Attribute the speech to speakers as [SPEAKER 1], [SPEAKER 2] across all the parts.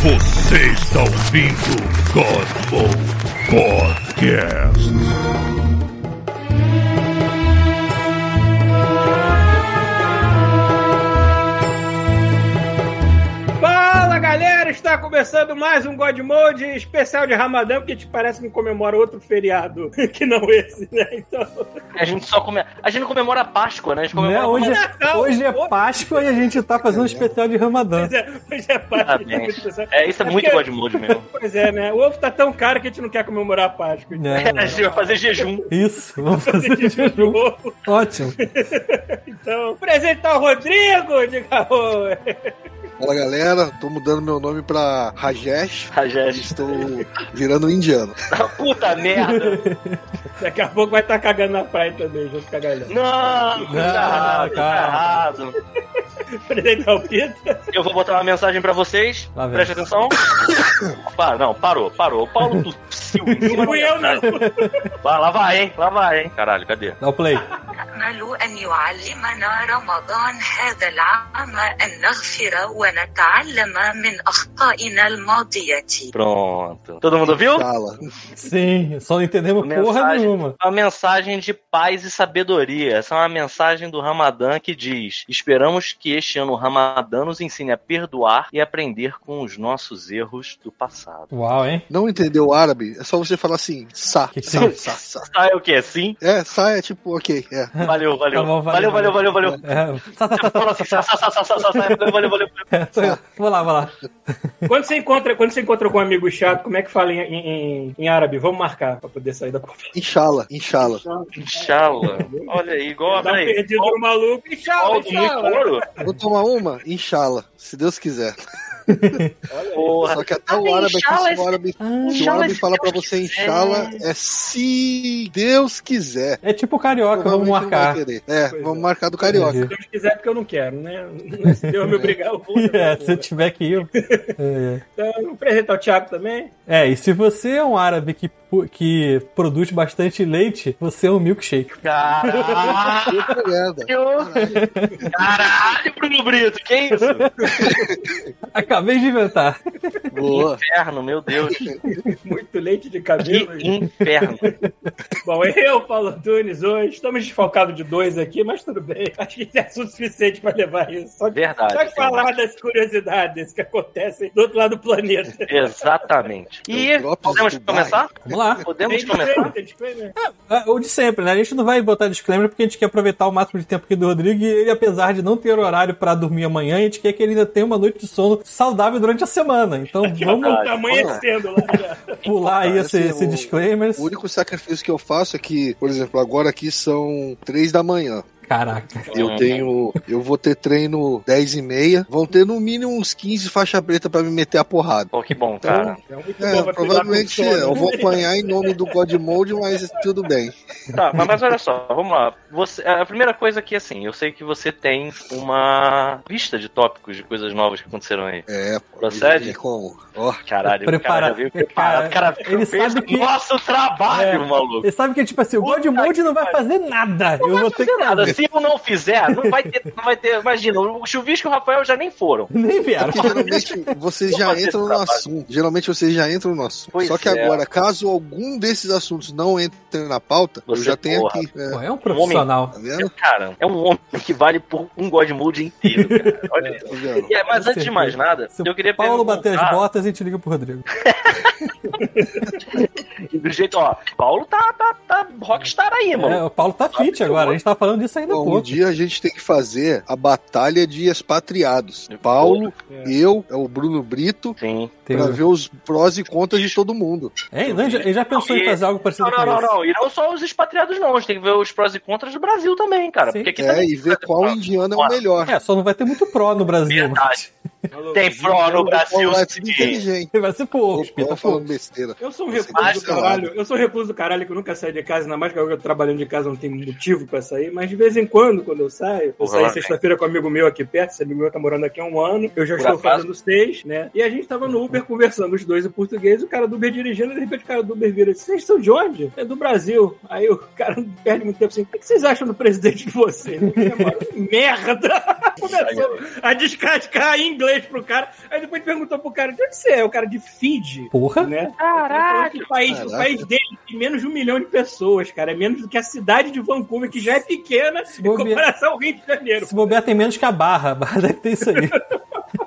[SPEAKER 1] Você está ouvindo Cosmo Podcast.
[SPEAKER 2] Fala galera, está começando mais um God Mode especial de Ramadã, porque te parece que comemora outro feriado que não esse, né? Então,
[SPEAKER 3] A gente só come... A gente não comemora a Páscoa, né? A gente comemora
[SPEAKER 4] Né, hoje,
[SPEAKER 2] Natal,
[SPEAKER 4] hoje é
[SPEAKER 2] hoje-
[SPEAKER 4] Páscoa e a gente tá fazendo um especial de Ramadã.
[SPEAKER 2] pois é, hoje é parte
[SPEAKER 3] Parabéns. É, isso é muito
[SPEAKER 2] porque-
[SPEAKER 3] God Mode mesmo.
[SPEAKER 2] Pois é, né? O ovo tá tão caro que a gente não quer comemorar a Páscoa. Então,
[SPEAKER 4] Né,
[SPEAKER 3] A
[SPEAKER 4] né?
[SPEAKER 3] gente vai fazer jejum.
[SPEAKER 4] Isso, vamos
[SPEAKER 2] a gente
[SPEAKER 4] fazer
[SPEAKER 2] jejum
[SPEAKER 4] jejum.
[SPEAKER 2] de ovo.
[SPEAKER 4] Ótimo.
[SPEAKER 2] Então, apresentar o Rodrigo, diga oi.
[SPEAKER 5] Fala galera, tô mudando meu nome pra Rajesh.
[SPEAKER 3] Rajesh.
[SPEAKER 5] Estou virando um indiano.
[SPEAKER 3] tá Puta merda.
[SPEAKER 2] Daqui a pouco vai estar cagando na praia também, junto com a galera.
[SPEAKER 3] Não, não, tá errado, tá
[SPEAKER 4] cara.
[SPEAKER 3] errado.
[SPEAKER 2] Apresentar o Pita.
[SPEAKER 3] Eu vou botar uma mensagem pra vocês.
[SPEAKER 4] Lá vem.
[SPEAKER 3] Presta atenção. Para, não, parou, parou. O Paulo tossiu.
[SPEAKER 2] Não fui eu, não.
[SPEAKER 3] Lá, lá vai, hein? Lá vai, hein? Caralho, cadê?
[SPEAKER 4] Dá o play.
[SPEAKER 6] أمل أن يعلمنا رمضان هذا العام أن نغفر ونتعلم من أخطائنا الماضية
[SPEAKER 3] Pronto. Todo mundo viu?
[SPEAKER 5] Fala.
[SPEAKER 4] Sim, só não entendemos porra
[SPEAKER 3] Mensagem.
[SPEAKER 4] nenhuma.
[SPEAKER 3] Uma mensagem de paz e sabedoria. Essa é uma mensagem do Ramadã que diz: Esperamos que este ano o Ramadã nos ensine a perdoar e aprender com os nossos erros do passado.
[SPEAKER 4] Uau, hein?
[SPEAKER 5] Não entendeu o árabe? É só você falar assim, sa,
[SPEAKER 4] Que que
[SPEAKER 5] sa,
[SPEAKER 4] tem?
[SPEAKER 5] sa, sa.
[SPEAKER 3] Tá, é o quê? Sim?
[SPEAKER 5] É, sa é tipo, ok, é.
[SPEAKER 3] Valeu, valeu.
[SPEAKER 4] Tá bom,
[SPEAKER 3] valeu,
[SPEAKER 4] valeu,
[SPEAKER 3] valeu, valeu, valeu.
[SPEAKER 4] É, tá, tá, tá, tá,
[SPEAKER 3] Fala assim, sa, sa, sa, sa, sa, sa, valeu, valeu, valeu.
[SPEAKER 4] é, tô eu. Vou lá, vou lá.
[SPEAKER 2] Quando você encontra, quando você encontra com um amigo chato, como é que fala em, em- em árabe? Vamos marcar pra poder sair da conversa.
[SPEAKER 5] Inshallah, inshallah.
[SPEAKER 3] Inshallah. Olha aí, igual.
[SPEAKER 2] Dá um
[SPEAKER 3] Peraí.
[SPEAKER 2] perdido no maluco. Inxalá,
[SPEAKER 3] Paulo do
[SPEAKER 2] inxalá.
[SPEAKER 3] Micoro?
[SPEAKER 5] Vou tomar uma? Inshallah, se Deus quiser.
[SPEAKER 3] Porra.
[SPEAKER 5] Só que até o árabe aqui, se o árabe, se o
[SPEAKER 3] Inshallah,
[SPEAKER 5] árabe
[SPEAKER 3] se
[SPEAKER 5] falar pra
[SPEAKER 3] Deus
[SPEAKER 5] você
[SPEAKER 3] quiser.
[SPEAKER 5] inshallah, é se Deus quiser.
[SPEAKER 4] É tipo carioca, vamos
[SPEAKER 5] Provavelmente não vai
[SPEAKER 4] marcar.
[SPEAKER 5] querer. É,
[SPEAKER 2] um Pois
[SPEAKER 5] vamos
[SPEAKER 2] é.
[SPEAKER 5] marcar do carioca.
[SPEAKER 2] Se Deus quiser, porque eu não quero, né? Se Deus me obrigar, eu
[SPEAKER 5] né,
[SPEAKER 2] vou.
[SPEAKER 4] É, se tiver que ir. É.
[SPEAKER 2] Então, apresentar o Thiago também.
[SPEAKER 4] É, e se você é um árabe que, pu- que produz bastante leite, você é um milkshake.
[SPEAKER 3] Caralho,
[SPEAKER 5] Puta merda.
[SPEAKER 3] caralho, Bruno Brito, que isso?
[SPEAKER 4] Acabei de inventar.
[SPEAKER 5] Boa.
[SPEAKER 3] Inferno, meu Deus,
[SPEAKER 2] Muito leite de
[SPEAKER 3] que
[SPEAKER 2] cabelo.
[SPEAKER 3] inferno.
[SPEAKER 2] Bom, eu, Paulo Tunes, hoje estamos desfalcados de dois aqui, mas tudo bem. Acho que tem assunto suficiente para levar isso. Só,
[SPEAKER 3] Verdade.
[SPEAKER 2] só falar das curiosidades que acontecem do outro lado do planeta.
[SPEAKER 3] Exatamente. E
[SPEAKER 5] Eu dropo
[SPEAKER 3] podemos
[SPEAKER 5] de Dubai.
[SPEAKER 3] começar?
[SPEAKER 4] Vamos lá.
[SPEAKER 3] Podemos
[SPEAKER 2] Tem
[SPEAKER 3] começar?
[SPEAKER 2] disclaimer, tem disclaimer?
[SPEAKER 4] É, o de sempre, né? A gente não vai botar disclaimer porque a gente quer aproveitar o máximo de tempo aqui do Rodrigo e ele, apesar de não ter horário pra dormir amanhã, a gente quer que ele ainda tenha uma noite de sono saudável durante a semana. Então vamos
[SPEAKER 2] Tá amanhecendo lá né? já.
[SPEAKER 4] pular aí
[SPEAKER 5] Esse
[SPEAKER 4] esse,
[SPEAKER 5] é
[SPEAKER 4] esse
[SPEAKER 5] o-
[SPEAKER 4] disclaimer.
[SPEAKER 5] O único sacrifício que eu faço é que, por exemplo, agora aqui são três da manhã.
[SPEAKER 4] Caraca.
[SPEAKER 5] Eu tenho. Eu vou ter treino 10 e meia. Vão ter no mínimo uns 15 faixa preta pra me meter a porrada.
[SPEAKER 3] Pô, que bom, cara.
[SPEAKER 2] É muito
[SPEAKER 5] É,
[SPEAKER 2] bom, vai
[SPEAKER 5] provavelmente
[SPEAKER 2] pegar com sono. né?
[SPEAKER 5] eu vou apanhar em nome do God Mode, mas tudo bem.
[SPEAKER 3] Tá, mas, mas olha só, vamos lá. Você, a primeira coisa aqui, assim, eu sei que você tem uma lista de tópicos de coisas novas que aconteceram aí.
[SPEAKER 5] É, pô,
[SPEAKER 3] Procede?
[SPEAKER 5] e como? Ó,
[SPEAKER 3] Caralho, o cara já
[SPEAKER 4] Preparado.
[SPEAKER 3] veio preparado. O cara
[SPEAKER 4] Cara,
[SPEAKER 3] veio
[SPEAKER 4] ele
[SPEAKER 3] fez
[SPEAKER 4] sabe que-
[SPEAKER 3] nosso trabalho,
[SPEAKER 4] É.
[SPEAKER 3] maluco.
[SPEAKER 4] Ele sabe que, tipo assim, o God Mode não vai fazer nada. Eu vou ter que
[SPEAKER 3] Nada, se eu não fizer, não vai ter, não vai ter. Imagina, o Chuvisco e o Rafael já nem foram.
[SPEAKER 4] Nem vieram.
[SPEAKER 5] porque geralmente vocês
[SPEAKER 3] Vou
[SPEAKER 5] já
[SPEAKER 3] fazer
[SPEAKER 5] entram no
[SPEAKER 3] assim trabalho.
[SPEAKER 5] assunto. Geralmente vocês já entram no assunto.
[SPEAKER 3] Pois
[SPEAKER 5] Só que
[SPEAKER 3] é.
[SPEAKER 5] agora, caso algum desses assuntos não entre na pauta, eu
[SPEAKER 3] Você
[SPEAKER 5] já tenho
[SPEAKER 3] porra.
[SPEAKER 5] aqui. É,
[SPEAKER 4] Pô, é um profissional.
[SPEAKER 5] tá vendo?
[SPEAKER 3] Cara, é um homem que vale por um God Mode inteiro, cara. Olha isso.
[SPEAKER 5] Tá vendo?
[SPEAKER 3] E é, mas
[SPEAKER 4] Com
[SPEAKER 3] antes de mais
[SPEAKER 4] certeza.
[SPEAKER 3] nada,
[SPEAKER 4] Se
[SPEAKER 3] eu queria
[SPEAKER 4] o Paulo bater as
[SPEAKER 3] perguntar-
[SPEAKER 4] botas, a gente liga pro Rodrigo.
[SPEAKER 3] E do jeito, ó, Paulo tá, tá, tá rockstar aí,
[SPEAKER 4] É,
[SPEAKER 3] mano.
[SPEAKER 4] o Paulo tá fit agora, a gente tá falando disso ainda há
[SPEAKER 5] Bom, um
[SPEAKER 4] pouco.
[SPEAKER 5] dia a gente tem que fazer a batalha de expatriados. Paulo,
[SPEAKER 2] É.
[SPEAKER 5] eu, é o Bruno Brito,
[SPEAKER 3] Sim.
[SPEAKER 4] Tem-
[SPEAKER 5] pra ver os prós e contras de todo mundo.
[SPEAKER 4] É, não, ele já- ele já pensou
[SPEAKER 3] Não,
[SPEAKER 4] em
[SPEAKER 3] e-
[SPEAKER 4] fazer algo
[SPEAKER 3] Não,
[SPEAKER 4] parecido
[SPEAKER 3] não,
[SPEAKER 4] com
[SPEAKER 3] não,
[SPEAKER 4] isso.
[SPEAKER 3] não. E não só os expatriados, não. A gente tem que ver os prós e contras do Brasil também, tá cara.
[SPEAKER 4] Sim.
[SPEAKER 3] Porque aqui
[SPEAKER 5] É,
[SPEAKER 3] também
[SPEAKER 5] e ver qual indiano é o
[SPEAKER 3] Bora.
[SPEAKER 5] melhor.
[SPEAKER 4] É, só não vai ter muito pró no Brasil.
[SPEAKER 3] Verdade.
[SPEAKER 2] Falou.
[SPEAKER 3] tem pró no Brasil.
[SPEAKER 5] Paulo é tudo
[SPEAKER 3] sim.
[SPEAKER 5] inteligente.
[SPEAKER 4] mas Vai ser pouco,
[SPEAKER 5] Eu tô
[SPEAKER 4] Pita, pô. tá
[SPEAKER 5] falando besteira.
[SPEAKER 2] Eu sou um
[SPEAKER 5] Você
[SPEAKER 2] recluso do
[SPEAKER 3] gosta,
[SPEAKER 2] caralho. Eu sou um recluso do caralho que eu nunca saio de casa, ainda mais que agora eu trabalhando de casa não tem motivo pra sair, mas de vez em quando, quando eu saio, eu
[SPEAKER 3] Porra, lá
[SPEAKER 2] saí
[SPEAKER 3] vem.
[SPEAKER 2] sexta-feira com um amigo meu aqui perto, esse amigo meu tá morando aqui há um ano, eu já
[SPEAKER 3] Por
[SPEAKER 2] estou
[SPEAKER 3] acaso?
[SPEAKER 2] fazendo seis, né? E a gente tava no Uber conversando, os dois em português, o cara do Uber dirigindo, e de repente o cara do Uber vira assim, vocês são de onde? É do Brasil. Aí o cara não perde muito tempo assim, o que vocês acham do presidente de vocês? Eu falei, "Mano, que Merda! Começou a descascar em inglês pro cara. Aí depois perguntou pro cara, de onde você é? O cara de Fiji,
[SPEAKER 4] Porra.
[SPEAKER 2] né?
[SPEAKER 7] Caraca!
[SPEAKER 2] O país, o
[SPEAKER 5] Caraca.
[SPEAKER 2] país dele tem menos de um milhão de pessoas, cara. É menos do que a cidade de Vancouver, que já é pequena em
[SPEAKER 4] bobear-
[SPEAKER 2] comparação ao Rio de Janeiro.
[SPEAKER 4] Se bobear tem menos que a barra. A barra deve ter isso aí.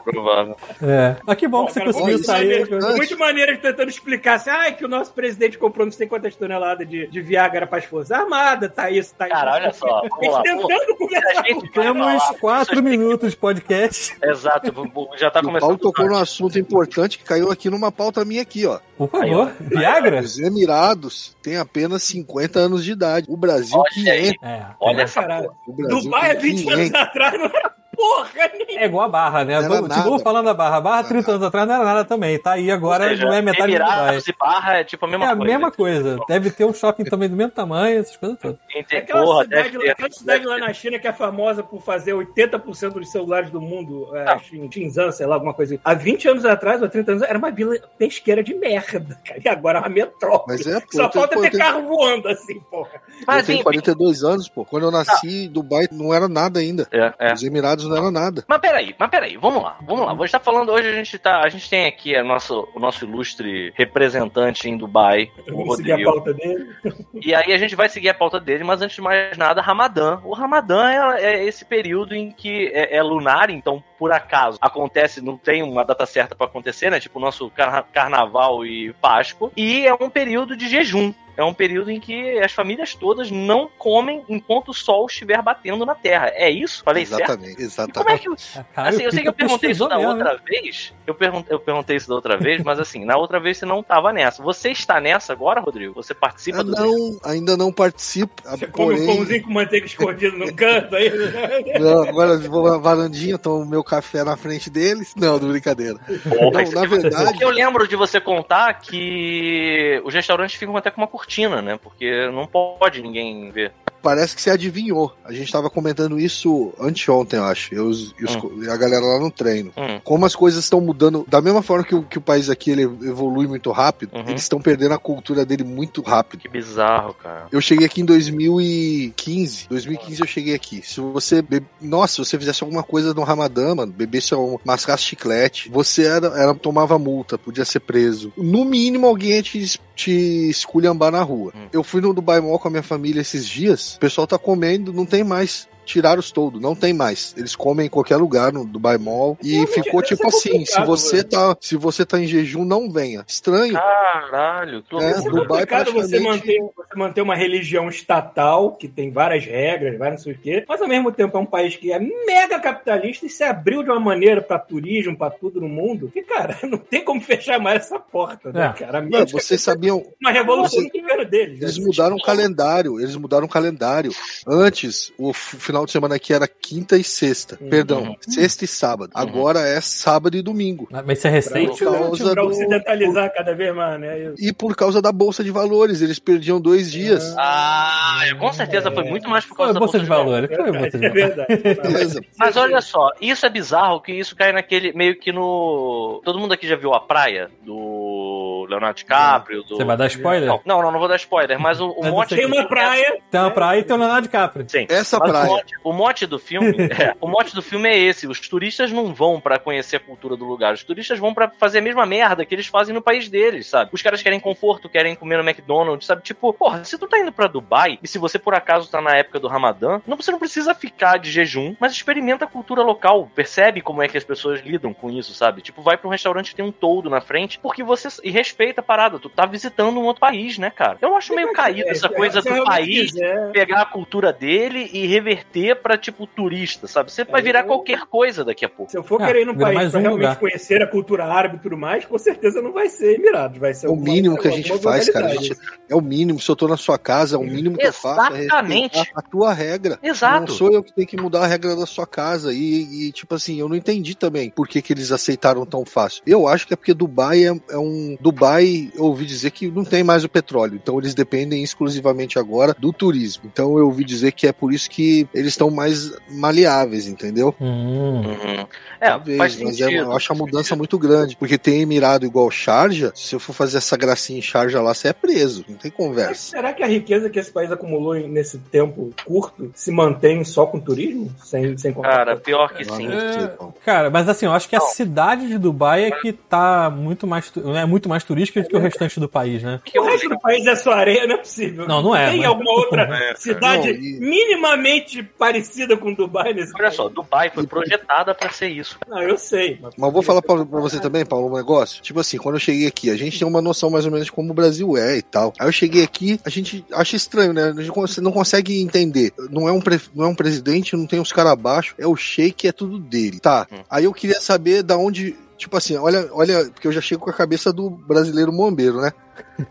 [SPEAKER 3] Provável.
[SPEAKER 4] É. Mas que bom
[SPEAKER 2] Bom,
[SPEAKER 4] que você
[SPEAKER 2] cara,
[SPEAKER 4] conseguiu
[SPEAKER 5] isso
[SPEAKER 4] sair.
[SPEAKER 5] é
[SPEAKER 2] maneiro,
[SPEAKER 5] importante.
[SPEAKER 2] muito maneiro tentando explicar assim, ah, é que o nosso presidente comprou não sei quantas toneladas de, de Viagra para as Forças Armadas, tá isso, tá isso.
[SPEAKER 3] Cara, olha só.
[SPEAKER 2] Eles
[SPEAKER 3] Vamos lá. Pô,
[SPEAKER 2] tentando
[SPEAKER 3] a
[SPEAKER 2] conversar com
[SPEAKER 3] gente vai
[SPEAKER 4] Temos
[SPEAKER 3] falar.
[SPEAKER 4] quatro minutos de podcast.
[SPEAKER 3] Exato. bu- bu- Já tá
[SPEAKER 5] o Paulo
[SPEAKER 3] começando.
[SPEAKER 5] tocou num assunto importante que caiu aqui numa pauta minha aqui, ó.
[SPEAKER 4] Por favor.
[SPEAKER 3] É.
[SPEAKER 4] Viagra?
[SPEAKER 5] Os Emirados têm apenas 50 anos de idade. O Brasil
[SPEAKER 3] Olha aí. é
[SPEAKER 5] 500.
[SPEAKER 4] É.
[SPEAKER 3] Olha essa
[SPEAKER 2] Caralho.
[SPEAKER 3] porra.
[SPEAKER 5] O Brasil
[SPEAKER 2] Dubai há
[SPEAKER 5] tem
[SPEAKER 2] 20 anos atrás, não era porra nenhuma.
[SPEAKER 4] É igual a barra, né?
[SPEAKER 5] Não era
[SPEAKER 4] Vamos- Continua
[SPEAKER 5] nada.
[SPEAKER 4] falando da barra. A barra 30 anos atrás não era nada também. Tá aí agora,
[SPEAKER 3] Ou seja,
[SPEAKER 4] não é metade do Dubai.
[SPEAKER 3] Emirados e Barra é tipo a
[SPEAKER 4] É
[SPEAKER 3] mesma
[SPEAKER 4] a
[SPEAKER 3] coisa.
[SPEAKER 4] mesma coisa. Deve ter um shopping também do mesmo tamanho, essas coisas todas.
[SPEAKER 3] Gente,
[SPEAKER 2] Aquela
[SPEAKER 3] É porra,
[SPEAKER 2] cidade,
[SPEAKER 3] deve
[SPEAKER 2] lá,
[SPEAKER 3] ter.
[SPEAKER 2] aquela cidade lá na China que é famosa por fazer 80% dos celulares do mundo, é,
[SPEAKER 3] Ah.
[SPEAKER 2] Xin- Xinzan, sei lá, alguma coisa. assim. Há 20 anos atrás, ou 30 anos, era uma vila pesqueira de merda, cara. E agora é uma metrópole.
[SPEAKER 5] Mas é, pô,
[SPEAKER 2] Só
[SPEAKER 5] eu tenho-
[SPEAKER 2] falta
[SPEAKER 5] pô,
[SPEAKER 2] ter
[SPEAKER 5] eu tenho-
[SPEAKER 2] carro voando, assim, porra.
[SPEAKER 5] Eu
[SPEAKER 3] Mas,
[SPEAKER 5] tenho
[SPEAKER 3] enfim.
[SPEAKER 5] 42 anos, pô. Quando eu nasci, Dubai não era nada ainda.
[SPEAKER 3] Tá. É, é.
[SPEAKER 5] Os Emirados não era nada.
[SPEAKER 3] Mas peraí, mas peraí, vamos lá, vamos lá. Vou estar falando hoje, a gente tá. A gente tem aqui a nosso, o nosso ilustre representante em Dubai, o
[SPEAKER 2] Vamos seguir a
[SPEAKER 3] Rodrigo.
[SPEAKER 2] pauta dele.
[SPEAKER 3] E aí a gente vai seguir a pauta dele, mas antes de mais nada, Ramadã. O Ramadã é, é esse período em que é, é lunar, então por acaso acontece, não tem uma data certa pra acontecer, né? Tipo o nosso carna- carnaval e Páscoa. E é um período de jejum. É um período em que as famílias todas não comem enquanto o sol estiver batendo na terra. É isso? Falei certo?
[SPEAKER 5] Exatamente,
[SPEAKER 3] E como é
[SPEAKER 5] exatamente.
[SPEAKER 3] que
[SPEAKER 4] Caralho,
[SPEAKER 3] assim, eu sei que eu
[SPEAKER 4] Pita
[SPEAKER 3] perguntei isso
[SPEAKER 4] pesquisou
[SPEAKER 3] da
[SPEAKER 4] mesmo,
[SPEAKER 3] outra
[SPEAKER 4] hein?
[SPEAKER 3] vez. Eu, pergun- eu perguntei isso da outra vez, mas assim, na outra vez você não tava nessa. Você está nessa agora, Rodrigo? Você participa
[SPEAKER 5] Eu
[SPEAKER 3] do
[SPEAKER 5] Ah, não, ainda não participo.
[SPEAKER 2] Você come um
[SPEAKER 5] Porém,
[SPEAKER 2] pãozinho com manteiga escondido no canto aí. né?
[SPEAKER 5] não, agora eu vou na varandinha, tomo meu café na frente deles. Não, do brincadeira.
[SPEAKER 3] Porra,
[SPEAKER 5] Não, na verdade,
[SPEAKER 3] Porque eu lembro de você contar que os restaurantes ficam até com uma cortina, né? Porque não pode ninguém ver.
[SPEAKER 5] parece que você adivinhou. A gente tava comentando isso anteontem, eu acho. Eu, e os- e os co- e a galera lá no treino.
[SPEAKER 3] Hum.
[SPEAKER 5] Como as coisas estão mudando, da mesma forma que o, que o país aqui ele evolui muito rápido,
[SPEAKER 3] Uhum.
[SPEAKER 5] eles estão perdendo a cultura dele muito rápido.
[SPEAKER 3] Que bizarro, cara.
[SPEAKER 5] Eu cheguei aqui em 2015. 2015 eu cheguei aqui. Se você. Be... Nossa, se você fizesse alguma coisa no Ramadã, mano, bebesse um mascasse chiclete, você era, era- tomava multa, podia ser preso. No mínimo, alguém ia te, es- te esculhambar na rua.
[SPEAKER 3] Hum.
[SPEAKER 5] Eu fui no Dubai Mall com a minha família esses dias. O pessoal tá comendo, não tem mais. Tiraram os todo, não tem mais. Eles comem em qualquer lugar no Dubai Mall. E
[SPEAKER 2] Realmente,
[SPEAKER 5] ficou
[SPEAKER 2] deve ser
[SPEAKER 5] tipo assim: se
[SPEAKER 2] complicado,
[SPEAKER 5] você
[SPEAKER 2] mano.
[SPEAKER 5] tá. Se você tá em jejum, não venha. Estranho.
[SPEAKER 3] Caralho, que
[SPEAKER 5] É,
[SPEAKER 2] Isso é
[SPEAKER 3] loucura.
[SPEAKER 5] Dubai
[SPEAKER 2] complicado você
[SPEAKER 5] praticamente-
[SPEAKER 2] manter, você manter uma religião estatal, que tem várias regras, várias não sei o quê, mas ao mesmo tempo é um país que é mega capitalista e se abriu de uma maneira pra turismo, pra tudo no mundo, que, cara, não tem como fechar mais essa porta, né,
[SPEAKER 4] É.
[SPEAKER 2] cara? A
[SPEAKER 5] Mano,
[SPEAKER 2] mente
[SPEAKER 5] vocês sabiam,
[SPEAKER 2] uma revolução
[SPEAKER 5] Você-
[SPEAKER 2] no governo deles.
[SPEAKER 5] Eles
[SPEAKER 2] né?
[SPEAKER 5] mudaram o calendário, eles mudaram o calendário. Antes, o f- final de semana aqui era quinta e sexta.
[SPEAKER 2] Uhum.
[SPEAKER 5] Perdão, sexta e sábado.
[SPEAKER 3] Uhum.
[SPEAKER 5] Agora é sábado e domingo.
[SPEAKER 4] Mas isso é recente?
[SPEAKER 5] Pra- causa
[SPEAKER 2] pra
[SPEAKER 5] do-
[SPEAKER 2] ocidentalizar cada vez mais, né? Isso.
[SPEAKER 5] E por causa da Bolsa de Valores, eles perdiam dois dias.
[SPEAKER 3] Ah, com certeza foi muito mais por
[SPEAKER 4] Foi
[SPEAKER 3] causa da
[SPEAKER 4] bolsa de valores. Foi bolsa de
[SPEAKER 2] É
[SPEAKER 4] valores.
[SPEAKER 2] verdade.
[SPEAKER 5] Beleza.
[SPEAKER 3] Mas olha só, isso é bizarro que isso cai naquele meio que no. Todo mundo aqui já viu a praia do Leonardo DiCaprio, do.
[SPEAKER 4] É. Você vai dar spoiler?
[SPEAKER 3] Não, não, não, não vou dar spoiler, mas o, o
[SPEAKER 4] Mas eu
[SPEAKER 3] mote.
[SPEAKER 4] sei
[SPEAKER 2] Tem uma praia.
[SPEAKER 4] Tem uma praia e Então, tem o Leonardo DiCaprio.
[SPEAKER 3] Sim.
[SPEAKER 5] Essa
[SPEAKER 3] Mas O
[SPEAKER 5] praia.
[SPEAKER 3] mote, o mote do filme, é, o mote do filme é esse. Os turistas não vão pra conhecer a cultura do lugar. Os turistas vão pra fazer a mesma merda que eles fazem no país deles, sabe? Os caras querem conforto, querem comer no McDonald's, sabe? Tipo, porra, se tu tá indo pra Dubai e se você por acaso tá na época do Ramadã, não você não precisa ficar de jejum, mas experimenta a cultura local, percebe como é que as pessoas lidam com isso, sabe? Tipo, vai pra um restaurante que tem um toldo na frente, porque você e respeita a parada, tu tá visitando um outro país, né, cara? Eu acho meio caído essa coisa
[SPEAKER 2] Se É, eu
[SPEAKER 3] do país
[SPEAKER 2] quiser.
[SPEAKER 3] pegar a cultura dele e reverter pra, tipo, turista, sabe? Você
[SPEAKER 5] É,
[SPEAKER 3] vai virar qualquer coisa daqui a pouco.
[SPEAKER 2] Se eu for
[SPEAKER 4] Ah,
[SPEAKER 2] querer ir num
[SPEAKER 4] vira
[SPEAKER 2] país
[SPEAKER 4] mais
[SPEAKER 2] pra
[SPEAKER 4] um
[SPEAKER 2] realmente
[SPEAKER 4] lugar.
[SPEAKER 2] conhecer a cultura árabe e tudo mais, com certeza não vai ser Emirados, vai ser
[SPEAKER 5] É o
[SPEAKER 2] alguma-
[SPEAKER 5] mínimo que a gente
[SPEAKER 2] alguma
[SPEAKER 5] faz, cara. A
[SPEAKER 2] modalidade.
[SPEAKER 5] gente- é o mínimo. Se eu tô na sua casa, é o mínimo que eu faço. é
[SPEAKER 3] Exatamente.
[SPEAKER 5] respeitar A tua regra. Não
[SPEAKER 3] Exato.
[SPEAKER 5] sou eu que tenho que mudar a regra da sua casa. E, e, tipo assim, eu não entendi também por que, que eles aceitaram tão fácil. Eu acho que é porque Dubai é, é um. Dubai, eu ouvi dizer que não tem mais o petróleo, então eles dependem exclusivamente agora do turismo. Então eu ouvi dizer que é por isso que eles estão mais maleáveis, entendeu?
[SPEAKER 4] Hum.
[SPEAKER 3] Uhum. É,
[SPEAKER 5] Talvez,
[SPEAKER 3] faz
[SPEAKER 5] mas
[SPEAKER 3] sentido.
[SPEAKER 5] é, eu acho a mudança muito grande, porque tem Emirado igual Charja, se eu for fazer essa gracinha em Charja lá, você é preso, não tem
[SPEAKER 2] Mas
[SPEAKER 5] conversa.
[SPEAKER 2] será que a riqueza que esse país acumulou em- nesse tempo curto se mantém só com turismo? Sem, sem contar
[SPEAKER 3] Cara,
[SPEAKER 2] com-
[SPEAKER 3] pior que
[SPEAKER 5] Lá
[SPEAKER 3] sim.
[SPEAKER 5] não tem como.
[SPEAKER 4] Cara, mas assim, eu acho que a
[SPEAKER 3] Não.
[SPEAKER 4] cidade de Dubai é que tá muito mais, tu- é muito mais turística do que o restante do país, né?
[SPEAKER 3] Que eu-
[SPEAKER 2] o resto do país é só areia, não é possível.
[SPEAKER 4] Não, não é,
[SPEAKER 2] Tem
[SPEAKER 4] mas-
[SPEAKER 2] alguma outra
[SPEAKER 3] É,
[SPEAKER 2] cidade
[SPEAKER 5] Não, e-
[SPEAKER 2] minimamente parecida com Dubai nesse
[SPEAKER 3] Olha só, Dubai foi projetada pra ser isso.
[SPEAKER 2] Não, eu sei. Mas,
[SPEAKER 5] Mas eu vou falar pra, pra você também, Paulo, um negócio. Tipo assim, quando eu cheguei aqui, a gente tem uma noção mais ou menos de como o Brasil é e tal. Aí eu cheguei aqui, a gente acha estranho, né? A gente cons- não consegue entender. Não é um, pre- não é um presidente, não tem os caras abaixo, é o shake, é tudo dele. Tá.
[SPEAKER 3] Hum.
[SPEAKER 5] Aí eu queria saber da onde. Tipo assim, olha, olha, porque eu já chego com a cabeça do brasileiro bombeiro, né?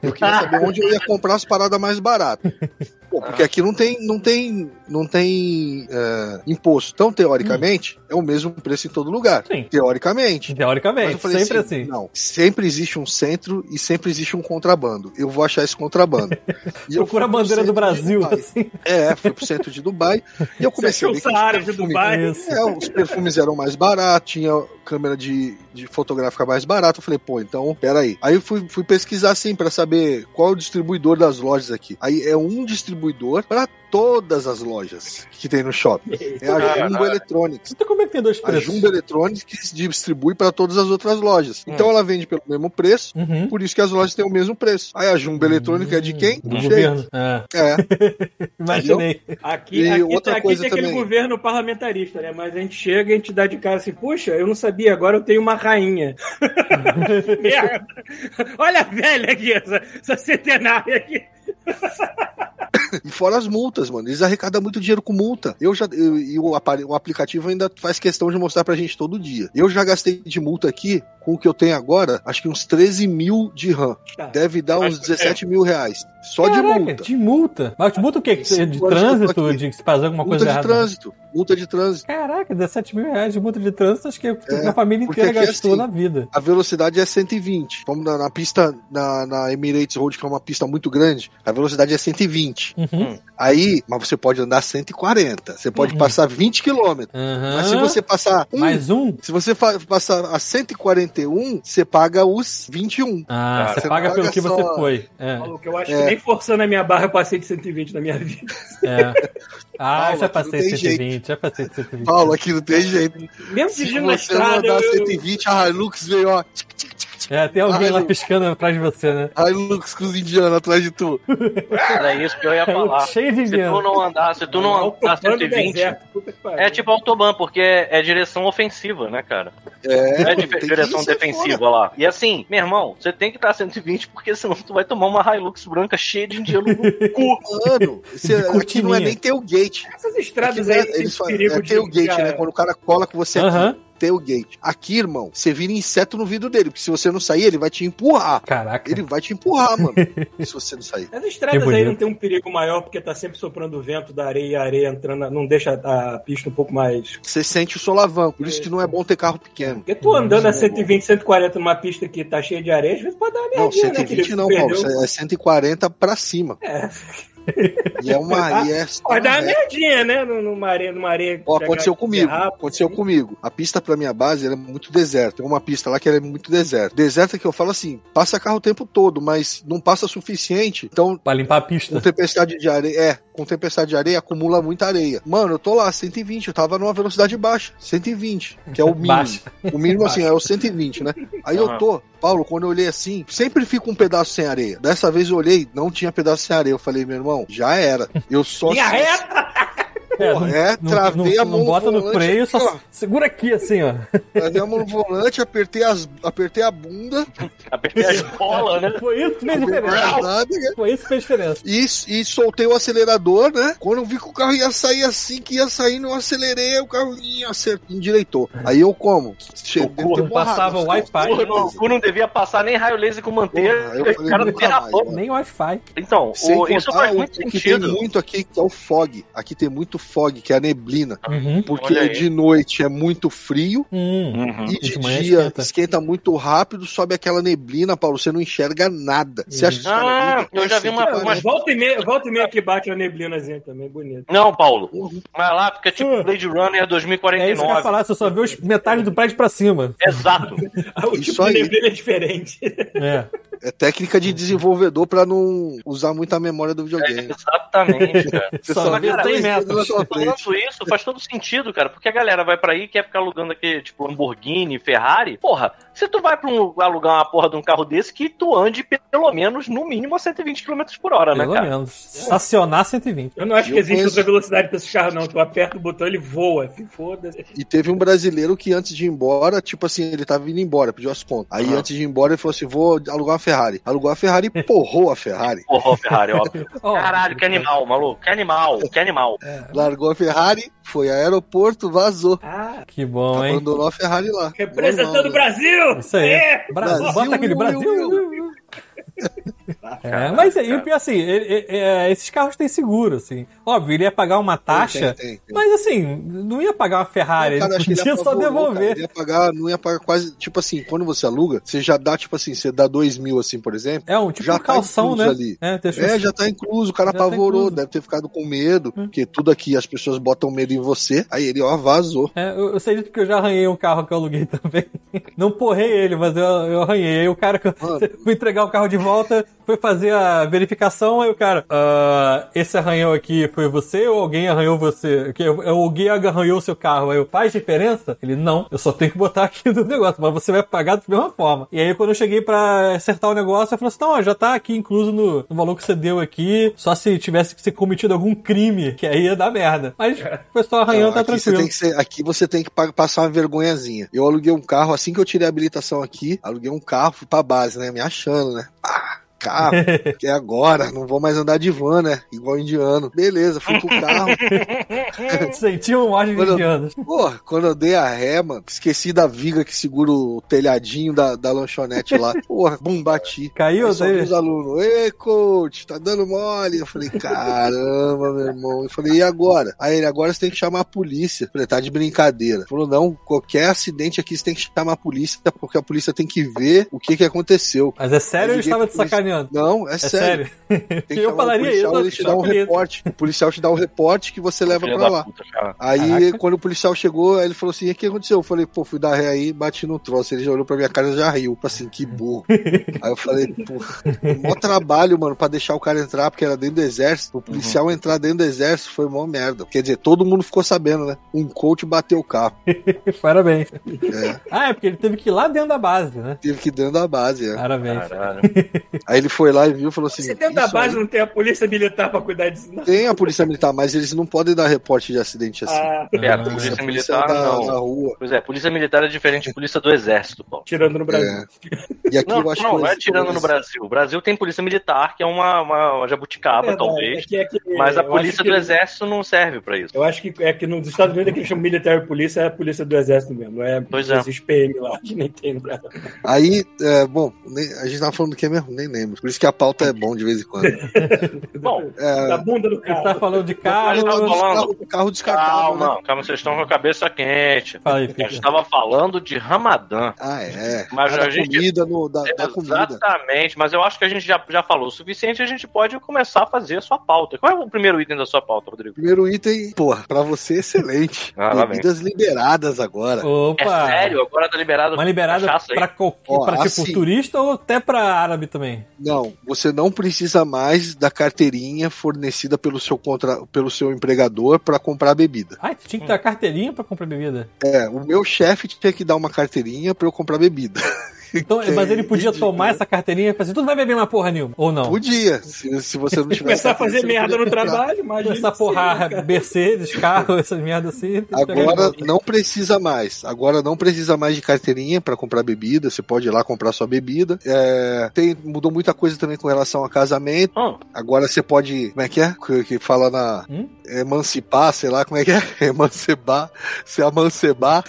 [SPEAKER 5] Eu queria saber onde eu ia comprar as paradas mais baratas. Pô, porque aqui não tem, não tem, não tem eh, imposto. Então, teoricamente, é o mesmo preço em todo lugar.
[SPEAKER 4] Sim.
[SPEAKER 5] Teoricamente. Mas
[SPEAKER 4] Teoricamente,
[SPEAKER 5] eu falei
[SPEAKER 4] sempre
[SPEAKER 5] assim,
[SPEAKER 4] assim.
[SPEAKER 5] Não, sempre existe um centro e sempre existe um contrabando. Eu vou achar esse contrabando. E eu
[SPEAKER 4] Procura a
[SPEAKER 5] fui pro
[SPEAKER 4] bandeira
[SPEAKER 5] centro
[SPEAKER 4] do
[SPEAKER 5] de
[SPEAKER 4] Brasil,
[SPEAKER 5] Dubai.
[SPEAKER 4] assim.
[SPEAKER 5] É, fui pro centro de Dubai e eu
[SPEAKER 2] Você
[SPEAKER 5] comecei a
[SPEAKER 2] achou o
[SPEAKER 5] ver que os
[SPEAKER 2] Saara de
[SPEAKER 5] perfumes-
[SPEAKER 2] Dubai?
[SPEAKER 4] Isso.
[SPEAKER 5] É, os perfumes eram mais baratos, tinha câmera de, de fotográfica mais barata. Eu falei, pô, então, peraí. Aí eu fui, fui pesquisar, assim, pra saber qual é o distribuidor das lojas aqui. Aí é um distribuidor pra todas as lojas que tem no shopping. É a Jumbo Electronics.
[SPEAKER 4] Então como é que tem dois
[SPEAKER 5] A
[SPEAKER 4] preços?
[SPEAKER 5] Jumbo Electronics que se distribui para todas as outras
[SPEAKER 4] Hum.
[SPEAKER 5] lojas. Então ela vende pelo mesmo preço,
[SPEAKER 4] Uhum.
[SPEAKER 5] por isso que as lojas têm o mesmo preço. Aí a Jumbo Eletrônica é de quem?
[SPEAKER 4] Do
[SPEAKER 5] Shake.
[SPEAKER 4] governo. É,
[SPEAKER 5] É.
[SPEAKER 4] imaginei.
[SPEAKER 2] Aqui,
[SPEAKER 5] E
[SPEAKER 2] aqui,
[SPEAKER 5] outra
[SPEAKER 2] aqui
[SPEAKER 5] coisa
[SPEAKER 2] tem aquele
[SPEAKER 5] também.
[SPEAKER 2] governo parlamentarista, né? Mas a gente chega e a gente dá de cara assim, puxa, eu não sabia, agora eu tenho uma rainha. Merda! Olha a velha aqui, essa, essa centenária aqui.
[SPEAKER 5] E fora as multas, mano. Eles arrecadam muito dinheiro com multa. Eu já. eu- E o, apare- o aplicativo ainda faz questão de mostrar pra gente todo dia. Eu já gastei de multa aqui, com o que eu tenho agora, acho que uns 13 mil de RAM.
[SPEAKER 2] Tá.
[SPEAKER 5] Deve dar uns 17 mil reais. Só de
[SPEAKER 4] é. Caraca,
[SPEAKER 5] multa.
[SPEAKER 4] De multa. Mas de multa o quê? De, de
[SPEAKER 5] Eu acho que eu tô
[SPEAKER 4] trânsito?
[SPEAKER 5] aqui.
[SPEAKER 4] De se fazer alguma
[SPEAKER 5] Multa
[SPEAKER 4] coisa
[SPEAKER 5] de
[SPEAKER 4] errada?
[SPEAKER 5] trânsito. Multa de trânsito.
[SPEAKER 4] Caraca, 17 mil reais de multa de trânsito, acho que é o que
[SPEAKER 5] É,
[SPEAKER 4] a família
[SPEAKER 5] porque
[SPEAKER 4] inteira
[SPEAKER 5] aqui é
[SPEAKER 4] gastou
[SPEAKER 5] assim.
[SPEAKER 4] na vida.
[SPEAKER 5] a velocidade é 120. Vamos na, na pista, na, na Emirates Road, que é uma pista muito grande, a velocidade é 120.
[SPEAKER 4] Uhum.
[SPEAKER 5] Aí, mas você pode andar 140. Você pode
[SPEAKER 4] Uhum.
[SPEAKER 5] passar 20 km.
[SPEAKER 4] Aham.
[SPEAKER 5] Mas se você passar um,
[SPEAKER 4] Mais um?
[SPEAKER 5] se você fa- passar a 141, você paga os 21.
[SPEAKER 4] Ah,
[SPEAKER 3] Cara,
[SPEAKER 4] você
[SPEAKER 5] você
[SPEAKER 4] paga
[SPEAKER 5] paga
[SPEAKER 4] pelo que você
[SPEAKER 5] só-
[SPEAKER 4] foi. É,
[SPEAKER 2] Maluco, eu acho
[SPEAKER 5] É.
[SPEAKER 2] que nem forçando a minha barra eu passei de 120 na minha vida.
[SPEAKER 4] é. Ah,
[SPEAKER 5] Paula,
[SPEAKER 4] já
[SPEAKER 5] não
[SPEAKER 4] passei
[SPEAKER 5] tem
[SPEAKER 4] 120, já passei 120.
[SPEAKER 5] Paulo, aqui não tem jeito.
[SPEAKER 2] Mesmo
[SPEAKER 5] Se
[SPEAKER 2] dirigindo na
[SPEAKER 5] você não
[SPEAKER 2] estrada, eu,
[SPEAKER 5] andar
[SPEAKER 2] eu,
[SPEAKER 5] 120, a Hilux veio, ó. Tic, tic, tic, tic.
[SPEAKER 4] É, tem alguém
[SPEAKER 5] Ah,
[SPEAKER 4] lá
[SPEAKER 5] eu-
[SPEAKER 4] piscando atrás de você, né?
[SPEAKER 5] Hilux com os indianos atrás de tu.
[SPEAKER 3] Era isso que eu ia falar.
[SPEAKER 4] É, Cheio de
[SPEAKER 3] Se tu
[SPEAKER 4] dinheiro.
[SPEAKER 3] não andar, se tu não andar
[SPEAKER 2] É autobahn do
[SPEAKER 3] 120,
[SPEAKER 2] deserto. Puta que pariu.
[SPEAKER 3] é tipo autobahn, porque é é direção ofensiva, né, cara?
[SPEAKER 5] É,
[SPEAKER 3] Não é
[SPEAKER 5] mano,
[SPEAKER 3] de
[SPEAKER 5] tem que
[SPEAKER 3] direção
[SPEAKER 5] ir, sai
[SPEAKER 3] defensiva lá. E assim, meu irmão, você tem que estar 120, porque senão tu vai tomar uma Hilux branca cheia de dinheiro no cu.
[SPEAKER 5] fora. Mano, você-
[SPEAKER 4] De
[SPEAKER 5] aqui não é
[SPEAKER 4] cortininha.
[SPEAKER 5] nem tailgate.
[SPEAKER 2] Essas
[SPEAKER 5] Aqui,
[SPEAKER 2] estradas
[SPEAKER 5] né,
[SPEAKER 2] aí
[SPEAKER 5] eles
[SPEAKER 2] tem
[SPEAKER 5] falam,
[SPEAKER 2] perigo
[SPEAKER 5] é
[SPEAKER 2] de...
[SPEAKER 5] tailgate, né?
[SPEAKER 2] cara,
[SPEAKER 5] Quando o cara cola com você aqui,
[SPEAKER 4] Aham.
[SPEAKER 5] tailgate. Aqui, irmão, você vira inseto no vidro dele, porque se você não sair, ele vai te empurrar.
[SPEAKER 4] Caraca.
[SPEAKER 5] Ele vai te empurrar, mano, se você não sair.
[SPEAKER 2] As
[SPEAKER 4] Que
[SPEAKER 2] estradas
[SPEAKER 4] bonito.
[SPEAKER 2] aí não tem um perigo maior porque tá sempre soprando o vento da areia e a areia entrando, na- não deixa a pista um pouco mais.
[SPEAKER 5] Você sente o solavanco, por isso que não é bom ter carro pequeno.
[SPEAKER 2] Porque tu andando a 120, 140 numa pista que tá cheia de areia, às vezes pode dar uma
[SPEAKER 5] Não,
[SPEAKER 2] merdinha, né?
[SPEAKER 5] 120
[SPEAKER 2] querido?
[SPEAKER 5] não,
[SPEAKER 2] Perdeu.
[SPEAKER 5] Paulo, é 140 pra cima.
[SPEAKER 2] É.
[SPEAKER 5] E é uma... E é só
[SPEAKER 2] Pode dar uma
[SPEAKER 5] ré.
[SPEAKER 2] merdinha, né? Numa areia, numa areia.
[SPEAKER 5] Ó, aconteceu comigo,
[SPEAKER 2] rápido,
[SPEAKER 5] aconteceu comigo. A pista pra minha base ela é muito deserta. Tem uma pista lá que ela é muito deserta. Deserta que eu falo assim, passa carro o tempo todo, mas não passa suficiente. Então
[SPEAKER 4] Pra limpar a
[SPEAKER 5] Com
[SPEAKER 4] pista.
[SPEAKER 5] tempestade de areia, é, com tempestade de areia acumula muita areia. Mano, eu tô lá, 120, eu tava numa velocidade baixa, 120, que é o mínimo.
[SPEAKER 4] Baixa.
[SPEAKER 5] O mínimo assim, é o 120, né? Aí eu tô, Paulo, quando eu olhei assim, sempre fica um pedaço sem areia. Dessa vez eu olhei, não tinha pedaço sem areia. Eu falei, meu irmão, já era. Eu só.
[SPEAKER 2] Linha reta!
[SPEAKER 4] É,
[SPEAKER 5] Porra, é, travei a mão
[SPEAKER 4] não
[SPEAKER 5] no
[SPEAKER 4] bota no
[SPEAKER 5] volante
[SPEAKER 4] freio,
[SPEAKER 5] aqui,
[SPEAKER 4] só
[SPEAKER 5] ó.
[SPEAKER 4] segura aqui assim, ó.
[SPEAKER 5] Travei a mão no volante, apertei, as, apertei a bunda,
[SPEAKER 3] Apertei as bolas, né?
[SPEAKER 4] Foi isso que fez diferença.
[SPEAKER 5] a nádega,
[SPEAKER 4] Foi isso que fez diferença.
[SPEAKER 5] E, e soltei o acelerador, né? Quando eu vi que o carro ia sair assim, que ia saindo, eu acelerei, o carro ia acertou, endireitou. Aí eu como? Cheguei,
[SPEAKER 4] É. O corno passava o Wi-Fi, né?
[SPEAKER 3] Porra, não, o cu não devia passar nem raio laser com manteiga.
[SPEAKER 5] Porra, eu
[SPEAKER 3] o cara
[SPEAKER 5] falei,
[SPEAKER 3] não tem
[SPEAKER 5] nunca
[SPEAKER 3] na
[SPEAKER 5] mais,
[SPEAKER 3] boca.
[SPEAKER 5] mano.
[SPEAKER 4] Nem Wi-fi.
[SPEAKER 3] Então,
[SPEAKER 5] Sem
[SPEAKER 3] o- isso
[SPEAKER 5] contar
[SPEAKER 3] faz
[SPEAKER 5] o,
[SPEAKER 3] muito
[SPEAKER 5] o que tem
[SPEAKER 3] sentido.
[SPEAKER 5] muito aqui, que é o fog. Aqui tem muito fog, que é a neblina.
[SPEAKER 4] Uhum.
[SPEAKER 5] Porque
[SPEAKER 3] Ah, Olha aí.
[SPEAKER 5] de noite é muito frio
[SPEAKER 4] Hum.
[SPEAKER 3] Uhum.
[SPEAKER 5] e de
[SPEAKER 4] De manhã
[SPEAKER 5] dia
[SPEAKER 4] esquenta.
[SPEAKER 5] esquenta. muito rápido, sobe aquela neblina, Paulo. Você não enxerga nada. Você acha que é os
[SPEAKER 3] Ah,
[SPEAKER 5] caras ligam?
[SPEAKER 3] eu já vi
[SPEAKER 5] Nossa,
[SPEAKER 3] uma-
[SPEAKER 5] que
[SPEAKER 3] umas-
[SPEAKER 5] pariu.
[SPEAKER 2] Volta e meia, volta e meia que bate uma neblinazinha também, bonito.
[SPEAKER 3] Não, Paulo.
[SPEAKER 5] Uhum.
[SPEAKER 3] Mas lá fica tipo Blade Runner
[SPEAKER 4] É isso que eu ia
[SPEAKER 3] 2049.
[SPEAKER 4] falar, você só vê os metade do prédio pra cima.
[SPEAKER 3] Exato.
[SPEAKER 2] O
[SPEAKER 5] Isso
[SPEAKER 2] tipo de
[SPEAKER 5] aí.
[SPEAKER 2] neblina é diferente.
[SPEAKER 4] É.
[SPEAKER 5] É técnica
[SPEAKER 4] Uhum.
[SPEAKER 5] de desenvolvedor pra não usar muito a memória do videogame.
[SPEAKER 3] Exatamente, cara.
[SPEAKER 5] Você
[SPEAKER 4] Só vê
[SPEAKER 3] cara,
[SPEAKER 4] 100
[SPEAKER 5] isso na
[SPEAKER 4] metros.
[SPEAKER 5] sua frente.
[SPEAKER 3] Falando isso, faz todo sentido, cara. Porque a galera vai pra aí e quer ficar alugando aqui, tipo, Lamborghini, Ferrari. Porra, se tu vai pra um, alugar uma porra de um carro desse, que tu ande pelo menos, no mínimo, a 120 km por hora, né,
[SPEAKER 4] Pelo
[SPEAKER 3] cara?
[SPEAKER 4] menos. Estacionar 120.
[SPEAKER 2] Eu não acho
[SPEAKER 5] Eu
[SPEAKER 2] que existe
[SPEAKER 5] conheço-
[SPEAKER 2] outra velocidade pra esse carro, não. Tu aperta o botão, ele voa. Se foda-se.
[SPEAKER 5] E teve um brasileiro que antes de ir embora, tipo assim, ele tava indo embora, pediu as contas. Aí
[SPEAKER 3] Ah.
[SPEAKER 5] antes de ir embora, ele falou assim: vou alugar uma Ferrari. Alugou a Ferrari e porrou a Ferrari.
[SPEAKER 3] Porra, Ferrari, óbvio.
[SPEAKER 4] Ó,
[SPEAKER 3] Caralho, que animal, maluco. Que animal, que animal.
[SPEAKER 5] É, Largou a Ferrari, foi ao aeroporto, vazou.
[SPEAKER 2] Ah,
[SPEAKER 4] Que bom, hein?
[SPEAKER 5] Abandonou a Ferrari lá.
[SPEAKER 2] representando o
[SPEAKER 5] Normal, né?
[SPEAKER 2] Brasil!
[SPEAKER 4] Isso aí.
[SPEAKER 2] É!
[SPEAKER 4] Brasil,
[SPEAKER 5] Brasil,
[SPEAKER 4] bota aquele
[SPEAKER 5] eu,
[SPEAKER 4] Brasil.
[SPEAKER 5] eu,
[SPEAKER 4] É, mas aí, o pior assim, ele- ele- é, esses carros têm seguro, assim. Óbvio, ele ia pagar uma taxa,
[SPEAKER 5] Tem, tem, tem.
[SPEAKER 4] mas assim, não ia pagar uma Ferrari,
[SPEAKER 5] O cara, acho que
[SPEAKER 4] ele podia
[SPEAKER 5] ele
[SPEAKER 4] só
[SPEAKER 5] apavorou, cara.
[SPEAKER 4] devolver.
[SPEAKER 5] Ele ia pagar, não ia pagar quase. Tipo assim, quando você aluga, você já dá, tipo assim, você dá dois mil, assim, por exemplo.
[SPEAKER 4] É um tipo
[SPEAKER 5] Já
[SPEAKER 4] um calção,
[SPEAKER 5] tá
[SPEAKER 4] né?
[SPEAKER 5] incluso ali.
[SPEAKER 4] É, deixa eu-
[SPEAKER 5] É, já tá incluso, o cara
[SPEAKER 4] Já tá
[SPEAKER 5] apavorou,
[SPEAKER 4] incluso. Hum.
[SPEAKER 5] deve ter ficado com medo, porque tudo aqui as pessoas botam medo em você. Aí ele, ó, vazou.
[SPEAKER 4] É, eu, eu sei disso porque eu já arranhei um carro que eu aluguei também. Não porrei ele, mas eu, eu arranhei. Aí o cara, que eu-
[SPEAKER 5] Mano.
[SPEAKER 4] fui entregar o carro de volta, foi fazer a verificação, aí o cara, ah, esse arranhão aqui foi você ou alguém arranhou você? Que eu- eu- alguém arranhou o seu carro. Aí eu, faz diferença? Ele, não, eu só tenho que botar aqui no negócio, mas você vai pagar da mesma forma. E aí quando eu cheguei pra acertar o negócio, eu falei assim, não, ó, já tá aqui incluso no, no valor que você deu aqui, só se tivesse que ser cometido algum crime, que aí ia dar merda. Mas o pessoal arranhão
[SPEAKER 5] Então,
[SPEAKER 4] tá
[SPEAKER 5] aqui, você
[SPEAKER 4] tranquilo.
[SPEAKER 5] tem que ser- aqui você tem que pa- passar uma vergonhazinha. Eu aluguei um carro, assim que eu tirei a habilitação aqui, aluguei um carro, fui pra base, né? Me achando, né? Ah, carro, que é agora, não vou mais andar de van, né? Igual indiano. Beleza, fui pro carro.
[SPEAKER 4] Sentiu um ar de
[SPEAKER 5] Quando eu-
[SPEAKER 4] indianos.
[SPEAKER 5] Porra, quando eu dei a ré, mano, esqueci da viga que segura o telhadinho da, da lanchonete lá. Porra, bum, bati.
[SPEAKER 4] Caiu,
[SPEAKER 5] Aí só
[SPEAKER 4] daí-
[SPEAKER 5] vi os alunos, ei, coach, tá dando mole. Eu falei, caramba, meu irmão. Eu falei, e agora? Aí ele, agora você tem que chamar a polícia. Eu falei, tá de brincadeira. Ele falou, não, qualquer acidente aqui você tem que chamar a polícia, porque a polícia tem que ver o que que aconteceu.
[SPEAKER 4] Mas é sério ou eu
[SPEAKER 5] Mas ninguém
[SPEAKER 4] estava te
[SPEAKER 5] fez isso.
[SPEAKER 4] sacaneando?
[SPEAKER 5] Não, é,
[SPEAKER 4] É
[SPEAKER 5] sério.
[SPEAKER 4] sério.
[SPEAKER 5] Tem que
[SPEAKER 4] Eu
[SPEAKER 5] chamar o
[SPEAKER 4] falaria
[SPEAKER 5] policial,
[SPEAKER 4] isso,
[SPEAKER 5] ele te dá um
[SPEAKER 4] chamar a polícia.
[SPEAKER 5] reporte. O policial te dá um reporte que você leva
[SPEAKER 3] Filha
[SPEAKER 5] pra
[SPEAKER 3] da
[SPEAKER 5] lá.
[SPEAKER 3] puta, cara.
[SPEAKER 5] Aí,
[SPEAKER 4] Caraca.
[SPEAKER 5] quando o policial chegou, aí ele falou assim: o que aconteceu? Eu falei, pô, fui dar ré aí, bati no troço. Ele já olhou pra minha cara e já riu. Falei Assim, que burro. aí eu falei, pô, mó trabalho, mano, pra deixar o cara entrar, porque era dentro do exército. O policial entrar dentro do exército foi mó merda. Quer dizer, todo mundo ficou sabendo, né? Um coach bateu o carro.
[SPEAKER 4] Parabéns.
[SPEAKER 5] É.
[SPEAKER 4] Ah, é porque ele teve que ir lá dentro da base, né?
[SPEAKER 5] Teve que ir dentro da base. é.
[SPEAKER 4] Parabéns.
[SPEAKER 3] Caralho.
[SPEAKER 5] Aí ele foi lá e viu e falou assim:
[SPEAKER 2] Você dentro da
[SPEAKER 5] "Isso
[SPEAKER 2] base
[SPEAKER 5] aí
[SPEAKER 2] não tem a polícia militar pra cuidar disso, não.
[SPEAKER 5] Tem a polícia militar, mas eles não podem dar reporte de acidente assim.
[SPEAKER 2] Ah,
[SPEAKER 3] Pera,
[SPEAKER 4] Ah,
[SPEAKER 5] Tem que ser
[SPEAKER 3] É,
[SPEAKER 5] a
[SPEAKER 3] polícia militar,
[SPEAKER 5] da, da
[SPEAKER 3] não.
[SPEAKER 5] rua.
[SPEAKER 3] Pois é, polícia militar é diferente de polícia do exército, Paulo.
[SPEAKER 2] tirando no Brasil.
[SPEAKER 5] É. E aqui
[SPEAKER 3] Não,
[SPEAKER 5] eu acho
[SPEAKER 3] não,
[SPEAKER 5] que
[SPEAKER 3] não é
[SPEAKER 5] eles-
[SPEAKER 3] tirando no
[SPEAKER 5] eles-
[SPEAKER 3] Brasil. O Brasil tem polícia militar, que é uma, uma, uma jabuticaba,
[SPEAKER 2] É,
[SPEAKER 3] Ah, talvez.
[SPEAKER 2] é que- é que-
[SPEAKER 3] mas a
[SPEAKER 2] eu
[SPEAKER 3] polícia
[SPEAKER 2] acho que-
[SPEAKER 3] do exército não serve pra isso.
[SPEAKER 2] Eu acho que é que nos Estados Unidos é que eles chamam military police, é a polícia do exército mesmo, não é
[SPEAKER 3] Pois
[SPEAKER 2] não
[SPEAKER 3] é.
[SPEAKER 2] existe PM lá, que nem tem no Brasil.
[SPEAKER 5] Aí, é, bom, nem- a gente tava falando do que mesmo, nem lembro. Por isso que a pauta é bom de vez em quando.
[SPEAKER 3] Bom,
[SPEAKER 2] Da bunda do
[SPEAKER 4] Ele tá
[SPEAKER 2] cara.
[SPEAKER 4] falando de
[SPEAKER 2] Ah,
[SPEAKER 3] a gente tava
[SPEAKER 4] carro.
[SPEAKER 3] falando.
[SPEAKER 5] Carro, carro descartável, né?
[SPEAKER 3] Calma, calma, vocês estão com a cabeça quente.
[SPEAKER 4] Fala aí,
[SPEAKER 3] A gente
[SPEAKER 4] Peter.
[SPEAKER 3] tava falando de Ramadã.
[SPEAKER 5] Ah, é.
[SPEAKER 3] Mas
[SPEAKER 5] Ah, da
[SPEAKER 3] a gente- é
[SPEAKER 5] comida, no, da, da comida.
[SPEAKER 3] Exatamente, mas eu acho que a gente já, já falou o suficiente, a gente pode começar a fazer a sua pauta. Qual é o primeiro item da sua pauta, Rodrigo?
[SPEAKER 5] Primeiro item, porra, pra você, é excelente.
[SPEAKER 3] Ah, lá vem.
[SPEAKER 5] Bebidas liberadas agora.
[SPEAKER 3] É
[SPEAKER 4] Opa!
[SPEAKER 3] sério, agora tá liberado
[SPEAKER 4] Uma liberada
[SPEAKER 3] cachaça aí?
[SPEAKER 4] pra qualquer,
[SPEAKER 5] Ó,
[SPEAKER 4] pra tipo
[SPEAKER 5] assim.
[SPEAKER 4] turista ou até pra árabe também?
[SPEAKER 5] Não, você não precisa mais da carteirinha fornecida pelo seu, contra... pelo seu empregador pra comprar bebida.
[SPEAKER 4] Ah, tu tinha que ter a carteirinha pra comprar bebida?
[SPEAKER 5] É, o meu chefe tinha que dar uma carteirinha pra eu comprar bebida.
[SPEAKER 4] Então,
[SPEAKER 5] Que é
[SPEAKER 4] mas ele podia
[SPEAKER 5] ridículo.
[SPEAKER 4] tomar essa carteirinha e falar assim, tu não vai beber uma porra nenhuma, ou não?
[SPEAKER 5] Podia, se, se você não tivesse.
[SPEAKER 2] Começar a fazer
[SPEAKER 5] carteirinha, você
[SPEAKER 2] merda
[SPEAKER 5] não
[SPEAKER 2] no
[SPEAKER 5] podia comprar.
[SPEAKER 2] trabalho, imagina.
[SPEAKER 4] Essa
[SPEAKER 2] se-
[SPEAKER 4] porra, Mercedes, carro, essas merdas assim. tem que
[SPEAKER 5] né, Agora
[SPEAKER 4] pegar-
[SPEAKER 5] não precisa mais. Agora não precisa mais de carteirinha pra comprar bebida. Você pode ir lá comprar sua bebida. É, tem, mudou muita coisa também com relação a casamento.
[SPEAKER 3] Hum,
[SPEAKER 5] Agora você pode. Como é que é? Que, que fala na.
[SPEAKER 4] Oh. Hum?
[SPEAKER 5] emancipar, sei lá como é que é, emancipar, se amancebá.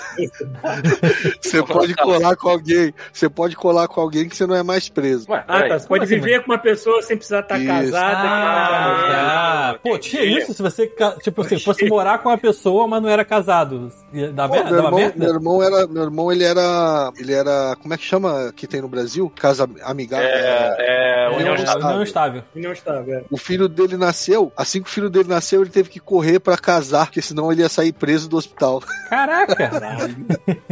[SPEAKER 5] você pode colar com alguém, você pode colar com alguém que você não é mais preso.
[SPEAKER 3] Ué,
[SPEAKER 2] Ah,
[SPEAKER 3] peraí.
[SPEAKER 2] tá. Você pode
[SPEAKER 4] assim,
[SPEAKER 2] viver com uma pessoa sem precisar estar
[SPEAKER 5] Isso.
[SPEAKER 2] casada. que Ah, tá-
[SPEAKER 4] Ah,
[SPEAKER 3] Ah,
[SPEAKER 4] pô, tinha isso se você, ca- tipo assim, fosse morar com uma pessoa, mas não era casado. Ia dar
[SPEAKER 5] Pô,
[SPEAKER 4] merda?
[SPEAKER 5] meu,
[SPEAKER 4] Dava
[SPEAKER 5] irmão, meu
[SPEAKER 4] merda?
[SPEAKER 5] irmão era, meu irmão ele era, ele era, como é que chama que tem no Brasil? Casa amigável. é,
[SPEAKER 3] É, é,
[SPEAKER 5] Meu
[SPEAKER 3] união
[SPEAKER 5] Deus.
[SPEAKER 3] estável.
[SPEAKER 4] não estável.
[SPEAKER 2] E não está, velho.
[SPEAKER 5] O filho dele nasceu, assim que o filho dele nasceu, ele teve que correr pra casar, porque senão ele ia sair preso do hospital.
[SPEAKER 4] Caraca!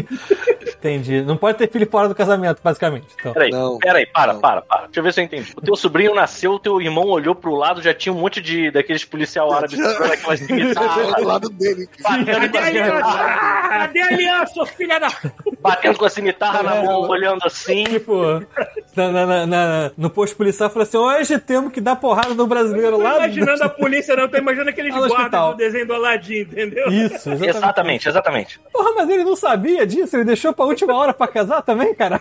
[SPEAKER 4] Entendi. Não pode ter filho fora do casamento, basicamente. Então.
[SPEAKER 3] Peraí,
[SPEAKER 5] Não.
[SPEAKER 3] peraí, para,
[SPEAKER 5] Não.
[SPEAKER 3] para, para. Deixa eu ver se eu entendi. O teu sobrinho nasceu, o teu irmão olhou pro lado, já tinha um monte de daqueles policial árabe daquelas
[SPEAKER 5] Ah, do
[SPEAKER 3] cimitarras,
[SPEAKER 5] lado dele.
[SPEAKER 2] Cadê a aliança? Ah, Cadê a aliança, ô filha da.
[SPEAKER 3] batendo com a cimitarra na
[SPEAKER 5] É.
[SPEAKER 3] mão, olhando assim.
[SPEAKER 4] Tipo, na- na- na- na- no posto policial falou assim: hoje temos que dar porrada no brasileiro
[SPEAKER 2] Tô
[SPEAKER 4] lá. do-
[SPEAKER 2] imaginando a polícia, não. Tô imaginando aqueles
[SPEAKER 4] Lá no
[SPEAKER 2] guardas
[SPEAKER 4] hospital.
[SPEAKER 2] do desenho do Aladim, entendeu?
[SPEAKER 4] Isso, exatamente.
[SPEAKER 3] Exatamente, exatamente.
[SPEAKER 4] Porra, mas ele não sabia disso, ele deixou pra última hora pra casar também, cara.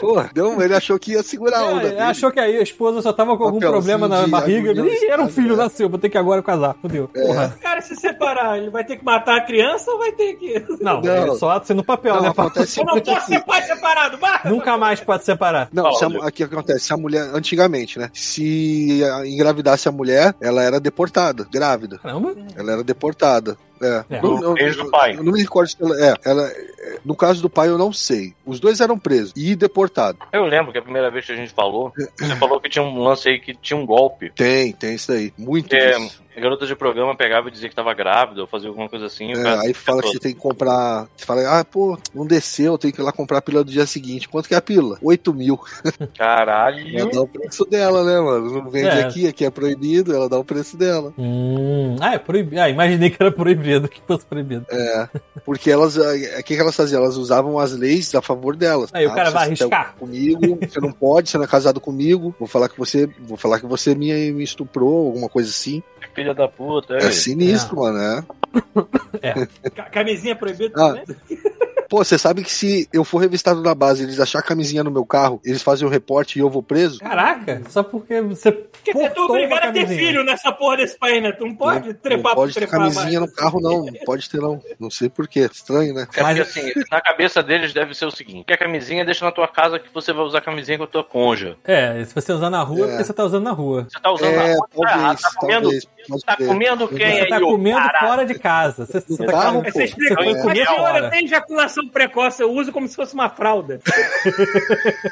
[SPEAKER 5] Porra, não, um- ele achou que ia segurar a onda.
[SPEAKER 4] É,
[SPEAKER 5] dele.
[SPEAKER 4] achou que aí a esposa só tava com algum
[SPEAKER 5] Papelzinho
[SPEAKER 4] problema na
[SPEAKER 5] de É.
[SPEAKER 4] barriga.
[SPEAKER 5] agulhão
[SPEAKER 4] Ih, era um
[SPEAKER 5] estável,
[SPEAKER 4] filho,
[SPEAKER 5] é.
[SPEAKER 4] nasceu, vou ter que agora casar. Fudeu. Porra.
[SPEAKER 2] O cara se separar, ele vai ter que matar a criança ou vai ter que.
[SPEAKER 4] Não,
[SPEAKER 5] Não.
[SPEAKER 4] ele só assim no papel,
[SPEAKER 5] Não,
[SPEAKER 4] né? pá?
[SPEAKER 5] acontece
[SPEAKER 2] Eu não
[SPEAKER 5] muito assim.
[SPEAKER 2] posso ser pai separado, marca!
[SPEAKER 4] Nunca mais pode separar.
[SPEAKER 5] Não,
[SPEAKER 3] Paulo.
[SPEAKER 5] se a- aqui acontece, se a mulher, antigamente, né? Se a- engravidasse a mulher, ela era deportada, grávida.
[SPEAKER 4] Caramba.
[SPEAKER 5] Ela era deportada. É.
[SPEAKER 4] É.
[SPEAKER 3] Beijo do pai.
[SPEAKER 5] Eu não me recordo se ela. É, ela. é, No caso do pai, eu não sei. Os dois eram presos e deportados.
[SPEAKER 3] Eu lembro que a primeira vez que a gente falou, você falou que tinha um lance aí que tinha um golpe.
[SPEAKER 5] Tem, tem isso daí. Muito
[SPEAKER 3] É,
[SPEAKER 5] disso.
[SPEAKER 3] A garota de programa pegava e dizia que tava grávida ou fazia alguma coisa assim. o
[SPEAKER 5] É,
[SPEAKER 3] cara-
[SPEAKER 5] aí fala que você tem que comprar. Você fala, ah, pô, não desceu, tem que ir lá comprar a pílula do dia seguinte. Quanto que é a pílula? 8 mil. Ela
[SPEAKER 3] Caralho.
[SPEAKER 5] dá o preço dela, né, mano? Não vende
[SPEAKER 4] É.
[SPEAKER 5] aqui, aqui é proibido, ela dá o preço dela.
[SPEAKER 4] Hum, ah, é proibido. Ah, imaginei que era proibido, que fosse proibido.
[SPEAKER 5] É, porque elas, eh, o que, que elas faziam? Elas usavam as leis a favor delas.
[SPEAKER 4] Aí o cara
[SPEAKER 5] você
[SPEAKER 4] vai
[SPEAKER 5] tá
[SPEAKER 4] arriscar.
[SPEAKER 5] Comigo, você não pode, você não é casado comigo. Vou falar que você, vou falar que você me, me estuprou, alguma coisa assim.
[SPEAKER 3] Filha da puta.
[SPEAKER 5] É,
[SPEAKER 3] olha aí.
[SPEAKER 5] sinistro, mano. É.
[SPEAKER 2] Ca- Camisinha proibida
[SPEAKER 5] Ah.
[SPEAKER 2] também?
[SPEAKER 5] Pô, você sabe que se eu for revistado na base, eles achar a camisinha no meu carro, eles fazem o reporte e eu vou preso.
[SPEAKER 4] Caraca, só porque você.
[SPEAKER 2] Porque você tá
[SPEAKER 4] portou
[SPEAKER 2] obrigado
[SPEAKER 4] uma
[SPEAKER 2] a ter
[SPEAKER 4] camisinha.
[SPEAKER 2] filho nessa porra desse país, né? Tu não pode trepar
[SPEAKER 5] não pode ter
[SPEAKER 2] trepar
[SPEAKER 5] camisinha
[SPEAKER 2] mais.
[SPEAKER 5] no carro, não. Não pode ter, não. Não sei porquê. Estranho, né?
[SPEAKER 3] É
[SPEAKER 4] Mas-
[SPEAKER 3] porque assim, na cabeça deles deve ser o seguinte: que a camisinha deixa na tua casa que você vai usar a camisinha com a tua conja.
[SPEAKER 4] É, se você usar na rua,
[SPEAKER 5] É.
[SPEAKER 4] porque você tá usando na rua.
[SPEAKER 3] Você tá usando
[SPEAKER 5] É,
[SPEAKER 3] na rua, tá errado,
[SPEAKER 5] talvez,
[SPEAKER 3] tá comendo,
[SPEAKER 5] talvez. pode
[SPEAKER 3] tá
[SPEAKER 5] ser.
[SPEAKER 3] comendo quem
[SPEAKER 4] Você
[SPEAKER 3] aí,
[SPEAKER 4] tá
[SPEAKER 3] ô
[SPEAKER 4] comendo
[SPEAKER 3] caralho?
[SPEAKER 4] fora de casa. Você, você tá
[SPEAKER 5] carro,
[SPEAKER 4] comendo-
[SPEAKER 5] pô.
[SPEAKER 2] Aí você
[SPEAKER 4] você
[SPEAKER 2] explica,
[SPEAKER 4] foi
[SPEAKER 2] mas
[SPEAKER 4] comer
[SPEAKER 2] senhora,
[SPEAKER 4] fora.
[SPEAKER 2] tem ejaculação precoce, eu uso como se fosse uma fralda.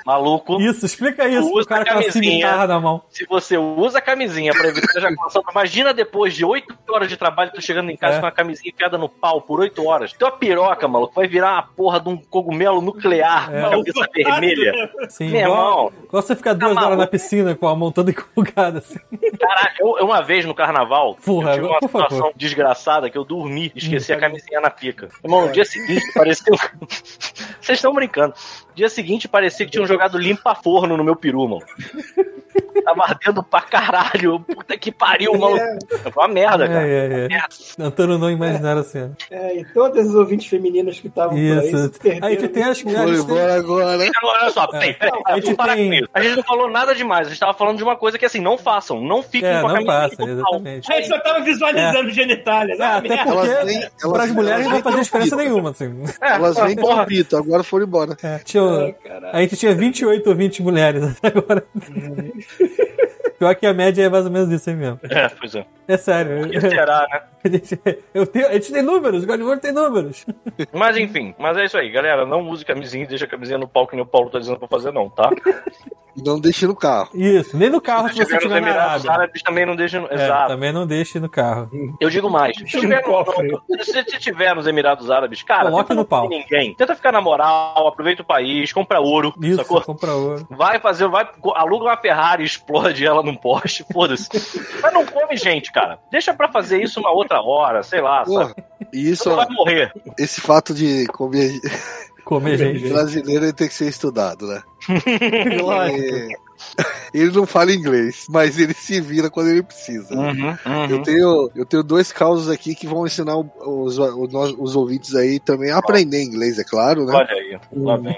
[SPEAKER 3] Maluco,
[SPEAKER 4] Isso, explica isso pro
[SPEAKER 3] Usa
[SPEAKER 4] cara
[SPEAKER 3] a
[SPEAKER 4] com a
[SPEAKER 3] camisinha.
[SPEAKER 4] cimitarra na mão.
[SPEAKER 3] se você usa a camisinha pra evitar a ejaculação, imagina depois de 8 horas de trabalho, tu chegando em casa
[SPEAKER 4] É.
[SPEAKER 3] com a camisinha enfiada no pau por 8 horas. Tua piroca, maluco, vai virar uma porra de um cogumelo nuclear,
[SPEAKER 4] É.
[SPEAKER 3] uma cabeça vermelha.
[SPEAKER 4] Sim,
[SPEAKER 3] Meu
[SPEAKER 4] igual,
[SPEAKER 3] irmão.
[SPEAKER 4] igual você ficar duas horas
[SPEAKER 3] Tá maluco.
[SPEAKER 4] na piscina com a mão toda encolgada assim.
[SPEAKER 3] Caraca, eu, eu uma vez no carnaval,
[SPEAKER 4] Porra,
[SPEAKER 3] eu tive uma
[SPEAKER 4] por favor.
[SPEAKER 3] situação desgraçada que eu dormi e esqueci
[SPEAKER 4] Hum,
[SPEAKER 3] a camisinha na pica. Irmão, no dia seguinte parecia. um- Vocês estão brincando. No dia seguinte parecia que tinham jogado limpa-forno no meu peru, mano. Tava ardendo pra caralho. Puta que pariu, mano. Foi uma merda, cara.
[SPEAKER 4] É, é, é. Antônio não imaginava assim.
[SPEAKER 2] É, e todas as ouvintes femininas que estavam
[SPEAKER 4] Isso.
[SPEAKER 2] se perderam.
[SPEAKER 4] Aí que tem as.
[SPEAKER 5] Vou
[SPEAKER 4] as-
[SPEAKER 5] embora agora. né?
[SPEAKER 4] É,
[SPEAKER 3] Não, Olha só, peraí, peraí,
[SPEAKER 4] A gente
[SPEAKER 3] vamos parar
[SPEAKER 4] tem-
[SPEAKER 3] com isso. a gente não falou nada demais, a gente tava falando de uma coisa que assim, não façam, não fiquem
[SPEAKER 4] É,
[SPEAKER 3] com a É.
[SPEAKER 4] não
[SPEAKER 3] camisinha
[SPEAKER 4] faça,
[SPEAKER 3] no pau.
[SPEAKER 4] exatamente.
[SPEAKER 2] Aí só tava visualizando genitália.
[SPEAKER 4] Ah, até
[SPEAKER 2] merda.
[SPEAKER 5] Elas nem-
[SPEAKER 4] porque
[SPEAKER 5] elas-
[SPEAKER 4] para as mulheres
[SPEAKER 5] elas
[SPEAKER 4] não vai
[SPEAKER 5] nem
[SPEAKER 4] fazer
[SPEAKER 5] tão
[SPEAKER 4] diferença
[SPEAKER 5] ricas.
[SPEAKER 4] nenhuma, assim.
[SPEAKER 3] É,
[SPEAKER 5] Elas nem
[SPEAKER 3] porra,
[SPEAKER 5] têm pito, agora foram embora.
[SPEAKER 4] É, tinha,
[SPEAKER 2] Ai, caralho.
[SPEAKER 4] a gente tinha 28 ou 20 mulheres até agora. Pior que a média é mais ou menos isso aí mesmo.
[SPEAKER 3] É, pois é.
[SPEAKER 4] É sério.
[SPEAKER 3] Que será, né?
[SPEAKER 4] A gente, eu tenho, a gente tem números, o Godmode tem números.
[SPEAKER 3] Mas enfim, mas é isso aí, galera. Não use camisinha e deixa a camisinha no pau que nem o Paulo tá dizendo pra fazer, não, tá?
[SPEAKER 5] E não deixe no carro.
[SPEAKER 4] Isso, nem no carro se
[SPEAKER 3] Se
[SPEAKER 4] você
[SPEAKER 3] tiver nos
[SPEAKER 4] tiver na
[SPEAKER 3] Emirados
[SPEAKER 4] Arábia.
[SPEAKER 3] Árabes também não deixa. no-
[SPEAKER 4] É,
[SPEAKER 3] Exato.
[SPEAKER 4] também não deixe no carro.
[SPEAKER 3] Eu digo mais. Se tiver,
[SPEAKER 2] Um cofre.
[SPEAKER 3] no- se você tiver nos Emirados Árabes, cara,
[SPEAKER 4] Coloca
[SPEAKER 3] tenta
[SPEAKER 4] no
[SPEAKER 3] não
[SPEAKER 4] pau.
[SPEAKER 3] ter ninguém. Tenta ficar na moral, aproveita o país, compra ouro,
[SPEAKER 4] Isso,
[SPEAKER 3] sacou?
[SPEAKER 4] compra ouro.
[SPEAKER 3] Vai fazer, vai, aluga uma Ferrari, e explode ela num poste, foda-se. Mas não come gente, cara. Deixa pra fazer isso uma outra hora, sei lá,
[SPEAKER 5] Porra,
[SPEAKER 3] sabe?
[SPEAKER 5] e isso,
[SPEAKER 3] Você não vai morrer.
[SPEAKER 5] esse fato de comer
[SPEAKER 4] Comer É gente.
[SPEAKER 5] brasileiro ele tem que ser estudado, né?
[SPEAKER 4] Lógico.
[SPEAKER 5] E Ele não fala inglês, mas ele se vira quando ele precisa.
[SPEAKER 3] Uhum, uhum.
[SPEAKER 5] Eu tenho, eu tenho dois causos aqui que vão ensinar o- os, o- nós- os ouvintes aí também a aprender inglês, é claro, né?
[SPEAKER 3] Olha aí, lá vem.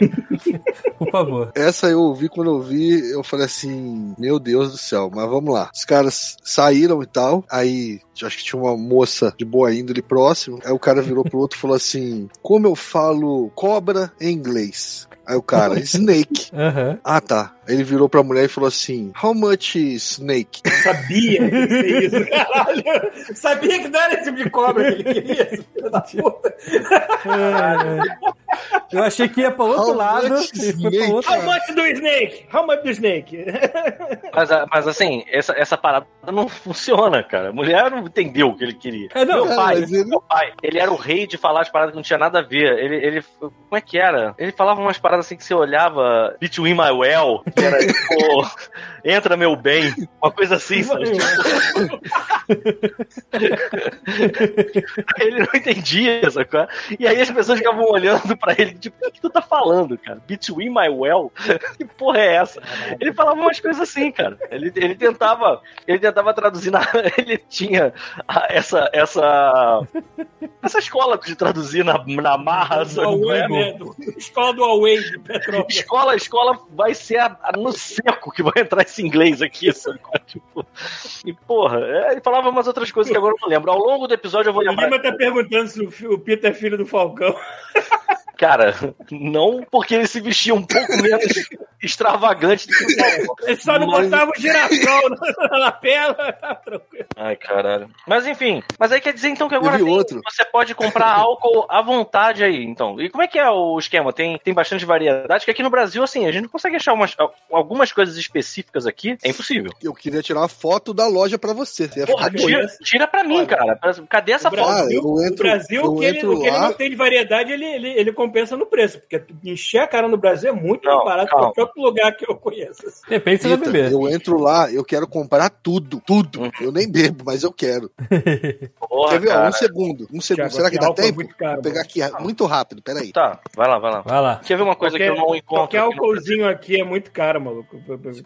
[SPEAKER 4] Por favor.
[SPEAKER 5] Essa eu ouvi quando eu vi, eu falei assim, meu Deus do céu, mas vamos lá. Os caras saíram e tal, aí acho que tinha uma moça de boa índole próximo, aí o cara virou pro outro e falou assim, como eu falo cobra em inglês? Aí o cara, snake.
[SPEAKER 4] Aham.
[SPEAKER 5] Ah, tá. Aí Ele virou pra mulher e falou assim, how much is snake?
[SPEAKER 2] Eu sabia que ia ser isso, caralho. Eu Sabia que não era esse tipo de cobra que ele queria, esse filho da puta.
[SPEAKER 4] É. Eu achei que ia pra outro
[SPEAKER 5] How
[SPEAKER 4] lado
[SPEAKER 5] much
[SPEAKER 4] e foi pra
[SPEAKER 5] snake?
[SPEAKER 4] outro
[SPEAKER 2] How
[SPEAKER 4] lado.
[SPEAKER 2] much do Snake? How much do Snake?
[SPEAKER 3] Mas, a- mas assim, essa, essa parada não funciona, cara. A mulher não entendeu o que ele queria.
[SPEAKER 4] É, não,
[SPEAKER 3] meu,
[SPEAKER 5] cara,
[SPEAKER 3] pai,
[SPEAKER 5] mas ele-
[SPEAKER 3] meu pai, ele era o rei de falar as paradas que não tinha nada a ver. Ele, ele. Como é que era? Ele falava umas paradas assim que você olhava Between My Well, que era tipo, entra meu bem, uma coisa assim, sabe? Tipo- ele não entendia essa coisa. E aí as pessoas ficavam olhando pra ele, tipo, o que, que tu tá falando, cara? Between My Well? Que porra é essa? Ele falava umas coisas assim, cara. Ele, ele tentava, ele tentava traduzir na, ele tinha a- essa essa essa escola de traduzir na, na marra,
[SPEAKER 2] Do
[SPEAKER 3] sabe?
[SPEAKER 2] Huawei,
[SPEAKER 3] É,
[SPEAKER 2] né? Do- Escola do Huawei de Petrópolis.
[SPEAKER 3] Escola, escola vai ser a, a- no seco que vai entrar esse inglês aqui, sabe? Tipo, e porra, é, ele falava umas outras coisas que agora eu não lembro. Ao longo do episódio eu vou
[SPEAKER 2] O
[SPEAKER 3] lembrar.
[SPEAKER 2] Lima tá perguntando se o fi- o Peter é filho do Falcão.
[SPEAKER 3] Cara, não porque ele se vestia um pouco menos extravagante do que o Paulo.
[SPEAKER 2] Ele só não
[SPEAKER 3] Mas-
[SPEAKER 2] botava o girassol na, na lapela. Tá tranquilo.
[SPEAKER 3] Ai, caralho. Mas enfim, mas aí quer dizer então que agora
[SPEAKER 5] vi
[SPEAKER 3] tem-
[SPEAKER 5] outro.
[SPEAKER 3] você pode comprar álcool à vontade aí, então. E como é que é o esquema? Tem, tem bastante variedade, que aqui no Brasil, assim, a gente não consegue achar umas, algumas coisas específicas aqui, é impossível.
[SPEAKER 5] Eu queria tirar uma foto da loja pra você. Você ia
[SPEAKER 3] Porra,
[SPEAKER 5] ficar doido.
[SPEAKER 3] tira, tira pra mim, cara. Cadê essa
[SPEAKER 2] o Brasil-
[SPEAKER 3] foto?
[SPEAKER 5] Ah, eu
[SPEAKER 2] O
[SPEAKER 5] entro,
[SPEAKER 2] Brasil,
[SPEAKER 5] eu
[SPEAKER 2] o que, ele,
[SPEAKER 5] entro
[SPEAKER 2] o que ele
[SPEAKER 5] lá.
[SPEAKER 2] não tem de variedade, ele, ele, ele compensa no preço. Porque encher a cara no Brasil é muito
[SPEAKER 3] Não,
[SPEAKER 2] comparado com
[SPEAKER 3] calma.
[SPEAKER 2] qualquer outro lugar que eu conheço. assim.
[SPEAKER 4] Depende se você vai
[SPEAKER 5] Pita,
[SPEAKER 4] beber.
[SPEAKER 5] eu entro lá, eu quero comprar tudo, tudo. Eu nem bebo, mas eu quero.
[SPEAKER 3] Porra,
[SPEAKER 5] Quer ver? ó,
[SPEAKER 3] Uhum. cara.
[SPEAKER 5] um segundo, um segundo.
[SPEAKER 2] Thiago,
[SPEAKER 5] Será que
[SPEAKER 2] aqui
[SPEAKER 5] dá
[SPEAKER 2] álcool é
[SPEAKER 5] tempo?
[SPEAKER 2] muito caro,
[SPEAKER 5] Vou pegar
[SPEAKER 2] mano.
[SPEAKER 5] aqui ah, muito rápido, peraí.
[SPEAKER 3] Tá, vai lá, vai lá.
[SPEAKER 4] Vai lá.
[SPEAKER 3] Quer ver uma coisa
[SPEAKER 2] Qualquer-
[SPEAKER 3] que eu não encontro?
[SPEAKER 2] Qualquer
[SPEAKER 3] aqui no Brasil?
[SPEAKER 2] álcoolzinho aqui é muito caro, maluco.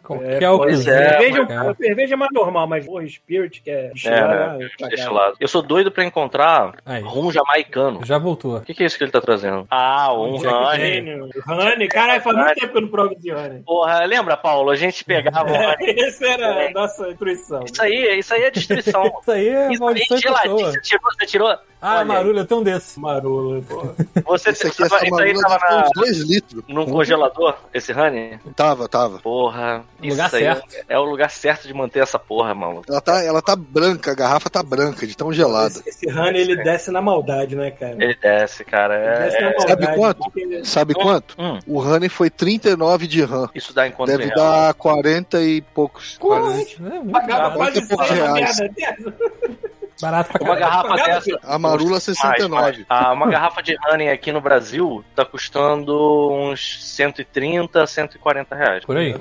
[SPEAKER 4] Qualquer
[SPEAKER 2] foda.
[SPEAKER 4] álcoolzinho
[SPEAKER 3] é
[SPEAKER 2] Cerveja,
[SPEAKER 4] muito caro.
[SPEAKER 2] cerveja é mais normal, mas porra, Spirit, que é.
[SPEAKER 3] É, deixa lá. Eu sou doido pra encontrar
[SPEAKER 4] Aí.
[SPEAKER 3] rum jamaicano.
[SPEAKER 4] Já voltou.
[SPEAKER 3] O que, que é isso que ele tá trazendo? Ah, um
[SPEAKER 4] Jack
[SPEAKER 3] honey.
[SPEAKER 2] Honey, honey. Caralho, faz muito tempo que eu não provo de honey.
[SPEAKER 3] Porra, lembra, Paulo? A gente pegava um honey.
[SPEAKER 2] Essa era a nossa instrução.
[SPEAKER 3] Isso aí, isso aí é destruição.
[SPEAKER 4] Isso aí é
[SPEAKER 3] Isso aí,
[SPEAKER 4] maldição de
[SPEAKER 3] geladinho,
[SPEAKER 4] pessoa.
[SPEAKER 3] você tirou, você tirou.
[SPEAKER 4] Ah,
[SPEAKER 3] Olha aí,
[SPEAKER 4] Marulho, eu tenho um desse.
[SPEAKER 2] Marula, porra.
[SPEAKER 3] Você,
[SPEAKER 5] Esse aqui,
[SPEAKER 3] você tava-
[SPEAKER 5] essa
[SPEAKER 3] isso é aí
[SPEAKER 5] marula
[SPEAKER 3] tava
[SPEAKER 5] deve ter
[SPEAKER 3] na,
[SPEAKER 5] uns dois litros.
[SPEAKER 3] num congelador, esse honey?
[SPEAKER 5] Tava, tava.
[SPEAKER 3] Porra, isso
[SPEAKER 4] Lugar
[SPEAKER 3] aí
[SPEAKER 4] certo.
[SPEAKER 3] é o lugar certo de manter essa porra, maluco.
[SPEAKER 5] Ela tá, ela tá branca, a garrafa tá branca, de tão gelada.
[SPEAKER 2] Esse, esse honey,
[SPEAKER 3] É.
[SPEAKER 2] ele desce na maldade, né, cara?
[SPEAKER 3] Ele desce, cara.
[SPEAKER 2] Ele
[SPEAKER 3] é-
[SPEAKER 2] desce na
[SPEAKER 3] é-
[SPEAKER 2] maldade.
[SPEAKER 5] Sabe quanto?
[SPEAKER 2] porque-
[SPEAKER 5] Sabe
[SPEAKER 3] Bom,
[SPEAKER 5] quanto?
[SPEAKER 3] hum,
[SPEAKER 5] O Honey foi 39 de RAM.
[SPEAKER 3] isso dá em quanto
[SPEAKER 5] Deve
[SPEAKER 3] real?
[SPEAKER 5] dar 40 e poucos.
[SPEAKER 2] Porra,
[SPEAKER 4] É muito
[SPEAKER 2] Pagava
[SPEAKER 4] barato.
[SPEAKER 2] quase
[SPEAKER 5] Ontem foi
[SPEAKER 2] 100 na
[SPEAKER 5] reais.
[SPEAKER 2] merda dessa.
[SPEAKER 4] Barato pra
[SPEAKER 3] Uma
[SPEAKER 4] caralho.
[SPEAKER 3] garrafa
[SPEAKER 2] Pagava
[SPEAKER 3] dessa.
[SPEAKER 5] A Marula 69.
[SPEAKER 3] Ah, uma garrafa de honey aqui no Brasil tá custando uns 130, 140 reais.
[SPEAKER 4] Por aí.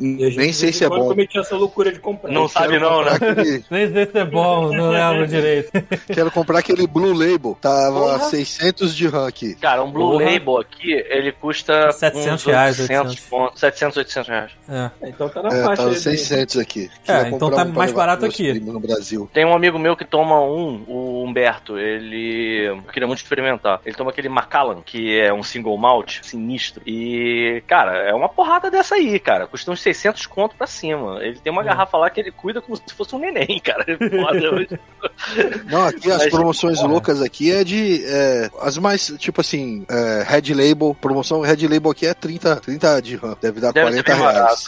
[SPEAKER 2] E a gente,
[SPEAKER 5] Nem sei
[SPEAKER 2] de
[SPEAKER 5] se é
[SPEAKER 2] quando,
[SPEAKER 5] bom.
[SPEAKER 2] cometi essa loucura de comprar.
[SPEAKER 3] Não sabe não, né?
[SPEAKER 5] Aquele-
[SPEAKER 4] Nem sei se é bom, não lembro direito.
[SPEAKER 5] Quero comprar aquele Blue Label. Tava 600 de RAM aqui.
[SPEAKER 3] Cara, um Blue
[SPEAKER 4] Porra.
[SPEAKER 3] Label aqui, ele custa
[SPEAKER 4] 700
[SPEAKER 3] uns
[SPEAKER 4] reais,
[SPEAKER 3] 800
[SPEAKER 4] 800.
[SPEAKER 3] pontos, 700, 800 reais.
[SPEAKER 4] É.
[SPEAKER 2] Então tá na
[SPEAKER 5] É,
[SPEAKER 2] faixa.
[SPEAKER 5] tava
[SPEAKER 2] aí, né?
[SPEAKER 5] 600 aqui.
[SPEAKER 4] É,
[SPEAKER 5] Queria
[SPEAKER 4] então
[SPEAKER 5] comprar um
[SPEAKER 4] tá
[SPEAKER 5] pra
[SPEAKER 4] mais
[SPEAKER 5] levar
[SPEAKER 4] barato
[SPEAKER 5] pros
[SPEAKER 4] aqui.
[SPEAKER 5] primos No Brasil.
[SPEAKER 3] Tem um amigo meu que toma um, o Humberto, ele eu queria muito experimentar. Ele toma aquele Macallan, que é um single malt sinistro. E, cara, é uma porrada dessa aí, cara. Custa uns 600 conto pra cima. Ele tem uma garrafa lá que ele cuida como se fosse um neném, cara. É Foda.
[SPEAKER 5] Não, aqui as
[SPEAKER 3] Mas,
[SPEAKER 5] promoções
[SPEAKER 3] porra.
[SPEAKER 5] loucas aqui é de. é, as mais, tipo assim, é, Red Label. Promoção Red Label aqui é 30, 30 de RAM. Deve dar
[SPEAKER 3] Deve ser
[SPEAKER 5] 40
[SPEAKER 3] bem
[SPEAKER 5] reais.
[SPEAKER 3] barato.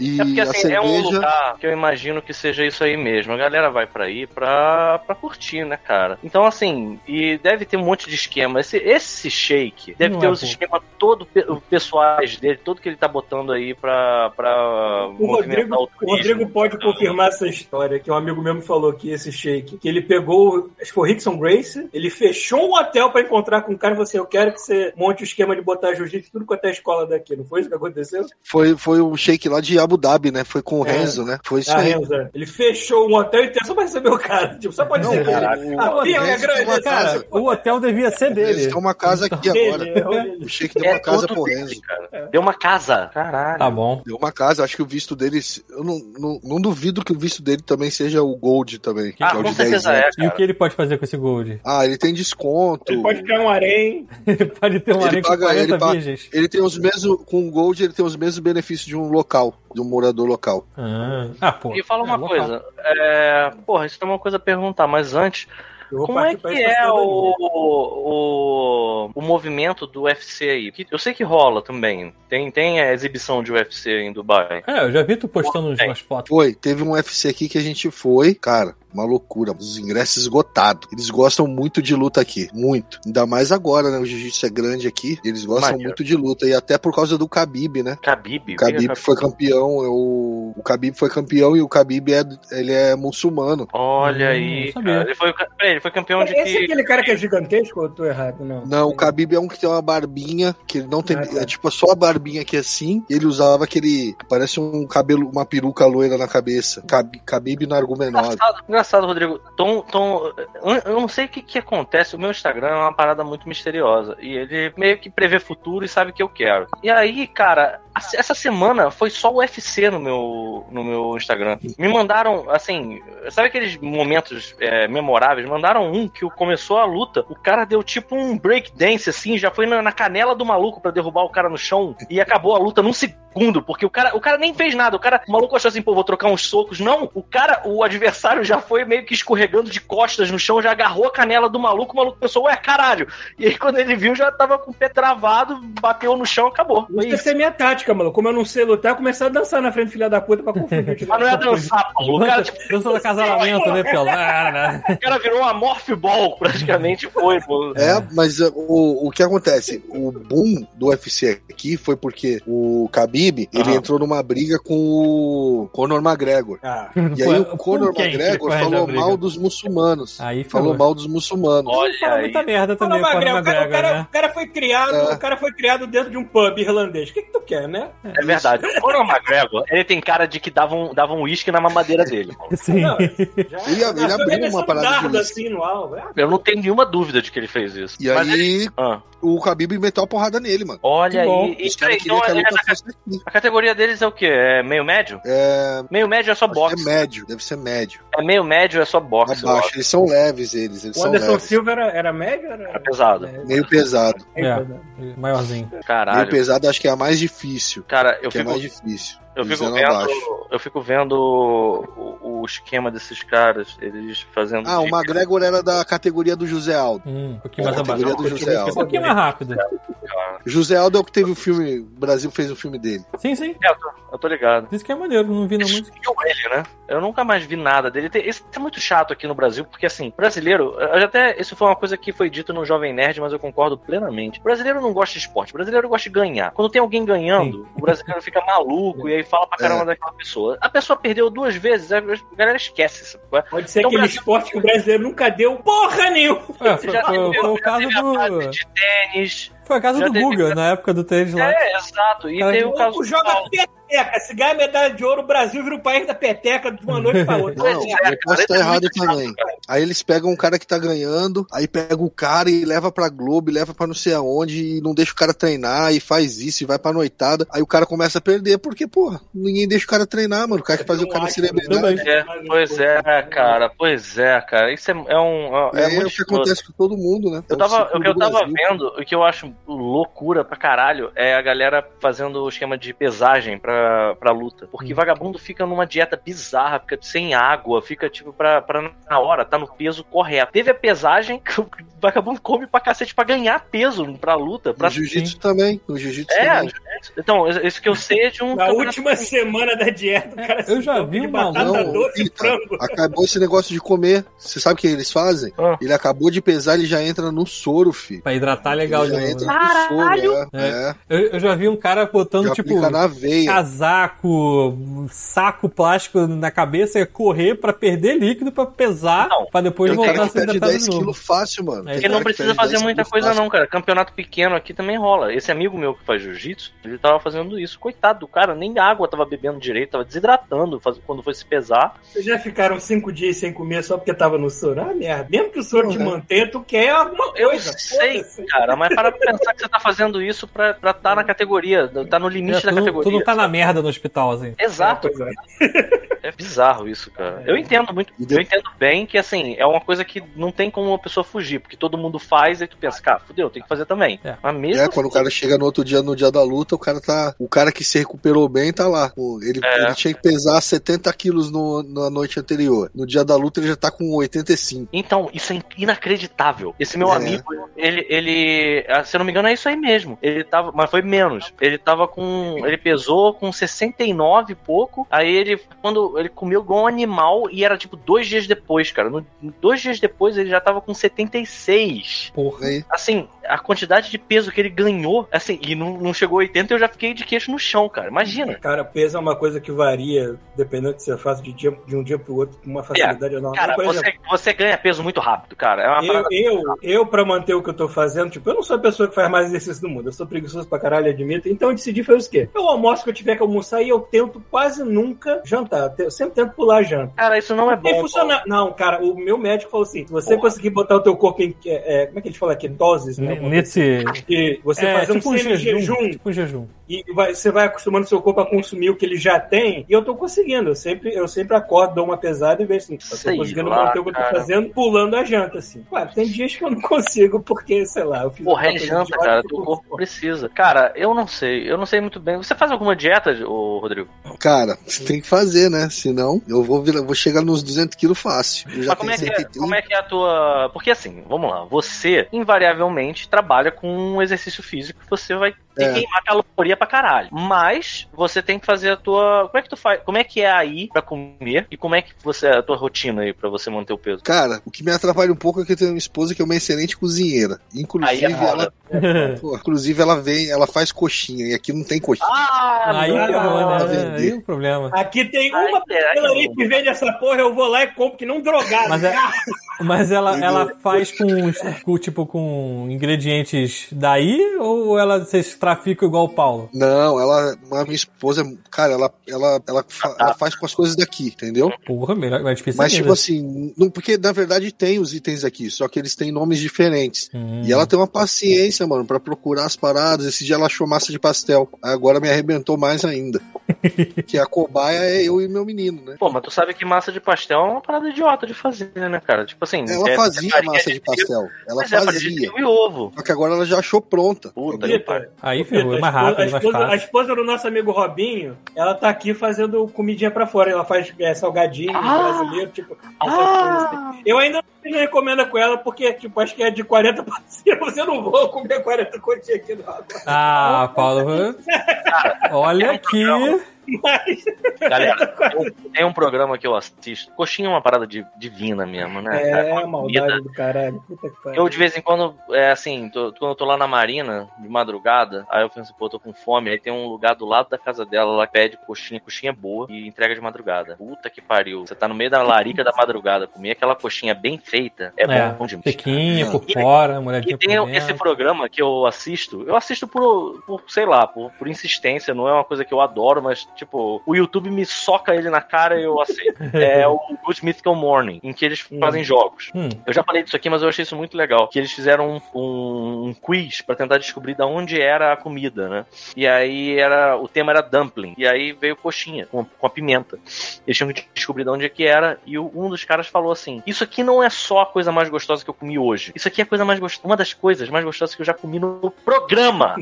[SPEAKER 3] ele.
[SPEAKER 5] E
[SPEAKER 3] É porque
[SPEAKER 5] a
[SPEAKER 3] assim, é um
[SPEAKER 5] cerveja.
[SPEAKER 3] lugar que eu imagino que seja isso aí mesmo. A galera vai pra aí pra, pra curtir, né, cara? Então, assim, e deve ter um monte de esquema. Esse, esse shake deve
[SPEAKER 4] Não
[SPEAKER 3] ter
[SPEAKER 4] é
[SPEAKER 3] os
[SPEAKER 4] bom.
[SPEAKER 3] esquemas todo pe- o pessoais dele, todo que ele tá botando aí pra, pra
[SPEAKER 2] O Rodrigo,
[SPEAKER 3] movimentar o
[SPEAKER 2] o Rodrigo
[SPEAKER 3] turismo.
[SPEAKER 2] pode confirmar essa história, que um amigo meu me falou que esse shake, que ele pegou, acho que foi o Rickson Grace, ele fechou um hotel pra encontrar com o cara e falou assim, eu quero que você monte o esquema de botar jiu-jitsu em tudo quanto é escola daqui, não foi isso que aconteceu?
[SPEAKER 5] Foi, foi um shake lá de Abu Dhabi, né? Foi com o
[SPEAKER 2] É.
[SPEAKER 5] Renzo, né? Foi isso
[SPEAKER 2] Ah,
[SPEAKER 5] aí.
[SPEAKER 2] um Renzo, é. ele fechou um hotel inteiro só pra receber o cara de Tipo, só pode
[SPEAKER 5] Não,
[SPEAKER 2] dizer que
[SPEAKER 5] cara,
[SPEAKER 2] ele-
[SPEAKER 5] o-
[SPEAKER 2] a pia
[SPEAKER 5] o-
[SPEAKER 2] é grande.
[SPEAKER 5] uma
[SPEAKER 2] Cara,
[SPEAKER 4] Cara, o hotel devia ser
[SPEAKER 5] Eles
[SPEAKER 4] dele. Então,
[SPEAKER 5] estão uma casa aqui agora.
[SPEAKER 2] ele, ele-
[SPEAKER 5] O Sheik
[SPEAKER 2] tá
[SPEAKER 5] deu uma casa
[SPEAKER 3] todo
[SPEAKER 5] pro
[SPEAKER 3] É dele,
[SPEAKER 5] Renzo.
[SPEAKER 3] cara.
[SPEAKER 2] É.
[SPEAKER 3] Deu uma casa. Ah, Caralho.
[SPEAKER 4] Tá bom.
[SPEAKER 5] Deu uma casa, acho que o visto dele. Eu não, não, não duvido que o visto dele também seja o Gold também, que
[SPEAKER 3] ah,
[SPEAKER 5] é o
[SPEAKER 3] com
[SPEAKER 5] de 10
[SPEAKER 3] certeza
[SPEAKER 5] anos.
[SPEAKER 3] é,
[SPEAKER 4] E o
[SPEAKER 3] cara.
[SPEAKER 4] que ele pode fazer com esse gold?
[SPEAKER 5] Ah, ele tem desconto.
[SPEAKER 2] Ele pode criar um harém.
[SPEAKER 4] Ele pode ter um
[SPEAKER 5] Ele
[SPEAKER 4] areia com
[SPEAKER 5] paga-
[SPEAKER 4] 40
[SPEAKER 5] ele paga-
[SPEAKER 4] virgens.
[SPEAKER 5] Ele tem os mesmos. Com o Gold, ele tem os mesmos benefícios de um local, de um morador local.
[SPEAKER 4] Ah, ah, pô.
[SPEAKER 3] E fala
[SPEAKER 4] É,
[SPEAKER 3] uma
[SPEAKER 4] local.
[SPEAKER 3] coisa. É... Porra, isso é uma coisa a perguntar, mas antes,
[SPEAKER 2] Eu vou
[SPEAKER 3] Como é
[SPEAKER 2] partir pra assim, né?
[SPEAKER 3] que
[SPEAKER 2] essa
[SPEAKER 3] é
[SPEAKER 2] cidadania.
[SPEAKER 3] o, o, o movimento do UFC aí? Que- Eu sei que rola também. Tem, tem a exibição de UFC em Dubai.
[SPEAKER 4] É, eu já vi tu postando uns-
[SPEAKER 3] É.
[SPEAKER 4] umas fotos.
[SPEAKER 5] Foi, teve um UFC aqui que a gente foi, cara, uma loucura, os ingressos esgotados. Eles gostam muito de luta aqui, muito. Ainda mais agora, né? O jiu-jitsu é grande aqui, eles gostam
[SPEAKER 3] Maneiro.
[SPEAKER 5] muito de luta e até por causa do Khabib, né?
[SPEAKER 3] Khabib.
[SPEAKER 5] O Khabib foi campeão, é o, o Khabib foi campeão e o Khabib é, ele é muçulmano.
[SPEAKER 3] Olha
[SPEAKER 4] Hum, não
[SPEAKER 3] aí,
[SPEAKER 4] sabia.
[SPEAKER 3] cara. Ele foi, peraí, ele foi campeão de
[SPEAKER 2] Esse é
[SPEAKER 3] que...
[SPEAKER 2] aquele cara que é gigantesco ou eu tô errado? Não.
[SPEAKER 5] Não, o Khabib é um que tem uma barbinha, que ele não tem.
[SPEAKER 2] Ah, tá.
[SPEAKER 5] É tipo só a barbinha aqui assim. E ele usava aquele. Parece um cabelo, uma peruca loira na cabeça. Khabib, Khabib Nargumenov.
[SPEAKER 3] Engraçado, engraçado, Rodrigo. Tom, Tom, eu- eu não sei o que, que acontece. O meu Instagram é uma parada muito misteriosa. E ele meio que prevê futuro e sabe o que eu quero. E aí, cara, a- essa semana foi só o UFC no meu, no meu Instagram. Me mandaram, assim, sabe aqueles momentos é, memoráveis? Mandaram um que começou a luta, o cara deu tipo um breakdance, assim, já foi na, na canela do maluco pra derrubar o cara no chão e acabou a luta num segundo, porque o cara, o cara nem fez nada. O cara, o maluco achou assim, pô, vou trocar uns socos. Não, o cara, o adversário já foi meio que escorregando de costas no chão, já agarrou a canela do maluco, o maluco pensou, ué, caralho. E aí quando ele viu, já tava com o pé travado, bateu no chão, acabou.
[SPEAKER 2] Isso
[SPEAKER 3] Foi isso.
[SPEAKER 2] deve ser é minha tática, mano. Como eu não sei lutar, eu começar a dançar na frente, filha da puta, pra confundir. tá o time.
[SPEAKER 3] Mas não é dançar, Paulo. O cara, tipo,
[SPEAKER 4] Dança do acasalamento, né, Pelo? Ah, né?
[SPEAKER 3] o cara virou uma morph ball, praticamente foi, pô.
[SPEAKER 5] É, mas uh, o, o que acontece? O boom do UFC aqui foi porque o Khabib, ele
[SPEAKER 4] Ah.
[SPEAKER 3] Aham.
[SPEAKER 5] entrou numa briga com o Conor McGregor.
[SPEAKER 2] Ah,
[SPEAKER 5] E aí o
[SPEAKER 4] Com
[SPEAKER 5] Conor
[SPEAKER 4] quem que ele
[SPEAKER 5] McGregor
[SPEAKER 4] faz a
[SPEAKER 5] falou
[SPEAKER 4] briga?
[SPEAKER 5] mal dos muçulmanos.
[SPEAKER 4] Aí
[SPEAKER 5] Falou mal dos muçulmanos.
[SPEAKER 4] Ele
[SPEAKER 3] Olha
[SPEAKER 4] fala
[SPEAKER 3] aí.
[SPEAKER 4] muita merda
[SPEAKER 2] Fala,
[SPEAKER 4] também, Conor
[SPEAKER 2] Magrelo, o cara, o
[SPEAKER 4] McGregor,
[SPEAKER 2] cara-
[SPEAKER 4] né?
[SPEAKER 2] o cara foi criado,
[SPEAKER 5] É.
[SPEAKER 2] o cara foi criado dentro de um pub irlandês. O que, que tu quer, né?
[SPEAKER 3] É verdade. O Conor McGregor, ele tem cara de que dava um, dava um uísque na mamadeira dele. Paulo.
[SPEAKER 4] né? Sim.
[SPEAKER 2] Não, Já,
[SPEAKER 5] Ele- ele
[SPEAKER 2] nasceu
[SPEAKER 5] abriu
[SPEAKER 2] bem
[SPEAKER 5] uma
[SPEAKER 2] versão
[SPEAKER 5] parada de
[SPEAKER 2] Ah, dardo,
[SPEAKER 5] luz.
[SPEAKER 2] assim no alvo. É,
[SPEAKER 3] Eu não tenho nenhuma dúvida de que ele fez isso.
[SPEAKER 5] E
[SPEAKER 3] Mas ele-
[SPEAKER 5] aí
[SPEAKER 3] Ah,
[SPEAKER 5] o Khabib meteu a porrada nele, mano.
[SPEAKER 3] olha
[SPEAKER 4] Que bom.
[SPEAKER 3] aí.
[SPEAKER 5] Os
[SPEAKER 3] Isso
[SPEAKER 5] caras
[SPEAKER 3] aí,
[SPEAKER 5] queriam
[SPEAKER 3] então,
[SPEAKER 5] que a
[SPEAKER 3] é-
[SPEAKER 5] luta
[SPEAKER 3] a,
[SPEAKER 5] fosse aqui.
[SPEAKER 3] a categoria deles é o quê? É meio médio?
[SPEAKER 5] É,
[SPEAKER 3] Meio médio é só
[SPEAKER 5] acho que
[SPEAKER 3] boxe.
[SPEAKER 5] é médio, deve ser médio.
[SPEAKER 3] É meio médio é só boxe. eu
[SPEAKER 5] Abaixo,
[SPEAKER 3] acho.
[SPEAKER 5] eles são leves eles, eles
[SPEAKER 2] O
[SPEAKER 5] são
[SPEAKER 2] Anderson
[SPEAKER 5] leves.
[SPEAKER 2] Silva era, era médio? Era...
[SPEAKER 3] É pesado.
[SPEAKER 2] É,
[SPEAKER 5] Meio pesado.
[SPEAKER 2] é,
[SPEAKER 4] É.
[SPEAKER 2] pesado.
[SPEAKER 4] Maiorzinho.
[SPEAKER 5] Meio
[SPEAKER 3] Caralho.
[SPEAKER 5] pesado acho que é a mais difícil.
[SPEAKER 3] Cara, eu
[SPEAKER 5] que é
[SPEAKER 3] fico,
[SPEAKER 5] mais difícil. é
[SPEAKER 3] eu fico
[SPEAKER 5] Dizendo abaixo.
[SPEAKER 3] vendo, eu fico vendo o, o esquema desses caras, eles fazendo.
[SPEAKER 5] Ah, o
[SPEAKER 3] dica.
[SPEAKER 5] McGregor era da categoria do José Aldo.
[SPEAKER 4] Hum, um pouquinho
[SPEAKER 5] É,
[SPEAKER 4] mais abaixo.
[SPEAKER 5] categoria do José
[SPEAKER 4] Um
[SPEAKER 5] Aldo.
[SPEAKER 4] pouquinho mais rápido.
[SPEAKER 5] José Aldo é o que teve o filme. O Brasil fez o filme dele.
[SPEAKER 4] Sim, sim.
[SPEAKER 3] É, eu tô, eu tô ligado.
[SPEAKER 4] Diz que é maneiro, não vi não muito.
[SPEAKER 3] Sumiu ele, né? Eu nunca mais vi nada dele. Tem- Isso é muito chato aqui no Brasil, porque assim, brasileiro, eu já até isso foi uma coisa que foi dito no Jovem Nerd, mas eu concordo plenamente. O brasileiro não gosta de esporte, o brasileiro gosta de ganhar. Quando tem alguém ganhando, o brasileiro fica maluco e aí fala pra
[SPEAKER 5] É.
[SPEAKER 3] caramba daquela pessoa. A pessoa perdeu duas vezes, a galera esquece. sabe?
[SPEAKER 2] Pode ser
[SPEAKER 3] Então,
[SPEAKER 2] aquele
[SPEAKER 3] Brasil-
[SPEAKER 2] esporte que o brasileiro nunca deu porra nenhuma.
[SPEAKER 4] É, foi,
[SPEAKER 3] Já
[SPEAKER 4] foi-
[SPEAKER 3] teve-
[SPEAKER 4] foi o
[SPEAKER 3] já
[SPEAKER 4] caso
[SPEAKER 3] teve a fase
[SPEAKER 4] do.
[SPEAKER 3] de tênis.
[SPEAKER 4] Foi o caso
[SPEAKER 3] já
[SPEAKER 4] do
[SPEAKER 3] teve-
[SPEAKER 4] Guga, na época do tênis lá.
[SPEAKER 3] É, exato. E
[SPEAKER 4] Cara,
[SPEAKER 3] teve o
[SPEAKER 2] O
[SPEAKER 3] caso
[SPEAKER 2] jogo
[SPEAKER 3] do Paulo.
[SPEAKER 2] joga peteca. Se ganhar medalha de ouro, o Brasil vira o país da peteca de uma noite pra outra.
[SPEAKER 5] Não,
[SPEAKER 3] Pois é, cara,
[SPEAKER 5] eu posso
[SPEAKER 3] isso
[SPEAKER 5] estar
[SPEAKER 3] é
[SPEAKER 5] errado
[SPEAKER 3] muito chato,
[SPEAKER 5] também.
[SPEAKER 3] cara.
[SPEAKER 5] Aí eles pegam um cara que tá ganhando, aí pega o cara e leva pra Globo, e leva pra não sei aonde, e não deixa o cara treinar, e faz isso, e vai pra noitada. Aí o cara começa a perder, porque, porra, ninguém deixa o cara treinar, mano. O cara que fazia o cara se lembrar.
[SPEAKER 4] Também.
[SPEAKER 3] É, pois é, cara, pois é, cara. Isso é, é um.
[SPEAKER 5] É,
[SPEAKER 3] É, é muito
[SPEAKER 5] o que
[SPEAKER 3] escroto.
[SPEAKER 5] acontece com todo mundo, né?
[SPEAKER 3] Eu tava, o que eu tava vendo, o que eu acho loucura pra caralho, é a galera fazendo o esquema de pesagem pra, pra luta.
[SPEAKER 5] Hum.
[SPEAKER 3] Porque vagabundo fica numa dieta bizarra, fica sem água, fica tipo pra, pra na hora, tá no peso correto. Teve a pesagem que o vagabundo come pra cacete pra ganhar peso pra luta. Pra...
[SPEAKER 5] No jiu-jitsu também. No jiu-jitsu
[SPEAKER 3] É,
[SPEAKER 5] também.
[SPEAKER 3] então, isso- isso que eu sei é de um.
[SPEAKER 2] Na última semana da dieta, o cara
[SPEAKER 4] eu já
[SPEAKER 2] deu
[SPEAKER 4] vi
[SPEAKER 2] de
[SPEAKER 4] um
[SPEAKER 2] batata
[SPEAKER 5] maluco-
[SPEAKER 2] doce e
[SPEAKER 5] Eita.
[SPEAKER 2] frango.
[SPEAKER 5] Acabou esse negócio de comer. Você sabe o que eles fazem?
[SPEAKER 3] Ah.
[SPEAKER 5] Ele acabou de pesar, ele já entra no soro, fi.
[SPEAKER 4] Pra hidratar legal de
[SPEAKER 5] ele já
[SPEAKER 4] novo.
[SPEAKER 5] entra
[SPEAKER 4] né?
[SPEAKER 5] no soro, é. Então,
[SPEAKER 4] É.
[SPEAKER 5] é.
[SPEAKER 4] Eu, eu já vi um cara botando,
[SPEAKER 5] Já
[SPEAKER 4] tipo,
[SPEAKER 5] aplica na veia.
[SPEAKER 4] casaco, saco plástico na cabeça, é correr pra perder líquido, pra pesar,
[SPEAKER 3] Não.
[SPEAKER 4] pra depois
[SPEAKER 5] Tem um
[SPEAKER 4] voltar
[SPEAKER 5] cara
[SPEAKER 4] a
[SPEAKER 5] que
[SPEAKER 4] se
[SPEAKER 5] perde
[SPEAKER 4] hidratar de
[SPEAKER 5] 10
[SPEAKER 4] novo.
[SPEAKER 5] quilos fácil, mano.
[SPEAKER 4] É,
[SPEAKER 5] Tem um
[SPEAKER 4] ele
[SPEAKER 3] Ele não
[SPEAKER 5] cara que
[SPEAKER 3] precisa
[SPEAKER 5] perde
[SPEAKER 3] fazer
[SPEAKER 5] 10
[SPEAKER 3] muita
[SPEAKER 5] quilos
[SPEAKER 3] coisa,
[SPEAKER 5] fácil.
[SPEAKER 3] não, cara. Campeonato pequeno aqui também rola. Esse amigo meu que faz jiu-jitsu, Ele tava fazendo isso. Coitado do cara, nem água tava bebendo direito, tava desidratando faz- quando foi se pesar.
[SPEAKER 2] Vocês já ficaram cinco dias sem comer só porque tava no soro? Ah, merda. Mesmo que o soro
[SPEAKER 5] Não,
[SPEAKER 2] te
[SPEAKER 5] né?
[SPEAKER 2] mantenha, tu quer alguma
[SPEAKER 3] Eu
[SPEAKER 2] coisa.
[SPEAKER 3] sei,
[SPEAKER 2] foda-se. né?
[SPEAKER 3] cara, mas para pra pensar que você tá fazendo isso pra estar tá na categoria, tá no limite
[SPEAKER 4] É,
[SPEAKER 3] da
[SPEAKER 4] tu, não,
[SPEAKER 3] categoria.
[SPEAKER 4] tu não tá na merda no hospital, assim.
[SPEAKER 3] Exato,
[SPEAKER 2] Pois é.
[SPEAKER 3] É bizarro isso, cara. Eu entendo muito.
[SPEAKER 5] E
[SPEAKER 3] Eu
[SPEAKER 5] de-
[SPEAKER 3] entendo bem que, assim, é uma coisa que não tem como uma pessoa fugir, porque todo mundo faz, aí tu pensa, cara, fudeu, tem que fazer também.
[SPEAKER 4] É.
[SPEAKER 3] Mas mesmo.
[SPEAKER 5] É, quando o cara chega no outro dia, no dia da luta, o cara tá. O cara que se recuperou bem tá lá. O- Ele,
[SPEAKER 3] É.
[SPEAKER 5] ele tinha que pesar 70 quilos no- na noite anterior. No dia da luta ele já tá com 85.
[SPEAKER 3] Então, isso é inacreditável. Esse meu
[SPEAKER 5] É.
[SPEAKER 3] amigo, ele, ele. ah, Se eu não me engano, é isso aí mesmo. Ele tava. Mas foi menos. Ele tava com. Ele pesou com 69 e pouco. Aí ele. Quando ele comeu igual um animal e era tipo dois dias depois, cara. No- dois dias depois ele já tava com 76.
[SPEAKER 4] Porra.
[SPEAKER 5] Aí,
[SPEAKER 3] assim, a quantidade de peso que ele ganhou, assim, e não, não chegou a 80, eu já fiquei de queixo no chão, cara. Imagina.
[SPEAKER 2] Cara, peso é uma coisa que varia, dependendo do que você faz de, dia, de um dia pro outro, com uma facilidade enorme.
[SPEAKER 3] É, Cara,
[SPEAKER 2] Por exemplo,
[SPEAKER 3] você, você ganha peso muito rápido, cara. É uma
[SPEAKER 2] Eu,
[SPEAKER 3] parada.
[SPEAKER 2] eu, eu, pra manter o que eu tô fazendo, tipo, eu não sou a pessoa que faz mais exercício do mundo. Eu sou preguiçoso pra caralho, admito. Então eu decidi fazer o quê? Eu almoço que eu tiver que almoçar e eu tento quase nunca jantar. Eu sempre tento pular a janta.
[SPEAKER 3] Cara, isso não é
[SPEAKER 2] Nem
[SPEAKER 3] bom.
[SPEAKER 2] funciona. Não, cara, o meu médico falou assim: se você conseguir botar o teu corpo em. é, é, como é que a gente fala? Ketoses, né? Alguma coisa
[SPEAKER 4] Nesse.
[SPEAKER 2] assim. Que você
[SPEAKER 4] é,
[SPEAKER 2] fazer
[SPEAKER 4] tipo
[SPEAKER 2] um
[SPEAKER 4] um
[SPEAKER 2] semi-jejum
[SPEAKER 4] jejum. Tipo um jejum.
[SPEAKER 2] e vai- você vai acostumando seu corpo a consumir o que ele já tem, e eu tô conseguindo. Eu sempre, eu sempre acordo, dou uma pesada e vejo assim, eu tô
[SPEAKER 3] Sei
[SPEAKER 2] conseguindo
[SPEAKER 3] lá,
[SPEAKER 2] manter o que eu tô
[SPEAKER 3] cara.
[SPEAKER 2] fazendo, pulando a janta, assim. Claro, tem dias que eu não consigo, porque, sei lá, eu fiz
[SPEAKER 3] Porra,
[SPEAKER 2] outra
[SPEAKER 3] é
[SPEAKER 2] coisa
[SPEAKER 3] janta,
[SPEAKER 2] idiota
[SPEAKER 3] cara.
[SPEAKER 2] que eu
[SPEAKER 3] Teu
[SPEAKER 2] tô
[SPEAKER 3] corpo
[SPEAKER 2] com fome.
[SPEAKER 3] precisa. Cara, eu não sei. Eu não sei muito bem. Você faz alguma dieta, ô, Rodrigo?
[SPEAKER 5] cara, você tem que fazer, né? Senão eu vou, virar- vou chegar nos 200 quilos fácil. Eu já
[SPEAKER 3] Mas
[SPEAKER 5] tenho
[SPEAKER 3] como é, que é,
[SPEAKER 5] 71.
[SPEAKER 3] como é que é a tua. Porque assim, vamos lá. Você, invariavelmente, trabalha com um exercício físico. Você vai ter
[SPEAKER 5] É.
[SPEAKER 3] que queimar caloria pra caralho. Mas você tem que fazer a tua. Como é que tu faz? Como é que é aí pra comer? E como é que você. A tua rotina aí pra você manter o peso?
[SPEAKER 5] Cara, o que me atrapalha um pouco é que eu tenho uma esposa que é uma excelente cozinheira.
[SPEAKER 3] Aí
[SPEAKER 5] Inclusive,
[SPEAKER 3] é
[SPEAKER 5] ela,
[SPEAKER 3] foda.
[SPEAKER 5] pô, inclusive ela vem, ela faz coxinha e aqui não tem coxinha.
[SPEAKER 3] Ah,
[SPEAKER 4] aí,
[SPEAKER 2] não,
[SPEAKER 4] não,
[SPEAKER 5] não,
[SPEAKER 4] né?
[SPEAKER 5] não.
[SPEAKER 4] aí é um problema.
[SPEAKER 2] Aqui tem
[SPEAKER 3] Ai,
[SPEAKER 2] uma
[SPEAKER 3] caralho.
[SPEAKER 2] pastelaria que vende essa porra, eu vou lá e compro que não drogado.
[SPEAKER 4] Mas é-
[SPEAKER 2] Ah,
[SPEAKER 4] Mas ela, ela faz com, uns- com, tipo, com ingredientes daí ou ela vocês traficam igual o Paulo?
[SPEAKER 5] Não, ela, a minha esposa, é, cara, ela, ela, ela,
[SPEAKER 3] Ah,
[SPEAKER 5] fa-
[SPEAKER 3] tá.
[SPEAKER 5] ela faz com as coisas daqui, entendeu?
[SPEAKER 4] Porra, melhor, mais difícil
[SPEAKER 5] Mas, tipo
[SPEAKER 4] ainda.
[SPEAKER 5] assim, não, porque na verdade tem os itens aqui, só que eles têm nomes diferentes.
[SPEAKER 4] Hum.
[SPEAKER 5] E ela tem uma paciência, mano, pra procurar as paradas. Esse dia ela achou massa de pastel. Agora me arrebentou mais ainda. que a cobaia é eu e meu menino, né?
[SPEAKER 3] Pô, mas tu sabe que massa de pastel é uma parada idiota de fazer, né, cara? Tipo assim.
[SPEAKER 5] Ela
[SPEAKER 3] é-
[SPEAKER 5] fazia
[SPEAKER 3] é
[SPEAKER 5] massa de
[SPEAKER 3] farinha trigo,
[SPEAKER 5] pastel. Ela
[SPEAKER 3] mas é farinha de
[SPEAKER 5] fazia.
[SPEAKER 3] trigo e ovo.
[SPEAKER 5] Só que agora ela já achou pronta.
[SPEAKER 3] Puta
[SPEAKER 5] entendeu?
[SPEAKER 3] que pariu.
[SPEAKER 4] Aí,
[SPEAKER 2] Pedro,
[SPEAKER 4] filho, é mais rápido,
[SPEAKER 2] a,
[SPEAKER 4] é mais
[SPEAKER 2] esposa, a
[SPEAKER 4] fácil.
[SPEAKER 2] esposa do nosso amigo Robinho, ela tá aqui fazendo comidinha pra fora. Ela faz é, salgadinho
[SPEAKER 3] Ah!
[SPEAKER 2] brasileiro, tipo, essas coisas assim.
[SPEAKER 3] Ah,
[SPEAKER 2] Eu ainda não recomendo com ela, porque, tipo, acho que é de 40 pra cima. Você não vou comer 40 quantia aqui, não.
[SPEAKER 4] Ah, Paulo,
[SPEAKER 3] É
[SPEAKER 4] olha que...
[SPEAKER 2] Mas, é,
[SPEAKER 3] galera, eu- tem um programa que eu assisto. Coxinha é uma parada de, divina mesmo, né? cara?
[SPEAKER 2] é, a
[SPEAKER 3] comida.
[SPEAKER 2] maldade do caralho. Puta que pariu.
[SPEAKER 3] Eu, de vez em quando, é assim, tô- quando eu tô lá na marina, de madrugada, aí eu penso, pô, tô com fome, aí tem um lugar do lado da casa dela, lá que pede coxinha, coxinha é boa, e entrega de madrugada. Puta que pariu. Você tá no meio da larica da madrugada, comer aquela coxinha bem feita, é, bom demais.
[SPEAKER 4] Pequinha, por
[SPEAKER 3] E-
[SPEAKER 4] fora,
[SPEAKER 3] E
[SPEAKER 4] molhadinha por
[SPEAKER 3] tem
[SPEAKER 4] dentro.
[SPEAKER 3] esse programa que eu assisto, eu assisto por, por, sei lá, por, por insistência, não é uma coisa que eu adoro, mas, tipo, o YouTube me soca ele na cara e eu aceito. é o Good Mythical Morning, em que eles fazem jogos.
[SPEAKER 4] Hum,
[SPEAKER 3] Eu já falei disso aqui, mas eu achei isso muito legal. Que eles fizeram um, um- um quiz pra tentar descobrir da onde era a comida, né? E aí era o tema era dumpling. E aí veio coxinha com, com a pimenta. Eles tinham que descobrir de onde é que era. E o- um dos caras falou assim: Isso aqui não é só a coisa mais gostosa que eu comi hoje. Isso aqui é a coisa mais gostosa, uma das coisas mais gostosas que eu já comi no programa.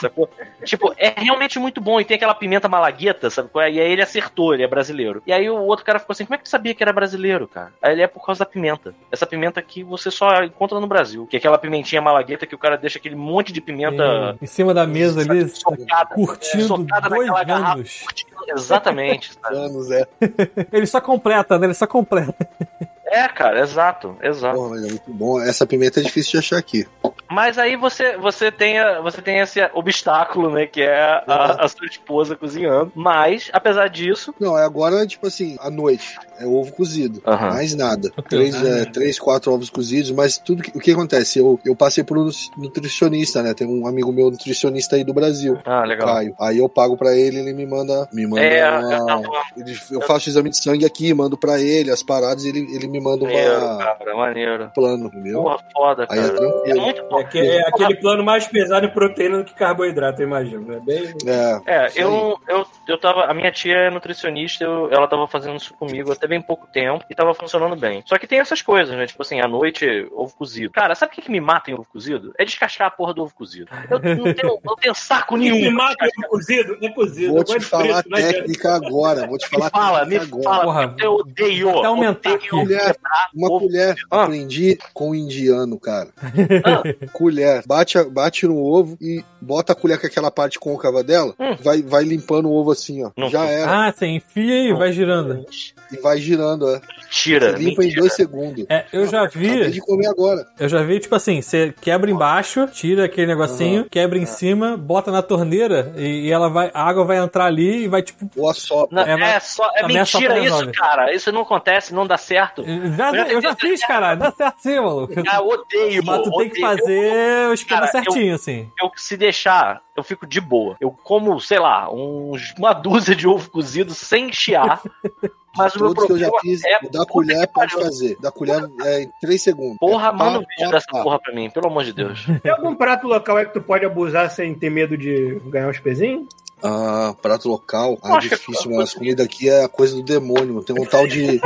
[SPEAKER 3] Sacou? Tipo, é realmente muito bom. E tem aquela pimenta malagueta, sabe? qual é? E aí ele acertou, ele é brasileiro. E aí o outro cara ficou assim: como é que tu sabia que era brasileiro, cara? Aí ele é por causa da pimenta. Essa pimenta que você só encontra no Brasil. Que é aquela pimentinha malagueta que o cara deixa aquele monte de pimenta.
[SPEAKER 4] em cima da mesa ali,
[SPEAKER 3] Socada.
[SPEAKER 4] curtindo
[SPEAKER 3] Socada
[SPEAKER 4] dois
[SPEAKER 3] naquela garrafa.
[SPEAKER 4] anos.
[SPEAKER 3] Exatamente. sabe?
[SPEAKER 5] Anos, é.
[SPEAKER 4] Ele só completa, né? Ele só completa.
[SPEAKER 3] É, cara, exato, exato.
[SPEAKER 5] Porra, mas é muito bom. Essa pimenta é difícil de achar aqui.
[SPEAKER 3] Mas aí você, você, tem, a- você tem esse obstáculo, né? Que é a, a sua esposa cozinhando. Mas, apesar disso.
[SPEAKER 5] Não, é agora, tipo assim, à noite. É ovo cozido.
[SPEAKER 3] Aham.
[SPEAKER 5] Mais nada.
[SPEAKER 4] Ok.
[SPEAKER 5] Três, é, três, quatro ovos cozidos, mas tudo que, o que acontece? Eu, eu passei por um nutricionista, né? Tem um amigo meu nutricionista aí do Brasil.
[SPEAKER 3] Ah, legal.
[SPEAKER 5] Caio. Aí eu pago pra ele, ele me manda, me manda
[SPEAKER 3] É, eu
[SPEAKER 5] uma-
[SPEAKER 3] tava.
[SPEAKER 5] ele- eu faço exame de sangue aqui, mando pra ele as paradas, ele, ele me
[SPEAKER 3] é,
[SPEAKER 5] manda
[SPEAKER 3] Maneiro,
[SPEAKER 5] uma
[SPEAKER 3] cara, maneiro.
[SPEAKER 5] plano, entendeu?
[SPEAKER 3] Porra, foda,
[SPEAKER 5] Aí é
[SPEAKER 3] cara. É
[SPEAKER 5] tranquilo.
[SPEAKER 3] muito bom.
[SPEAKER 2] É, que- é aquele plano mais pesado em proteína do que carboidrato, eu imagino. É bem...
[SPEAKER 5] É,
[SPEAKER 3] É,
[SPEAKER 5] isso aí.
[SPEAKER 3] eu, eu, eu tava. A minha tia é nutricionista, eu- ela tava fazendo isso comigo até bem pouco tempo e tava funcionando bem. Só que tem essas coisas, né? Tipo assim, à noite, ovo cozido. Cara, sabe o que, que me mata em ovo cozido? É descascar a porra do ovo cozido. Eu não tenho, não tenho saco
[SPEAKER 2] Que
[SPEAKER 3] nenhum.
[SPEAKER 2] mata é cozido, não é cozido.
[SPEAKER 5] Vou
[SPEAKER 2] eu
[SPEAKER 5] te
[SPEAKER 2] gosto de
[SPEAKER 5] falar a
[SPEAKER 2] frito, não adianta.
[SPEAKER 5] técnica agora. Vou te falar
[SPEAKER 3] né, Me
[SPEAKER 5] a
[SPEAKER 3] fala, me
[SPEAKER 5] técnica agora.
[SPEAKER 3] fala.
[SPEAKER 4] Porra,
[SPEAKER 3] Eu odeio.
[SPEAKER 4] Até aumentar
[SPEAKER 3] odeio
[SPEAKER 4] aqui.
[SPEAKER 5] Mulher,
[SPEAKER 3] quebrar
[SPEAKER 5] Uma
[SPEAKER 3] ovo.
[SPEAKER 5] colher,
[SPEAKER 3] Ah.
[SPEAKER 5] aprendi com o indiano, cara. colher, bate, a- bate no ovo e bota a colher com aquela parte côncava dela,
[SPEAKER 3] Hum.
[SPEAKER 5] vai, vai limpando o ovo assim, ó.
[SPEAKER 3] Não.
[SPEAKER 5] Já era.
[SPEAKER 4] Ah, você enfia e vai girando.
[SPEAKER 5] E vai girando, é.
[SPEAKER 3] Mentira,
[SPEAKER 5] Você limpa em
[SPEAKER 3] mentira.
[SPEAKER 5] dois segundos.
[SPEAKER 4] É, eu já
[SPEAKER 5] Acabei de
[SPEAKER 4] vi,
[SPEAKER 5] comer agora.
[SPEAKER 4] eu já vi, tipo assim, você quebra embaixo, tira aquele
[SPEAKER 3] Uhum.
[SPEAKER 4] negocinho, quebra
[SPEAKER 3] É.
[SPEAKER 4] em cima, bota na torneira e, e ela vai, a água vai entrar ali e vai, tipo,
[SPEAKER 5] Ou a sopa.
[SPEAKER 3] Não,
[SPEAKER 4] É,
[SPEAKER 3] é,
[SPEAKER 4] mas-
[SPEAKER 3] só, é
[SPEAKER 4] também é só
[SPEAKER 3] mentira
[SPEAKER 4] pra
[SPEAKER 3] isso,
[SPEAKER 4] resolver.
[SPEAKER 3] cara. Isso não acontece, não dá certo.
[SPEAKER 4] Já,
[SPEAKER 3] É,
[SPEAKER 4] eu já fiz, caralho. Dá certo sim, maluco.
[SPEAKER 3] Ah, odeio.
[SPEAKER 4] Mas tu tem que
[SPEAKER 3] odeio.
[SPEAKER 4] fazer o esquema
[SPEAKER 3] Cara, eu-
[SPEAKER 4] certinho, assim.
[SPEAKER 3] eu se deixar, eu fico de boa. Eu como, sei lá, uns, uma dúzia de ovo cozido sem chiar. mas o meu
[SPEAKER 5] Todos que eu já
[SPEAKER 3] problema
[SPEAKER 5] fiz,
[SPEAKER 3] é
[SPEAKER 5] o da
[SPEAKER 3] puta que
[SPEAKER 5] colher pode
[SPEAKER 3] pariu.
[SPEAKER 5] fazer. Da colher é em três segundos.
[SPEAKER 3] Porra,
[SPEAKER 5] É pá,
[SPEAKER 3] manda um vídeo
[SPEAKER 5] pá,
[SPEAKER 3] dessa
[SPEAKER 5] pá.
[SPEAKER 3] porra pra mim, pelo amor de Deus.
[SPEAKER 2] Tem algum prato local é que tu pode abusar sem ter medo de ganhar uns pezinhos?
[SPEAKER 5] Ah, prato local. Ah,
[SPEAKER 3] Poxa,
[SPEAKER 5] difícil,
[SPEAKER 3] cara.
[SPEAKER 5] mas as comidas aqui é a coisa do demônio. Tem um tal de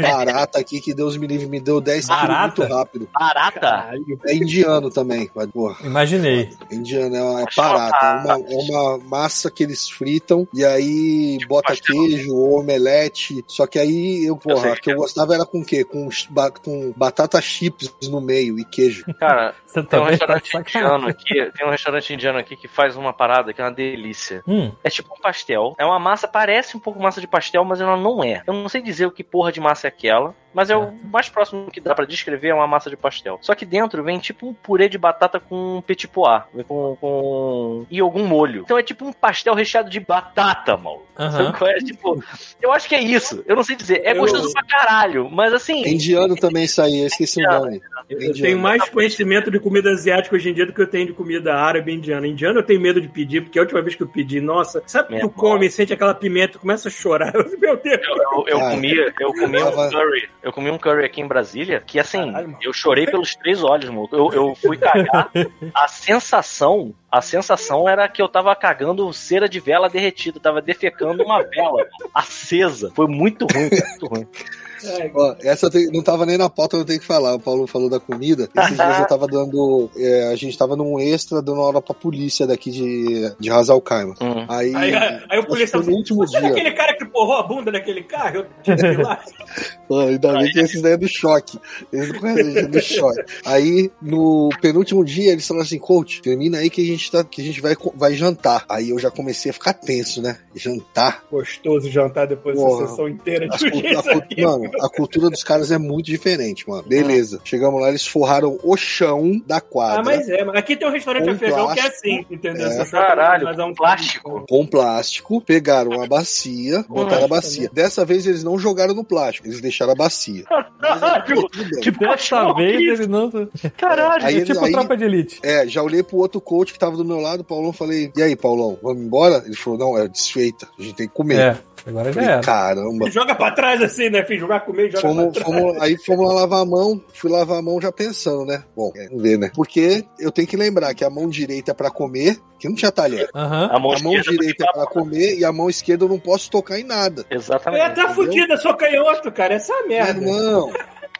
[SPEAKER 5] barata aqui que Deus me livre, me deu 10 quilos muito
[SPEAKER 4] Barata?
[SPEAKER 5] rápido.
[SPEAKER 3] Barata?
[SPEAKER 2] Caralho.
[SPEAKER 5] É indiano também, mas, porra.
[SPEAKER 4] Imaginei.
[SPEAKER 5] É indiano, é, uma- é
[SPEAKER 3] Poxa,
[SPEAKER 5] barata. É
[SPEAKER 3] barata.
[SPEAKER 5] uma, é uma massa que eles fritam e aí
[SPEAKER 3] Tipo
[SPEAKER 5] bota
[SPEAKER 3] pastel.
[SPEAKER 5] queijo ou omelete. Só que aí, eu,
[SPEAKER 3] sei
[SPEAKER 5] porra,
[SPEAKER 3] o
[SPEAKER 5] a
[SPEAKER 3] que
[SPEAKER 5] que eu
[SPEAKER 3] é.
[SPEAKER 5] gostava era com o quê? Com, ch- ba- com batata chips no meio e queijo.
[SPEAKER 3] Cara,
[SPEAKER 4] Você
[SPEAKER 3] tem
[SPEAKER 2] Então,
[SPEAKER 3] um
[SPEAKER 4] também tá de
[SPEAKER 3] restaurante
[SPEAKER 4] sacanagem.
[SPEAKER 3] indiano aqui, tem um restaurante indiano aqui que faz uma parada que é uma delícia.
[SPEAKER 4] Hum,
[SPEAKER 3] É tipo um pastel. É uma massa, parece um pouco massa de pastel, mas ela não é. Eu não sei dizer o que porra de massa é aquela, mas é o mais próximo que dá pra descrever é uma massa de pastel. Só que dentro vem tipo um purê de batata com um petit pois, vem com, com... e algum molho. Então é tipo um pastel recheado de batata, mal.
[SPEAKER 4] aham.
[SPEAKER 3] É, tipo, eu acho que é isso. Eu não sei dizer. É
[SPEAKER 2] Eu-
[SPEAKER 3] gostoso pra caralho, mas assim.
[SPEAKER 5] É indiano também isso aí, eu esqueci o nome.
[SPEAKER 2] Eu, eu
[SPEAKER 5] Indiano.
[SPEAKER 2] tenho mais conhecimento de comida asiática hoje em dia do que eu tenho de comida árabe e indiana. Indiana eu tenho medo de pedir, porque a última vez que eu pedi, nossa, sabe que
[SPEAKER 3] Meu
[SPEAKER 2] tu
[SPEAKER 3] irmão.
[SPEAKER 2] come e sente aquela pimenta, começa a chorar. Eu, Meu Deus.
[SPEAKER 3] Eu, eu, eu
[SPEAKER 5] Cara,
[SPEAKER 3] comi, eu comi um
[SPEAKER 5] tava-
[SPEAKER 3] curry. Eu comi um curry aqui em Brasília, que assim,
[SPEAKER 2] Caralho, mano.
[SPEAKER 3] eu chorei pelos três olhos, maluco. Eu, eu fui cagar. A sensação, a sensação era que eu tava cagando cera de vela derretida, eu tava defecando uma vela acesa. Foi muito ruim, cara, muito ruim.
[SPEAKER 2] Ai,
[SPEAKER 5] Ó, essa eu tenho- não tava nem na pauta, eu tenho que falar. O Paulo falou da comida. Esses dias eu tava dando. é, a gente tava num extra dando aula pra polícia daqui de, de Hazalcaima.
[SPEAKER 3] Hum.
[SPEAKER 5] Aí.
[SPEAKER 2] Aí, aí, aí o
[SPEAKER 5] acho que
[SPEAKER 2] policial
[SPEAKER 5] foi no último
[SPEAKER 2] Você é
[SPEAKER 5] dia.
[SPEAKER 2] aquele cara que porrou a bunda naquele carro? Eu tive lá.
[SPEAKER 5] Pô, ainda bem que esses daí é do choque. Eles não conhecem, é do choque. Aí, no penúltimo dia, eles falaram assim, coach, termina aí que a gente, tá, que a gente vai, co- vai jantar. Aí eu já comecei a ficar tenso, né? Jantar.
[SPEAKER 2] Gostoso jantar depois
[SPEAKER 5] Porra.
[SPEAKER 2] dessa sessão inteira
[SPEAKER 5] As
[SPEAKER 2] de
[SPEAKER 5] cultu- a
[SPEAKER 2] justiça
[SPEAKER 5] cultu-
[SPEAKER 2] aqui.
[SPEAKER 5] mano, a cultura dos caras é muito diferente, mano. Beleza. Chegamos lá, eles forraram o chão da quadra.
[SPEAKER 2] Ah, mas é, mas aqui tem um restaurante
[SPEAKER 5] Com
[SPEAKER 2] a feijão que é
[SPEAKER 5] plástico.
[SPEAKER 2] assim, entendeu?
[SPEAKER 5] É.
[SPEAKER 2] Você sabe fazer
[SPEAKER 3] Caralho,
[SPEAKER 2] um-
[SPEAKER 3] plástico.
[SPEAKER 5] com plástico, pegaram a bacia, botaram a bacia. Dessa vez eles não jogaram no plástico, eles deixaram a bacia. Mas aí,
[SPEAKER 3] Caralho,
[SPEAKER 5] tudo bem.
[SPEAKER 3] Ah, tipo
[SPEAKER 4] Dessa
[SPEAKER 3] cachorro.
[SPEAKER 4] vez
[SPEAKER 3] que-
[SPEAKER 4] ele não. tá-
[SPEAKER 3] Caralho.
[SPEAKER 5] Aí
[SPEAKER 4] É
[SPEAKER 5] ele-
[SPEAKER 4] tipo
[SPEAKER 5] aí-
[SPEAKER 4] tropa de elite.
[SPEAKER 5] É, já olhei pro outro coach que tava do meu lado, Paulão, falei, e aí, Paulão, vamos embora? Ele falou, não, é desfeita, a gente tem que comer.
[SPEAKER 4] É, agora já
[SPEAKER 5] Falei,
[SPEAKER 4] era.
[SPEAKER 5] caramba.
[SPEAKER 2] Joga pra trás assim, né, filho? Jogar comer, joga pra
[SPEAKER 5] Fomos,
[SPEAKER 2] trás.
[SPEAKER 5] fomos- aí fomos lá lavar a mão, fui lavar a mão já pensando, né? Bom, é, vamos ver, né? Porque eu tenho que lembrar que a mão direita é pra comer, que não tinha talher.
[SPEAKER 4] Aham.
[SPEAKER 3] A mão,
[SPEAKER 5] A mão direita é pra comer e a mão esquerda eu não posso tocar em nada.
[SPEAKER 2] Eu ia
[SPEAKER 3] Exatamente.
[SPEAKER 2] estar É fudido, eu sou canhoto, cara. Essa é a
[SPEAKER 5] Meu
[SPEAKER 2] merda.
[SPEAKER 5] irmão,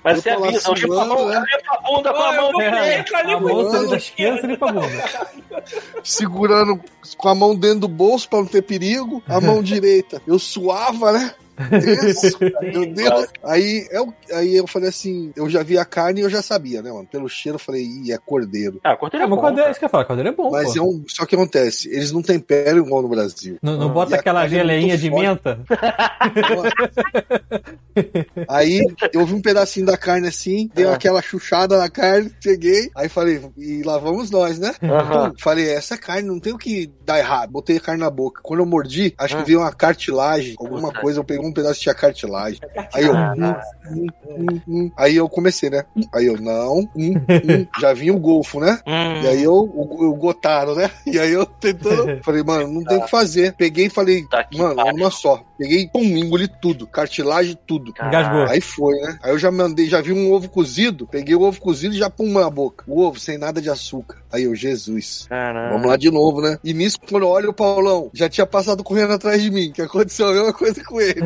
[SPEAKER 3] Mas
[SPEAKER 5] eu
[SPEAKER 3] você
[SPEAKER 5] tô lá
[SPEAKER 3] avisa, eu chupo a mão,
[SPEAKER 5] suando,
[SPEAKER 3] eu
[SPEAKER 5] né?
[SPEAKER 3] limpo a bunda com a
[SPEAKER 2] Ah, eu
[SPEAKER 3] mão.
[SPEAKER 2] vou
[SPEAKER 4] É,
[SPEAKER 2] comer, cara,
[SPEAKER 4] a mão
[SPEAKER 5] mão
[SPEAKER 4] você
[SPEAKER 5] da
[SPEAKER 4] da esquerda, você limpa a bunda.
[SPEAKER 5] segurando com a mão dentro do bolso pra não ter perigo, a mão direita. Eu suava, né? Deus, meu Deus. um- Aí eu, aí eu falei assim, eu já vi a carne e eu já sabia, né, mano? Pelo cheiro eu falei, ih, é cordeiro.
[SPEAKER 3] Ah, cordeiro
[SPEAKER 4] É,
[SPEAKER 3] é
[SPEAKER 4] mas
[SPEAKER 3] bom.
[SPEAKER 4] cordeiro,
[SPEAKER 3] cara.
[SPEAKER 4] isso que eu falo, cordeiro é bom,
[SPEAKER 5] Mas
[SPEAKER 4] pô.
[SPEAKER 5] é um. Só que acontece, eles não temperam igual no Brasil.
[SPEAKER 4] Não, não
[SPEAKER 2] Ah,
[SPEAKER 5] e
[SPEAKER 4] bota
[SPEAKER 5] a
[SPEAKER 4] aquela
[SPEAKER 5] carne é muito
[SPEAKER 4] geleinha de
[SPEAKER 5] forte.
[SPEAKER 4] menta?
[SPEAKER 5] Aí eu vi um pedacinho da carne assim, deu aquela chuchada na carne, cheguei, aí falei, e lá vamos nós, né?
[SPEAKER 3] Aham.
[SPEAKER 5] Pô, Falei, essa carne não tem o que dar errado. Botei a carne na boca. Quando eu mordi, acho que veio uma cartilagem, alguma
[SPEAKER 3] Puta.
[SPEAKER 5] coisa, eu peguei um pedaço e tinha cartilagem. Aí eu.
[SPEAKER 3] Ah.
[SPEAKER 5] hum, hum, hum, hum. Aí eu comecei, né? Aí eu, não, hum, hum. já vinha o golfo, né?
[SPEAKER 3] Hum.
[SPEAKER 5] E aí eu, o, o Gotaro, né? E aí eu tentando. Falei, mano, não tem o que fazer. Peguei e falei,
[SPEAKER 3] Tá aqui,
[SPEAKER 5] mano,
[SPEAKER 3] pariu.
[SPEAKER 5] uma só. Peguei e pum, engoli tudo. Cartilagem, tudo.
[SPEAKER 4] Engasgou.
[SPEAKER 5] Aí foi, né? Aí eu já mandei, já vi um ovo cozido. Peguei o ovo cozido e já pum na boca. O ovo sem nada de açúcar. Aí eu, Jesus.
[SPEAKER 3] Caralho.
[SPEAKER 5] Vamos lá de novo, né? E nisso, quando eu olho o Paulão, já tinha passado correndo atrás de mim, que aconteceu a mesma coisa com ele.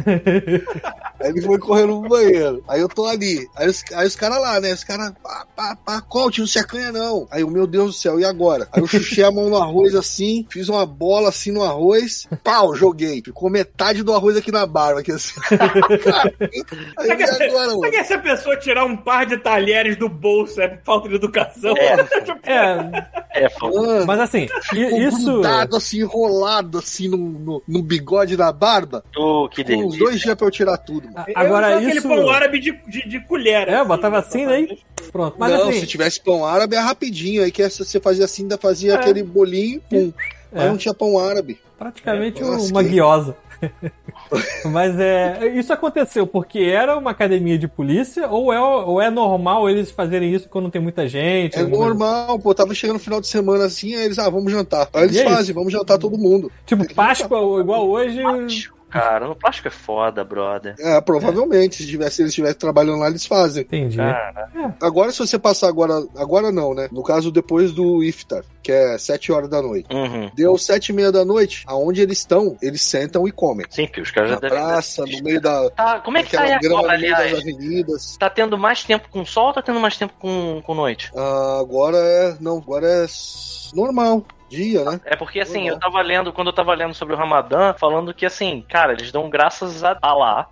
[SPEAKER 5] aí ele foi correndo pro banheiro. Aí eu tô ali. Aí os, aí os caras lá, né? Os caras, pá, pá, pá, coach, não se acanha não. Aí eu, meu Deus do céu, e agora? Aí eu chuchei a mão no arroz assim, fiz uma bola assim no arroz, pau, joguei. Ficou metade do arroz aqui na barba, aqui assim. Cara, aí eu, e agora,
[SPEAKER 2] Como
[SPEAKER 5] mano?
[SPEAKER 2] é que essa pessoa tirar um par de talheres do bolso é falta de educação?
[SPEAKER 4] É,
[SPEAKER 3] É, foda.
[SPEAKER 5] Mano,
[SPEAKER 4] mas assim, i- isso.
[SPEAKER 5] grudado assim, enrolado assim no, no, no bigode da barba.
[SPEAKER 3] Tu, que
[SPEAKER 5] Com uns
[SPEAKER 3] delícia.
[SPEAKER 5] um, dois dias pra eu tirar tudo, mano.
[SPEAKER 4] a-
[SPEAKER 2] Eu
[SPEAKER 4] Agora
[SPEAKER 2] usava aquele
[SPEAKER 4] isso.
[SPEAKER 2] pão árabe de, de, de colher.
[SPEAKER 4] É, botava assim, né?
[SPEAKER 2] né?
[SPEAKER 4] Pronto. Mas
[SPEAKER 5] não,
[SPEAKER 4] assim.
[SPEAKER 5] se tivesse pão árabe é rapidinho. Aí que essa- você fazia assim, ainda fazia aquele bolinho, pum.
[SPEAKER 4] É.
[SPEAKER 5] Aí não tinha pão árabe.
[SPEAKER 4] Praticamente
[SPEAKER 5] É,
[SPEAKER 4] um-
[SPEAKER 5] nossa,
[SPEAKER 4] uma
[SPEAKER 5] que-
[SPEAKER 4] guiosa. Mas é, isso aconteceu porque era uma academia de polícia ou é, ou é normal eles fazerem isso quando tem muita gente? Tipo,
[SPEAKER 5] É
[SPEAKER 4] alguma-
[SPEAKER 5] normal, pô. Tava chegando no final de semana assim, aí eles, ah, vamos jantar. Aí eles
[SPEAKER 4] E é
[SPEAKER 5] fazem, vamos jantar todo mundo.
[SPEAKER 4] Tipo, Páscoa ou igual hoje.
[SPEAKER 3] Plástico, cara. O plástico é foda, brother.
[SPEAKER 5] É, provavelmente, se, tivesse, se eles estivessem trabalhando lá, eles fazem.
[SPEAKER 4] Entendi.
[SPEAKER 3] Cara,
[SPEAKER 5] Agora, se você passar agora, agora não, né? No caso, depois do iftar, que é 7 horas da noite.
[SPEAKER 3] uhum.
[SPEAKER 5] Deu sete e meia da noite, aonde eles estão, eles sentam e comem.
[SPEAKER 3] Sim, porque os caras já
[SPEAKER 5] Na
[SPEAKER 3] devem...
[SPEAKER 5] praça, no meio da,
[SPEAKER 3] Tá, como é que tá aí
[SPEAKER 5] daquela grama,
[SPEAKER 3] agora,
[SPEAKER 5] no meio das
[SPEAKER 3] aliás?
[SPEAKER 5] avenidas.
[SPEAKER 3] Tá tendo mais tempo com sol ou tá tendo mais tempo com, com noite?
[SPEAKER 5] Ah, agora é. Não, agora é s- normal. Dia, né?
[SPEAKER 3] É porque assim,
[SPEAKER 5] Normal.
[SPEAKER 3] eu tava lendo, quando eu tava lendo sobre o Ramadã, falando que assim, cara, eles dão graças a Allah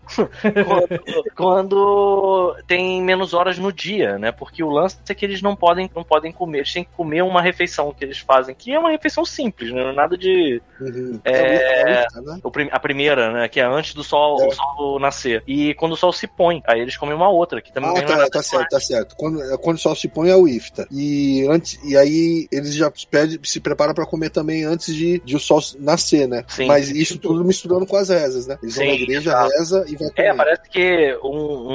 [SPEAKER 3] quando, quando tem menos horas no dia, né? Porque o lance é que eles não podem, não podem comer, eles têm que comer uma refeição que eles fazem, que é uma refeição simples, né? Nada de
[SPEAKER 5] Uhum.
[SPEAKER 3] É.
[SPEAKER 5] o Iftar, né?
[SPEAKER 3] o prim- a primeira, né? Que é antes do sol,
[SPEAKER 5] É.
[SPEAKER 3] o sol nascer. E quando o sol se põe, aí eles comem uma outra, que também
[SPEAKER 5] Ah,
[SPEAKER 3] não é
[SPEAKER 5] tá,
[SPEAKER 3] nada
[SPEAKER 5] tá
[SPEAKER 3] demais.
[SPEAKER 5] certo, tá certo. Quando, é, quando o sol se põe é o iftar. E antes e aí eles já pedem, se preparam pra comer também antes de, de o sol nascer, né?
[SPEAKER 3] Sim.
[SPEAKER 5] Mas isso tudo misturando com as rezas, né? Eles vão
[SPEAKER 3] Sim,
[SPEAKER 5] na igreja,
[SPEAKER 3] exato.
[SPEAKER 5] reza e vai comer.
[SPEAKER 3] É, parece que um,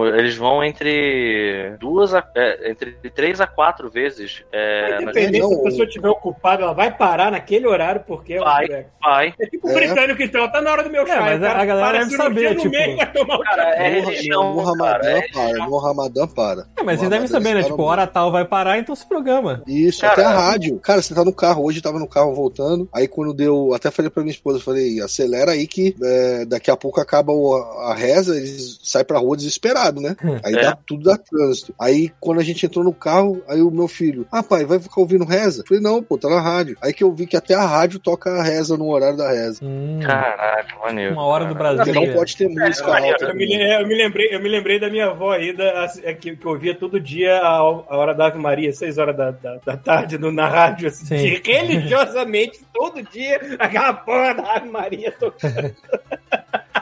[SPEAKER 3] um- eles vão entre duas a, é, entre três a quatro vezes. É, na-
[SPEAKER 2] Independente
[SPEAKER 5] não,
[SPEAKER 2] se a
[SPEAKER 5] o-
[SPEAKER 2] pessoa estiver ocupada, ela vai parar naquele horário, porque
[SPEAKER 3] Vai.
[SPEAKER 2] é,
[SPEAKER 3] vai.
[SPEAKER 2] é tipo o
[SPEAKER 5] É.
[SPEAKER 2] britânico, então, ela tá na hora do meu chá.
[SPEAKER 4] É, mas
[SPEAKER 2] o cara
[SPEAKER 4] a- a galera
[SPEAKER 2] para
[SPEAKER 4] deve
[SPEAKER 2] cirurgia
[SPEAKER 4] saber,
[SPEAKER 2] no
[SPEAKER 4] tipo-
[SPEAKER 2] meio e vai tomar o
[SPEAKER 3] Cara,
[SPEAKER 2] chá.
[SPEAKER 3] é
[SPEAKER 5] No-
[SPEAKER 3] religião,
[SPEAKER 5] no
[SPEAKER 3] cara,
[SPEAKER 5] Ramadã,
[SPEAKER 3] é
[SPEAKER 5] para. No Ramadã, para.
[SPEAKER 4] É, mas vocês
[SPEAKER 5] No Ramadã,
[SPEAKER 4] devem saber, né?
[SPEAKER 5] eles
[SPEAKER 4] Tipo,
[SPEAKER 5] param
[SPEAKER 4] hora tal vai parar, então se programa.
[SPEAKER 5] Isso,
[SPEAKER 3] Cara,
[SPEAKER 5] até a rádio. Cara, você tá no carro, hoje eu tava no carro voltando. Aí quando deu, até falei pra minha esposa, falei, acelera aí que é, daqui a pouco acaba o- a reza, eles saem pra rua desesperado, né? Aí
[SPEAKER 3] É.
[SPEAKER 5] dá, tudo dá trânsito. Aí quando a gente entrou no carro, aí o meu filho, ah pai, vai ficar ouvindo reza? Eu falei, não, pô, tá na rádio. Aí que eu vi que até a rádio toca a reza no horário da reza.
[SPEAKER 4] Hum,
[SPEAKER 3] Caraca, maneiro.
[SPEAKER 4] uma hora do
[SPEAKER 3] cara.
[SPEAKER 5] Porque
[SPEAKER 4] Brasil.
[SPEAKER 5] não pode
[SPEAKER 3] É,
[SPEAKER 5] ter música
[SPEAKER 3] maneiro,
[SPEAKER 5] alta.
[SPEAKER 2] Eu me, lem- é, eu me lembrei, eu me lembrei da minha avó aí, da- assim, é que, que eu ouvia todo dia a, a hora da Ave Maria, seis horas da, da, da tarde, no, na rádio, assim,
[SPEAKER 4] Sim.
[SPEAKER 2] de- religiosamente, todo dia, aquela porra da Ave Maria tocando.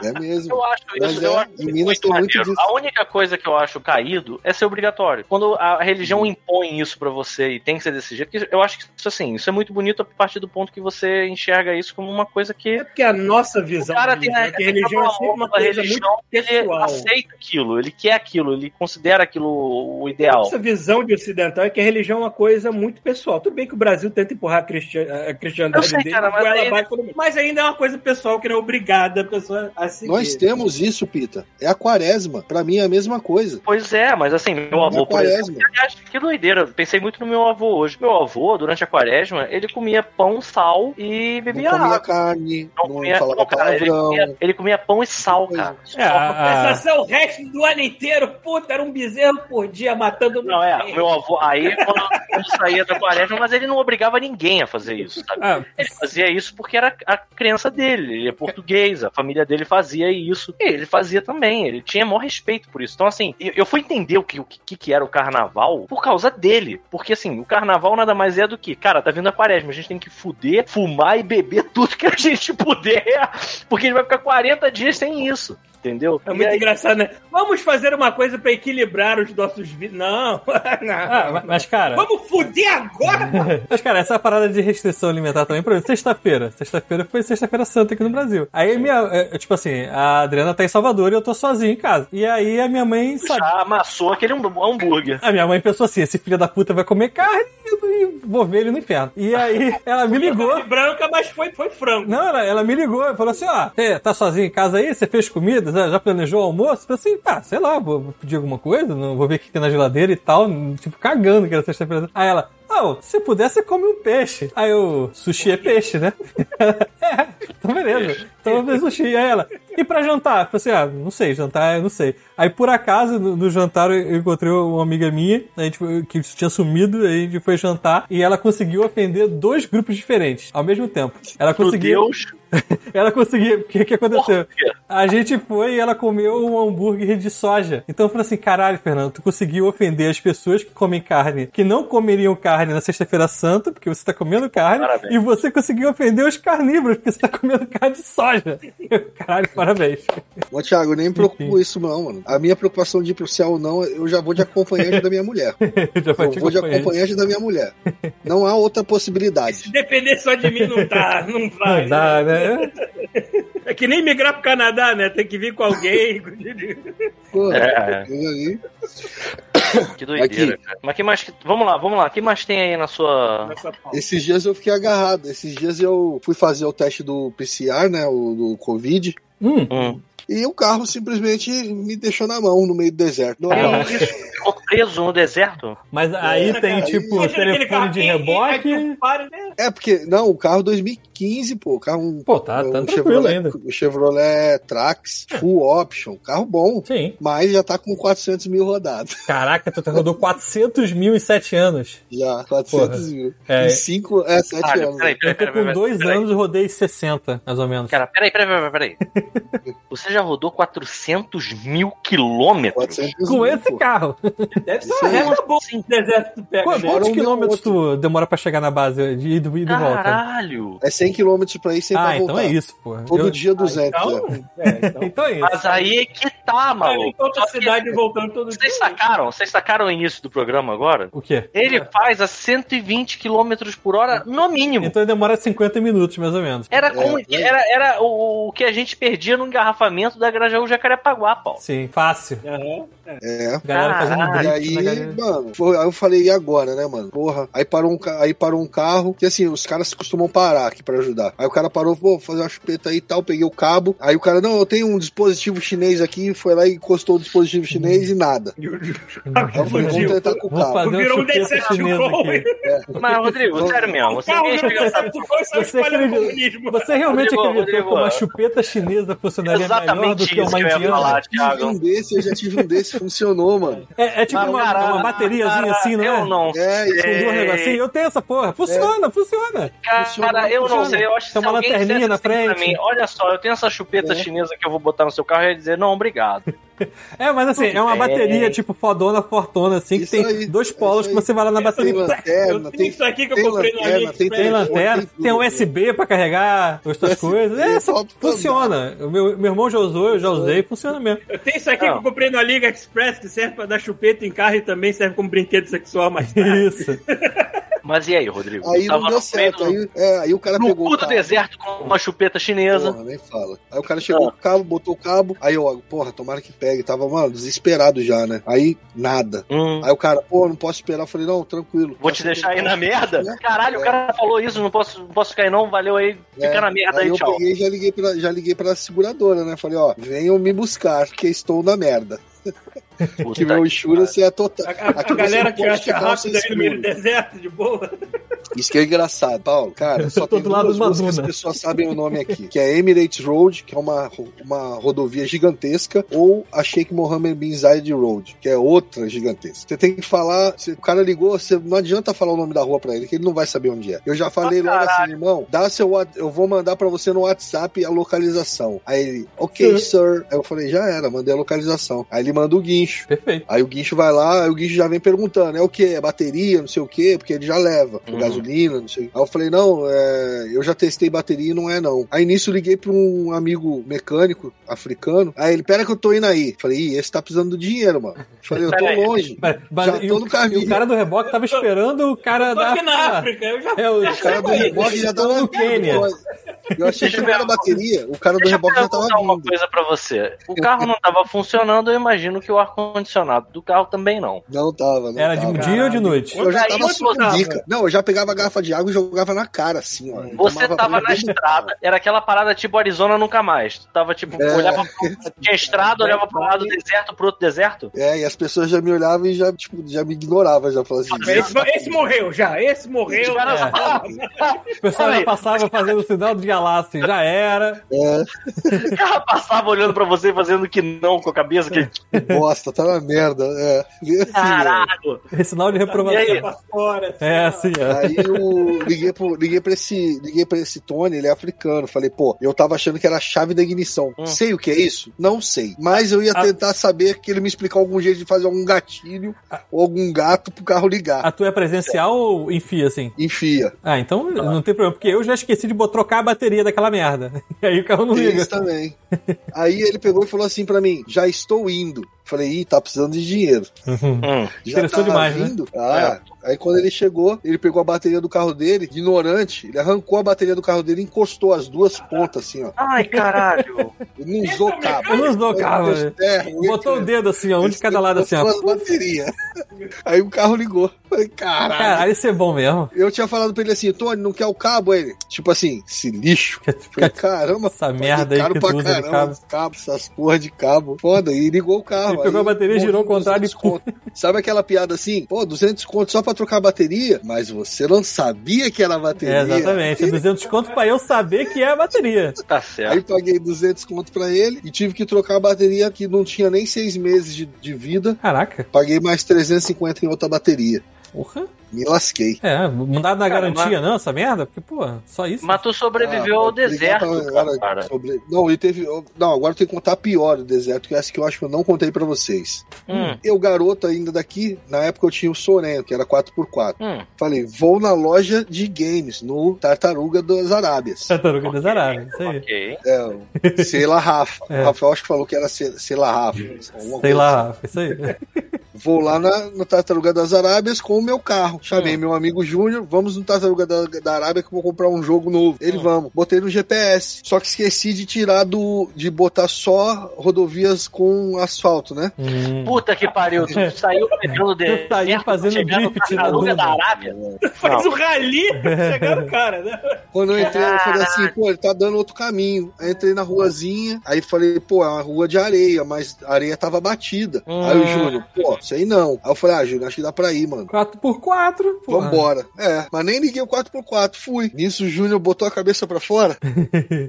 [SPEAKER 5] É mesmo.
[SPEAKER 3] Eu acho
[SPEAKER 5] Mas
[SPEAKER 3] isso,
[SPEAKER 5] é,
[SPEAKER 3] eu acho
[SPEAKER 5] em Minas tem muito disso.
[SPEAKER 3] A única coisa que eu acho caído é ser obrigatório. Quando a religião impõe isso pra você e tem que ser desse jeito, porque eu acho que isso assim, isso é muito bonito a partir do ponto que você enxerga isso como uma coisa que
[SPEAKER 2] É porque a nossa visão
[SPEAKER 3] cara
[SPEAKER 2] de
[SPEAKER 3] tem,
[SPEAKER 2] religião, que
[SPEAKER 3] tem
[SPEAKER 2] religião é
[SPEAKER 3] cada
[SPEAKER 2] sempre
[SPEAKER 3] um
[SPEAKER 2] uma
[SPEAKER 3] da
[SPEAKER 2] coisa muito
[SPEAKER 3] religião tá que ele
[SPEAKER 2] pessoal.
[SPEAKER 3] aceita aquilo, ele quer aquilo, ele considera aquilo o ideal.
[SPEAKER 2] Nossa visão de ocidental é que a religião é uma coisa muito pessoal. Tudo bem que o Brasil tenta empurrar a, cristian- a cristiandade
[SPEAKER 3] Eu sei,
[SPEAKER 2] dele,
[SPEAKER 3] cara, mas
[SPEAKER 2] goela
[SPEAKER 3] aí-
[SPEAKER 2] abaixo todo mundo. mas ainda é uma coisa pessoal que não é obrigada a pessoa a seguir.
[SPEAKER 5] Nós temos isso, Pita. É a quaresma. Pra mim é a mesma coisa.
[SPEAKER 3] Pois é, mas assim, meu
[SPEAKER 5] É a
[SPEAKER 3] avô, por exemplo,
[SPEAKER 5] quaresma.
[SPEAKER 3] aliás, que doideira, eu pensei muito no meu avô hoje. Meu avô, durante a quaresma, ele comia pão, sal e
[SPEAKER 5] Não
[SPEAKER 3] bebia
[SPEAKER 5] comia
[SPEAKER 3] água.
[SPEAKER 5] carne,
[SPEAKER 3] Não
[SPEAKER 5] não,
[SPEAKER 3] comia,
[SPEAKER 5] falava
[SPEAKER 3] não, cara, ele,
[SPEAKER 5] palavrão.
[SPEAKER 3] comia, ele comia pão e sal, cara.
[SPEAKER 4] É, a-
[SPEAKER 5] assim.
[SPEAKER 4] a-
[SPEAKER 2] Compensação, o resto do ano inteiro, puta, era um bezerro por dia matando
[SPEAKER 3] Não, é, o meu avô, aí quando, quando saía da quaresma, mas ele não obrigava ninguém a fazer isso, sabe?
[SPEAKER 4] ah,
[SPEAKER 3] Ele fazia isso porque era a crença dele, ele é português, a família dele fazia isso. E ele fazia também, ele tinha maior respeito por isso. Então, assim, eu, eu fui entender o que, o que, que era o carnaval por causa dele. Porque, assim, o carnaval nada mais é do que, cara, tá vindo a quaresma, a gente tem que fuder, fumar e beber tudo que a gente puder, porque a gente vai ficar 40 dias sem isso. Entendeu?
[SPEAKER 2] É
[SPEAKER 3] E
[SPEAKER 2] muito
[SPEAKER 3] aí-
[SPEAKER 2] engraçado, né? Vamos fazer uma coisa pra equilibrar os nossos vídeos. Não,
[SPEAKER 4] Ah,
[SPEAKER 2] não.
[SPEAKER 4] ma- mas, cara.
[SPEAKER 2] Vamos foder agora,
[SPEAKER 4] Mas, cara, essa é parada de restrição alimentar também, por exemplo, sexta-feira. Sexta-feira foi sexta-feira santa aqui no Brasil. Aí minha. é, Tipo assim, a Adriana tá em Salvador e eu tô sozinho em casa. E aí a minha mãe sabe.
[SPEAKER 3] Já amassou aquele hambú- hambúrguer.
[SPEAKER 4] A minha mãe pensou assim: esse filho da puta vai comer carne e e vou ver ele no inferno. E aí ela me ligou.
[SPEAKER 2] Foi branca, mas foi, foi frango.
[SPEAKER 4] Não, ela, ela me ligou e falou assim: ó, você tá sozinho em casa aí? Você fez comida? Já, já planejou o almoço? Eu falei assim: ah, sei lá, vou, vou pedir alguma coisa, não, vou ver o que tem na geladeira e tal. Tipo, cagando que era sexta-feira. Aí ela. Ah, se puder, você come um peixe. Aí eu, sushi é peixe, né? é, então beleza. Então eu fiz sushi. Aí ela, e pra jantar? Eu falei assim, ah, não sei, jantar, eu não sei. Aí por acaso, no, no jantar, eu encontrei uma amiga minha, a gente foi- que tinha sumido, aí a gente foi jantar, e ela conseguiu ofender dois grupos diferentes, ao mesmo tempo. Ela
[SPEAKER 3] Meu
[SPEAKER 4] conseguiu...
[SPEAKER 3] Deus.
[SPEAKER 4] Ela conseguia. O que, que aconteceu? A gente foi e ela comeu um hambúrguer de soja. Então eu falei assim: caralho, Fernando, tu conseguiu ofender as pessoas que comem carne, que não comeriam carne na Sexta-feira Santa, porque você tá comendo carne,
[SPEAKER 3] Parabéns.
[SPEAKER 4] e você conseguiu ofender os carnívoros, porque você tá comendo carne de soja. Eu, caralho, parabéns.
[SPEAKER 5] Mas, Thiago, eu nem me preocupo com isso, não, mano. A minha preocupação de ir pro céu ou não, eu já vou de acompanhante da minha mulher.
[SPEAKER 4] Já tipo
[SPEAKER 5] Eu vou de acompanhante da minha mulher. Não há outra possibilidade.
[SPEAKER 2] Se depender só de mim, não dá, não vai.
[SPEAKER 4] Não dá, né?
[SPEAKER 2] É que nem migrar pro Canadá, né? Tem que vir com alguém.
[SPEAKER 5] Pô,
[SPEAKER 3] É.
[SPEAKER 5] eu ali- É.
[SPEAKER 3] Que doideira, cara. Mas que mais. que- Vamos lá, vamos lá. O que mais tem aí na sua.
[SPEAKER 2] Nessa pauta.
[SPEAKER 5] Esses dias eu fiquei agarrado. Esses dias eu fui fazer o teste do PCR, né? O do Covid.
[SPEAKER 4] Hum,
[SPEAKER 3] Hum.
[SPEAKER 5] E o carro simplesmente me deixou na mão no meio do deserto. Não,
[SPEAKER 4] É,
[SPEAKER 5] não,
[SPEAKER 3] Que isso? Ficou preso no deserto?
[SPEAKER 4] mas aí
[SPEAKER 5] É,
[SPEAKER 4] tem
[SPEAKER 5] cara,
[SPEAKER 4] tipo
[SPEAKER 2] Imagina aquele
[SPEAKER 4] telefone
[SPEAKER 2] carro
[SPEAKER 4] de
[SPEAKER 2] que-
[SPEAKER 4] reboque.
[SPEAKER 2] que para, né?
[SPEAKER 5] É porque, não, o carro 2015, pô, o carro um,
[SPEAKER 4] Pô, tá, tá
[SPEAKER 5] um
[SPEAKER 4] tranquilo
[SPEAKER 5] Chevrolet,
[SPEAKER 4] ainda.
[SPEAKER 5] o Chevrolet Trax, full option, carro bom,
[SPEAKER 4] Sim.
[SPEAKER 5] mas já tá com 400 mil rodadas,
[SPEAKER 4] Caraca, tu rodou 400 mil em 7 anos.
[SPEAKER 5] já, 400 mil,
[SPEAKER 4] É.
[SPEAKER 5] em 5 a 7
[SPEAKER 3] Caralho,
[SPEAKER 5] anos.
[SPEAKER 3] Ah, peraí,
[SPEAKER 4] Eu
[SPEAKER 3] peraí,
[SPEAKER 4] tô
[SPEAKER 3] peraí.
[SPEAKER 4] com
[SPEAKER 3] peraí,
[SPEAKER 4] dois
[SPEAKER 3] peraí.
[SPEAKER 4] anos e rodei 60, mais ou menos.
[SPEAKER 3] Cara, peraí, peraí, peraí, peraí. Você já rodou 400 mil quilômetros?
[SPEAKER 5] 400
[SPEAKER 4] com
[SPEAKER 5] mil,
[SPEAKER 4] esse
[SPEAKER 5] pô.
[SPEAKER 4] carro.
[SPEAKER 2] Deve ser uma reta boa
[SPEAKER 3] Sim.
[SPEAKER 2] no deserto do pé. né?
[SPEAKER 4] Qu-
[SPEAKER 5] Agora
[SPEAKER 4] quantos
[SPEAKER 5] um
[SPEAKER 4] quilômetros
[SPEAKER 5] deu
[SPEAKER 4] tu demora pra chegar na base de ida e de volta?
[SPEAKER 3] Caralho!
[SPEAKER 5] É 100 km pra ir sem
[SPEAKER 3] tá
[SPEAKER 4] Ah,
[SPEAKER 5] pra
[SPEAKER 4] então
[SPEAKER 5] voltar.
[SPEAKER 4] é isso, pô.
[SPEAKER 5] Todo
[SPEAKER 4] Eu-
[SPEAKER 5] dia 200.
[SPEAKER 2] Então,
[SPEAKER 5] é.
[SPEAKER 2] é, então.
[SPEAKER 4] Então é isso.
[SPEAKER 3] Mas aí é que tá,
[SPEAKER 2] Cara,
[SPEAKER 3] maluco.
[SPEAKER 2] em outra
[SPEAKER 3] Só que
[SPEAKER 2] cidade voltando todo dia.
[SPEAKER 3] Vocês sacaram? Vocês sacaram o início do programa agora?
[SPEAKER 4] O quê?
[SPEAKER 3] Ele
[SPEAKER 2] É.
[SPEAKER 3] faz a 120 km por hora no mínimo.
[SPEAKER 4] Então demora 50 minutos, mais ou menos.
[SPEAKER 3] Era, como,
[SPEAKER 5] é.
[SPEAKER 3] era, era o, o que a gente perdia no engarrafamento da Grajaú Jacarepaguá, Paulo.
[SPEAKER 4] Sim, fácil.
[SPEAKER 2] Aham.
[SPEAKER 5] É.
[SPEAKER 4] Galera fazendo
[SPEAKER 3] Caralho.
[SPEAKER 5] E
[SPEAKER 4] drift
[SPEAKER 5] aí,
[SPEAKER 4] na Ah, né, galera.
[SPEAKER 5] mano, foi- aí eu falei, e agora, né, mano? Porra. Aí parou um, ca- aí parou um carro, que assim, os caras costumam parar aqui pra ajudar. Aí o cara parou, pô, vou fazer uma chupeta aí e tal, peguei o cabo. Aí o cara, não, eu tenho um dispositivo chinês aqui, foi lá e encostou o dispositivo chinês e nada. Aí eu falei, vamos
[SPEAKER 2] Fugiu.
[SPEAKER 5] tentar com o
[SPEAKER 4] Vou
[SPEAKER 5] carro.
[SPEAKER 4] fazer um
[SPEAKER 2] Virou um
[SPEAKER 4] chupeta
[SPEAKER 2] Decepticon.
[SPEAKER 4] chinesa aqui.
[SPEAKER 3] Mas, Rodrigo, sério mesmo, você
[SPEAKER 2] Carro
[SPEAKER 3] quer
[SPEAKER 2] do
[SPEAKER 3] chegar nessa...
[SPEAKER 2] deserto foi só
[SPEAKER 4] Você
[SPEAKER 2] espalhando
[SPEAKER 4] acredita-
[SPEAKER 2] é comunismo.
[SPEAKER 4] Você realmente
[SPEAKER 3] Rodrigo,
[SPEAKER 4] acreditou
[SPEAKER 3] Rodrigo,
[SPEAKER 4] que uma
[SPEAKER 3] ó.
[SPEAKER 4] chupeta chinesa funcionaria é melhor do
[SPEAKER 3] Exatamente
[SPEAKER 4] que
[SPEAKER 3] isso
[SPEAKER 4] uma
[SPEAKER 3] que eu ia falar,
[SPEAKER 4] indiana?
[SPEAKER 5] Eu tive
[SPEAKER 3] Thiago.
[SPEAKER 5] um desse, eu já tive um desse, funcionou, mano.
[SPEAKER 4] É, é tipo
[SPEAKER 3] Mas,
[SPEAKER 4] uma,
[SPEAKER 3] cara, um
[SPEAKER 4] uma bateriazinha assim, não
[SPEAKER 3] Eu
[SPEAKER 4] é?
[SPEAKER 3] não
[SPEAKER 5] É, isso
[SPEAKER 4] Com duas negocinhos. Eu tenho essa porra. Funciona, funciona.
[SPEAKER 3] Cara, eu não
[SPEAKER 4] funciona.
[SPEAKER 3] sei, eu acho que
[SPEAKER 4] Tem
[SPEAKER 3] se
[SPEAKER 4] uma
[SPEAKER 3] alguém dissesse
[SPEAKER 4] lanterninha na
[SPEAKER 3] assim pra
[SPEAKER 4] frente.
[SPEAKER 3] mim, olha só, eu tenho essa chupeta
[SPEAKER 5] É.
[SPEAKER 3] chinesa que eu vou botar no seu carro, eu ia dizer, não, obrigado.
[SPEAKER 4] É, mas assim, é uma
[SPEAKER 3] bem.
[SPEAKER 4] bateria tipo fodona, fortona, assim, que
[SPEAKER 5] Isso
[SPEAKER 4] tem
[SPEAKER 5] aí,
[SPEAKER 4] dois
[SPEAKER 5] é
[SPEAKER 4] polos
[SPEAKER 5] isso
[SPEAKER 4] que
[SPEAKER 5] aí.
[SPEAKER 4] você vai lá na bateria.
[SPEAKER 5] Tem
[SPEAKER 4] e plec,
[SPEAKER 5] lanterna,
[SPEAKER 2] Eu tenho
[SPEAKER 5] É, tem
[SPEAKER 2] isso aqui que eu
[SPEAKER 5] tem
[SPEAKER 2] comprei no
[SPEAKER 5] lanterna,
[SPEAKER 2] AliExpress.
[SPEAKER 4] tem lanterna,
[SPEAKER 5] tem
[SPEAKER 4] tem
[SPEAKER 5] tudo.
[SPEAKER 4] USB pra carregar as suas
[SPEAKER 5] USB,
[SPEAKER 4] coisas. É, só
[SPEAKER 5] falta
[SPEAKER 4] funciona. O meu, meu irmão já usou, eu já usei, funciona mesmo.
[SPEAKER 2] Eu tenho isso aqui
[SPEAKER 3] Não.
[SPEAKER 2] que eu comprei no AliExpress, que serve pra dar chupeta em carro e também serve como brinquedo sexual mais tarde.
[SPEAKER 4] Isso.
[SPEAKER 3] Mas e aí, Rodrigo?
[SPEAKER 5] Aí
[SPEAKER 3] Tu
[SPEAKER 5] não deu
[SPEAKER 3] no
[SPEAKER 5] certo.
[SPEAKER 3] meio
[SPEAKER 5] Aí, é, aí o cara
[SPEAKER 3] do- no né?
[SPEAKER 5] pegou
[SPEAKER 3] cu
[SPEAKER 5] o
[SPEAKER 3] do
[SPEAKER 5] carro.
[SPEAKER 3] deserto com uma chupeta chinesa.
[SPEAKER 5] Porra, nem fala. Aí o cara
[SPEAKER 3] É.
[SPEAKER 5] chegou com o cabo, botou o cabo. Aí eu, porra, tomara que pegue. Tava, mano, desesperado já, né? Aí, nada.
[SPEAKER 3] Hum.
[SPEAKER 5] Aí o cara, pô, não posso esperar. Eu falei, não, tranquilo. Tá
[SPEAKER 3] Vou te deixar aí na merda?
[SPEAKER 5] né?
[SPEAKER 3] Caralho, o cara falou isso, não posso, não posso cair não, valeu aí,
[SPEAKER 5] É,
[SPEAKER 3] fica na merda
[SPEAKER 5] Aí
[SPEAKER 3] aí,
[SPEAKER 5] eu
[SPEAKER 3] tchau.
[SPEAKER 5] peguei e já liguei, pra, já liguei pra seguradora, né? Falei, ó, venham me buscar, que estou na merda.
[SPEAKER 3] Puta
[SPEAKER 5] Que meu insurance é total.
[SPEAKER 2] A, a- a
[SPEAKER 5] Aqui você
[SPEAKER 2] galera
[SPEAKER 5] não
[SPEAKER 2] que
[SPEAKER 5] pode
[SPEAKER 2] acha
[SPEAKER 5] ficar
[SPEAKER 2] rápido
[SPEAKER 5] sem
[SPEAKER 2] aí no meio do
[SPEAKER 5] seguro.
[SPEAKER 2] deserto, de boa.
[SPEAKER 5] Isso que é engraçado, Paulo. Cara, só
[SPEAKER 4] Do
[SPEAKER 5] tem
[SPEAKER 4] outro lado
[SPEAKER 5] duas
[SPEAKER 4] de uma
[SPEAKER 5] ruas que as
[SPEAKER 4] duna.
[SPEAKER 5] pessoas sabem o nome aqui. Que é Emirates Road, que é uma, ro- uma rodovia gigantesca, ou a Sheikh Mohammed Bin Zayed Road, que é outra gigantesca. Você tem que falar, se o cara ligou, você não adianta falar o nome da rua pra ele, que ele não vai saber onde é. Eu já falei
[SPEAKER 3] Ah,
[SPEAKER 5] logo assim,
[SPEAKER 3] caralho.
[SPEAKER 5] irmão, dá seu, wa- eu vou mandar pra você no WhatsApp a localização. Aí ele,
[SPEAKER 4] Uhum.
[SPEAKER 5] ok, sir. Aí eu falei, já era, mandei a localização. Aí ele manda o guincho.
[SPEAKER 4] Perfeito.
[SPEAKER 5] Aí o guincho vai lá, aí o guincho já vem perguntando, é o que? É bateria, não sei o quê, porque ele já leva.
[SPEAKER 3] Uhum.
[SPEAKER 5] Gasolina, não sei. Aí eu falei, não, é, eu já testei bateria e não é não. Aí nisso eu liguei pra um amigo mecânico africano, aí ele, pera que eu tô indo aí. Falei, Ih, esse tá precisando do dinheiro, mano. Eu Falei, eu tô
[SPEAKER 3] Pera aí.
[SPEAKER 5] longe.
[SPEAKER 4] Mas- mas-
[SPEAKER 5] Já
[SPEAKER 4] e,
[SPEAKER 5] tô
[SPEAKER 4] o,
[SPEAKER 5] no caminho.
[SPEAKER 4] e o cara do reboque tava esperando o cara
[SPEAKER 2] Tô aqui na
[SPEAKER 4] da.
[SPEAKER 2] África, eu já
[SPEAKER 4] É, o
[SPEAKER 5] O cara do reboque já tava né?
[SPEAKER 4] no Quênia.
[SPEAKER 5] Eu achei que
[SPEAKER 3] Deixa eu
[SPEAKER 5] não era
[SPEAKER 3] ver.
[SPEAKER 5] bateria, o cara do
[SPEAKER 3] Deixa eu
[SPEAKER 5] reboque já tava
[SPEAKER 3] perguntar uma
[SPEAKER 5] vindo.
[SPEAKER 3] coisa pra você. O carro não tava funcionando, eu imagino que o ar-condicionado do carro também não.
[SPEAKER 5] Não tava, não
[SPEAKER 4] Era de
[SPEAKER 5] tava.
[SPEAKER 4] um dia ou de noite?
[SPEAKER 5] Eu já
[SPEAKER 3] Aí
[SPEAKER 5] tava
[SPEAKER 3] eu botava.
[SPEAKER 5] subica. Não, eu já pegava a garrafa de água e jogava na cara, assim, ó. Eu
[SPEAKER 3] Você
[SPEAKER 5] tomava
[SPEAKER 3] tava
[SPEAKER 5] banho
[SPEAKER 3] na
[SPEAKER 5] dentro do
[SPEAKER 3] estrada, era aquela parada tipo Arizona nunca mais. Tu tava tipo,
[SPEAKER 5] É.
[SPEAKER 3] olhava pra, tinha estrada, olhava pro lado do deserto, pro outro deserto.
[SPEAKER 5] É, e as pessoas já me olhavam e já, tipo, já me ignoravam, já falavam assim.
[SPEAKER 2] Esse, esse morreu já, esse morreu.
[SPEAKER 3] Cara,
[SPEAKER 2] já.
[SPEAKER 4] O pessoal já
[SPEAKER 3] Peraí.
[SPEAKER 4] passava fazendo o sinal de galáxia, já era.
[SPEAKER 5] É,
[SPEAKER 3] O cara passava olhando pra você e fazendo que não com a cabeça. Que...
[SPEAKER 5] bosta, tá na merda. É. E assim,
[SPEAKER 3] Caralho!
[SPEAKER 4] É Sinal de reprovação.
[SPEAKER 3] E aí?
[SPEAKER 2] Pra fora.
[SPEAKER 4] É, assim,
[SPEAKER 5] é,
[SPEAKER 4] ó.
[SPEAKER 5] Aí eu liguei, pro, liguei, pra esse, liguei pra esse Tony, ele é africano. Falei, pô, eu tava achando que era a chave da ignição.
[SPEAKER 3] Hum.
[SPEAKER 5] Sei o que é isso? Não sei. Mas eu ia
[SPEAKER 4] A-
[SPEAKER 5] tentar saber que ele me explicar algum jeito de fazer algum gatilho ou algum gato pro carro ligar.
[SPEAKER 4] A tua é presencial ou enfia, assim?
[SPEAKER 5] Enfia.
[SPEAKER 4] Ah, então não tem problema, porque eu já esqueci de bo- trocar a bateria daquela merda. E aí o carro não
[SPEAKER 5] Tem
[SPEAKER 4] liga.
[SPEAKER 5] isso também. Aí ele pegou e falou assim pra mim: já estou indo. Falei, ih, tá precisando de dinheiro. tá
[SPEAKER 3] Hum.
[SPEAKER 5] Já
[SPEAKER 4] Interessou
[SPEAKER 5] tava
[SPEAKER 4] demais, né?
[SPEAKER 5] vindo? Ah, Aí quando ele chegou, ele pegou a bateria do carro dele, ignorante, ele arrancou a bateria do carro dele e encostou as duas pontas assim, ó.
[SPEAKER 3] Ai, caralho!
[SPEAKER 5] Ele não usou cabo.
[SPEAKER 4] Eu não usou o carro,
[SPEAKER 5] Ele
[SPEAKER 4] velho.
[SPEAKER 5] é, ele-
[SPEAKER 4] Botou o dedo assim, ó, um de cada lado assim, ó.
[SPEAKER 5] encostou as bateria. Aí o carro ligou. Falei, caralho.
[SPEAKER 4] Caralho, isso é bom mesmo.
[SPEAKER 5] Eu tinha falado pra ele assim, Tony, não quer o cabo? Aí Ele, tipo assim, se lixo. Falei,
[SPEAKER 4] Fica é,
[SPEAKER 5] caramba,
[SPEAKER 4] essa
[SPEAKER 5] paguei
[SPEAKER 4] merda aí
[SPEAKER 5] caro
[SPEAKER 4] que
[SPEAKER 5] pra
[SPEAKER 4] tu usa de
[SPEAKER 5] caramba,
[SPEAKER 4] cabo.
[SPEAKER 5] os cabos, essas porra de cabo. Foda, e ligou o carro.
[SPEAKER 4] Ele pegou a bateria, girou o contrário e
[SPEAKER 5] 200 conto. Sabe aquela piada assim? Pô, 200 conto só pra trocar a bateria? Mas você não sabia que era a bateria.
[SPEAKER 4] É, exatamente. 200 conto pra eu saber que é a bateria.
[SPEAKER 3] Tá
[SPEAKER 5] Aí
[SPEAKER 3] certo.
[SPEAKER 5] paguei 200 conto pra ele e tive que trocar a bateria que não tinha nem seis meses de, de vida.
[SPEAKER 4] Caraca,
[SPEAKER 5] Paguei mais 350 em outra bateria.
[SPEAKER 4] porra.
[SPEAKER 5] Me lasquei.
[SPEAKER 4] É, não dá na
[SPEAKER 3] Cara,
[SPEAKER 4] garantia não, essa merda? Porque, pô, só isso.
[SPEAKER 3] Mas tu sobreviveu ao
[SPEAKER 5] Ah, ligar
[SPEAKER 3] deserto,
[SPEAKER 5] pra- cara,
[SPEAKER 3] cara.
[SPEAKER 5] sobre- Não, ele teve. eu- Não, agora tem que contar a pior do deserto, que é essa que eu acho que eu não contei pra vocês.
[SPEAKER 3] Hum,
[SPEAKER 5] Eu, garoto ainda daqui, na época eu tinha o Sorento, que era 4x4.
[SPEAKER 3] hum.
[SPEAKER 5] Falei, vou na loja de games, no Tartaruga das Arábias.
[SPEAKER 4] Tartaruga das Arábias, isso aí.
[SPEAKER 3] Ok.
[SPEAKER 5] É, Sela Rafa.
[SPEAKER 4] É.
[SPEAKER 5] O Rafael acho que falou que era Se- Sela Rafa. alguma
[SPEAKER 4] Sei
[SPEAKER 5] coisa assim.
[SPEAKER 4] lá, isso aí.
[SPEAKER 5] Vou lá na, no Tartaruga das Arábias com o meu carro. Chamei meu amigo Júnior, vamos no Tartaruga da, da Arábia que eu vou comprar um jogo novo. Ele, vamos. Botei no GPS. Só que esqueci de tirar do. de botar só rodovias com asfalto, né?
[SPEAKER 4] Hum.
[SPEAKER 3] Puta que pariu, É. tu saiu pegando
[SPEAKER 4] Eu
[SPEAKER 3] deserto.
[SPEAKER 4] saí fazendo
[SPEAKER 3] chegando na
[SPEAKER 4] drift na
[SPEAKER 3] tartaruga
[SPEAKER 4] duna.
[SPEAKER 3] da Arábia.
[SPEAKER 2] Faz o rally pra chegar no cara, né?
[SPEAKER 5] Quando eu entrei, eu falei assim, pô, ele tá dando outro caminho. Aí entrei na ruazinha, aí falei, pô, é uma rua de areia, mas a areia tava batida. Aí
[SPEAKER 4] Ah.
[SPEAKER 5] o Júnior, pô, sei não. Aí eu falei, ah, Júnior, acho que dá pra ir, mano.
[SPEAKER 4] 4x4, pô.
[SPEAKER 5] Vambora. É, mas nem liguei o 4x4, fui. Nisso o Júnior botou a cabeça pra fora.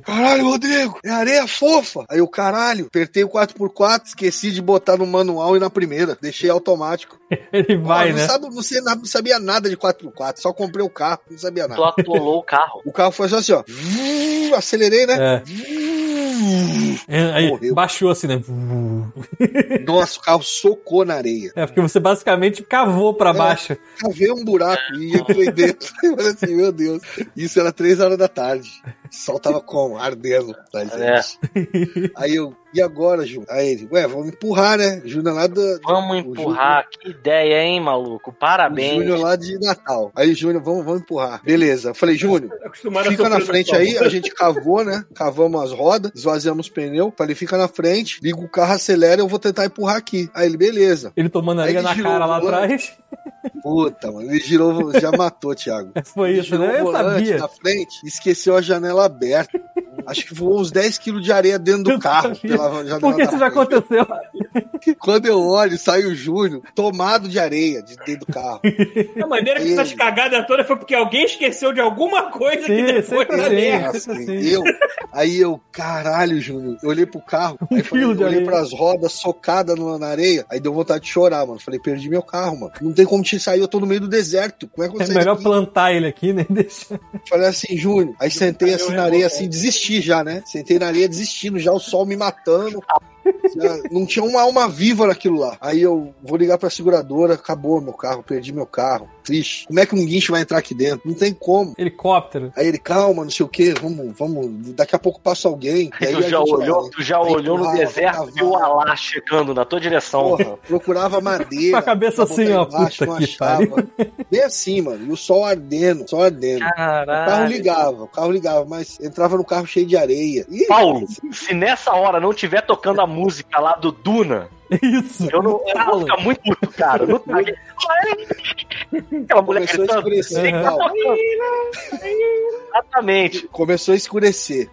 [SPEAKER 5] Caralho, Rodrigo, é areia fofa. Aí eu, caralho, apertei o 4x4, esqueci de botar no manual e na primeira. Deixei automático.
[SPEAKER 4] Ele vai,
[SPEAKER 5] Ah, não,
[SPEAKER 4] né?
[SPEAKER 5] sabe- não sei nada- não sabia nada de 4x4, só comprei o carro, não sabia
[SPEAKER 3] Tu
[SPEAKER 5] nada.
[SPEAKER 3] atolou o carro.
[SPEAKER 5] O carro foi só assim, ó. Vum, Acelerei, né?
[SPEAKER 4] É.
[SPEAKER 5] Vum.
[SPEAKER 4] É, Aí
[SPEAKER 5] Morreu.
[SPEAKER 4] baixou assim, né?
[SPEAKER 5] Nossa, o carro socou na areia.
[SPEAKER 4] É, porque você basicamente cavou
[SPEAKER 5] É.
[SPEAKER 4] pra baixo.
[SPEAKER 5] Cavei um buraco e entrei dentro. Eu falei assim, meu Deus. Isso era três horas da tarde. O sol tava como? Ardendo. Tá,
[SPEAKER 3] É.
[SPEAKER 5] gente? Aí eu, e agora, Júnior? Aí ele, ué, vamos empurrar, né? Júnior lá da. o
[SPEAKER 3] Vamos empurrar, que ideia, hein, maluco?
[SPEAKER 5] o
[SPEAKER 3] Parabéns.
[SPEAKER 5] Júnior lá de Natal. Aí, Júnior, vamos, vamos empurrar. Beleza. Eu falei, Júnior,
[SPEAKER 2] Acostumado
[SPEAKER 5] Fica na frente aí, a
[SPEAKER 2] a
[SPEAKER 5] gente cavou, né? Cavamos as rodas, esvaziamos o pneu. Falei, fica na frente, liga o carro, acelera, eu vou tentar empurrar aqui. Aí ele, beleza.
[SPEAKER 4] Ele tomando a
[SPEAKER 5] Aí
[SPEAKER 4] liga
[SPEAKER 5] ele
[SPEAKER 4] na
[SPEAKER 5] girou
[SPEAKER 4] cara lá
[SPEAKER 5] o volante.
[SPEAKER 4] atrás.
[SPEAKER 5] Puta, mano, ele girou, já matou, Thiago.
[SPEAKER 4] Foi
[SPEAKER 5] Ele
[SPEAKER 4] isso,
[SPEAKER 5] girou
[SPEAKER 4] né?
[SPEAKER 5] o
[SPEAKER 4] Eu
[SPEAKER 5] volante tá
[SPEAKER 4] sabia.
[SPEAKER 5] Na frente, esqueceu a janela aberta. Acho que voou uns 10 quilos de areia dentro do
[SPEAKER 4] Eu
[SPEAKER 5] carro.
[SPEAKER 4] sabia.
[SPEAKER 5] Pela janela
[SPEAKER 4] Porque
[SPEAKER 5] da
[SPEAKER 4] isso já
[SPEAKER 5] frente.
[SPEAKER 4] aconteceu.
[SPEAKER 5] Quando eu olho, sai o Júnior tomado de areia de dentro do carro.
[SPEAKER 2] A maneira que essas cagadas todas foi porque alguém esqueceu de alguma coisa que
[SPEAKER 4] Sim,
[SPEAKER 2] depois
[SPEAKER 4] sempre
[SPEAKER 2] da
[SPEAKER 4] tem.
[SPEAKER 2] merda.
[SPEAKER 5] Nossa,
[SPEAKER 4] assim.
[SPEAKER 5] eu, aí eu, caralho, Júnior. Eu olhei pro carro, aí falei,
[SPEAKER 4] quilo de
[SPEAKER 5] eu olhei
[SPEAKER 4] Um areia.
[SPEAKER 5] pras rodas socada no- na areia, aí deu vontade de chorar, mano. Falei, perdi meu carro, mano. Não tem como te sair, eu tô no meio do deserto. Como é que eu
[SPEAKER 4] É
[SPEAKER 5] saio
[SPEAKER 4] melhor
[SPEAKER 5] daqui?
[SPEAKER 4] plantar ele aqui, né? Deixa.
[SPEAKER 5] Falei assim, Júnior. Aí sentei assim na areia, assim, desisti já, né? Sentei na areia desistindo, já o sol me matando. Já não tinha uma alma viva naquilo lá. Aí eu vou ligar pra seguradora, acabou meu carro, perdi meu carro. Triste. Como é que um guincho vai entrar aqui dentro? Não tem como.
[SPEAKER 4] Helicóptero.
[SPEAKER 5] Aí ele, calma, não sei o quê, vamos, vamos, daqui a pouco passa alguém. E
[SPEAKER 3] Aí
[SPEAKER 5] aí
[SPEAKER 3] tu
[SPEAKER 5] a
[SPEAKER 3] já
[SPEAKER 5] gente
[SPEAKER 3] olhou,
[SPEAKER 5] vai.
[SPEAKER 3] tu já
[SPEAKER 5] Aí
[SPEAKER 3] olhou no
[SPEAKER 5] cavalo,
[SPEAKER 3] deserto e viu o
[SPEAKER 5] cavalo.
[SPEAKER 3] Alá chegando na tua direção.
[SPEAKER 5] Porra, procurava madeira.
[SPEAKER 4] Com a
[SPEAKER 5] pra
[SPEAKER 4] cabeça
[SPEAKER 5] botar
[SPEAKER 4] assim, ó,
[SPEAKER 5] embaixo,
[SPEAKER 4] puta
[SPEAKER 5] não
[SPEAKER 4] que
[SPEAKER 5] achava. Bem assim, mano. E o sol ardendo, sol ardendo. O carro
[SPEAKER 3] Caralho.
[SPEAKER 5] ligava, o carro ligava, mas entrava no carro cheio de areia. Ih,
[SPEAKER 3] Paulo, se nessa hora não tiver tocando a música lá do Duna,
[SPEAKER 4] É Isso.
[SPEAKER 3] eu não eu vou ficar muito puto, cara. Eu Não tá aqui. Aquela mulher
[SPEAKER 5] começou a
[SPEAKER 3] gritando. tá
[SPEAKER 5] escurecer,
[SPEAKER 4] Uhum.
[SPEAKER 5] Paulo.
[SPEAKER 3] Exatamente.
[SPEAKER 5] Começou a escurecer.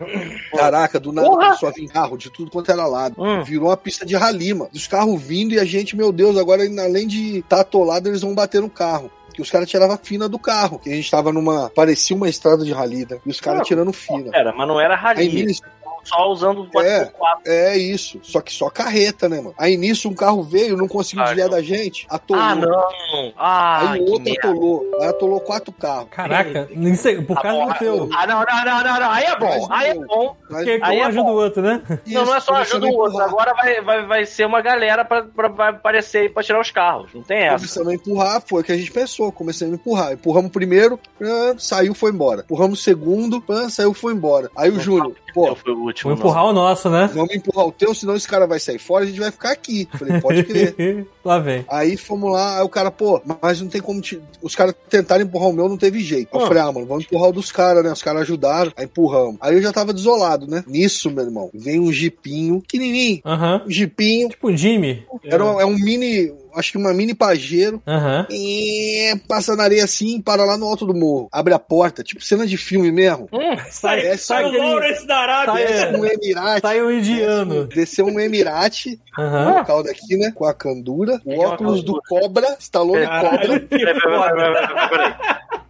[SPEAKER 5] Caraca, do nada
[SPEAKER 3] Porra!
[SPEAKER 5] começou a vir carro de tudo quanto era lado.
[SPEAKER 3] Hum.
[SPEAKER 5] Virou uma pista de rali, mano. Os carros vindo e a gente, meu Deus, agora além de estar tá atolado, eles vão bater no carro. Que os caras tiravam fina do carro. Que a gente tava numa. Parecia uma estrada de rali, né? E os caras
[SPEAKER 3] Não.
[SPEAKER 5] tirando fina.
[SPEAKER 3] Era, mas não era
[SPEAKER 5] Aí
[SPEAKER 3] rali,
[SPEAKER 5] nisso,
[SPEAKER 3] só usando o 4x4.
[SPEAKER 5] é isso. Só que só carreta, né, mano? Aí nisso um carro veio, não conseguiu
[SPEAKER 3] Ah,
[SPEAKER 5] desviar
[SPEAKER 3] não.
[SPEAKER 5] da gente, atolou.
[SPEAKER 3] Ah, não! Ah,
[SPEAKER 5] Aí o
[SPEAKER 3] que
[SPEAKER 5] outro
[SPEAKER 3] merda.
[SPEAKER 5] atolou. Aí atolou quatro carros.
[SPEAKER 4] Caraca, nem sei, por
[SPEAKER 3] Tá
[SPEAKER 4] causa
[SPEAKER 3] bom,
[SPEAKER 4] do teu.
[SPEAKER 3] Ah, não, não, não, não, não. Aí é bom, aí é bom.
[SPEAKER 5] Mas-
[SPEAKER 4] Porque
[SPEAKER 3] Aí
[SPEAKER 4] um
[SPEAKER 3] é
[SPEAKER 4] ajuda o outro, né?
[SPEAKER 3] Não, não é só
[SPEAKER 5] começamos
[SPEAKER 3] ajuda
[SPEAKER 5] a
[SPEAKER 3] o outro.
[SPEAKER 5] empurrar.
[SPEAKER 3] Agora vai, vai, vai ser uma galera pra, pra, vai aparecer aí pra tirar os carros. Não tem essa.
[SPEAKER 5] Começamos a empurrar, foi o que a gente pensou. Começamos a empurrar. Empurramos o primeiro, ah, saiu, foi embora. Empurramos o segundo, ah, saiu, foi embora. Aí o Júnior, pô,
[SPEAKER 3] Eu fui o último.
[SPEAKER 4] Vou empurrar o nosso, né?
[SPEAKER 5] vamos empurrar o teu, senão esse cara vai sair fora, a gente vai ficar aqui. Falei, pode crer.
[SPEAKER 4] Lá vem.
[SPEAKER 5] Aí fomos lá, aí o cara, pô, mas não tem como. Te... Os caras tentaram empurrar o meu, não teve jeito. Aí Eu
[SPEAKER 3] Ah.
[SPEAKER 5] falei, ah, mano, vamos empurrar o dos caras, né? Os caras ajudaram, aí empurramos. Aí eu já tava desolado, né? Nisso, meu irmão, vem um jipinho, pequenininho,
[SPEAKER 4] Aham.
[SPEAKER 5] um jipinho,
[SPEAKER 4] Tipo o Jimmy.
[SPEAKER 5] era um, é um mini, acho que uma mini pajero.
[SPEAKER 4] Aham.
[SPEAKER 5] E passa na areia assim, para lá no alto do morro. Abre a porta, tipo cena de filme mesmo.
[SPEAKER 2] Sai,
[SPEAKER 5] É,
[SPEAKER 2] sai,
[SPEAKER 5] sai
[SPEAKER 2] o
[SPEAKER 5] aquele-
[SPEAKER 2] Lawrence da Arábia.
[SPEAKER 4] sai- é.
[SPEAKER 5] Desce um Emirate.
[SPEAKER 4] Sai o indiano.
[SPEAKER 5] Desceu um Emirate,
[SPEAKER 4] Aham.
[SPEAKER 5] o caldo aqui, né? Com a candura. O
[SPEAKER 3] Tem uma
[SPEAKER 5] óculos do Cobra, Stallone Cobra.
[SPEAKER 2] Caralho, que foda.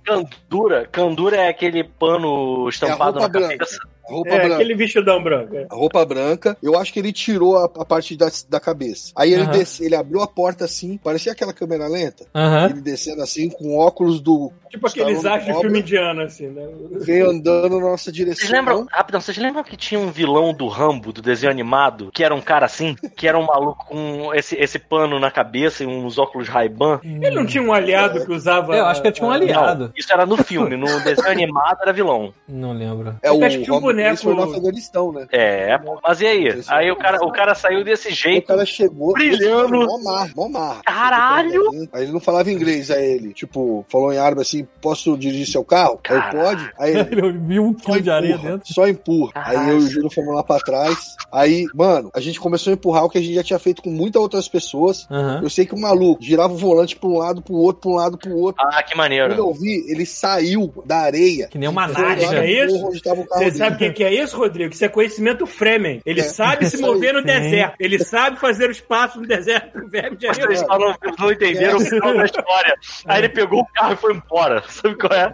[SPEAKER 3] Candura, candura é aquele pano estampado
[SPEAKER 5] É a
[SPEAKER 3] na
[SPEAKER 5] roupa
[SPEAKER 3] cabeça.
[SPEAKER 5] a Roupa
[SPEAKER 2] É,
[SPEAKER 5] branca.
[SPEAKER 2] aquele vestidão branco. é.
[SPEAKER 5] a roupa branca. Eu acho que ele tirou a, a parte da, da cabeça. Aí ele,
[SPEAKER 4] Aham.
[SPEAKER 5] desce, ele abriu a porta assim, parecia aquela câmera lenta.
[SPEAKER 4] Aham.
[SPEAKER 5] Ele descendo assim, com óculos do.
[SPEAKER 2] Tipo aqueles
[SPEAKER 5] Stallone
[SPEAKER 2] achos de
[SPEAKER 5] Cobra.
[SPEAKER 2] filme indiano, assim, né?
[SPEAKER 5] Veio andando na nossa direção.
[SPEAKER 3] Vocês lembram, rapidão, vocês lembram que tinha um vilão do Rambo, do desenho animado, que era um cara assim, que era um maluco com esse, esse pano na cabeça e uns óculos Ray-Ban?
[SPEAKER 2] Ele não tinha um aliado que usava.
[SPEAKER 4] Eu acho que tinha um
[SPEAKER 2] a-
[SPEAKER 4] aliado.
[SPEAKER 3] Não, isso era no filme, no desenho animado era vilão.
[SPEAKER 4] Não lembro.
[SPEAKER 5] É
[SPEAKER 2] Eu
[SPEAKER 5] o
[SPEAKER 2] acho que tinha um
[SPEAKER 5] Robert Wilson
[SPEAKER 2] boneco-
[SPEAKER 5] foi no Afeganistão, né?
[SPEAKER 3] É, pô, mas e aí? Aí o cara, o cara saiu desse
[SPEAKER 5] O
[SPEAKER 3] jeito.
[SPEAKER 5] cara chegou.
[SPEAKER 3] Brilhando.
[SPEAKER 5] Mó marra, mó marra.
[SPEAKER 3] Caralho!
[SPEAKER 5] Aí ele não falava inglês a ele. Tipo, falou em árabe assim: posso dirigir seu carro? Aí
[SPEAKER 3] Caralho.
[SPEAKER 5] pode? Aí ele.
[SPEAKER 4] Eu vi um
[SPEAKER 5] Só
[SPEAKER 4] quilo de areia
[SPEAKER 5] empurra,
[SPEAKER 4] dentro.
[SPEAKER 5] só empurra. Aí eu e o Júlio fomos lá pra trás. Aí, mano, a gente começou a empurrar o que a gente já tinha feito com muitas outras pessoas.
[SPEAKER 4] Aham.
[SPEAKER 5] Eu sei que o maluco girava o volante pra um lado, pro outro, pra um lado, pro outro.
[SPEAKER 3] Ah, que
[SPEAKER 5] Quando
[SPEAKER 3] maneiro.
[SPEAKER 5] eu vi, ele saiu da areia.
[SPEAKER 4] Que nem uma
[SPEAKER 5] foi lá
[SPEAKER 2] Nádia,
[SPEAKER 5] no
[SPEAKER 2] é
[SPEAKER 4] naja.
[SPEAKER 2] isso?
[SPEAKER 5] morro Onde tava o carro
[SPEAKER 2] Você
[SPEAKER 5] dele.
[SPEAKER 2] sabe o que que é isso, Rodrigo? Isso é conhecimento Fremen. Ele
[SPEAKER 5] É.
[SPEAKER 2] sabe se
[SPEAKER 5] Isso aí.
[SPEAKER 2] mover no
[SPEAKER 4] Sim.
[SPEAKER 2] deserto. Ele sabe fazer os passos no deserto do verbo de areia.
[SPEAKER 3] Vocês só não, não entenderam
[SPEAKER 4] é.
[SPEAKER 3] o final da história. Aí ele pegou o carro e foi embora. Sabe qual é?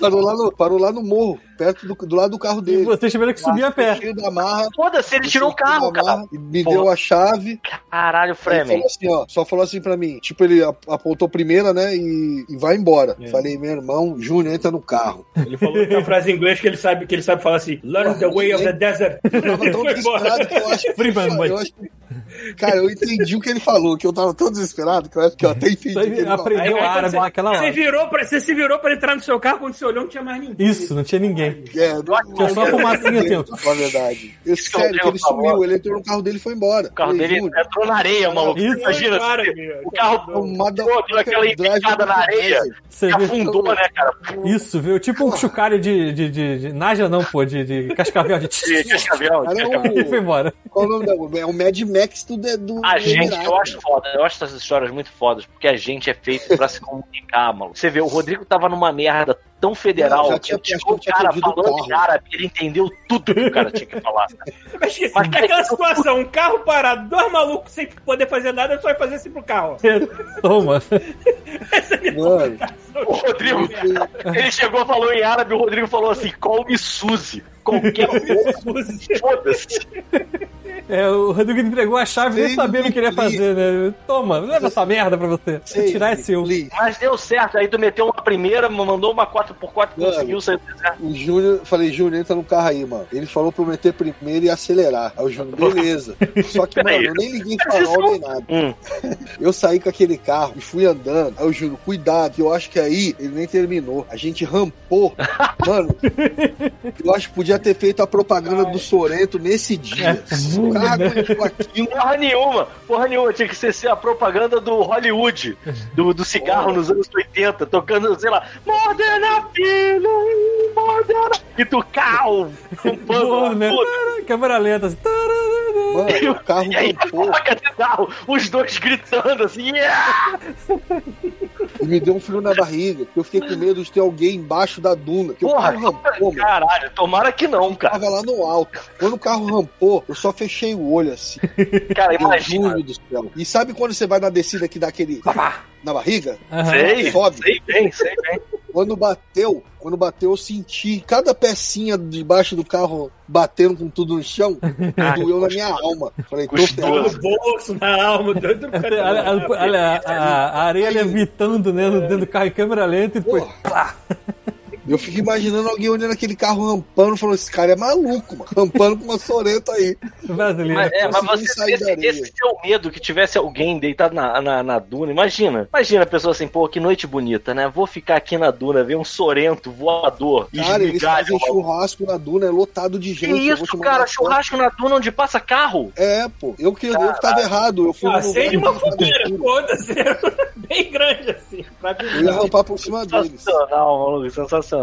[SPEAKER 5] Parou lá no, parou lá no morro, perto do, do lado do carro
[SPEAKER 4] E
[SPEAKER 5] dele.
[SPEAKER 4] vocês tiveram que subir a pé.
[SPEAKER 5] Cheio da marra.
[SPEAKER 3] Foda-se, ele tirou o carro,
[SPEAKER 4] né?
[SPEAKER 3] cara.
[SPEAKER 5] E me
[SPEAKER 3] Pô.
[SPEAKER 5] deu a chave.
[SPEAKER 3] Caralho,
[SPEAKER 5] Ele
[SPEAKER 3] Fremen.
[SPEAKER 5] falou assim, ó, só falou assim pra mim. Tipo, ele ap- apontou primeira, né? E, e vai embora.
[SPEAKER 2] É.
[SPEAKER 5] Falei, meu irmão, Júnior, entra no carro.
[SPEAKER 2] Ele falou que é uma frase em inglês que ele sabe, que ele sabe falar assim: Learn the way of the desert.
[SPEAKER 5] Eu tava tão
[SPEAKER 2] Foi embora.
[SPEAKER 5] desesperado que eu acho que.
[SPEAKER 4] Prima, mãe.
[SPEAKER 5] Eu acho que- Cara, eu entendi o que ele falou, que eu tava tão desesperado que eu acho que eu até entendi. o que ele falou.
[SPEAKER 4] Aprendeu
[SPEAKER 2] Aí, aí,
[SPEAKER 4] árabe
[SPEAKER 2] você-
[SPEAKER 4] naquela
[SPEAKER 2] Você,
[SPEAKER 4] hora.
[SPEAKER 2] virou pra, você se virou pra entrar no seu carro quando você olhou não tinha mais ninguém.
[SPEAKER 4] Isso, não tinha ninguém.
[SPEAKER 5] É, não-
[SPEAKER 4] Tinha só a fumacinha dentro.
[SPEAKER 5] Na verdade. Eu,
[SPEAKER 3] Isso que é eu
[SPEAKER 5] sério, que ele
[SPEAKER 3] tenho pra
[SPEAKER 5] sumiu,
[SPEAKER 3] falar.
[SPEAKER 5] ele entrou no carro dele e foi embora.
[SPEAKER 3] O carro
[SPEAKER 5] Falei,
[SPEAKER 3] dele é
[SPEAKER 5] Júnior, é um
[SPEAKER 3] entrou na areia, maluco.
[SPEAKER 4] é Isso. é
[SPEAKER 3] Imagina,
[SPEAKER 2] Foi embora,
[SPEAKER 3] assim,
[SPEAKER 2] meu.
[SPEAKER 3] o carro
[SPEAKER 5] tomada-
[SPEAKER 3] Pô, deu aquela
[SPEAKER 5] um
[SPEAKER 3] enficada na areia.
[SPEAKER 4] Você viu
[SPEAKER 3] afundou, né, cara?
[SPEAKER 4] isso, viu? Tipo um chucalho de, de, de, de- Naja não, pô, de, de cascavel. De... é
[SPEAKER 3] De Cascavel, de
[SPEAKER 5] Cara,
[SPEAKER 3] Cascavel.
[SPEAKER 4] E foi embora.
[SPEAKER 5] Qual o um, nome da. É o Mad Max Vex, tudo é do.
[SPEAKER 3] A
[SPEAKER 5] do
[SPEAKER 3] gente,
[SPEAKER 5] Iraque.
[SPEAKER 3] eu acho foda, eu acho essas histórias muito fodas, porque a gente é feito pra se comunicar, mano. Você vê, o Rodrigo tava numa merda tão federal
[SPEAKER 5] Não, já
[SPEAKER 3] que
[SPEAKER 5] tinha-
[SPEAKER 3] ele chegou
[SPEAKER 5] acho
[SPEAKER 3] o
[SPEAKER 5] que eu tinha
[SPEAKER 3] cara
[SPEAKER 5] perdido o
[SPEAKER 3] falando
[SPEAKER 5] corre.
[SPEAKER 3] em árabe, ele entendeu tudo que o cara tinha que falar.
[SPEAKER 2] Mas que,
[SPEAKER 3] Mas, cara,
[SPEAKER 2] aquela situação, um carro parado, dois malucos sem poder fazer nada, só vai fazer assim pro carro.
[SPEAKER 4] Toma.
[SPEAKER 5] Mano,
[SPEAKER 3] O Rodrigo, ele chegou, falou em árabe, o Rodrigo falou assim, call me Suzy. Qualquer coisa, foda-se.
[SPEAKER 4] É, o Rodrigo entregou a chave nem
[SPEAKER 8] Sim,
[SPEAKER 4] sabendo o que ele ia
[SPEAKER 8] sim.
[SPEAKER 4] fazer, né? Toma, leva essa merda pra você.
[SPEAKER 8] Sei,
[SPEAKER 4] tirar é seu.
[SPEAKER 8] li.
[SPEAKER 3] Mas deu certo, aí tu meteu uma primeira, mandou uma 4x4,
[SPEAKER 5] Mano.
[SPEAKER 3] conseguiu sair do deserto.
[SPEAKER 5] o Júnior, falei, Júnior, entra no carro aí, mano. Ele falou pra eu meter primeiro e acelerar. Aí o Júnior, beleza. Só que, mano,
[SPEAKER 3] Peraí.
[SPEAKER 5] eu nem liguei em farol nem nada.
[SPEAKER 3] Hum.
[SPEAKER 5] Eu saí com aquele carro e fui andando. Aí eu juro, cuidado, que eu acho que aí ele nem terminou. A gente rampou. Mano, eu acho que podia ter feito a propaganda do Sorento nesse
[SPEAKER 4] É
[SPEAKER 5] dia. Se o
[SPEAKER 4] né?
[SPEAKER 5] cara aguentou aquilo.
[SPEAKER 3] Porra nenhuma, porra nenhuma, tinha que ser ser a propaganda do Hollywood, do, do cigarro nos anos 80, tocando, sei lá, Modena Filho, Modena. E do carro,
[SPEAKER 4] Boa,
[SPEAKER 3] tampando
[SPEAKER 4] né?
[SPEAKER 3] tudo.
[SPEAKER 4] Tará, Câmera lenta. assim, tará,
[SPEAKER 5] Mano, o carro
[SPEAKER 3] E aí,
[SPEAKER 5] rampou.
[SPEAKER 3] coloca de carro, os dois gritando assim, yeah!
[SPEAKER 5] E me deu um frio na barriga. porque Eu fiquei com medo de ter alguém embaixo da duna. Porque
[SPEAKER 3] Porra,
[SPEAKER 5] o carro rampou, mano.
[SPEAKER 3] caralho, tomara que não, cara.
[SPEAKER 5] Tava lá no alto. Quando o carro rampou, eu só fechei o olho assim.
[SPEAKER 3] Cara,
[SPEAKER 5] Meu
[SPEAKER 3] imagina.
[SPEAKER 5] juro do céu. E sabe quando você vai na descida que dá aquele na barriga?
[SPEAKER 4] Aham.
[SPEAKER 3] Sei,
[SPEAKER 5] Sobe.
[SPEAKER 3] sei bem, sei bem.
[SPEAKER 5] Quando bateu, quando bateu, eu senti cada pecinha debaixo do carro batendo com tudo no chão. doeu na minha alma. Falei, tô ferrado.
[SPEAKER 2] No bolso, na alma, dentro do
[SPEAKER 4] A, a-
[SPEAKER 2] cara.
[SPEAKER 4] olha, a- a- a areia levitando né, no- dentro do carro em câmera lenta e depois.
[SPEAKER 5] Porra. Eu fico imaginando alguém olhando aquele carro rampando, falando, esse cara é maluco, mano. Rampando com uma soreta aí.
[SPEAKER 4] Brasileiro.
[SPEAKER 3] Mas, é, mas
[SPEAKER 5] Conseguiu
[SPEAKER 3] você,
[SPEAKER 5] sair da
[SPEAKER 3] esse,
[SPEAKER 5] areia.
[SPEAKER 3] esse seu medo que tivesse alguém deitado na, na, na duna, imagina. Imagina a pessoa assim, pô, que noite bonita, né? Vou ficar aqui na duna, ver um sorento voador e
[SPEAKER 5] Cara, eles
[SPEAKER 3] esmigalho.
[SPEAKER 5] fazem churrasco na duna, é lotado de
[SPEAKER 3] Que
[SPEAKER 5] gente. eu vou te
[SPEAKER 3] isso,
[SPEAKER 5] mandar
[SPEAKER 3] cara?
[SPEAKER 5] foto.
[SPEAKER 3] Churrasco na duna onde passa carro?
[SPEAKER 5] É, pô. Eu que, eu que tava errado. Eu fui no
[SPEAKER 2] Ah, Acende
[SPEAKER 5] lugar
[SPEAKER 2] uma
[SPEAKER 5] que tava
[SPEAKER 2] fogueira,
[SPEAKER 5] escuro.
[SPEAKER 2] foda-se. Bem grande assim. Pra
[SPEAKER 5] Eu ia rampar por cima deles.
[SPEAKER 3] Sensacional, maluco, sensacional.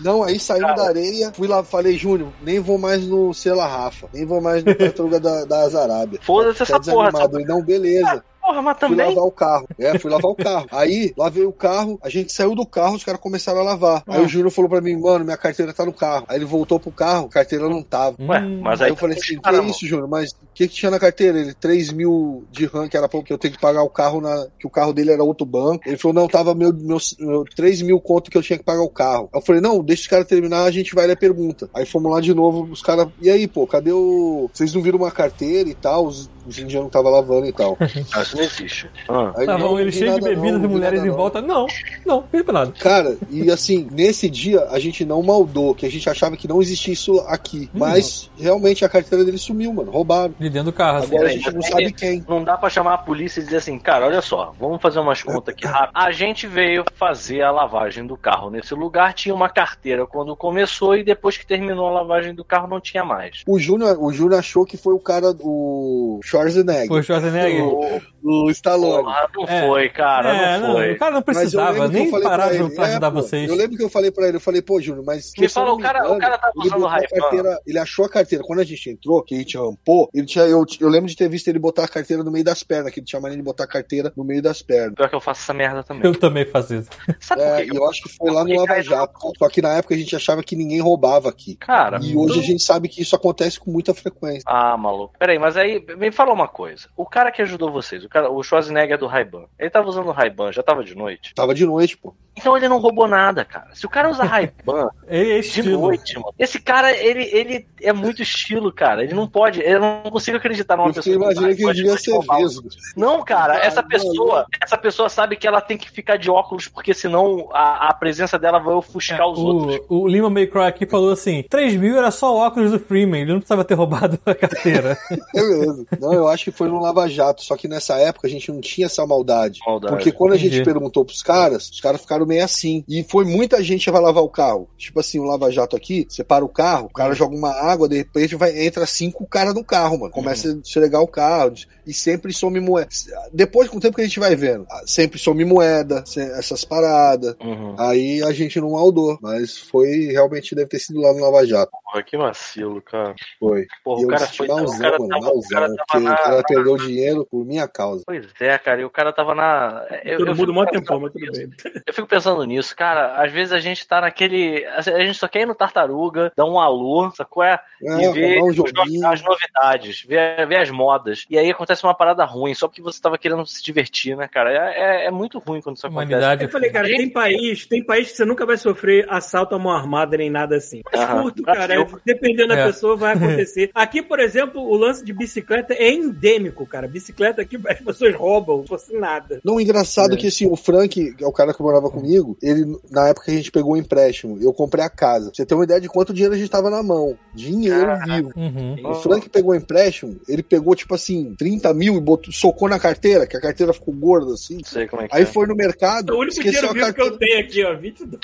[SPEAKER 5] Não, aí saindo
[SPEAKER 3] Cara.
[SPEAKER 5] da areia, fui lá, falei, Júnior, nem vou mais no Sela Rafa, nem vou mais no Tartaruga da, da Azarábia.
[SPEAKER 3] Foda-se
[SPEAKER 5] Tá
[SPEAKER 3] essa porra, essa
[SPEAKER 5] desanimado. Ele, não, beleza.
[SPEAKER 3] porra, mas
[SPEAKER 5] Fui
[SPEAKER 3] também.
[SPEAKER 5] lavar o carro. É, fui lavar o carro. Aí, lavei o carro, a gente saiu do carro, os caras começaram a lavar. Aí
[SPEAKER 3] Ah.
[SPEAKER 5] o Júnior falou pra mim, mano, minha carteira tá no carro. Aí ele voltou pro carro, a carteira não tava.
[SPEAKER 4] Hum.
[SPEAKER 3] Ué, mas
[SPEAKER 5] Aí
[SPEAKER 3] aí.
[SPEAKER 5] eu falei assim, que
[SPEAKER 3] Cara,
[SPEAKER 5] é isso, Júnior? Mas o que, que tinha na carteira? Ele, 3 mil de RAM, que era pouco, que eu tenho que pagar o carro, na, que o carro dele era outro banco. Ele falou, não, tava meu, meu, meu 3 mil conto que eu tinha que pagar o carro. Aí eu falei, não, deixa os caras terminar, a gente vai ler a pergunta. Aí fomos lá de novo, os caras, e aí, pô, cadê o... Vocês não viram uma carteira e tal? Os, os indianos estavam lavando e tal.
[SPEAKER 3] Não, isso não existe. Ah.
[SPEAKER 5] Aí,
[SPEAKER 4] Tá
[SPEAKER 5] não,
[SPEAKER 4] bom,
[SPEAKER 5] não
[SPEAKER 4] ele
[SPEAKER 5] vi
[SPEAKER 4] cheio de
[SPEAKER 5] nada não,
[SPEAKER 4] bebidas
[SPEAKER 5] não
[SPEAKER 4] e
[SPEAKER 5] vi
[SPEAKER 4] mulheres
[SPEAKER 5] nada
[SPEAKER 4] em
[SPEAKER 5] não.
[SPEAKER 4] volta. Não, não, não fiz nada.
[SPEAKER 5] Cara, e assim, nesse dia a gente não maldou, que a gente achava que não existia isso aqui.
[SPEAKER 4] Hum.
[SPEAKER 5] Mas realmente a carteira dele sumiu, mano. Roubaram.
[SPEAKER 4] De dentro do carro, assim.
[SPEAKER 5] Agora a
[SPEAKER 3] Peraí,
[SPEAKER 5] gente não
[SPEAKER 3] mas
[SPEAKER 5] sabe
[SPEAKER 3] ele-
[SPEAKER 5] quem.
[SPEAKER 3] Não dá pra chamar a polícia e dizer assim, cara, olha só, vamos fazer umas contas aqui rápido. A gente veio fazer a lavagem do carro nesse lugar, tinha uma carteira quando começou e depois que terminou a lavagem do carro não tinha mais.
[SPEAKER 5] O Júnior, o Júnior achou que foi o cara, o Schwarzenegger,
[SPEAKER 4] Foi o Schwarzenegger.
[SPEAKER 5] o, o Stallone.
[SPEAKER 3] Porra, Ah, não
[SPEAKER 4] É.
[SPEAKER 3] foi, cara,
[SPEAKER 4] É,
[SPEAKER 3] não foi.
[SPEAKER 4] o cara não precisava nem parar pra, né, pra ajudar
[SPEAKER 5] é, pô,
[SPEAKER 4] vocês.
[SPEAKER 5] Eu lembro que eu falei pra ele, eu falei, pô, Júnior, mas.
[SPEAKER 3] Me
[SPEAKER 5] se eu
[SPEAKER 3] fala,
[SPEAKER 5] não
[SPEAKER 3] o cara-
[SPEAKER 5] engano,
[SPEAKER 3] o cara tá
[SPEAKER 5] ele
[SPEAKER 3] passando
[SPEAKER 5] botou a
[SPEAKER 3] hype,
[SPEAKER 5] carteira- Ele achou a carteira. Quando a gente entrou, que a gente rampou, ele tinha, eu, eu lembro de ter visto ele botar a carteira no meio das pernas, que ele tinha mania de botar a carteira no meio das pernas.
[SPEAKER 3] Pior que eu faço essa merda também.
[SPEAKER 4] Eu também faço isso.
[SPEAKER 3] Sabe por
[SPEAKER 5] É,
[SPEAKER 3] que
[SPEAKER 5] e
[SPEAKER 3] que eu...
[SPEAKER 5] eu acho que foi lá no Lava Jato. Só que na época a gente achava que ninguém roubava aqui.
[SPEAKER 3] Cara,
[SPEAKER 5] E hoje a gente sabe que isso acontece com muita frequência.
[SPEAKER 3] Ah, maluco. Peraí, mas aí, me fala uma coisa. O cara que ajudou vocês, o, cara, o Schwarzenegger é do Ray-Ban, ele tava usando o Ray-Ban, já tava de noite?
[SPEAKER 5] Tava de noite, pô.
[SPEAKER 3] Então ele não roubou nada, cara. Se o cara usa Ray-Ban,
[SPEAKER 4] É
[SPEAKER 3] De
[SPEAKER 4] estilo.
[SPEAKER 3] noite, mano. Esse cara, ele, ele é muito estilo, cara. Ele não pode. Eu não consigo acreditar numa
[SPEAKER 5] Eu fiquei
[SPEAKER 3] pessoa. que
[SPEAKER 5] imaginando que ele
[SPEAKER 3] pode-
[SPEAKER 5] devia
[SPEAKER 3] pode
[SPEAKER 5] ser
[SPEAKER 3] roubar.
[SPEAKER 5] vesgo.
[SPEAKER 3] Não, cara, essa
[SPEAKER 5] Não,
[SPEAKER 3] pessoa, essa pessoa sabe que ela tem que ficar de óculos, porque senão a, a presença dela vai ofuscar
[SPEAKER 2] É,
[SPEAKER 3] os outros.
[SPEAKER 4] né? O, o Lima Maycrow aqui falou assim: 3 mil era só o óculos do Freeman, ele não precisava ter roubado a carteira.
[SPEAKER 5] É mesmo. Não, eu acho que foi no Lava Jato. Só que nessa época a gente não tinha essa maldade.
[SPEAKER 3] Maldade.
[SPEAKER 5] Porque quando a gente
[SPEAKER 4] Entendi.
[SPEAKER 5] perguntou pros caras, os caras ficaram Bolsonaro meio assim. E foi muita gente que vai lavar o carro. Tipo assim, o Lava Jato aqui, você para o carro, o cara joga uma água, de repente vai, entra cinco caras no carro, mano. Começa a desfregar o carro. E sempre some moeda. Depois, com o tempo que a gente vai vendo, ah, sempre some moeda, se- essas paradas.
[SPEAKER 3] Uhum.
[SPEAKER 5] Aí a gente não maldou. Mas foi, realmente, deve ter sido lá no Lava Jato.
[SPEAKER 3] Porra, que vacilo, cara.
[SPEAKER 5] Foi.
[SPEAKER 3] Porra,
[SPEAKER 5] E
[SPEAKER 3] o
[SPEAKER 5] eu um
[SPEAKER 3] cara
[SPEAKER 5] desisti
[SPEAKER 3] foi. o
[SPEAKER 5] malzão,
[SPEAKER 3] cara
[SPEAKER 5] mano.
[SPEAKER 3] tava, o cara
[SPEAKER 5] Malzão. Porque
[SPEAKER 3] tava
[SPEAKER 5] o
[SPEAKER 3] na.
[SPEAKER 5] cara perdeu dinheiro por minha causa.
[SPEAKER 3] Pois é, cara, e o cara tava na. Eu,
[SPEAKER 2] Todo
[SPEAKER 3] eu
[SPEAKER 2] mundo
[SPEAKER 3] fico
[SPEAKER 2] mó
[SPEAKER 3] pensando
[SPEAKER 2] tempão, mas tudo
[SPEAKER 3] nisso.
[SPEAKER 2] bem.
[SPEAKER 3] Eu fico pensando nisso, cara. Às vezes a gente tá naquele. A gente só quer ir no tartaruga, dar um alô, sacou? É?
[SPEAKER 5] É,
[SPEAKER 3] e ver
[SPEAKER 5] arrumar um
[SPEAKER 3] os no-
[SPEAKER 5] joguinho.
[SPEAKER 3] as novidades, ver, ver as modas. E aí acontece uma parada ruim, só porque você tava querendo se divertir, né, cara? É, é- é muito ruim quando isso acontece.
[SPEAKER 4] Humanidade.
[SPEAKER 2] Eu falei, cara, tem país, tem país que você nunca vai sofrer assalto à mão armada nem nada assim. Mas
[SPEAKER 3] Aham.
[SPEAKER 2] furto, cara,
[SPEAKER 3] Brasil.
[SPEAKER 2] é- dependendo da
[SPEAKER 4] É.
[SPEAKER 2] pessoa, vai acontecer. Aqui, por exemplo, o lance de bicicleta é endêmico, cara. Bicicleta aqui as pessoas roubam, não fosse nada.
[SPEAKER 5] Não,
[SPEAKER 3] É.
[SPEAKER 5] engraçado que assim, o Frank, que é o cara que morava comigo, ele, na época que a gente pegou um empréstimo, eu comprei a casa. Pra Você tem uma ideia de quanto dinheiro a gente tava na mão. Dinheiro vivo.
[SPEAKER 4] Uhum.
[SPEAKER 5] O Frank pegou o empréstimo, ele pegou, tipo assim, 30 mil e botou, socou na carteira, que a carteira ficou gorda, assim.
[SPEAKER 3] Não sei como é que
[SPEAKER 5] Aí
[SPEAKER 3] é.
[SPEAKER 5] foi no mercado,
[SPEAKER 2] O único
[SPEAKER 5] esqueceu
[SPEAKER 2] dinheiro
[SPEAKER 5] a,
[SPEAKER 2] vivo que eu
[SPEAKER 5] carteira,
[SPEAKER 2] tenho aqui, ó, 22.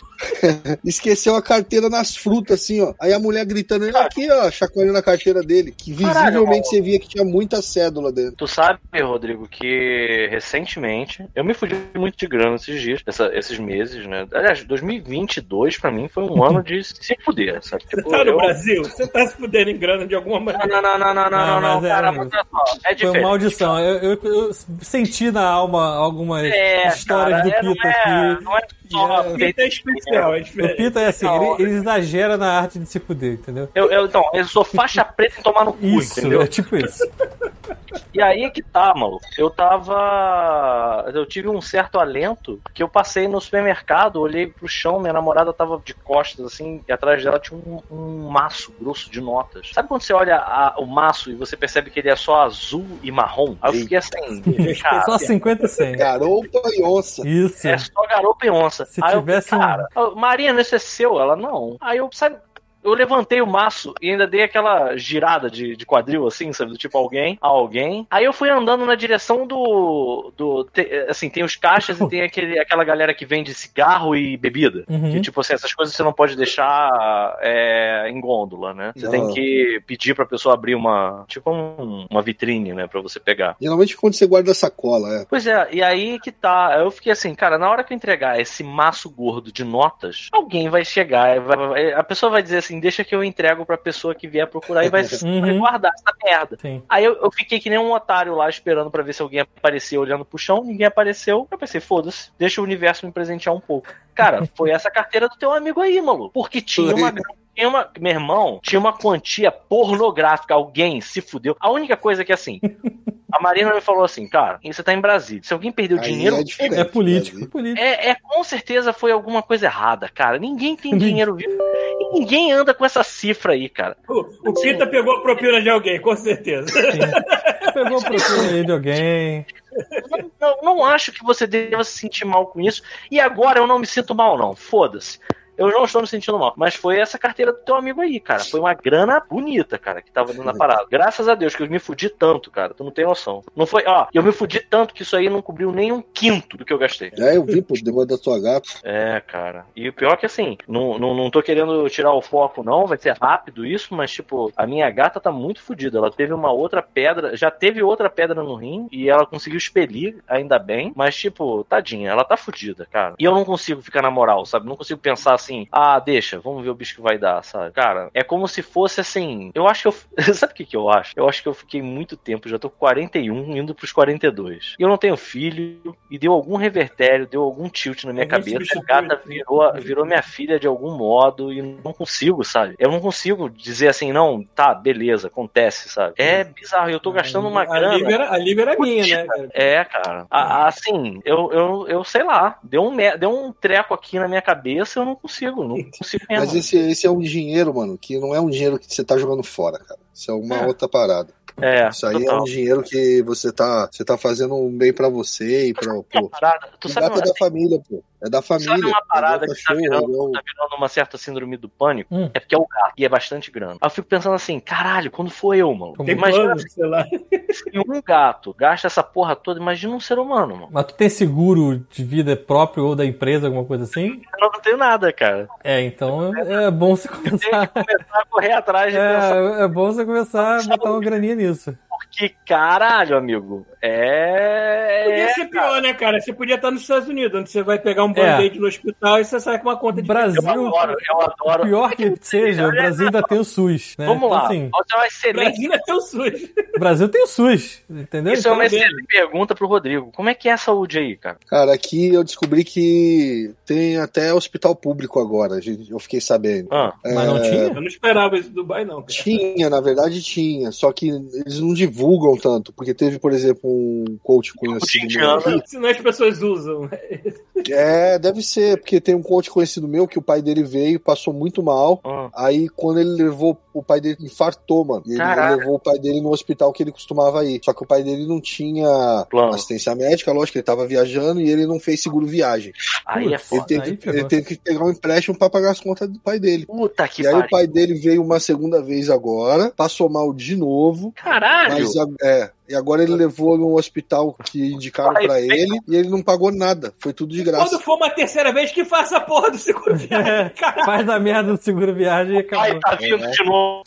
[SPEAKER 5] esqueceu a carteira nas frutas, assim, ó. Aí a mulher gritando, ele aqui, ó, chacoalhando a carteira dele. Que
[SPEAKER 3] Caralho,
[SPEAKER 5] visivelmente você via que tinha muita cédula dentro.
[SPEAKER 3] Tu sabe, Rodrigo, que recentemente eu me fudi muito de grana esses dias, essa- esses meses, né? Aliás, 2022 pra mim foi um ano de se fuder, sabe?
[SPEAKER 2] Você
[SPEAKER 3] Tipo,
[SPEAKER 2] tá no
[SPEAKER 3] eu-
[SPEAKER 2] Brasil? Você tá se fudendo em grana de alguma
[SPEAKER 3] Não,
[SPEAKER 2] maneira.
[SPEAKER 3] não, não, não, não, não,
[SPEAKER 4] Não,
[SPEAKER 3] não,
[SPEAKER 4] mas é,
[SPEAKER 3] cara,
[SPEAKER 4] amigo.
[SPEAKER 3] olha só, é
[SPEAKER 4] Foi um
[SPEAKER 3] diferente.
[SPEAKER 4] uma maldição. Eu, eu- eu senti na alma algumas
[SPEAKER 3] É,
[SPEAKER 4] histórias
[SPEAKER 3] cara, é,
[SPEAKER 4] do Pita
[SPEAKER 3] não é,
[SPEAKER 4] aqui.
[SPEAKER 3] Não é só
[SPEAKER 4] E é-
[SPEAKER 2] Pita é especial, é diferente.
[SPEAKER 4] O Pita é assim,
[SPEAKER 3] Da hora.
[SPEAKER 4] ele, ele exagera na arte de se fuder, entendeu?
[SPEAKER 3] Eu, eu- então, eu sou faixa preta em tomar no cu,
[SPEAKER 4] Isso,
[SPEAKER 3] entendeu?
[SPEAKER 4] é tipo isso.
[SPEAKER 3] E aí é que tá, maluco. Eu tava. Eu tive um certo alento que eu passei no supermercado, olhei pro chão, minha namorada tava de costas, assim, e atrás dela tinha um, um maço grosso de notas. Sabe quando você olha a- o maço e você percebe que ele é só azul e marrom? Aí eu fiquei assim, cara.
[SPEAKER 4] É Só 50 e 100.
[SPEAKER 5] Garopa e onça.
[SPEAKER 4] Isso.
[SPEAKER 3] É só garoto e onça.
[SPEAKER 4] Se
[SPEAKER 3] Aí eu
[SPEAKER 4] tivesse um-
[SPEAKER 3] cara, eu, Marina, esse é seu? Ela, não. Aí eu, sabe, eu levantei o maço e ainda dei aquela girada de, de quadril, assim, sabe? Do tipo, alguém, alguém. Aí eu fui andando na direção do... do te- assim, tem os caixas e tem aquele, aquela galera que vende cigarro e bebida.
[SPEAKER 4] Uhum.
[SPEAKER 3] Que, tipo assim, essas coisas você não pode deixar é, em gôndola, né? Você
[SPEAKER 5] Não.
[SPEAKER 3] tem que pedir pra pessoa abrir uma... Tipo um- uma vitrine, né? Pra você pegar.
[SPEAKER 5] Geralmente quando você guarda a sacola, é.
[SPEAKER 3] Pois é, e aí que tá. Eu fiquei assim, cara, na hora que eu entregar esse maço gordo de notas, alguém vai chegar, vai- vai- a pessoa vai dizer assim, deixa que eu entrego pra pessoa que vier procurar e vai,
[SPEAKER 4] Uhum.
[SPEAKER 3] vai guardar essa merda.
[SPEAKER 4] Sim.
[SPEAKER 3] Aí eu, eu fiquei que nem um otário lá esperando pra ver se alguém aparecia olhando pro chão, ninguém apareceu. Eu pensei, foda-se, deixa o universo me presentear um pouco. Cara, foi essa carteira do teu amigo aí, maluco. Porque tinha uma tinha uma, meu irmão, tinha uma quantia pornográfica. Alguém se fudeu. A única coisa que, assim, a Marina me falou assim, cara, você tá em Brasília. Se alguém perdeu
[SPEAKER 5] Aí
[SPEAKER 3] dinheiro,
[SPEAKER 5] é diferente.
[SPEAKER 4] É político.
[SPEAKER 5] Brasil.
[SPEAKER 4] político.
[SPEAKER 3] é, é, com certeza foi alguma coisa errada, cara. Ninguém tem dinheiro vivo. E ninguém anda com essa cifra aí, cara.
[SPEAKER 2] O, o Pita pegou a propina de alguém, com certeza.
[SPEAKER 4] Pegou o procura aí de alguém.
[SPEAKER 3] Não, não, não acho que você deva se sentir mal com isso. E agora eu não me sinto mal, não. Foda-se. Eu não estou me sentindo mal. Mas foi essa carteira do teu amigo aí, cara. Foi uma grana bonita, cara, que tava dando na parada. Graças a Deus que eu me fudi tanto, cara. Tu não tem noção. Não foi, ó, eu me fudi tanto que isso aí não cobriu nem um quinto do que eu gastei.
[SPEAKER 5] É, eu vi, pô, demanda da tua gata.
[SPEAKER 3] É, cara. E o pior é que assim, não, não, não tô querendo tirar o foco, não. Vai ser rápido isso, mas, tipo, a minha gata tá muito fodida. Ela teve uma outra pedra, já teve outra pedra no rim e ela conseguiu expelir, ainda bem. Mas, tipo, tadinha, ela tá fodida, cara. E eu não consigo ficar na moral, sabe? Não consigo pensar assim, ah, deixa, vamos ver o bicho que vai dar, sabe? Cara, é como se fosse assim. Eu acho que eu. sabe o que, que eu acho? Eu acho que eu fiquei muito tempo, já tô com 41, indo pros 42. E eu não tenho filho, e deu algum revertério, deu algum tilt na minha
[SPEAKER 2] Algum
[SPEAKER 3] cabeça. A
[SPEAKER 2] substituto.
[SPEAKER 3] gata virou, virou minha filha de algum modo e não consigo, sabe? Eu não consigo dizer assim, não, tá, beleza, acontece, sabe? É bizarro, eu tô gastando uma
[SPEAKER 2] a Lívia
[SPEAKER 3] grana.
[SPEAKER 2] era, a Lívia era minha, né? cara?
[SPEAKER 3] É, cara. A- a- assim, eu, eu, eu sei lá, deu um, me- deu um treco aqui na minha cabeça eu não consigo, não consigo mesmo.
[SPEAKER 5] Mas esse, esse é um dinheiro, mano, que não é um dinheiro que você tá jogando fora, cara. Isso é uma
[SPEAKER 3] É.
[SPEAKER 5] outra parada.
[SPEAKER 3] é,
[SPEAKER 5] Isso aí é
[SPEAKER 3] total.
[SPEAKER 5] um dinheiro que você tá, você tá fazendo um bem pra você e pra, pô,
[SPEAKER 3] Parada, é,
[SPEAKER 5] pra
[SPEAKER 3] tu sabe,
[SPEAKER 5] gata
[SPEAKER 3] uma-
[SPEAKER 5] da família, pô. É da família.
[SPEAKER 3] Sabe uma parada
[SPEAKER 5] é do
[SPEAKER 3] que tá virando,
[SPEAKER 5] cachorro, é
[SPEAKER 3] tá virando uma certa síndrome do pânico?
[SPEAKER 4] Hum.
[SPEAKER 3] É porque é o gato e é bastante grana. Aí eu fico pensando assim, caralho, quando for eu, mano?
[SPEAKER 4] Como
[SPEAKER 2] Tem
[SPEAKER 3] Imagina
[SPEAKER 2] plano, sei lá.
[SPEAKER 3] se um gato gasta essa porra toda, imagina um ser humano, mano.
[SPEAKER 4] Mas tu tem seguro de vida próprio ou da empresa, alguma coisa assim?
[SPEAKER 3] Eu não tenho nada, cara.
[SPEAKER 4] É, então é é bom você
[SPEAKER 3] Tem que
[SPEAKER 4] começar.
[SPEAKER 3] começar a correr atrás de pensar,
[SPEAKER 4] É, é bom você começar a botar uma graninha nisso.
[SPEAKER 3] porque caralho, amigo, é...
[SPEAKER 2] Podia ser pior, né, cara? Você podia estar nos Estados Unidos, onde você vai pegar um band-aid no hospital e você sai com uma conta de
[SPEAKER 4] É. Brasil,
[SPEAKER 3] Eu adoro, eu adoro.
[SPEAKER 4] pior que seja, o Brasil ainda tem o SUS, né?
[SPEAKER 3] Vamos
[SPEAKER 4] Então,
[SPEAKER 3] lá,
[SPEAKER 4] assim,
[SPEAKER 3] Essa é uma excelente
[SPEAKER 2] Brasil é teu SUS.
[SPEAKER 4] o Brasil tem o SUS, entendeu?
[SPEAKER 3] Isso é uma
[SPEAKER 2] Então,
[SPEAKER 3] excelente pergunta pro Rodrigo. Como é que é a saúde aí, cara?
[SPEAKER 5] Cara, aqui eu descobri que tem até hospital público agora, gente, eu fiquei sabendo. É,
[SPEAKER 3] Ah,
[SPEAKER 4] Mas não
[SPEAKER 2] Eu
[SPEAKER 4] tinha?
[SPEAKER 2] não esperava isso do Dubai, não. Cara.
[SPEAKER 5] Tinha, na verdade tinha, só que eles não divulgam tanto, porque teve, por exemplo, um coach conhecido meu
[SPEAKER 3] indiano.
[SPEAKER 5] aqui,
[SPEAKER 2] Senão as pessoas usam.
[SPEAKER 5] É, deve ser, porque tem um coach conhecido meu que o pai dele veio, passou muito mal.
[SPEAKER 3] ah.
[SPEAKER 5] Aí, quando ele levou, o pai dele infartou, mano. E ele
[SPEAKER 3] Caraca.
[SPEAKER 5] levou o pai dele no hospital que ele costumava ir. Só que o pai dele não tinha
[SPEAKER 3] Plano.
[SPEAKER 5] assistência médica, lógico, ele tava viajando e ele não fez seguro viagem.
[SPEAKER 3] Aí é
[SPEAKER 4] Putz.
[SPEAKER 5] Ele
[SPEAKER 3] foda.
[SPEAKER 5] teve,
[SPEAKER 4] aí
[SPEAKER 5] que,
[SPEAKER 4] ferrou.
[SPEAKER 5] ele teve que pegar um empréstimo pra pagar as contas do pai dele.
[SPEAKER 3] Puta que
[SPEAKER 5] e aí,
[SPEAKER 3] pariu.
[SPEAKER 5] o pai dele veio uma segunda vez agora, passou mal de novo.
[SPEAKER 3] Caralho.
[SPEAKER 5] Mas, a- é, e agora ele levou no hospital que indicaram
[SPEAKER 3] Pai,
[SPEAKER 5] pra
[SPEAKER 3] vem.
[SPEAKER 5] ele e ele não pagou nada. Foi tudo de graça.
[SPEAKER 2] Quando for uma terceira vez, que faça a porra do seguro
[SPEAKER 4] É,
[SPEAKER 2] viagem, cara.
[SPEAKER 4] Faz a merda do seguro viagem e
[SPEAKER 3] Ai,
[SPEAKER 4] acabou.
[SPEAKER 3] tá vindo
[SPEAKER 5] né?
[SPEAKER 3] de novo.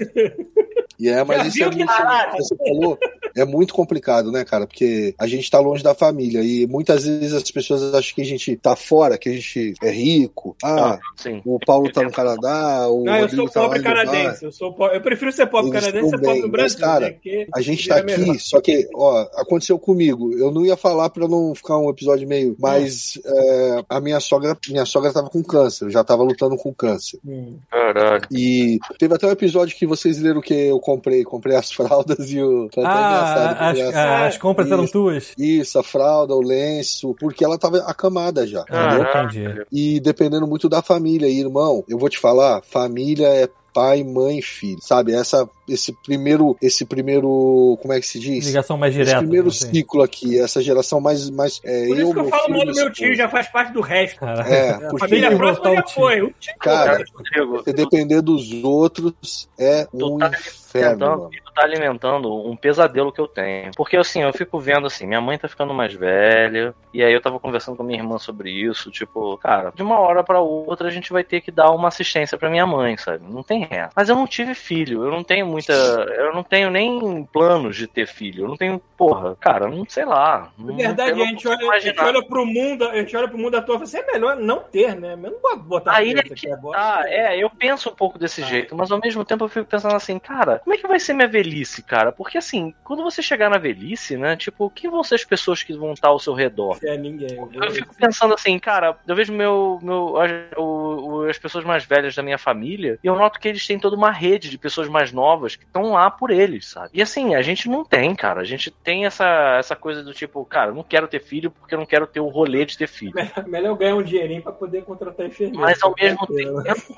[SPEAKER 5] E é, mas
[SPEAKER 2] Já
[SPEAKER 5] isso
[SPEAKER 2] viu
[SPEAKER 5] é
[SPEAKER 2] que tá
[SPEAKER 5] muito,
[SPEAKER 2] caralho?
[SPEAKER 5] você falou, é muito complicado, né, cara? Porque a gente tá longe da família e muitas vezes as pessoas acham que a gente tá fora, que a gente é rico. Ah,
[SPEAKER 3] Sim.
[SPEAKER 5] o Paulo tá no Canadá, o
[SPEAKER 2] Não, Ah, eu
[SPEAKER 5] Rodrigo
[SPEAKER 2] sou
[SPEAKER 5] tá lá
[SPEAKER 2] pobre
[SPEAKER 5] em Dubai.
[SPEAKER 2] canadense. Eu, sou pobre. eu prefiro ser pobre
[SPEAKER 5] Eles
[SPEAKER 2] canadense
[SPEAKER 5] estão
[SPEAKER 2] a pobre
[SPEAKER 5] bem,
[SPEAKER 2] do
[SPEAKER 5] mas,
[SPEAKER 2] Brasil.
[SPEAKER 5] cara,
[SPEAKER 2] né? Porque
[SPEAKER 5] A gente tá
[SPEAKER 2] vira
[SPEAKER 5] aqui,
[SPEAKER 2] melhor.
[SPEAKER 5] só que, ó, aconteceu comigo. Eu não ia falar pra não ficar um episódio meio, mas é, a minha sogra, minha sogra tava com câncer, já tava lutando com câncer.
[SPEAKER 2] Hum.
[SPEAKER 3] Caralho.
[SPEAKER 5] E teve até um episódio que vocês leram que eu comprei, comprei as fraldas e o. Foi Tá até engraçado,
[SPEAKER 4] Ah,
[SPEAKER 5] porque
[SPEAKER 4] as,
[SPEAKER 5] era-
[SPEAKER 4] ah, as compras eram tuas?
[SPEAKER 5] Isso, a fralda, o lenço, porque ela tava acamada já.
[SPEAKER 3] Ah.
[SPEAKER 5] entendeu?
[SPEAKER 4] entendi.
[SPEAKER 5] E dependendo muito da família, e, irmão, eu vou te falar, família é pai, mãe, filho, sabe? Essa, esse primeiro, esse primeiro, como é que se diz?
[SPEAKER 4] Ligação mais
[SPEAKER 5] esse
[SPEAKER 4] direta.
[SPEAKER 5] primeiro
[SPEAKER 4] assim.
[SPEAKER 5] ciclo aqui, essa geração mais, mais é,
[SPEAKER 2] Por
[SPEAKER 5] eu,
[SPEAKER 2] isso que eu
[SPEAKER 5] meu
[SPEAKER 2] falo
[SPEAKER 5] filho,
[SPEAKER 2] mal do
[SPEAKER 5] minha
[SPEAKER 2] meu tio,
[SPEAKER 5] esposa.
[SPEAKER 2] já faz parte do resto.
[SPEAKER 4] Cara,
[SPEAKER 5] É,
[SPEAKER 2] A
[SPEAKER 5] porque
[SPEAKER 2] família
[SPEAKER 4] tem que
[SPEAKER 2] próxima
[SPEAKER 4] voltar
[SPEAKER 2] já
[SPEAKER 4] o tio.
[SPEAKER 2] foi.
[SPEAKER 5] assim.
[SPEAKER 2] O tio,
[SPEAKER 5] Cara,
[SPEAKER 2] cara.
[SPEAKER 3] Rodrigo,
[SPEAKER 5] você
[SPEAKER 3] tu,
[SPEAKER 5] depender dos outros é um
[SPEAKER 3] tá
[SPEAKER 5] inferno,
[SPEAKER 3] alimentando-
[SPEAKER 5] mano.
[SPEAKER 3] tu tá alimentando um pesadelo que eu tenho. Porque assim, eu fico vendo assim, minha mãe tá ficando mais velha. E aí eu tava conversando com minha irmã sobre isso. Tipo, cara, de uma hora pra outra a gente vai ter que dar uma assistência pra minha mãe, sabe? Não tem essa. Mas eu não tive filho. Eu não tenho muita. Eu não tenho nem planos de ter filho. Eu não tenho. Porra, cara, não sei lá.
[SPEAKER 2] Na
[SPEAKER 3] Não-
[SPEAKER 2] verdade,
[SPEAKER 3] eu não
[SPEAKER 2] a gente,
[SPEAKER 3] consigo
[SPEAKER 2] olha, a gente
[SPEAKER 3] imaginar.
[SPEAKER 2] olha pro mundo, a gente olha pro mundo atual e fala assim, é melhor não ter, né? Eu não vou botar
[SPEAKER 3] Aí
[SPEAKER 2] criança
[SPEAKER 3] é
[SPEAKER 2] aqui agora.
[SPEAKER 3] Ah, é, eu penso um pouco desse
[SPEAKER 2] Ah.
[SPEAKER 3] jeito, mas ao mesmo tempo eu fico pensando assim, cara, como é que vai ser minha velhice, cara? Porque assim, quando você chegar na velhice, né, tipo, quem vão ser as pessoas que vão estar ao seu redor?
[SPEAKER 2] É ninguém.
[SPEAKER 3] Eu fico pensando assim, cara, eu vejo meu, meu, as, o- o- as pessoas mais velhas da minha família e eu noto que eles têm toda uma rede de pessoas mais novas que estão lá por eles, sabe? E assim, a gente não tem, cara. A gente tem essa, essa coisa do tipo, cara, eu não quero ter filho porque eu não quero ter o rolê de ter filho.
[SPEAKER 2] Melhor eu ganhar um dinheirinho pra poder contratar enfermeiro.
[SPEAKER 3] Mas ao mesmo
[SPEAKER 2] Porque,
[SPEAKER 3] tempo,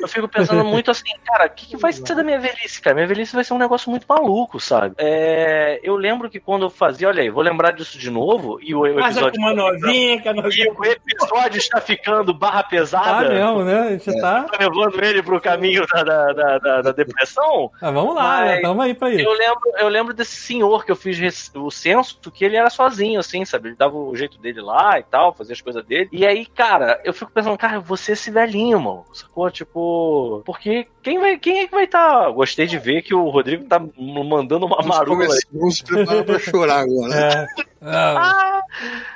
[SPEAKER 3] eu fico pensando muito assim, cara, o que, que vai ser da minha velhice, cara? Minha velhice vai ser um negócio muito maluco, sabe? É, eu lembro que quando eu fazia, olha aí, vou lembrar disso de novo, e o, o
[SPEAKER 2] Casa
[SPEAKER 3] episódio. tá
[SPEAKER 2] com uma novinha, que é a
[SPEAKER 3] E
[SPEAKER 2] novinha
[SPEAKER 3] o episódio está ficando barra
[SPEAKER 4] Tá
[SPEAKER 3] pesada.
[SPEAKER 4] mesmo, né? A
[SPEAKER 5] É.
[SPEAKER 4] gente tá.
[SPEAKER 3] Tá levando ele pro caminho da, da, da, da- da depressão.
[SPEAKER 4] Ah, vamos lá,
[SPEAKER 3] Mas-
[SPEAKER 4] né? tamo aí pra isso.
[SPEAKER 3] Eu lembro, eu lembro desse senhor que eu fiz rec- o censo, que ele era sozinho, assim, sabe? Ele dava o jeito dele lá e tal, fazia as coisas dele. E aí, cara, eu fico pensando, cara, você é esse velhinho, mano. Sacou? Tipo, porque quem vai, quem é que vai estar? Gostei de ver que o Rodrigo tá m- mandando uma
[SPEAKER 9] Vamos,
[SPEAKER 3] marula. aí.
[SPEAKER 9] começar- vamos preparar pra chorar agora.
[SPEAKER 4] É. Ah,
[SPEAKER 3] Ah,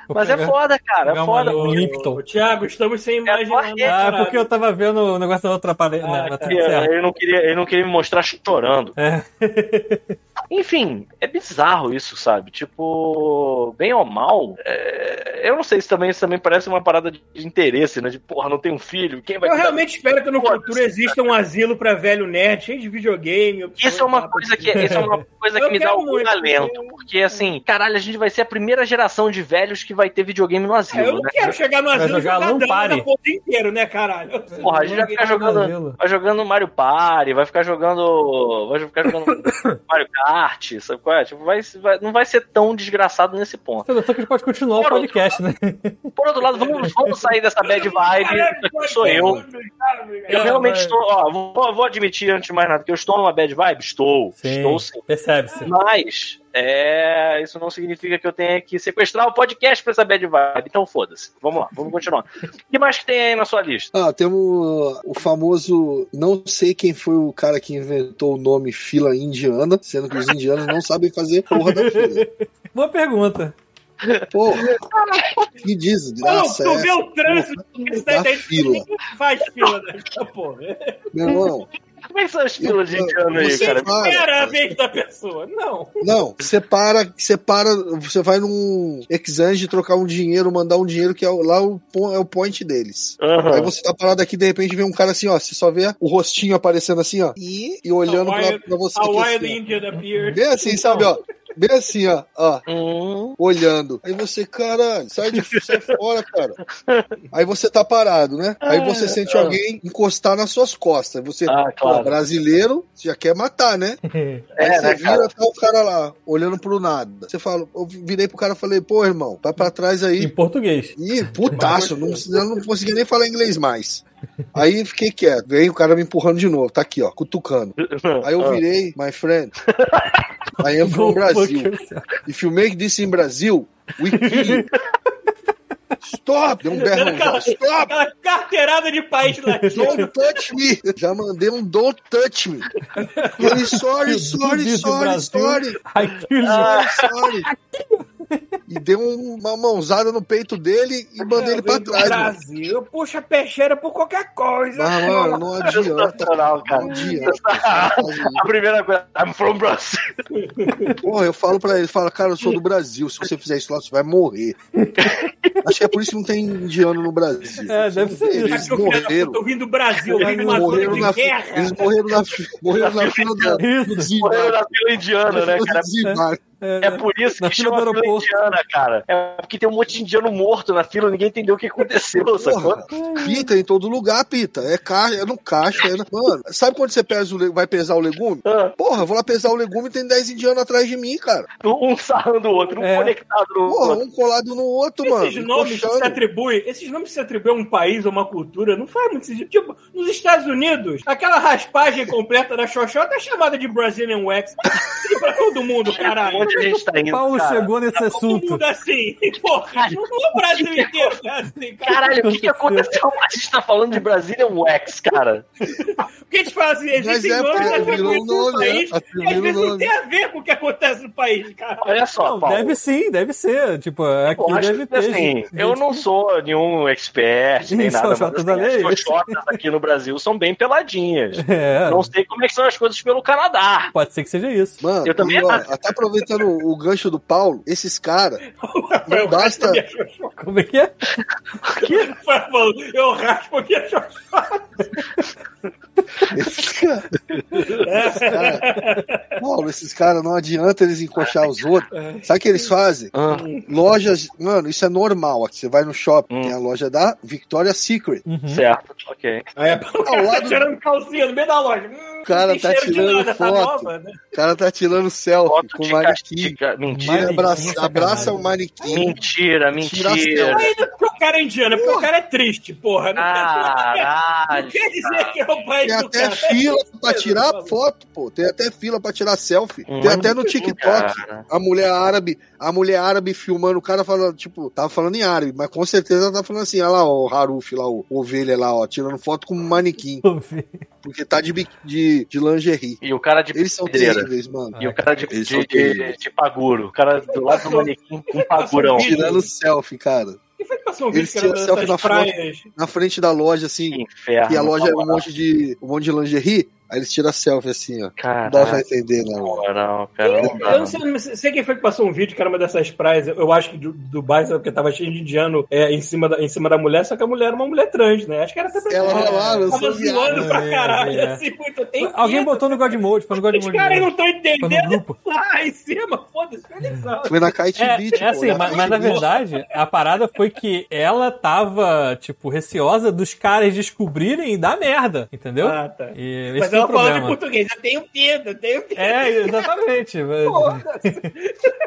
[SPEAKER 4] vou
[SPEAKER 3] mas é
[SPEAKER 4] pegar-
[SPEAKER 3] foda, cara,
[SPEAKER 4] pegar
[SPEAKER 3] é
[SPEAKER 4] um
[SPEAKER 3] foda.
[SPEAKER 4] alho.
[SPEAKER 2] Ô,
[SPEAKER 4] Lipton.
[SPEAKER 2] ô, Thiago, estamos
[SPEAKER 3] É
[SPEAKER 2] sem imagem.
[SPEAKER 3] correto.
[SPEAKER 2] na
[SPEAKER 4] Ah,
[SPEAKER 2] parada.
[SPEAKER 4] porque eu tava vendo o negócio da outra parede.
[SPEAKER 2] Ah,
[SPEAKER 4] né? Mas tá
[SPEAKER 2] cara.
[SPEAKER 4] certo.
[SPEAKER 3] Ele não, queria, ele não queria me mostrar chorando.
[SPEAKER 4] É.
[SPEAKER 3] Enfim, é bizarro isso, sabe? Tipo, bem ou mal, é, eu não sei se também, isso também parece uma parada de de interesse, né? De porra, não tem um filho, quem vai
[SPEAKER 2] Eu
[SPEAKER 3] cuidar
[SPEAKER 2] realmente espero que no
[SPEAKER 3] Foda-se,
[SPEAKER 2] futuro exista um asilo pra velho nerd, cheio de videogame. opções,
[SPEAKER 3] Isso é uma
[SPEAKER 2] lá,
[SPEAKER 3] coisa que, isso é uma coisa que
[SPEAKER 2] Eu
[SPEAKER 3] me dá
[SPEAKER 2] quero
[SPEAKER 3] algum
[SPEAKER 2] muito,
[SPEAKER 3] alento. Porque, assim, caralho, a gente vai ser a primeira geração de velhos que vai ter videogame no
[SPEAKER 2] É, eu
[SPEAKER 3] asilo,
[SPEAKER 2] não
[SPEAKER 3] né?
[SPEAKER 2] quero chegar no asilo e
[SPEAKER 4] jogar
[SPEAKER 2] jogar
[SPEAKER 4] Lone
[SPEAKER 2] dama
[SPEAKER 4] Party.
[SPEAKER 2] da porra inteiro, né, caralho?
[SPEAKER 3] Porra, é, a gente vai ficar jogando,
[SPEAKER 4] Asilo.
[SPEAKER 3] vai jogando Mario Party, vai ficar jogando, vai ficar jogando Mario Kart, sabe qual é? Tipo, vai, vai- não vai ser tão desgraçado nesse ponto.
[SPEAKER 4] Só que a gente pode continuar o
[SPEAKER 3] Fora outro
[SPEAKER 4] podcast, né?
[SPEAKER 3] Por outro lado, vamos, vamos sair dessa bad vibe.
[SPEAKER 2] Caralho,
[SPEAKER 3] Sou eu. Eu
[SPEAKER 4] Não,
[SPEAKER 3] realmente
[SPEAKER 4] mas-
[SPEAKER 3] estou. Ó, vou, vou admitir antes de mais nada que eu estou numa bad vibe? Estou. Estou sim.
[SPEAKER 4] Percebe-se.
[SPEAKER 3] Mas é, isso não significa que eu tenha que sequestrar o podcast pra essa bad vibe. Então foda-se. Vamos lá, vamos continuar. O que mais que tem aí na sua lista?
[SPEAKER 5] Ah, temos o famoso. Não sei quem foi o cara que inventou o nome fila indiana, sendo que os indianos não sabem fazer porra da fila.
[SPEAKER 4] Boa pergunta.
[SPEAKER 5] Porra, que
[SPEAKER 2] Não,
[SPEAKER 5] desgraça.
[SPEAKER 2] tu
[SPEAKER 5] é
[SPEAKER 2] vê o trânsito que você tá
[SPEAKER 5] da fila.
[SPEAKER 2] entendendo. Ninguém faz fila né? dessa porra.
[SPEAKER 5] essa? Meu irmão,
[SPEAKER 3] Como é que são as filas de
[SPEAKER 5] Eu-
[SPEAKER 3] indiano aí,
[SPEAKER 5] você
[SPEAKER 3] cara?
[SPEAKER 5] para,
[SPEAKER 2] Era a
[SPEAKER 5] cara.
[SPEAKER 2] vez da pessoa. Não.
[SPEAKER 5] Não, você para, você para, você vai num Exange trocar um dinheiro, mandar um dinheiro que é o- lá o, po- é o point deles.
[SPEAKER 3] Aham.
[SPEAKER 5] Aí você tá parado aqui, de repente vê um cara assim, ó. Você só vê o rostinho aparecendo assim, ó. E, e olhando pra,
[SPEAKER 2] Hawaii-
[SPEAKER 5] pra você.
[SPEAKER 2] How
[SPEAKER 5] Aqui,
[SPEAKER 2] wild
[SPEAKER 5] assim,
[SPEAKER 2] Indian
[SPEAKER 5] ó.
[SPEAKER 2] appeared.
[SPEAKER 5] Bem assim,
[SPEAKER 3] Então.
[SPEAKER 5] sabe, ó. Bem assim, ó. ó.
[SPEAKER 3] Hum,
[SPEAKER 5] Olhando. Aí você, caralho, sai, de, sai fora, cara. Aí você tá parado, né? Aí você sente alguém encostar nas suas costas. Aí Você,
[SPEAKER 3] Ah,
[SPEAKER 5] pô,
[SPEAKER 3] claro.
[SPEAKER 5] brasileiro, você já quer matar, né? Aí
[SPEAKER 3] É,
[SPEAKER 5] você
[SPEAKER 3] né,
[SPEAKER 5] vira,
[SPEAKER 3] cara?
[SPEAKER 5] tá o cara lá, olhando pro nada. Você fala, eu virei pro cara e falei, pô, irmão, vai pra trás
[SPEAKER 4] Em
[SPEAKER 5] aí.
[SPEAKER 4] português.
[SPEAKER 5] Ih, putaço, não, eu não consegui nem falar inglês mais. Aí fiquei quieto, veio o cara me empurrando de novo, tá aqui, ó, cutucando. Aí eu virei, my friend. Aí eu pro Brasil. E filmei this in Brasil, we kill you. Stop! Deu um berrão. já.
[SPEAKER 2] Aquela,
[SPEAKER 5] Stop!
[SPEAKER 2] aquela carteirada de país latino.
[SPEAKER 5] Don't touch me! Já mandei um don't touch me. Ele, sorry, sorry,
[SPEAKER 4] Disse
[SPEAKER 5] sorry,
[SPEAKER 4] Brasil.
[SPEAKER 5] sorry.
[SPEAKER 4] Ai, que lindo.
[SPEAKER 3] Ah.
[SPEAKER 5] Sorry. E deu um, uma mãozada no peito dele e mandei ele pra
[SPEAKER 2] Vem do
[SPEAKER 5] trás, mano.
[SPEAKER 2] Brasil, puxa peixeira por qualquer coisa.
[SPEAKER 5] Mas, mano, não adianta.
[SPEAKER 3] Sensacional, cara.
[SPEAKER 5] Não adianta. fazer isso.
[SPEAKER 3] A primeira coisa. I'm from Brazil.
[SPEAKER 5] Porra, eu falo pra ele, fala, cara, eu sou do Brasil. Se você fizer isso lá, você vai morrer. Acho que é por isso que não tem indiano no Brasil.
[SPEAKER 4] É, deve ser isso.
[SPEAKER 5] Eles
[SPEAKER 2] Acho que o filho da
[SPEAKER 5] morreram.
[SPEAKER 2] puta vindo do Brasil,
[SPEAKER 5] Eles
[SPEAKER 2] vindo uma
[SPEAKER 5] morreram
[SPEAKER 2] zona
[SPEAKER 5] na,
[SPEAKER 2] de
[SPEAKER 5] fi-
[SPEAKER 2] guerra.
[SPEAKER 5] eles morreram na, fi- morreram na fila da.
[SPEAKER 4] Isso.
[SPEAKER 3] Morreu na fila indiana, né, cara?
[SPEAKER 5] desembarque.
[SPEAKER 4] É,
[SPEAKER 3] É por isso
[SPEAKER 4] Na
[SPEAKER 3] que
[SPEAKER 4] fila
[SPEAKER 3] chama
[SPEAKER 4] do
[SPEAKER 3] fila
[SPEAKER 4] aeroporto.
[SPEAKER 3] indiana, cara. É porque tem um monte de indiano morto na fila, ninguém entendeu o que aconteceu, sacou?
[SPEAKER 5] Porra, pita em todo lugar, pita. É, caixa, é no caixa. É na... Mano, sabe quando você pesa o le- vai pesar o legume?
[SPEAKER 3] Ah,
[SPEAKER 5] Porra, eu vou lá pesar o legume e tem 10 indianos atrás de mim, cara.
[SPEAKER 3] Um sarrando o outro, um
[SPEAKER 4] É.
[SPEAKER 3] conectado no
[SPEAKER 5] Porra,
[SPEAKER 3] outro.
[SPEAKER 5] um colado no outro, mano.
[SPEAKER 2] Esses nomes que se
[SPEAKER 5] encoxando.
[SPEAKER 2] atribuem, esses nomes que se atribuem a um país ou uma cultura, não faz muito sentido. Tipo, nos Estados Unidos, aquela raspagem completa da Xoxota é chamada de Brazilian Wax. E pra todo mundo,
[SPEAKER 3] Um
[SPEAKER 2] caralho.
[SPEAKER 3] monte de gente tá indo.
[SPEAKER 4] Paulo
[SPEAKER 3] cara.
[SPEAKER 4] chegou nesse
[SPEAKER 2] Todo
[SPEAKER 4] é assunto.
[SPEAKER 2] mundo assim, porra, não é o Brasil inteiro, tá assim, cara.
[SPEAKER 3] Caralho, o que, que aconteceu? A gente tá falando de Brazilian Wax, cara.
[SPEAKER 2] Porque eles falam assim,
[SPEAKER 5] Mas
[SPEAKER 2] existem
[SPEAKER 5] é,
[SPEAKER 2] nomes
[SPEAKER 5] porque
[SPEAKER 2] atribuídos
[SPEAKER 5] virou nome,
[SPEAKER 2] no
[SPEAKER 5] né?
[SPEAKER 2] país, que às vezes
[SPEAKER 5] Atribuíram
[SPEAKER 2] não tem
[SPEAKER 5] nome.
[SPEAKER 2] a ver com o que acontece no país, cara.
[SPEAKER 3] Olha só,
[SPEAKER 4] Não,
[SPEAKER 3] Paulo.
[SPEAKER 4] deve sim, deve ser. Tipo, aqui
[SPEAKER 3] Eu acho que,
[SPEAKER 4] deve ter.
[SPEAKER 3] assim,
[SPEAKER 4] gente.
[SPEAKER 3] eu não sou nenhum expert, nem
[SPEAKER 4] Gente,
[SPEAKER 3] nada. Mas,
[SPEAKER 4] xoxotas
[SPEAKER 3] assim, as
[SPEAKER 4] alheias.
[SPEAKER 3] xoxotas aqui no Brasil são bem peladinhas.
[SPEAKER 4] É,
[SPEAKER 3] Não sei como é que são as coisas pelo Canadá.
[SPEAKER 4] pode ser que seja isso.
[SPEAKER 5] Mano,
[SPEAKER 3] Eu também
[SPEAKER 5] e, ó,
[SPEAKER 3] acho.
[SPEAKER 5] até aproveitando o gancho do Paulo, esses caras,
[SPEAKER 2] Foi o
[SPEAKER 5] basta-
[SPEAKER 2] resto da minha xoxota.
[SPEAKER 4] Como é que é?
[SPEAKER 2] Foi, falou, Eu raspo aqui a xoxota.
[SPEAKER 5] esses cara- esses cara- Paulo, esses caras não adianta eles encoxar os outros. Sabe o que eles fazem?
[SPEAKER 3] Ah.
[SPEAKER 4] Uhum.
[SPEAKER 5] Lojas, mano, isso é normal. Aqui você vai no shopping,
[SPEAKER 3] Hum.
[SPEAKER 5] tem a loja da Victoria's Secret.
[SPEAKER 2] Hum.
[SPEAKER 3] Certo, ok.
[SPEAKER 2] Aí
[SPEAKER 4] É.
[SPEAKER 2] a Paulo
[SPEAKER 5] Ao
[SPEAKER 2] tá
[SPEAKER 5] lado-
[SPEAKER 2] tirando calcinha no meio da loja. Hum,
[SPEAKER 5] O cara
[SPEAKER 2] tem
[SPEAKER 5] tá
[SPEAKER 2] cheiro de
[SPEAKER 5] tirando
[SPEAKER 2] nada, tá
[SPEAKER 5] foto.
[SPEAKER 2] nova, né?
[SPEAKER 5] O cara tá tirando selfie
[SPEAKER 3] Foto
[SPEAKER 5] com o
[SPEAKER 3] de cast-
[SPEAKER 5] manequim.
[SPEAKER 3] de ca- Mentira,
[SPEAKER 5] Ele
[SPEAKER 4] Manequim,
[SPEAKER 5] Abraça, abraça o
[SPEAKER 4] sacanagem.
[SPEAKER 5] manequim.
[SPEAKER 3] mentira,
[SPEAKER 5] Tira
[SPEAKER 3] mentira.
[SPEAKER 5] a
[SPEAKER 2] Ainda porque o cara é indiano, é porque o cara é triste, porra. Não, é- não
[SPEAKER 3] Caralho.
[SPEAKER 2] quer dizer que é o país
[SPEAKER 5] Tem
[SPEAKER 2] do
[SPEAKER 5] até
[SPEAKER 2] cara.
[SPEAKER 5] fila pra tirar
[SPEAKER 2] Paulo.
[SPEAKER 5] foto, pô. Tem até fila pra tirar selfie. Tem
[SPEAKER 3] Mano,
[SPEAKER 5] até no TikTok.
[SPEAKER 3] cara.
[SPEAKER 5] A mulher árabe, a mulher árabe filmando o cara falando, tipo, tava falando em árabe, mas com certeza ela tá falando assim, olha lá, ó, o Haruf lá, o ovelha lá, ó, tirando foto com um manequim,
[SPEAKER 4] Vamos ver.
[SPEAKER 5] porque tá de, bi- de, de lingerie.
[SPEAKER 3] E o cara de
[SPEAKER 5] Eles são
[SPEAKER 3] pedreira.
[SPEAKER 5] terríveis, mano.
[SPEAKER 3] E o cara de,
[SPEAKER 5] Eles
[SPEAKER 3] de,
[SPEAKER 5] são
[SPEAKER 3] de, de paguro. O cara do lado do manequim com um pagurão.
[SPEAKER 2] Eles
[SPEAKER 5] Tirando selfie, cara.
[SPEAKER 2] Quem foi que passou um
[SPEAKER 5] Eles
[SPEAKER 2] vídeo que era
[SPEAKER 5] tiram selfie na
[SPEAKER 2] dessas praias?
[SPEAKER 5] Na frente da loja, assim,
[SPEAKER 3] Inferno.
[SPEAKER 5] e a loja é um monte de, um monte de lingerie, aí eles tiram selfie assim, ó. Não dá pra
[SPEAKER 3] Caralho,
[SPEAKER 5] entender, não.
[SPEAKER 3] não, cara. não dá.
[SPEAKER 2] Eu não sei, não sei quem foi que passou um vídeo que era uma dessas praias, eu acho que do Dubai, sabe, porque tava cheio de indiano é, em, cima da, em cima da mulher, só que a mulher era uma mulher trans, né? Acho que era até pra
[SPEAKER 5] Ela
[SPEAKER 4] É,
[SPEAKER 5] vai lá, eu
[SPEAKER 2] Tava
[SPEAKER 5] sou viado.
[SPEAKER 2] zoando pra
[SPEAKER 4] É,
[SPEAKER 2] caralho,
[SPEAKER 4] é.
[SPEAKER 2] assim, muito tempo.
[SPEAKER 4] Alguém botou no
[SPEAKER 3] né?
[SPEAKER 4] God Mode, foi no God
[SPEAKER 2] Os
[SPEAKER 4] Mode.
[SPEAKER 2] caras não
[SPEAKER 4] mesmo.
[SPEAKER 2] estão
[SPEAKER 4] Foi no
[SPEAKER 2] entendendo.
[SPEAKER 4] grupo. Hum.
[SPEAKER 2] Lá em cima, foda-se, eles são.
[SPEAKER 5] Foi na Kite
[SPEAKER 4] É,
[SPEAKER 5] Beach,
[SPEAKER 4] é
[SPEAKER 5] pô,
[SPEAKER 3] né?
[SPEAKER 4] assim,
[SPEAKER 5] na
[SPEAKER 4] mas,
[SPEAKER 5] Kite
[SPEAKER 4] mas na
[SPEAKER 5] Beach.
[SPEAKER 4] verdade, a parada foi que ela tava, tipo, receosa dos caras descobrirem e dar merda, entendeu?
[SPEAKER 2] Ah, tá.
[SPEAKER 4] E esse
[SPEAKER 2] Mas
[SPEAKER 4] que é o
[SPEAKER 2] ela fala em
[SPEAKER 4] problema.
[SPEAKER 2] português, eu tenho medo, eu tenho medo.
[SPEAKER 4] É, exatamente. mas-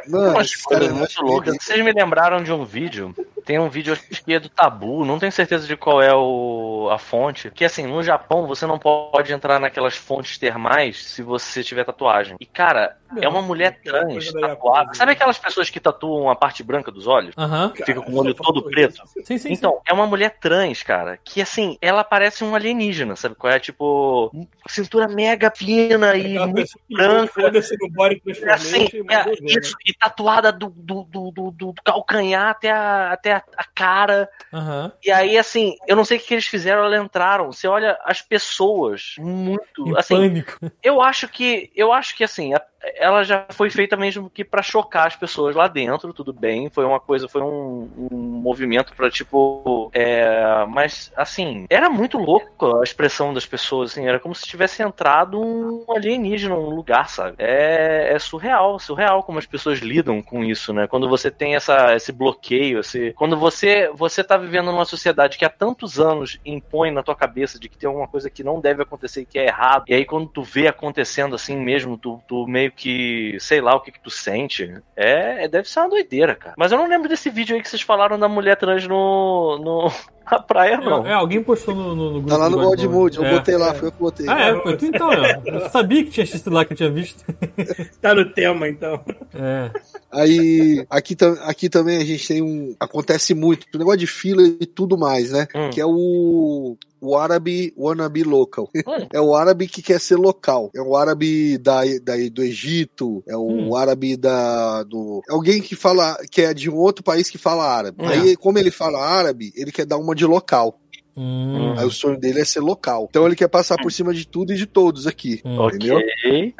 [SPEAKER 5] Mano,
[SPEAKER 3] Umas
[SPEAKER 5] esses
[SPEAKER 3] coisas
[SPEAKER 5] caras
[SPEAKER 3] muito
[SPEAKER 5] não
[SPEAKER 3] loucas. Vocês me lembraram de um vídeo Tem um vídeo acho que é do Tabu, não tenho certeza de qual é o, a fonte. Que assim, no Japão você não pode entrar naquelas fontes termais se você tiver tatuagem. E cara, é uma mulher
[SPEAKER 2] aquela
[SPEAKER 3] trans
[SPEAKER 2] coisa da
[SPEAKER 3] tatuada.
[SPEAKER 2] Yakuza.
[SPEAKER 3] Sabe aquelas pessoas que tatuam a parte branca dos olhos?
[SPEAKER 4] Aham.
[SPEAKER 3] Que Fica com o olho todo
[SPEAKER 2] Uhum.
[SPEAKER 3] preto?
[SPEAKER 4] Sim, sim,
[SPEAKER 3] Então, é uma mulher trans, cara, que assim, ela parece um alienígena, sabe qual é? Tipo, cintura mega fina e
[SPEAKER 2] Aquela
[SPEAKER 3] muito
[SPEAKER 2] pessoa que
[SPEAKER 3] branca.
[SPEAKER 2] Foda-se no body
[SPEAKER 3] Uhum. É assim,
[SPEAKER 2] transformation e
[SPEAKER 3] é,
[SPEAKER 2] mandou ver, né?
[SPEAKER 3] isso, e tatuada do, do, do, do, do calcanhar até, a, até a, a cara.
[SPEAKER 4] sim. Aham.
[SPEAKER 3] E aí, assim, eu não sei o que que eles fizeram, elas entraram. Você olha as pessoas
[SPEAKER 4] Em
[SPEAKER 3] muito. Assim,
[SPEAKER 4] pânico.
[SPEAKER 3] eu acho que. Eu acho que assim, a- ela já foi feita mesmo que pra chocar as pessoas lá dentro, tudo bem. Foi uma coisa, foi um, um movimento pra tipo. é, mas, assim, era muito louco a expressão das pessoas, assim, era como se tivesse entrado um alienígena num lugar, sabe? É, é surreal, surreal como as pessoas lidam com isso, né? Quando você tem essa, esse bloqueio, esse, quando você você tá vivendo numa sociedade que há tantos anos impõe na tua cabeça de que tem alguma coisa que não deve acontecer e que é errado, e aí quando tu vê acontecendo assim mesmo, tu, tu meio que, sei lá, o que que tu sente, é, é- deve ser uma doideira, cara. Mas eu não lembro desse vídeo aí que vocês falaram da mulher trans no, no na praia, não.
[SPEAKER 4] É, é, alguém postou no, no, no grupo.
[SPEAKER 5] Tá lá no
[SPEAKER 4] do
[SPEAKER 5] God Mode, eu
[SPEAKER 4] É.
[SPEAKER 5] botei lá, foi eu que botei.
[SPEAKER 4] Ah, é, foi tu então, ó. Eu sabia que tinha assistido lá que eu tinha visto.
[SPEAKER 2] Tá no tema, então.
[SPEAKER 4] É.
[SPEAKER 5] Aí, aqui, tam- aqui também a gente tem um. Acontece muito, um negócio de fila e tudo mais, né?
[SPEAKER 3] Hum.
[SPEAKER 5] Que é o. O árabe wannabe local.
[SPEAKER 3] Hum.
[SPEAKER 5] É o árabe que quer ser local. É o árabe da, da, do Egito. É o
[SPEAKER 4] Hum.
[SPEAKER 5] árabe da. Do, é alguém que fala. que é de um outro país que fala árabe.
[SPEAKER 3] Hum.
[SPEAKER 5] Aí, como ele fala árabe, ele quer dar uma de local.
[SPEAKER 4] Hum.
[SPEAKER 5] Aí o sonho dele é ser local. Então ele quer passar por cima de tudo e de todos aqui.
[SPEAKER 4] Hum.
[SPEAKER 3] Ok.
[SPEAKER 5] Entendeu?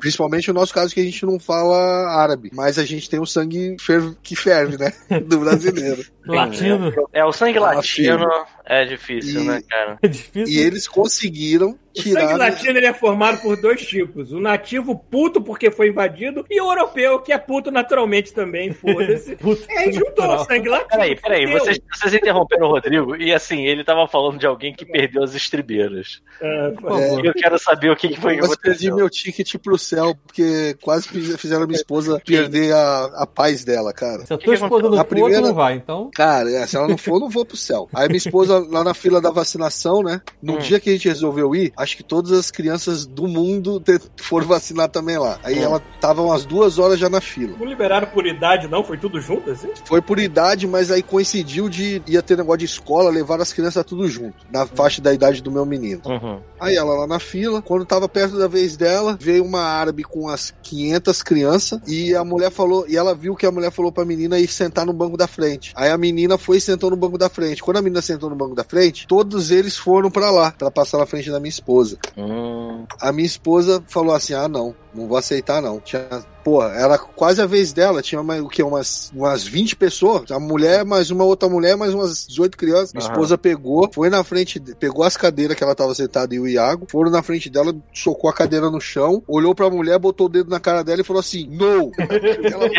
[SPEAKER 5] Principalmente o nosso caso que a gente não fala árabe, mas a gente tem o sangue fer- que ferve, né? Do brasileiro.
[SPEAKER 4] Latino.
[SPEAKER 3] É, o sangue
[SPEAKER 5] Ah,
[SPEAKER 3] latino é difícil,
[SPEAKER 5] E-
[SPEAKER 3] né, cara?
[SPEAKER 4] É
[SPEAKER 5] E
[SPEAKER 4] difícil.
[SPEAKER 5] eles conseguiram
[SPEAKER 2] O sangue
[SPEAKER 5] tirar.
[SPEAKER 2] latino ele é formado por dois tipos: o nativo puto porque foi invadido e o europeu que é puto naturalmente também, foda-se.
[SPEAKER 4] Puta,
[SPEAKER 2] E aí É, juntou o
[SPEAKER 4] natural.
[SPEAKER 2] sangue latino.
[SPEAKER 3] Peraí, peraí,
[SPEAKER 2] fudeu.
[SPEAKER 3] vocês, vocês interromperam o Rodrigo e assim, ele tava falando de alguém que perdeu as estribeiras.
[SPEAKER 2] Ah,
[SPEAKER 4] Por
[SPEAKER 5] É.
[SPEAKER 4] favor.
[SPEAKER 3] Eu quero saber o que, que foi que
[SPEAKER 5] Quase perdi
[SPEAKER 3] aconteceu.
[SPEAKER 5] meu ticket pro céu, porque quase fiz- fizeram minha esposa perder a, a paz dela, cara.
[SPEAKER 4] Se a
[SPEAKER 3] que
[SPEAKER 4] tua
[SPEAKER 3] que
[SPEAKER 4] esposa
[SPEAKER 5] Na
[SPEAKER 4] não for, tu
[SPEAKER 5] primeira-
[SPEAKER 4] não vai, então.
[SPEAKER 5] Cara, é, se ela não for, eu não vou pro céu. Aí minha esposa, lá na fila da vacinação, né? No
[SPEAKER 3] Hum.
[SPEAKER 5] dia que a gente resolveu ir, acho que todas as crianças do mundo te- foram vacinar também lá. Aí
[SPEAKER 3] Hum.
[SPEAKER 5] ela tava umas duas horas já na fila.
[SPEAKER 2] Não liberaram por idade, não? Foi tudo junto, assim?
[SPEAKER 5] Foi por idade, mas aí coincidiu de ia ter negócio de escola, levar as crianças tudo junto, na faixa da idade do meu menino.
[SPEAKER 3] Uhum.
[SPEAKER 5] Aí ela lá na fila, quando tava perto da vez dela, veio uma árabe com as 500 crianças e a mulher falou, e ela viu que a mulher falou pra menina ir sentar no banco da frente. Aí a menina foi e sentou no banco da frente. Quando a menina sentou no banco da frente, todos eles foram pra lá, pra passar na frente da minha esposa.
[SPEAKER 3] Hum.
[SPEAKER 5] A minha esposa falou assim: ah, não, não vou aceitar, não. Tinha, porra, era quase a vez dela, tinha uma, o quê? Umas, umas 20 pessoas, a mulher, mais uma outra mulher, mais umas 18 crianças. Minha
[SPEAKER 3] Aham.
[SPEAKER 5] esposa pegou, foi na frente, de- pegou as cadeiras que ela tava sentada e o Iago, foram na frente dela, socou a cadeira no chão, olhou pra mulher, botou o dedo na cara dela e falou assim: no! ela,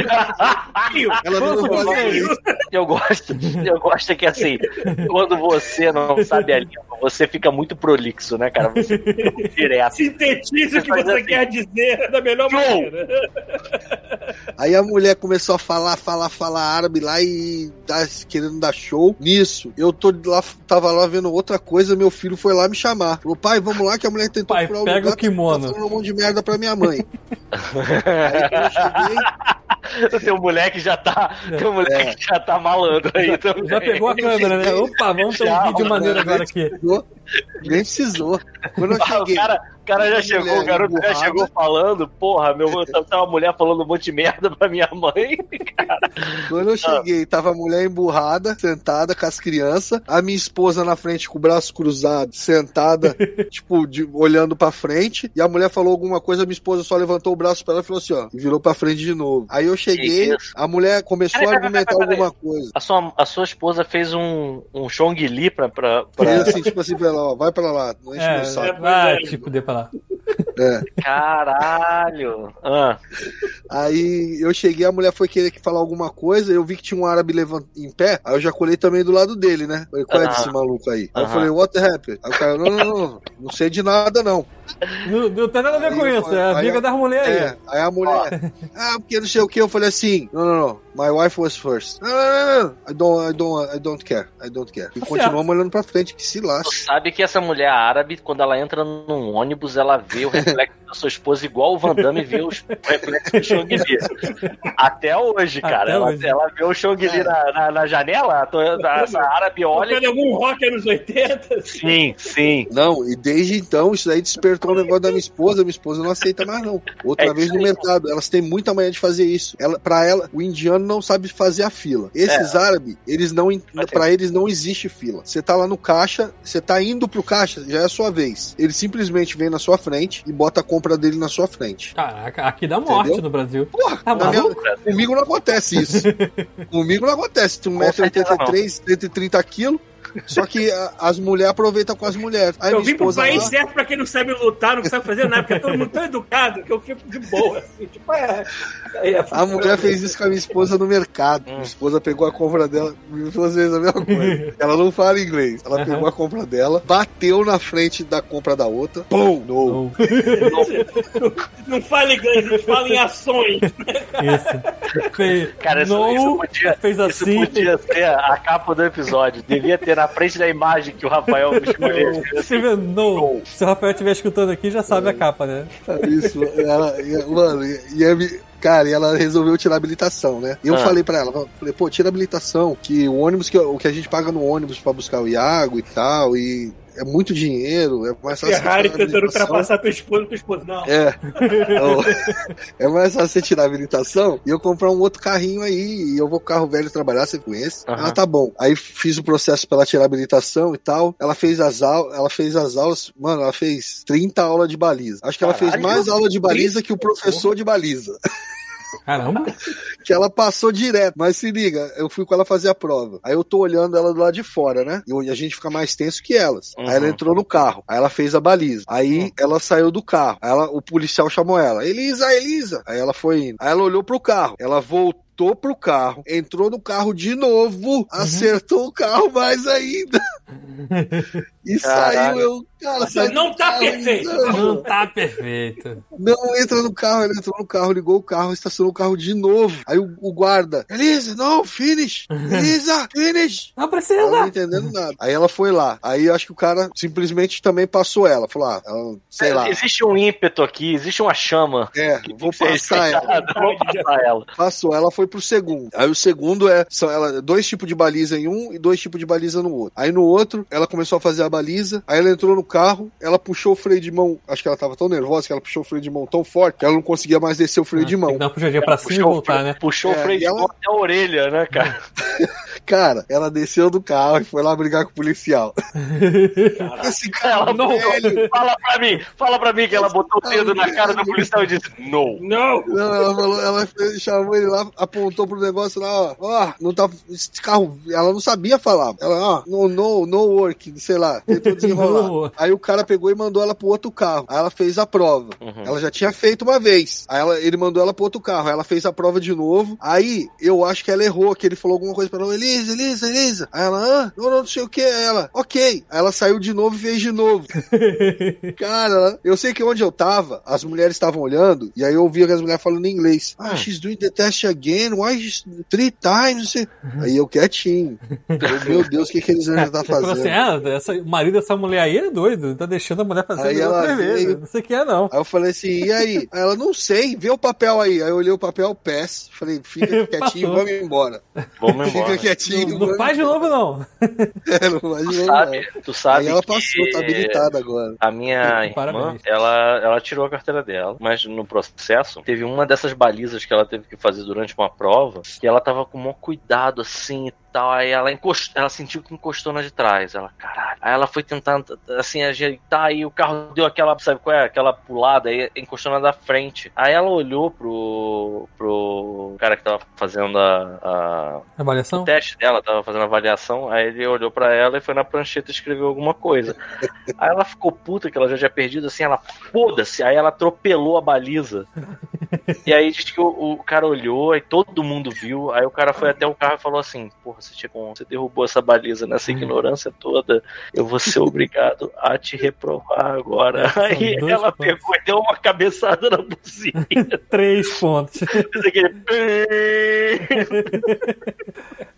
[SPEAKER 5] ela não
[SPEAKER 3] assim,
[SPEAKER 4] Nossa,
[SPEAKER 5] falou assim,
[SPEAKER 4] que
[SPEAKER 5] isso.
[SPEAKER 3] Eu gosto, eu gosto que assim, quando você não sabe a língua, você fica muito prolixo, né, cara? Você fica muito direto.
[SPEAKER 2] Sintetize o que você
[SPEAKER 3] assim.
[SPEAKER 2] quer dizer da melhor
[SPEAKER 3] Não.
[SPEAKER 2] maneira.
[SPEAKER 5] Aí a mulher começou a falar, falar, falar árabe lá e tá querendo dar show. Nisso, eu tô lá, tava lá vendo outra coisa, meu filho foi lá me chamar. Falou, pai, vamos lá que a mulher tentou
[SPEAKER 4] Pai,
[SPEAKER 5] furar
[SPEAKER 4] pega o
[SPEAKER 5] Tá
[SPEAKER 4] kimono.
[SPEAKER 5] falando um monte de merda pra minha mãe. Aí quando eu cheguei,
[SPEAKER 3] O teu moleque já tá. Teu moleque já tá malandro aí também.
[SPEAKER 4] É. Já pegou a câmera, né? Opa, vamos ter um
[SPEAKER 3] Tchau,
[SPEAKER 4] vídeo maneiro
[SPEAKER 5] mano.
[SPEAKER 4] agora aqui.
[SPEAKER 5] chegou, nem precisou. Quando eu
[SPEAKER 3] Ah, o
[SPEAKER 5] cheguei,
[SPEAKER 3] cara, o cara já chegou, o garoto já chegou falando, porra, meu, tá uma mulher falando um monte de merda pra minha mãe.
[SPEAKER 5] quando eu cheguei, tava a mulher emburrada, sentada com as crianças, a minha esposa na frente com o braço cruzado, sentada, tipo, de- olhando pra frente, e a mulher falou alguma coisa, minha esposa só levantou o braço pra ela e falou assim, ó, e virou pra frente de novo. Aí eu cheguei,
[SPEAKER 3] Que
[SPEAKER 5] a mulher começou
[SPEAKER 3] Peraí,
[SPEAKER 5] a
[SPEAKER 3] peraí,
[SPEAKER 5] argumentar
[SPEAKER 3] peraí, peraí.
[SPEAKER 5] alguma coisa.
[SPEAKER 3] A sua, a sua esposa fez um, um Chong Li pra. pra,
[SPEAKER 5] Falei
[SPEAKER 3] pra...
[SPEAKER 5] assim, tipo assim pra ela, ó, vai pra lá, não enche meu
[SPEAKER 4] É,
[SPEAKER 5] saco.
[SPEAKER 4] vai te fuder pra lá.
[SPEAKER 5] É.
[SPEAKER 3] Caralho! Ah,
[SPEAKER 5] Aí eu cheguei, a mulher foi querer que falar alguma coisa, eu vi que tinha um árabe levant... em pé, aí eu já colei também do lado dele, né? Falei, qual é
[SPEAKER 3] Aham.
[SPEAKER 5] desse maluco aí? Aí eu
[SPEAKER 3] Aham.
[SPEAKER 5] falei, what the happened? Aí o cara, não, não, não, não sei de nada não.
[SPEAKER 4] Não, não tem nada a ver com
[SPEAKER 5] Aí eu
[SPEAKER 4] isso,
[SPEAKER 5] falei-
[SPEAKER 4] é a
[SPEAKER 5] aí
[SPEAKER 4] briga
[SPEAKER 5] eu-
[SPEAKER 4] das mulheres aí.
[SPEAKER 5] É, aí a mulher. Ah, porque não sei o que, eu falei assim: não, não, não. My wife was first. Não, não, não, não. I don't, I don't, I don't care. I don't care. E continuamos olhando pra frente, que se
[SPEAKER 3] Tu
[SPEAKER 5] lasca.
[SPEAKER 3] sabe que essa mulher árabe, quando ela entra num ônibus, ela vê o reflexo da sua esposa igual o Van Damme vê os- o reflexo do Chong Li. Até hoje, cara.
[SPEAKER 4] Até
[SPEAKER 3] ela,
[SPEAKER 4] hoje.
[SPEAKER 3] ela vê o Chong Li na, na, na janela, a to- a- essa árabe olha.
[SPEAKER 2] Tocando algum rock anos 80?
[SPEAKER 3] Sim, sim.
[SPEAKER 5] Não, e desde então, isso daí despertou o negócio da minha esposa. Minha esposa não aceita mais, não. Outra
[SPEAKER 3] É
[SPEAKER 5] vez
[SPEAKER 3] isso
[SPEAKER 5] no
[SPEAKER 3] aí.
[SPEAKER 5] mercado. Elas têm muita manha de fazer isso. Ela, pra ela, o indiano não sabe fazer a fila.
[SPEAKER 2] É.
[SPEAKER 5] Esses árabes, eles não. en-
[SPEAKER 3] Mas é.
[SPEAKER 5] Pra eles não existe fila. Você tá lá no caixa, você tá indo pro caixa, já é a sua vez. Ele simplesmente vem na sua frente e bota a compra dele na sua frente.
[SPEAKER 4] Caraca, aqui dá morte
[SPEAKER 5] Entendeu?
[SPEAKER 4] no Brasil.
[SPEAKER 5] Porra,
[SPEAKER 4] Tá
[SPEAKER 5] na minha-
[SPEAKER 4] maluco?
[SPEAKER 5] comigo não acontece isso. comigo não acontece. um Tu 1,83m, 130kg. Só que a- as mulheres aproveitam com as mulheres. Aí
[SPEAKER 2] eu
[SPEAKER 5] minha
[SPEAKER 2] vim pro
[SPEAKER 5] esposa.
[SPEAKER 2] país
[SPEAKER 5] lá-
[SPEAKER 2] certo pra quem não sabe lutar, não sabe fazer nada, porque é todo mundo tão educado que eu fico de boa, assim, tipo, é... é-
[SPEAKER 5] A mulher fez isso com a minha esposa no mercado.
[SPEAKER 3] Hum.
[SPEAKER 5] Minha esposa pegou a compra dela duas vezes a mesma coisa. Ela não fala inglês. Ela pegou a compra dela, bateu na frente da compra da outra. Pum! No.
[SPEAKER 4] Ou-
[SPEAKER 2] Não fala inglês, não fala em ações.
[SPEAKER 4] Isso. Fez,
[SPEAKER 3] Cara, isso,
[SPEAKER 4] não,
[SPEAKER 3] isso podia,
[SPEAKER 4] fez
[SPEAKER 3] isso
[SPEAKER 4] assim.
[SPEAKER 3] podia ser a capa do episódio. Devia ter na frente da imagem que o Rafael escolheu. Assim,
[SPEAKER 4] Você vê, não. Se o Rafael estiver escutando aqui, já sabe a capa, né?
[SPEAKER 5] Isso, ela, e- mano, e, e a mi- cara, e ela resolveu tirar a habilitação, né? E eu
[SPEAKER 3] Ah.
[SPEAKER 5] falei pra ela, falei, pô, tira a habilitação, que o ônibus, que, o que a gente paga no ônibus pra buscar o Iago e tal, e é muito dinheiro, é mais fácil. você tirar a
[SPEAKER 2] Ferrari tentando
[SPEAKER 5] habilitação.
[SPEAKER 2] ultrapassar tua esposa, tua esposa, não.
[SPEAKER 5] É, é mais fácil você tirar a habilitação e eu comprar um outro carrinho aí. E eu vou com o carro velho trabalhar, você conhece?
[SPEAKER 3] Aham.
[SPEAKER 5] Ah, tá bom. Aí fiz o processo pra ela tirar a habilitação e tal. Ela fez as aulas, ela fez as aulas, mano, ela fez 30 aulas de baliza. Acho que ela
[SPEAKER 3] Caralho.
[SPEAKER 5] fez mais aula de baliza que o professor de baliza.
[SPEAKER 4] Caramba.
[SPEAKER 5] Que ela passou direto. Mas se liga, eu fui com ela fazer a prova. Aí eu tô olhando ela do lado de fora, né? E a gente fica mais tenso que elas.
[SPEAKER 3] Uhum.
[SPEAKER 5] Aí ela entrou no carro. Aí ela fez a baliza. Aí ela saiu do carro. Aí ela- o policial chamou ela. Elisa, Elisa. Aí ela foi indo. Aí ela olhou pro carro. Ela voltou pro carro. Entrou no carro de novo. Acertou o carro mais ainda. E
[SPEAKER 3] Caralho.
[SPEAKER 5] saiu, eu, cara, sai do
[SPEAKER 2] Não tá
[SPEAKER 5] carro,
[SPEAKER 2] perfeito.
[SPEAKER 5] Elisa.
[SPEAKER 4] Não tá perfeito.
[SPEAKER 5] Não entra no carro, ele entrou no carro, ligou o carro, estacionou o carro de novo. Aí o, o guarda, Elisa, não, finish! Elisa, finish!
[SPEAKER 4] Não
[SPEAKER 5] Ela não
[SPEAKER 4] precisa.
[SPEAKER 5] entendendo nada. Aí ela foi lá. Aí eu acho que o cara simplesmente também passou ela. Falou, ah, ela- sei lá.
[SPEAKER 3] Existe um ímpeto aqui, existe uma chama.
[SPEAKER 5] É, vou passar ela.
[SPEAKER 2] Tá
[SPEAKER 3] Vou passar ela.
[SPEAKER 5] Passou, ela foi pro segundo. Aí o segundo é são ela, dois tipos de baliza em um e dois tipos de baliza no outro. Aí no outro, ela começou a fazer a baliza, aí ela entrou no carro, ela puxou o freio de mão. Acho que ela tava tão nervosa que ela puxou o freio de mão tão forte que ela não conseguia mais descer o freio de
[SPEAKER 4] Tem
[SPEAKER 5] mão.
[SPEAKER 4] que dar uma puxadinha é pra cima e voltar, né?
[SPEAKER 3] Puxou o
[SPEAKER 5] É,
[SPEAKER 3] freio
[SPEAKER 5] e
[SPEAKER 3] de
[SPEAKER 5] ela-
[SPEAKER 3] mão até a orelha, né, cara?
[SPEAKER 5] Cara, ela desceu do carro e foi lá brigar com o policial. Esse cara
[SPEAKER 3] Ela não-
[SPEAKER 5] velho.
[SPEAKER 3] Fala pra mim, fala pra mim que ela botou o dedo na cara do policial e disse: No.
[SPEAKER 2] Não!
[SPEAKER 5] Não, ela falou, ela fez- chamou ele lá, apontou pro negócio lá, ó, ó, não tá, esse carro, ela não sabia falar, ela, ó, no, no, no work, sei lá, tentou
[SPEAKER 4] No
[SPEAKER 5] desenrolar.
[SPEAKER 4] work.
[SPEAKER 5] Aí o cara pegou e mandou ela pro outro carro, aí ela fez a prova,
[SPEAKER 3] Uhum.
[SPEAKER 5] ela já tinha feito uma vez, aí ela- ele mandou ela pro outro carro, aí ela fez a prova de novo, aí eu acho que ela errou, que ele falou alguma coisa pra ela, Elisa, Elisa, Elisa, aí ela, ah, não, não, não sei o que, aí ela, ok, aí ela saiu de novo e fez de novo. Cara, eu sei que onde eu tava, as mulheres estavam olhando, e aí eu ouvia as mulheres falando em inglês. Ah, she's doing the test again, why she's three times, não sei. Aí eu quietinho. Eu, meu Deus, o que, que eles já tá
[SPEAKER 4] Você falou assim,
[SPEAKER 5] fazendo?
[SPEAKER 4] ah, essa, o marido dessa mulher aí é doido, tá deixando a mulher fazer
[SPEAKER 5] Aí
[SPEAKER 4] a
[SPEAKER 5] ela
[SPEAKER 4] outra vez.
[SPEAKER 5] veio.
[SPEAKER 4] Não sei o que é, não.
[SPEAKER 5] Aí eu falei assim, e aí? Aí ela, não sei, vê o papel aí. Aí eu olhei o papel, pass, falei, fica quietinho,
[SPEAKER 4] Passou.
[SPEAKER 5] vamos embora.
[SPEAKER 3] Vamos
[SPEAKER 5] Fica
[SPEAKER 3] embora.
[SPEAKER 5] quietinho.
[SPEAKER 4] Não,
[SPEAKER 5] vamos
[SPEAKER 4] não faz de novo, não.
[SPEAKER 5] embora. Não faz
[SPEAKER 3] Tu
[SPEAKER 5] de novo, não.
[SPEAKER 3] sabe, tu sabe.
[SPEAKER 5] né? Aí ela
[SPEAKER 3] que-
[SPEAKER 5] passou, tá habilitada agora.
[SPEAKER 3] A minha irmã,
[SPEAKER 4] Parabéns.
[SPEAKER 3] ela, ela tirou a carteira dela, mas no processo teve uma dessas balizas que ela teve que fazer durante uma prova, que ela tava com o maior cuidado assim e tal. Aí ela encostou, ela sentiu que encostou na de trás. Ela, caralho. Aí ela foi tentando assim ajeitar aí o carro deu aquela, sabe qual é? Aquela pulada aí encostou na da frente. Aí ela olhou pro pro cara que tava fazendo a- a o
[SPEAKER 4] Avaliação?
[SPEAKER 3] teste dela, tava fazendo avaliação, aí ele olhou pra ela e foi na prancheta e escreveu alguma coisa. Aí ela ficou puta que ela já tinha perdido, assim, ela foda-se, aí ela atropelou a baliza. E aí diz que o, o cara olhou, aí todo mundo viu, aí o cara foi até o carro e falou assim, porra, você, chegou, você derrubou essa baliza nessa ignorância toda, eu vou ser obrigado a te reprovar agora.
[SPEAKER 4] São
[SPEAKER 3] Aí
[SPEAKER 4] dois
[SPEAKER 3] ela
[SPEAKER 4] pontos.
[SPEAKER 3] pegou e deu uma cabeçada na buzina.
[SPEAKER 4] Três pontos.
[SPEAKER 3] fez aquele-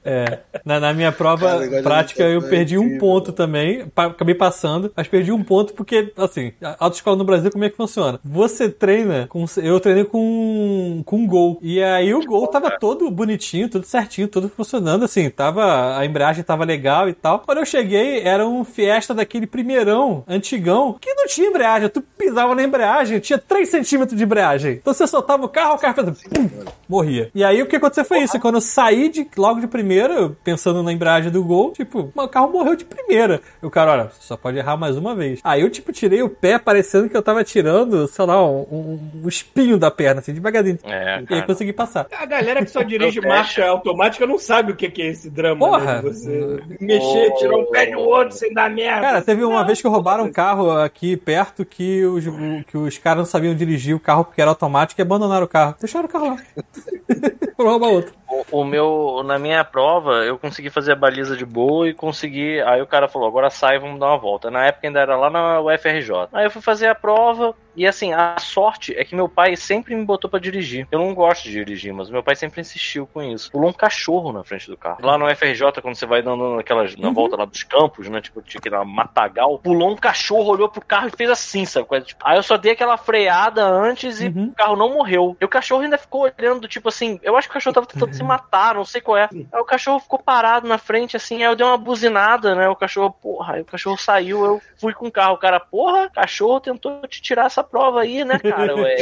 [SPEAKER 4] É. Na, na minha prova
[SPEAKER 7] Cara, agora
[SPEAKER 4] prática,
[SPEAKER 7] eu
[SPEAKER 4] eu
[SPEAKER 7] tô
[SPEAKER 4] perdi um
[SPEAKER 7] incrível. né?
[SPEAKER 4] ponto também. pa- acabei passando, mas perdi um ponto porque, assim, a autoescola no Brasil, como é que funciona? Você treina com. Eu treinei com, com um gol. E aí o gol tava todo bonitinho, tudo certinho, tudo funcionando, assim. Tava, a embreagem tava legal e tal. Quando eu cheguei, era um fiesta daquele primeirão, antigão, que não tinha embreagem. Tu pisava na embreagem, tinha 3 centímetros de embreagem. Então você soltava o carro, o carro fazia. Pum, morria. E aí o que aconteceu foi isso. Quando eu saí de, logo de primeira, eu pensando na embreagem do gol, tipo, "Mas o carro morreu de primeira. E o cara, olha, você só pode errar mais uma vez. Aí eu, tipo, tirei o pé, parecendo que eu tava tirando, sei lá, um, um- um espinho da perna, assim, devagarinho.
[SPEAKER 3] É,
[SPEAKER 4] e aí
[SPEAKER 3] cara.
[SPEAKER 4] consegui passar.
[SPEAKER 2] A galera que só dirige
[SPEAKER 3] Protesta.
[SPEAKER 2] marcha automática não sabe o que que é esse drama.
[SPEAKER 4] Porra.
[SPEAKER 2] né? De Você mexer,
[SPEAKER 3] Oh.
[SPEAKER 2] tirar um pé do outro sem dar merda.
[SPEAKER 4] Cara, teve uma vez que roubaram um carro aqui perto que os, que os caras não sabiam dirigir o carro porque era automático e abandonaram o carro. Deixaram o carro lá. Foram roubar outro.
[SPEAKER 3] O, o meu, na minha prova, eu consegui fazer a baliza de boa e consegui. Aí o cara falou: agora sai, vamos dar uma volta. Na época ainda era lá na UFRJ. Aí eu fui fazer a prova. E assim, a sorte é que meu pai sempre me botou pra dirigir. Eu não gosto de dirigir, mas meu pai sempre insistiu com isso. Pulou um cachorro na frente do carro. Lá na UFRJ, quando você vai dando aquelas, na volta lá dos campos, né? Tipo, tinha aquele matagal. Pulou um cachorro, olhou pro carro e fez assim, sabe? Coisa, tipo, Aí eu só dei aquela freada antes e
[SPEAKER 4] Uhum.
[SPEAKER 3] o carro não morreu. E o cachorro ainda ficou olhando, tipo assim, eu acho que o cachorro tava tentando se matar, não sei qual é. Aí o cachorro ficou parado na frente, assim, aí eu dei uma buzinada, né? O cachorro, porra, aí o cachorro saiu, eu fui com o carro. O cara, porra, cachorro tentou te tirar essa prova aí, né, cara? Ué,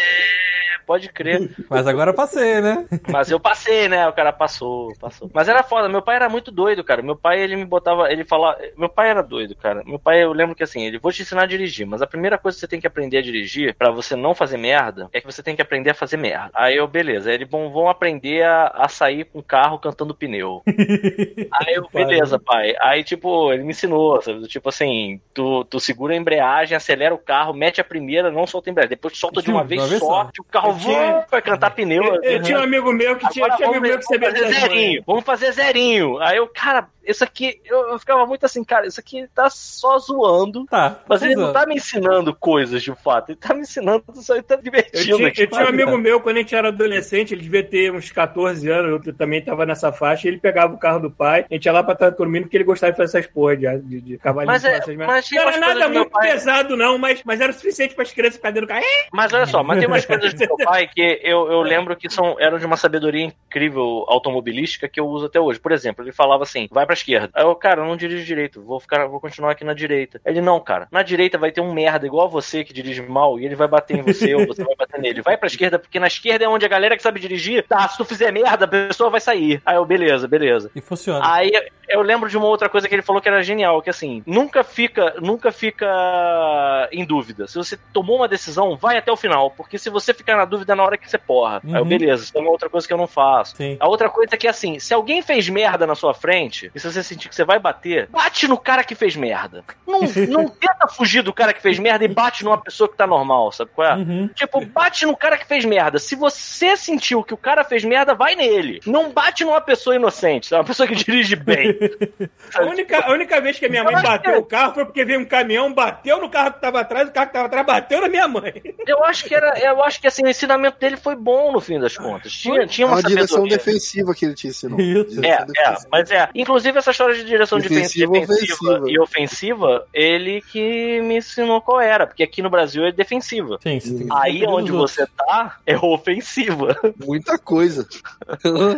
[SPEAKER 3] é, pode crer.
[SPEAKER 4] Mas agora eu passei, né?
[SPEAKER 3] Mas eu passei, né? O cara passou, passou. Mas era foda, meu pai era muito doido, cara. Meu pai, ele me botava, ele falava. Meu pai era doido, cara. Meu pai, eu lembro que assim, ele vou te ensinar a dirigir, mas a primeira coisa que você tem que aprender a dirigir, pra você não fazer merda, é que você tem que aprender a fazer merda. Aí eu, beleza. Aí ele, bom, vão aprender a, a sair com o carro cantando pneu. Aí eu, beleza, pai. Aí, tipo, ele me ensinou, sabe? Tipo assim, tu, tu segura a embreagem, acelera o carro, mete a primeira, não solta a embreagem. Depois tu solta de uma
[SPEAKER 4] De
[SPEAKER 3] vez
[SPEAKER 4] uma vez
[SPEAKER 3] só,
[SPEAKER 4] só.
[SPEAKER 3] tipo, o carro
[SPEAKER 2] Eu tinha-
[SPEAKER 3] voa, vai cantar pneu.
[SPEAKER 2] Eu, eu tinha um amigo meu que tinha,
[SPEAKER 3] Agora
[SPEAKER 2] tinha um amigo
[SPEAKER 3] vamos,
[SPEAKER 2] meu que sabia
[SPEAKER 3] fazer
[SPEAKER 2] essas
[SPEAKER 3] zerinho.
[SPEAKER 2] manhas.
[SPEAKER 3] Vamos fazer zerinho. Aí eu, cara, isso aqui, eu, eu ficava muito assim, cara, isso aqui tá só zoando.
[SPEAKER 4] Tá.
[SPEAKER 3] Mas ele não
[SPEAKER 4] usando.
[SPEAKER 3] tá me ensinando coisas de fato. Ele tá me ensinando, isso aí tá
[SPEAKER 2] Eu
[SPEAKER 3] divertido.
[SPEAKER 2] tinha, eu tinha um
[SPEAKER 4] Imagina.
[SPEAKER 2] amigo meu, quando a gente era adolescente, ele devia ter uns 14 anos, eu que também tava nessa faixa, ele pegava o carro do pai, a gente ia lá pra trás dormindo, porque ele gostava de fazer essas porra de, de, de cavalinho.
[SPEAKER 3] Mas é-
[SPEAKER 2] essas merda.
[SPEAKER 3] mas tinha
[SPEAKER 2] não era
[SPEAKER 3] umas coisas
[SPEAKER 2] nada
[SPEAKER 3] do meu
[SPEAKER 2] muito
[SPEAKER 3] pai-
[SPEAKER 2] pesado, não, mas, mas era o suficiente para as crianças ficarem dentro do carro.
[SPEAKER 3] Mas olha só, mas tem umas coisas do meu pai que eu, eu lembro que são, eram de uma sabedoria incrível automobilística que eu uso até hoje. Por exemplo, ele falava assim: vai pra esquerda. Aí eu, cara, eu não dirijo direito, vou ficar, vou continuar aqui na direita. Ele, não, cara, na direita vai ter um merda igual a você que dirige mal e ele vai bater em você ou você vai bater nele. Vai pra esquerda, porque na esquerda é onde a galera que sabe dirigir, tá, se tu fizer merda, a pessoa vai sair. Aí eu, beleza, beleza.
[SPEAKER 4] E funciona.
[SPEAKER 3] Aí eu lembro de uma outra coisa que ele falou que era genial, que assim, nunca fica, nunca fica em dúvida. Se você tomou uma decisão, vai até o final, porque se você ficar na dúvida é na hora que você porra. Aí eu,
[SPEAKER 4] Uhum.
[SPEAKER 3] beleza, isso é uma outra coisa que eu não faço.
[SPEAKER 4] Sim.
[SPEAKER 3] A outra coisa é que assim, se alguém fez merda na sua frente, e se você sentir que você vai bater, bate no cara que fez merda. Não, não tenta fugir do cara que fez merda e bate numa pessoa que tá normal, sabe qual é?
[SPEAKER 4] Uhum.
[SPEAKER 3] Tipo, bate no cara que fez merda. Se você sentiu que o cara fez merda, vai nele. Não bate numa pessoa inocente, sabe? Uma pessoa que dirige bem.
[SPEAKER 2] A única, a única vez que a minha mãe
[SPEAKER 3] Eu acho
[SPEAKER 2] bateu
[SPEAKER 3] que-
[SPEAKER 2] o carro foi porque veio um caminhão, bateu no carro que tava atrás, o carro que tava atrás bateu na minha mãe.
[SPEAKER 3] Eu acho que era, eu acho que assim, o ensinamento dele foi bom no fim das contas. Tinha, tinha
[SPEAKER 5] É
[SPEAKER 3] uma
[SPEAKER 5] uma direção
[SPEAKER 3] sabedoria.
[SPEAKER 5] defensiva que ele te ensinou.
[SPEAKER 4] Isso.
[SPEAKER 5] Direção
[SPEAKER 3] É, é,
[SPEAKER 5] defensiva.
[SPEAKER 3] mas é. Inclusive, essa história de direção
[SPEAKER 5] Defensiva,
[SPEAKER 3] defensiva, defensiva
[SPEAKER 5] ofensiva.
[SPEAKER 3] e ofensiva, ele que me ensinou qual era, porque aqui no Brasil é defensiva.
[SPEAKER 4] Sim, você tem que
[SPEAKER 3] Aí
[SPEAKER 4] cumprir os
[SPEAKER 3] onde
[SPEAKER 4] outros.
[SPEAKER 3] você tá é ofensiva.
[SPEAKER 5] Muita coisa.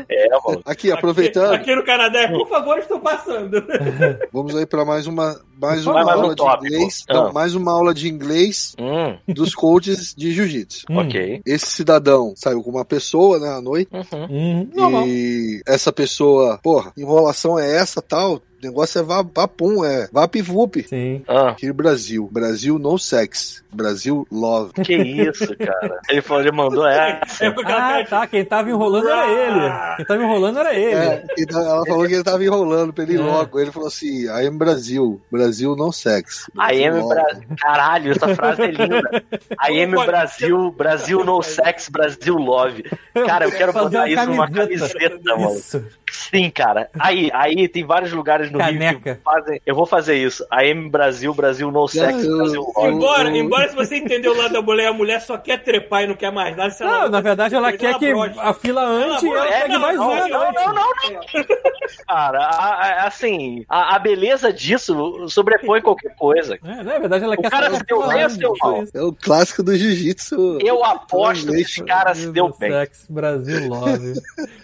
[SPEAKER 3] É, mano.
[SPEAKER 5] Aqui, aproveitando,
[SPEAKER 2] Aqui, aqui no Canadá, é, por favor, estou passando.
[SPEAKER 4] Ah.
[SPEAKER 5] vamos aí para mais uma, mais
[SPEAKER 3] Vai
[SPEAKER 5] uma
[SPEAKER 3] mais um
[SPEAKER 5] aula de
[SPEAKER 3] tópico.
[SPEAKER 5] inglês.
[SPEAKER 3] Ah.
[SPEAKER 5] Não, mais uma aula de inglês
[SPEAKER 3] Hum,
[SPEAKER 5] dos coaches de jiu-jitsu.
[SPEAKER 4] Hum,
[SPEAKER 3] tá, ok.
[SPEAKER 5] Esse cidadão saiu com uma pessoa né, à noite
[SPEAKER 3] Uhum.
[SPEAKER 4] Hum, normal.
[SPEAKER 5] e essa pessoa, porra, enrolação é essa tal? negócio é va- vapum, é vapivup.
[SPEAKER 4] Sim.
[SPEAKER 3] Ah,
[SPEAKER 5] Aqui no Brasil. Brasil no sex. Brasil love.
[SPEAKER 3] que isso, cara. Ele falou, ele mandou essa.
[SPEAKER 2] É porque ela
[SPEAKER 4] Ah,
[SPEAKER 2] tá-
[SPEAKER 4] tá. Quem tava enrolando
[SPEAKER 3] Ah.
[SPEAKER 4] era ele. Quem tava enrolando era ele.
[SPEAKER 5] É, e da- ela falou que ele tava enrolando pra ele ir
[SPEAKER 4] É.
[SPEAKER 5] logo. Ele falou assim: I am Brasil. Brasil não sex.
[SPEAKER 3] I am
[SPEAKER 5] love.
[SPEAKER 3] Brasil. Caralho, essa frase é linda. I am
[SPEAKER 2] Pode-
[SPEAKER 3] Brasil, Brasil no sex, Brasil love. Cara, eu quero
[SPEAKER 4] Fazer
[SPEAKER 3] botar
[SPEAKER 4] uma
[SPEAKER 3] isso numa
[SPEAKER 4] camiseta.
[SPEAKER 3] camiseta, mano.
[SPEAKER 4] Isso.
[SPEAKER 3] Sim, cara. Aí, aí tem vários lugares no Rio que
[SPEAKER 4] Caneca.
[SPEAKER 3] fazem. Eu vou fazer isso. I am Brasil, Brasil no sex,
[SPEAKER 5] eu-
[SPEAKER 3] Brasil love.
[SPEAKER 2] Embora,
[SPEAKER 5] Eu-
[SPEAKER 2] embora se você entender o lado da mulher, a mulher só quer trepar e não quer mais nada. se
[SPEAKER 4] Não, na verdade ela quer que
[SPEAKER 2] brode.
[SPEAKER 4] a fila ante e ela
[SPEAKER 2] É,
[SPEAKER 4] quer que
[SPEAKER 2] não,
[SPEAKER 4] mais
[SPEAKER 2] não,
[SPEAKER 4] uma.
[SPEAKER 2] não,
[SPEAKER 4] antes.
[SPEAKER 3] Não, não, não. Cara, a- a- assim, a, a beleza disso sobrepõe qualquer coisa.
[SPEAKER 4] É, na verdade ela
[SPEAKER 3] O
[SPEAKER 4] quer
[SPEAKER 3] cara
[SPEAKER 4] saber
[SPEAKER 3] se deu
[SPEAKER 4] a fila
[SPEAKER 3] bem ou
[SPEAKER 4] antes,
[SPEAKER 3] se deu
[SPEAKER 4] só
[SPEAKER 3] mal?
[SPEAKER 4] isso.
[SPEAKER 5] É o clássico do jiu-jitsu.
[SPEAKER 3] Eu aposto que esse cara se deu bem.
[SPEAKER 4] Sex, Brasil love.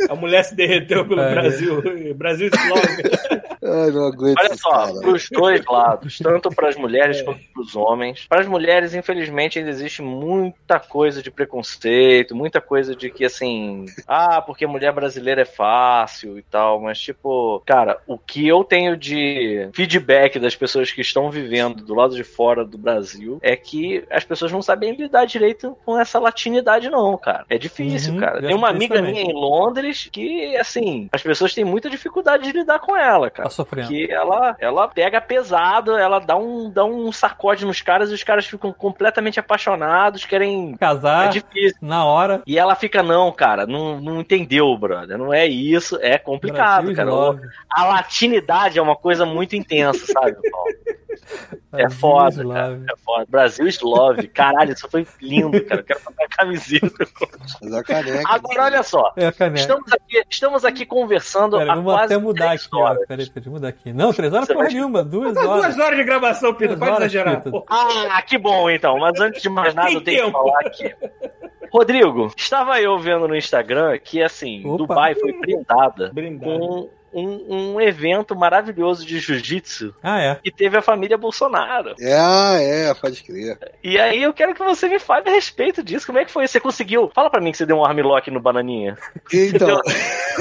[SPEAKER 2] A mulher se derreteu pelo
[SPEAKER 4] É.
[SPEAKER 2] Brasil. Brasil Slogan.
[SPEAKER 5] Ai, não aguento.
[SPEAKER 3] Olha
[SPEAKER 5] esse
[SPEAKER 3] só,
[SPEAKER 5] cara.
[SPEAKER 3] para os dois lados, tanto para as mulheres quanto para os homens. Para as mulheres, infelizmente, ainda existe muita coisa de preconceito, muita coisa de que assim, ah, porque mulher brasileira é fácil e tal, mas tipo, cara, o que eu tenho de feedback das pessoas que estão vivendo do lado de fora do Brasil é que as pessoas não sabem lidar direito com essa latinidade não, cara. É difícil,
[SPEAKER 4] Uhum,
[SPEAKER 3] cara.
[SPEAKER 4] eu
[SPEAKER 3] Tem uma
[SPEAKER 4] acho que isso
[SPEAKER 3] amiga
[SPEAKER 4] também.
[SPEAKER 3] minha em Londres que, assim, as pessoas têm muita dificuldade de lidar com ela, cara.
[SPEAKER 4] Tá sofrendo.
[SPEAKER 3] Que ela, ela pega pesado, ela dá um, dá um sacode nos caras e os caras ficam completamente apaixonados, querem. É
[SPEAKER 4] Casar
[SPEAKER 3] difícil.
[SPEAKER 4] na hora.
[SPEAKER 3] E ela fica, não, cara, não, não entendeu, brother. Não é isso, é complicado,
[SPEAKER 4] Brasil
[SPEAKER 3] cara.
[SPEAKER 4] love.
[SPEAKER 3] A latinidade é uma coisa muito intensa, sabe, Paulo? É
[SPEAKER 4] Brasil
[SPEAKER 3] foda, cara.
[SPEAKER 4] love.
[SPEAKER 3] É foda. Brasil is love. Caralho, isso foi lindo, cara. Eu quero comprar a camiseta.
[SPEAKER 5] Mas a caneca.
[SPEAKER 3] Agora, olha só.
[SPEAKER 4] É a caneca.
[SPEAKER 3] Estamos aqui, estamos aqui conversando
[SPEAKER 4] Pera,
[SPEAKER 3] há
[SPEAKER 4] vamos
[SPEAKER 3] quase
[SPEAKER 4] até mudar
[SPEAKER 3] três
[SPEAKER 4] aqui, ó.
[SPEAKER 3] horas.
[SPEAKER 4] Peraí, peraí, mudar aqui. Não, três horas
[SPEAKER 3] Você
[SPEAKER 4] porra
[SPEAKER 3] vai-
[SPEAKER 4] nenhuma, duas
[SPEAKER 2] Tá
[SPEAKER 4] horas.
[SPEAKER 2] duas horas de gravação, Pedro.
[SPEAKER 4] Duas
[SPEAKER 2] Pode
[SPEAKER 4] horas,
[SPEAKER 2] exagerar.
[SPEAKER 4] Pedro.
[SPEAKER 2] porra.
[SPEAKER 3] Ah, que bom então. Mas antes de mais nada,
[SPEAKER 2] Tem
[SPEAKER 3] eu tenho
[SPEAKER 2] tempo.
[SPEAKER 3] que falar aqui. Rodrigo, estava eu vendo no Instagram que, assim,
[SPEAKER 4] Opa.
[SPEAKER 3] Dubai foi brindada
[SPEAKER 2] Brindado.
[SPEAKER 3] com um, um evento maravilhoso de jiu-jitsu
[SPEAKER 4] Ah, é.
[SPEAKER 3] que teve a família Bolsonaro.
[SPEAKER 5] É, ah, é, pode crer.
[SPEAKER 3] E aí eu quero que você me fale a respeito disso. Como é que foi? Você conseguiu? Fala pra mim que você deu um armlock no Bananinha.
[SPEAKER 5] Então.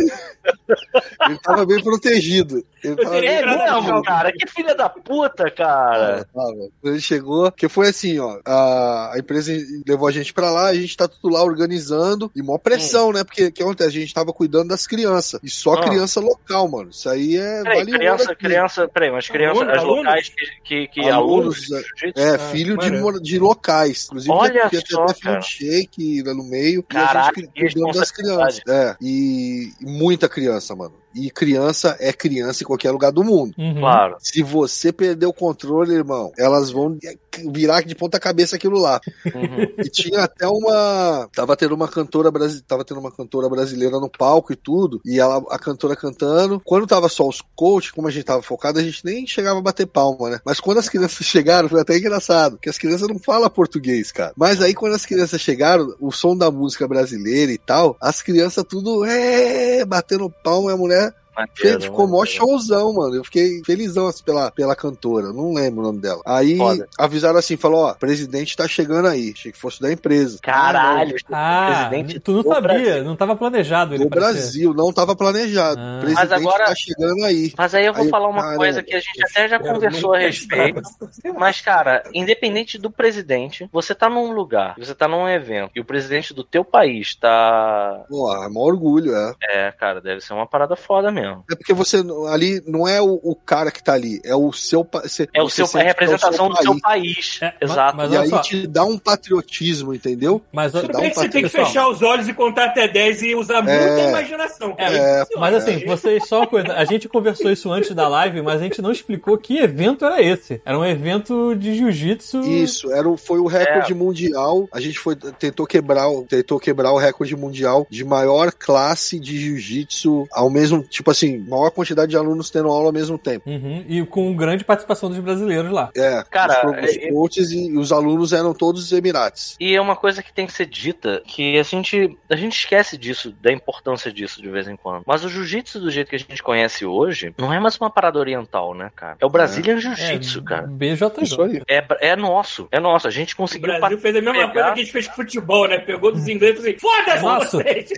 [SPEAKER 5] ele tava bem protegido. Ele tava
[SPEAKER 2] teria
[SPEAKER 5] bem
[SPEAKER 3] É
[SPEAKER 2] entrado
[SPEAKER 5] protegido.
[SPEAKER 3] Então- mesmo, cara. Que filha da puta, cara.
[SPEAKER 5] Ah, velho. Quando ele chegou, que foi assim, ó, a, a empresa levou a gente pra lá, a gente tá tudo lá organizando, e mó pressão, né, porque o que acontece, a gente tava cuidando das crianças, e só
[SPEAKER 3] Hum. Ah.
[SPEAKER 5] criança local, mano, isso aí é
[SPEAKER 3] Peraí,
[SPEAKER 5] vale ouro
[SPEAKER 3] criança,
[SPEAKER 5] aqui.
[SPEAKER 3] criança, peraí, mas criança,
[SPEAKER 2] Aluno-
[SPEAKER 3] as
[SPEAKER 2] alunos?
[SPEAKER 3] locais que, que, que
[SPEAKER 5] Alunos,
[SPEAKER 3] alunos, de jiu-jitsu?
[SPEAKER 5] É,
[SPEAKER 2] Ah,
[SPEAKER 5] filho de,
[SPEAKER 2] maneiro.
[SPEAKER 5] mora- de locais. Inclusive,
[SPEAKER 3] Olha
[SPEAKER 5] tinha
[SPEAKER 3] só,
[SPEAKER 5] até
[SPEAKER 3] cara.
[SPEAKER 5] milkshake lá no meio.
[SPEAKER 3] Caraca,
[SPEAKER 5] e a gente
[SPEAKER 3] que
[SPEAKER 5] cuidando das
[SPEAKER 3] responsabilidade.
[SPEAKER 5] crianças. É, e e muita criança, mano. E criança é criança em qualquer lugar do mundo.
[SPEAKER 4] Uhum.
[SPEAKER 3] claro.
[SPEAKER 5] Se você perder o controle, irmão, elas vão é, virar de ponta cabeça aquilo lá.
[SPEAKER 3] Uhum.
[SPEAKER 5] E tinha até uma. Tava tendo uma cantora brasileira. Tava tendo uma cantora brasileira no palco e tudo. E ela, a cantora cantando. Quando tava só os coach, como a gente tava focado, a gente nem chegava a bater palma, né? Mas quando as crianças chegaram, foi até engraçado. Porque as crianças não falam português, cara. Mas aí quando as crianças chegaram, o som da música brasileira e tal, as crianças tudo. É, batendo palma, e a mulher.
[SPEAKER 3] Maneiro,
[SPEAKER 5] Fez, ficou tipo, mó
[SPEAKER 3] maneiro.
[SPEAKER 5] showzão, mano. Eu fiquei felizão assim, pela, pela cantora. Não lembro o nome dela. Aí
[SPEAKER 3] Foda.
[SPEAKER 5] avisaram assim: falou, ó, presidente tá chegando aí. Achei que fosse da empresa.
[SPEAKER 3] Caralho,
[SPEAKER 4] Ah,
[SPEAKER 3] presidente
[SPEAKER 4] tu não
[SPEAKER 3] do
[SPEAKER 4] sabia,
[SPEAKER 3] Brasil.
[SPEAKER 4] não tava planejado
[SPEAKER 5] Ah,
[SPEAKER 4] ele
[SPEAKER 5] não. No
[SPEAKER 4] aparecer.
[SPEAKER 5] Brasil, não tava planejado.
[SPEAKER 4] Ah.
[SPEAKER 5] Presidente
[SPEAKER 3] Mas agora-
[SPEAKER 5] tá chegando aí.
[SPEAKER 3] Mas aí eu vou
[SPEAKER 5] Aí,
[SPEAKER 3] falar uma
[SPEAKER 5] cara,
[SPEAKER 3] coisa que a gente até já
[SPEAKER 2] Era
[SPEAKER 3] conversou a
[SPEAKER 2] muito
[SPEAKER 3] respeito.
[SPEAKER 2] engraçado.
[SPEAKER 3] Mas, cara, independente do presidente, você tá num lugar, você tá num evento, e o presidente do teu país tá.
[SPEAKER 5] Pô, é maior orgulho, é.
[SPEAKER 3] É, cara, deve ser uma parada foda mesmo.
[SPEAKER 5] É porque você não- ali não é o, o cara que tá ali, é o seu. pa- Você,
[SPEAKER 3] É o
[SPEAKER 5] você
[SPEAKER 3] seu, é a
[SPEAKER 5] sente que é o
[SPEAKER 3] representação do seu país.
[SPEAKER 4] É, mas-
[SPEAKER 3] Exato.
[SPEAKER 4] mas-
[SPEAKER 5] E
[SPEAKER 4] olha
[SPEAKER 5] aí
[SPEAKER 4] só.
[SPEAKER 5] te dá um patriotismo, entendeu?
[SPEAKER 4] Mas,
[SPEAKER 5] Tudo
[SPEAKER 2] Tudo
[SPEAKER 5] Dá
[SPEAKER 2] bem
[SPEAKER 5] um
[SPEAKER 2] que você tem que
[SPEAKER 4] pessoal,
[SPEAKER 2] fechar os olhos e contar até 10 e usar muita
[SPEAKER 5] É.
[SPEAKER 2] imaginação. cara.
[SPEAKER 5] É,
[SPEAKER 2] Isso,
[SPEAKER 4] Mas
[SPEAKER 2] olha,
[SPEAKER 4] assim,
[SPEAKER 2] gente,
[SPEAKER 4] vocês só uma coisa, a gente conversou isso antes da live, mas a gente não explicou que evento era esse. Era um evento de jiu-jitsu.
[SPEAKER 5] Isso, era, o- foi o
[SPEAKER 3] É.
[SPEAKER 5] recorde mundial. A gente foi, tentou quebrar, o- tentou quebrar o recorde mundial de maior classe de jiu-jitsu ao mesmo, tipo assim, maior quantidade de alunos tendo aula ao mesmo tempo.
[SPEAKER 4] Uhum, e com grande participação dos brasileiros lá.
[SPEAKER 5] É,
[SPEAKER 3] Cara,
[SPEAKER 5] os, os
[SPEAKER 3] é-
[SPEAKER 5] coaches e os alunos eram todos os Emirates.
[SPEAKER 3] E é uma coisa que tem que ser dita, que a gente, a gente esquece disso, da importância disso de vez em quando. Mas o jiu-jitsu do jeito que a gente conhece hoje, não é mais uma parada oriental, né, cara? É o Brazilian
[SPEAKER 4] é,
[SPEAKER 3] Jiu-Jitsu, cara.
[SPEAKER 4] BJJ.
[SPEAKER 5] Isso aí.
[SPEAKER 3] É, é nosso, é nosso. A gente
[SPEAKER 2] O
[SPEAKER 3] conseguiu
[SPEAKER 2] Brasil fez a mesma
[SPEAKER 3] pegar.
[SPEAKER 2] coisa que a gente fez com futebol, né? Pegou dos ingleses e falou assim: foda-se
[SPEAKER 4] Nossa.
[SPEAKER 2] vocês!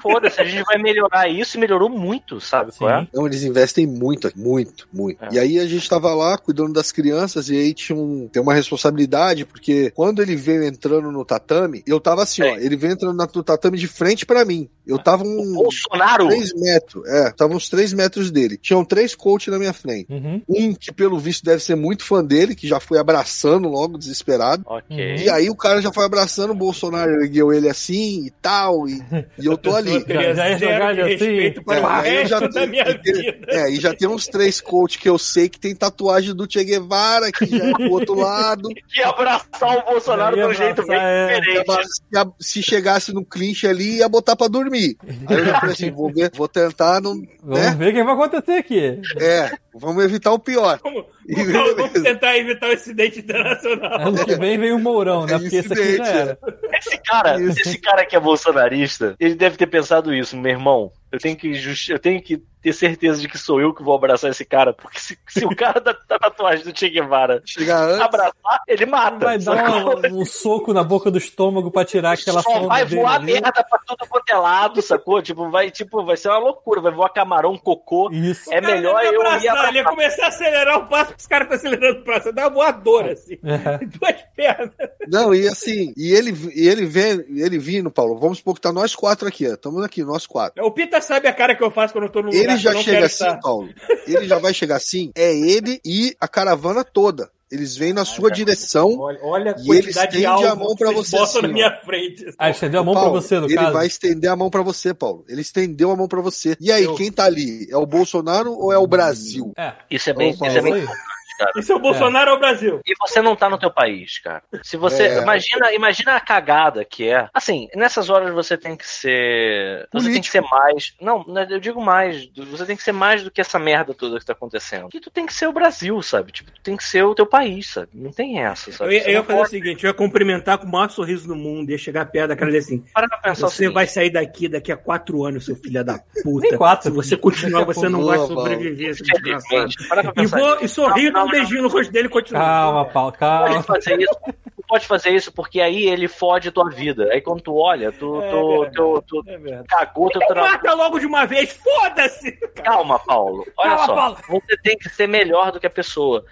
[SPEAKER 3] Foda-se, a gente vai melhorar isso e melhorou muito, muito, sabe qual é?
[SPEAKER 4] Sim.
[SPEAKER 5] Então eles investem muito, aqui, muito, muito.
[SPEAKER 3] É.
[SPEAKER 5] E aí a gente tava lá cuidando das crianças e aí tinha um, tem uma responsabilidade, porque quando ele veio entrando no tatame, eu tava assim, ó,
[SPEAKER 3] É.
[SPEAKER 5] ele veio entrando na- no tatame de frente pra mim. Eu tava
[SPEAKER 3] O
[SPEAKER 5] um
[SPEAKER 3] Bolsonaro,
[SPEAKER 5] 3 metros, é, tava uns 3 metros dele. Tinham três coaches na minha frente.
[SPEAKER 4] Uhum.
[SPEAKER 5] Um que, pelo visto, deve ser muito fã dele, que já foi abraçando logo, desesperado.
[SPEAKER 3] ok.
[SPEAKER 5] E aí o cara já foi abraçando o Bolsonaro, ergueu ele assim e tal, e, e eu tô ali.
[SPEAKER 4] Já- já ia jogar
[SPEAKER 2] de
[SPEAKER 4] ele assim?
[SPEAKER 2] respeito para o
[SPEAKER 5] É, eu
[SPEAKER 2] resto
[SPEAKER 5] já
[SPEAKER 2] da
[SPEAKER 5] tenho-
[SPEAKER 2] minha
[SPEAKER 5] eu tenho-
[SPEAKER 2] vida.
[SPEAKER 5] É, e já tem uns três coach que eu sei que tem tatuagem do Che Guevara, que já é do outro lado.
[SPEAKER 3] E abraçar o Bolsonaro de
[SPEAKER 4] Eu ia
[SPEAKER 3] um jeito bem
[SPEAKER 4] abraçar, é.
[SPEAKER 5] Ia
[SPEAKER 3] diferente.
[SPEAKER 5] ba- ia- Se chegasse no clinch ali, ia botar pra dormir. Aí eu já falei assim: vou, ver, vou tentar, não.
[SPEAKER 4] Vamos
[SPEAKER 5] Né?
[SPEAKER 4] ver o que vai acontecer aqui.
[SPEAKER 5] É, vamos evitar o pior.
[SPEAKER 2] Vamos,
[SPEAKER 5] E
[SPEAKER 2] Então, vamos
[SPEAKER 5] beleza.
[SPEAKER 2] tentar evitar o incidente internacional.
[SPEAKER 4] Ano que vem vem o Mourão, né?
[SPEAKER 5] É
[SPEAKER 4] Porque esse aqui já
[SPEAKER 5] incidente,
[SPEAKER 4] era.
[SPEAKER 3] Esse cara,
[SPEAKER 5] Isso.
[SPEAKER 3] esse cara que é bolsonarista, ele deve ter pensado isso, meu irmão. Eu tenho que, justi- eu tenho que ter certeza de que sou eu que vou abraçar esse cara, porque se, se o cara da, da tatuagem do Che Guevara
[SPEAKER 5] Chegar antes.
[SPEAKER 3] abraçar, ele mata.
[SPEAKER 4] Vai dar
[SPEAKER 3] sacou?
[SPEAKER 4] um, um soco na boca do estômago pra tirar aquela
[SPEAKER 3] Só
[SPEAKER 4] sombra
[SPEAKER 3] vai
[SPEAKER 4] dele né?
[SPEAKER 3] voar
[SPEAKER 4] ali.
[SPEAKER 3] merda pra tudo quanto é lado, sacou? Tipo, vai, tipo, vai ser uma loucura, vai voar camarão, cocô.
[SPEAKER 4] Isso.
[SPEAKER 3] É melhor
[SPEAKER 2] ele
[SPEAKER 3] eu
[SPEAKER 2] abraçar,
[SPEAKER 3] ir abraçar.
[SPEAKER 2] Ele ia começar a acelerar o passo, os caras estão acelerando o passo. Dá uma voadora, assim.
[SPEAKER 4] É.
[SPEAKER 2] Duas pernas.
[SPEAKER 5] Não, e assim, e ele, e ele, vem, ele vindo, Paulo, vamos supor que tá nós quatro aqui, ó. Estamos aqui, nós quatro.
[SPEAKER 2] O Pita sabe a cara que eu faço quando eu tô no lugar
[SPEAKER 5] Ele
[SPEAKER 2] que eu
[SPEAKER 5] já
[SPEAKER 2] não
[SPEAKER 5] chega
[SPEAKER 2] quero
[SPEAKER 5] assim,
[SPEAKER 2] estar.
[SPEAKER 5] Paulo. Ele já vai chegar assim. É ele e a caravana toda. Eles vêm na sua direção.
[SPEAKER 2] Olha, olha a
[SPEAKER 5] E ele
[SPEAKER 2] quantidade de
[SPEAKER 5] estende a
[SPEAKER 2] alvo
[SPEAKER 5] mão
[SPEAKER 2] que
[SPEAKER 5] pra
[SPEAKER 2] vocês
[SPEAKER 5] você
[SPEAKER 2] botam na
[SPEAKER 5] assim, ó.
[SPEAKER 2] minha frente.
[SPEAKER 4] Ah, estendeu a mão pra
[SPEAKER 5] Paulo,
[SPEAKER 4] você, no
[SPEAKER 5] ele
[SPEAKER 4] caso.
[SPEAKER 5] vai estender a mão pra você, Paulo. Ele estendeu a mão pra você. E aí,
[SPEAKER 2] Eu-
[SPEAKER 5] quem tá ali? É o Bolsonaro ou é o Brasil?
[SPEAKER 4] É.
[SPEAKER 3] Isso é bem,
[SPEAKER 5] Opa,
[SPEAKER 3] isso é bem
[SPEAKER 4] isso aí.
[SPEAKER 2] Isso é o Bolsonaro ou o Brasil?
[SPEAKER 3] E você não tá no teu país, cara. Se você.
[SPEAKER 5] É.
[SPEAKER 3] Imagina, imagina a cagada que é. Assim, nessas horas você tem que ser. Você tem que ser mais. Não, né, eu digo mais. Você tem que ser mais do que essa merda toda que tá acontecendo. Que tu tem que ser o Brasil, sabe? Tipo, tu tem que ser o teu país, sabe? Não tem essa,
[SPEAKER 2] Eu
[SPEAKER 3] sabe?
[SPEAKER 2] ia,
[SPEAKER 3] Você
[SPEAKER 2] eu ia
[SPEAKER 3] não
[SPEAKER 2] fazer o
[SPEAKER 3] pode
[SPEAKER 2] seguinte, eu ia cumprimentar com o maior sorriso do mundo, ia chegar perto da cara e dizer assim,
[SPEAKER 3] parar pra pensar o
[SPEAKER 2] você
[SPEAKER 3] seguinte.
[SPEAKER 2] vai sair daqui daqui a quatro anos, seu filho da
[SPEAKER 4] Nem
[SPEAKER 2] puta. Se
[SPEAKER 4] quatro.
[SPEAKER 2] você continuar,
[SPEAKER 4] Daqui a
[SPEAKER 2] você não
[SPEAKER 5] pouco.
[SPEAKER 2] vai
[SPEAKER 5] Boa,
[SPEAKER 2] sobreviver,
[SPEAKER 5] é
[SPEAKER 2] seu desgraçado.
[SPEAKER 3] Felizmente, para pra
[SPEAKER 2] E,
[SPEAKER 3] pensar.
[SPEAKER 2] vou, e sorrir,
[SPEAKER 3] Não,
[SPEAKER 2] dá um
[SPEAKER 3] não,
[SPEAKER 2] beijinho no rosto dele e continua.
[SPEAKER 4] Calma, Paulo,
[SPEAKER 3] pode
[SPEAKER 4] calma.
[SPEAKER 3] fazer isso. Tu pode fazer isso porque aí ele fode tua vida. Aí quando tu olha, tu,
[SPEAKER 2] É
[SPEAKER 3] tu, tu, tu,
[SPEAKER 2] É verdade.
[SPEAKER 3] cagou teu
[SPEAKER 2] Então
[SPEAKER 3] trabalho.
[SPEAKER 2] mata logo de uma vez, foda-se!
[SPEAKER 3] Calma, Paulo. Olha
[SPEAKER 4] Calma,
[SPEAKER 3] só.
[SPEAKER 4] Paulo.
[SPEAKER 3] Você tem que ser melhor do que a pessoa.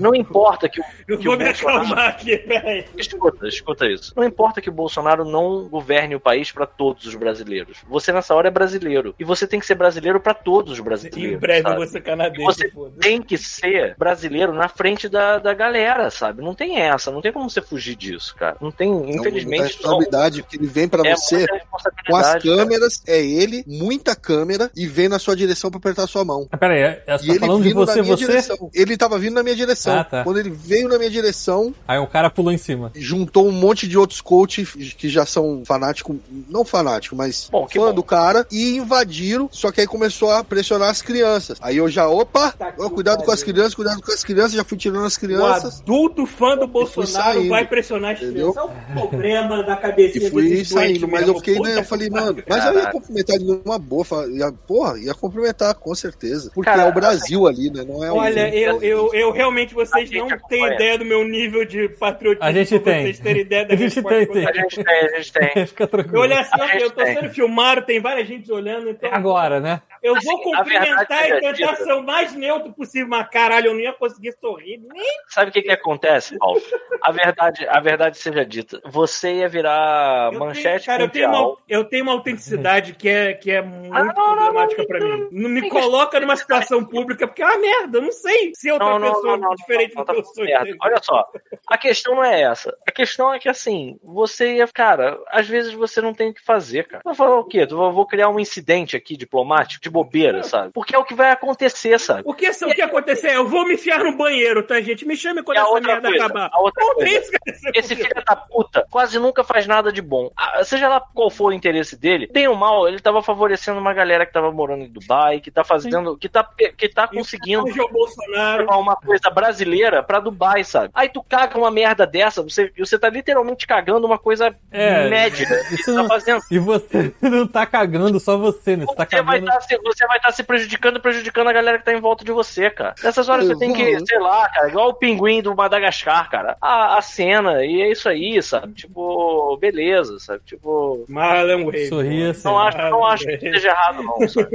[SPEAKER 3] Não importa que o.
[SPEAKER 2] Eu
[SPEAKER 3] que
[SPEAKER 2] vou
[SPEAKER 3] o
[SPEAKER 2] me
[SPEAKER 3] Bolsonaro-
[SPEAKER 2] acalmar aqui, peraí.
[SPEAKER 3] Escuta, escuta isso. Não importa que o Bolsonaro não governe o país pra todos os brasileiros. Você nessa hora é brasileiro. E você tem que ser brasileiro pra todos os brasileiros.
[SPEAKER 2] Em breve
[SPEAKER 3] sabe?
[SPEAKER 2] eu vou ser canadense,
[SPEAKER 3] Você-
[SPEAKER 2] foda-se.
[SPEAKER 3] Tem que ser brasileiro na frente da, da galera, sabe? Não tem essa, não tem como você fugir disso, cara. Não tem,
[SPEAKER 5] É uma
[SPEAKER 3] infelizmente, não.
[SPEAKER 5] responsabilidade que ele vem pra
[SPEAKER 3] É
[SPEAKER 5] você
[SPEAKER 3] muita
[SPEAKER 5] com as
[SPEAKER 3] responsabilidade, cara.
[SPEAKER 5] câmeras. É ele, muita câmera, e vem na sua direção pra apertar sua mão.
[SPEAKER 4] Ah, Pera aí, é
[SPEAKER 5] E
[SPEAKER 4] só
[SPEAKER 5] ele
[SPEAKER 4] falando de
[SPEAKER 5] vindo na
[SPEAKER 4] você,
[SPEAKER 5] minha
[SPEAKER 4] você.
[SPEAKER 5] direção. Ele tava vindo na minha direção.
[SPEAKER 4] Ah, tá.
[SPEAKER 5] Quando ele veio na minha direção,
[SPEAKER 4] Aí um cara pulou em cima.
[SPEAKER 5] juntou um monte de outros coaches que já são fanático, não fanático, mas
[SPEAKER 3] Bom, que
[SPEAKER 5] fã
[SPEAKER 3] bom.
[SPEAKER 5] do cara e invadiram, só que aí começou a pressionar as crianças. Aí eu já, opa,
[SPEAKER 2] Tá que
[SPEAKER 5] ó, cuidado com as
[SPEAKER 2] pariu.
[SPEAKER 5] crianças, cuidado com as crianças, já fui tirando as
[SPEAKER 2] O
[SPEAKER 5] crianças.
[SPEAKER 2] adulto fã do Bolsonaro
[SPEAKER 5] saindo,
[SPEAKER 2] vai pressionar as
[SPEAKER 5] entendeu?
[SPEAKER 2] crianças. É um problema da
[SPEAKER 5] E
[SPEAKER 2] cabecinha
[SPEAKER 5] fui
[SPEAKER 2] desses
[SPEAKER 5] saindo,
[SPEAKER 2] doentes
[SPEAKER 5] mas eu
[SPEAKER 2] mesmo,
[SPEAKER 5] fiquei, né?
[SPEAKER 2] puta
[SPEAKER 5] Eu falei, mano, mas eu ia
[SPEAKER 3] Caraca.
[SPEAKER 5] cumprimentar ele numa boa. fa- Ia, porra, ia cumprimentar, com certeza. Porque
[SPEAKER 3] Cara,
[SPEAKER 5] é o Brasil ali, né? Não é
[SPEAKER 3] um
[SPEAKER 5] o.
[SPEAKER 2] Olha, eu, eu, eu realmente,
[SPEAKER 3] A
[SPEAKER 2] vocês
[SPEAKER 3] gente
[SPEAKER 2] não têm
[SPEAKER 3] acompanha.
[SPEAKER 2] ideia do meu nível de patriotismo.
[SPEAKER 4] A gente
[SPEAKER 2] pra
[SPEAKER 4] tem.
[SPEAKER 2] Vocês terem ideia da
[SPEAKER 4] A gente
[SPEAKER 2] resposta
[SPEAKER 4] tem,
[SPEAKER 2] que eu
[SPEAKER 4] tem.
[SPEAKER 2] dou.
[SPEAKER 3] A gente tem, a gente tem.
[SPEAKER 4] Fica
[SPEAKER 2] Eu
[SPEAKER 4] tranquilo.
[SPEAKER 2] olhei assim,
[SPEAKER 3] A gente
[SPEAKER 2] eu tô
[SPEAKER 3] tem.
[SPEAKER 2] sendo filmado, tem várias gente olhando, então
[SPEAKER 4] Agora, né?
[SPEAKER 2] eu vou
[SPEAKER 3] Assim, a
[SPEAKER 2] cumprimentar e
[SPEAKER 3] verdade é
[SPEAKER 2] tentar
[SPEAKER 3] dita.
[SPEAKER 2] ser o mais neutro possível, mas caralho, eu não ia conseguir sorrir nem
[SPEAKER 3] Sabe o que que acontece, Paulo? A verdade, a verdade seja dita. Você ia virar
[SPEAKER 2] Eu
[SPEAKER 3] É manchete
[SPEAKER 2] tenho, cara, eu tenho,
[SPEAKER 3] mundial.
[SPEAKER 2] uma, eu tenho uma autenticidade que é, que é muito
[SPEAKER 3] Ah, não, não,
[SPEAKER 2] problemática pra mim. Não me coloca numa situação pública, porque é uma merda. Eu não sei se outra
[SPEAKER 3] Não, não,
[SPEAKER 2] pessoa
[SPEAKER 3] não, não,
[SPEAKER 2] diferente
[SPEAKER 3] não, tá
[SPEAKER 2] do né? que
[SPEAKER 3] não,
[SPEAKER 2] eu sou.
[SPEAKER 3] merda.
[SPEAKER 2] entendeu?
[SPEAKER 3] Olha só, a questão não é essa. A questão é que assim, você ia, cara, às vezes você não tem o que fazer, cara. Vai falar o quê? Tu- eu vou criar um incidente aqui diplomático de bobeira, sabe? Porque é o que vai acontecer, sabe?
[SPEAKER 2] O que, o que acontecer? é, Eu vou me enfiar no banheiro, tá, gente? Me chame quando
[SPEAKER 3] E a
[SPEAKER 2] essa
[SPEAKER 3] outra
[SPEAKER 2] merda
[SPEAKER 3] coisa,
[SPEAKER 2] acabar.
[SPEAKER 3] a outra
[SPEAKER 2] Não tem
[SPEAKER 3] coisa.
[SPEAKER 2] isso que aconteceu
[SPEAKER 3] Esse
[SPEAKER 2] comigo.
[SPEAKER 3] filho da puta quase nunca faz nada de bom. Ah, Seja lá qual for o interesse dele, bem ou mal, ele tava favorecendo uma galera que tava morando em Dubai, que tá fazendo, que tá, que tá conseguindo
[SPEAKER 2] Hoje é o Bolsonaro.
[SPEAKER 3] levar uma coisa brasileira pra Dubai, sabe? Aí tu caga uma merda dessa, você, você tá literalmente cagando uma coisa
[SPEAKER 4] É,
[SPEAKER 3] média.
[SPEAKER 4] isso
[SPEAKER 3] Isso tá
[SPEAKER 4] não-
[SPEAKER 3] fazendo.
[SPEAKER 4] E você não tá cagando só você, né? Você tá
[SPEAKER 3] Você vai
[SPEAKER 4] cagando.
[SPEAKER 3] estar você vai estar se prejudicando, prejudicando a galera que tá em volta de você, cara. Nessas horas você tem que, sei lá, cara, igual o pinguim do Madagascar, cara. A, a cena, e é isso aí, sabe? Tipo, beleza, sabe? Tipo.
[SPEAKER 2] Marlon Wave.
[SPEAKER 4] Sorria assim.
[SPEAKER 3] Não acho, não acho que seja errado, não, sabe?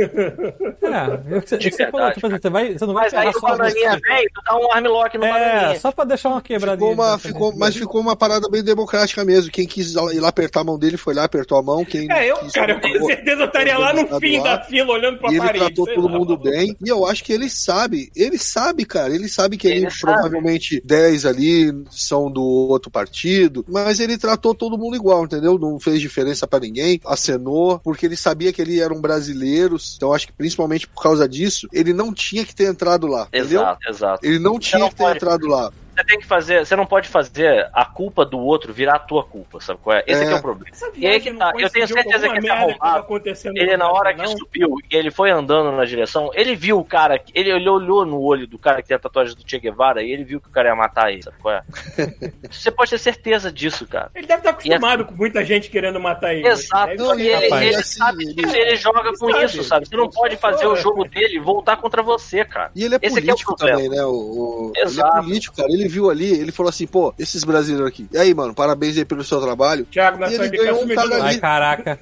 [SPEAKER 3] verdade,
[SPEAKER 4] É, é o que você, é o que você falou, tipo, assim, você, vai, você não vai
[SPEAKER 3] Mas aí
[SPEAKER 4] ferrar
[SPEAKER 3] o
[SPEAKER 4] só
[SPEAKER 3] bananinha
[SPEAKER 4] você.
[SPEAKER 3] velho, tu dá um armlock no
[SPEAKER 4] É,
[SPEAKER 3] bananinha.
[SPEAKER 4] só pra deixar uma quebradinha. então,
[SPEAKER 5] Ficou uma,
[SPEAKER 4] né? de-
[SPEAKER 5] ficou, mas ficou uma parada bem democrática mesmo. Quem quis ir lá apertar a mão dele foi lá, apertou a mão. Quem
[SPEAKER 2] É, eu,
[SPEAKER 5] quis-
[SPEAKER 2] cara, com certeza eu estaria lá no fim da fila olhando pra
[SPEAKER 5] E ele
[SPEAKER 2] parede.
[SPEAKER 5] tratou
[SPEAKER 2] sei
[SPEAKER 5] todo
[SPEAKER 2] lá,
[SPEAKER 5] mundo
[SPEAKER 2] maluco.
[SPEAKER 5] bem. E eu acho que ele sabe. Ele sabe, cara. Ele sabe que
[SPEAKER 3] Ele
[SPEAKER 5] ele
[SPEAKER 3] sabe.
[SPEAKER 5] provavelmente 10 ali são do outro partido. Mas ele tratou todo mundo igual, entendeu? Não fez diferença pra ninguém. Acenou, porque ele sabia que ele era um brasileiro. Então acho que principalmente por causa disso, ele não tinha que ter entrado lá. Entendeu?
[SPEAKER 3] Exato, exato.
[SPEAKER 5] Ele não tinha
[SPEAKER 3] não
[SPEAKER 5] que ter
[SPEAKER 3] pode.
[SPEAKER 5] entrado lá.
[SPEAKER 3] Você tem que fazer, você não pode fazer a culpa do outro virar a tua culpa, sabe qual é? Esse é,
[SPEAKER 5] É.
[SPEAKER 3] que é o problema.
[SPEAKER 2] Essa
[SPEAKER 3] E aí que
[SPEAKER 2] viagem
[SPEAKER 3] tá,
[SPEAKER 2] não
[SPEAKER 3] eu tenho
[SPEAKER 2] coincidiu
[SPEAKER 3] certeza
[SPEAKER 2] com
[SPEAKER 3] que esse
[SPEAKER 2] alguma merda
[SPEAKER 3] arrombado,
[SPEAKER 2] tava acontecendo
[SPEAKER 3] Ele na hora que
[SPEAKER 2] não.
[SPEAKER 3] subiu e ele foi andando na direção, ele viu o cara, que- ele ele olhou no olho do cara que tem a tatuagem do Che Guevara e ele viu que o cara ia matar ele, sabe qual é? você pode ter certeza disso, cara.
[SPEAKER 2] Ele deve estar acostumado com muita gente querendo matar ele. É
[SPEAKER 3] Exato,
[SPEAKER 2] Deve
[SPEAKER 5] Não,
[SPEAKER 2] ser
[SPEAKER 3] e ele,
[SPEAKER 5] capaz.
[SPEAKER 3] ele
[SPEAKER 5] Assim,
[SPEAKER 3] sabe
[SPEAKER 5] ele-
[SPEAKER 3] disso, ele joga
[SPEAKER 2] ele
[SPEAKER 3] com
[SPEAKER 2] sabe.
[SPEAKER 3] isso, sabe? Você não pode fazer o jogo dele e voltar contra você, cara.
[SPEAKER 5] E ele é
[SPEAKER 3] Esse aqui é o
[SPEAKER 5] político
[SPEAKER 3] problema.
[SPEAKER 5] também, né? O, o-
[SPEAKER 3] Exato.
[SPEAKER 5] Ele é político, cara. Ele viu ali, ele falou assim, pô, esses brasileiros aqui. E aí, mano, parabéns aí pelo seu trabalho,
[SPEAKER 2] Thiago na
[SPEAKER 5] E ele
[SPEAKER 2] sua dica
[SPEAKER 5] ganhou um
[SPEAKER 2] assumiu
[SPEAKER 5] cara
[SPEAKER 2] tudo.
[SPEAKER 5] ali.
[SPEAKER 4] Ai, caraca.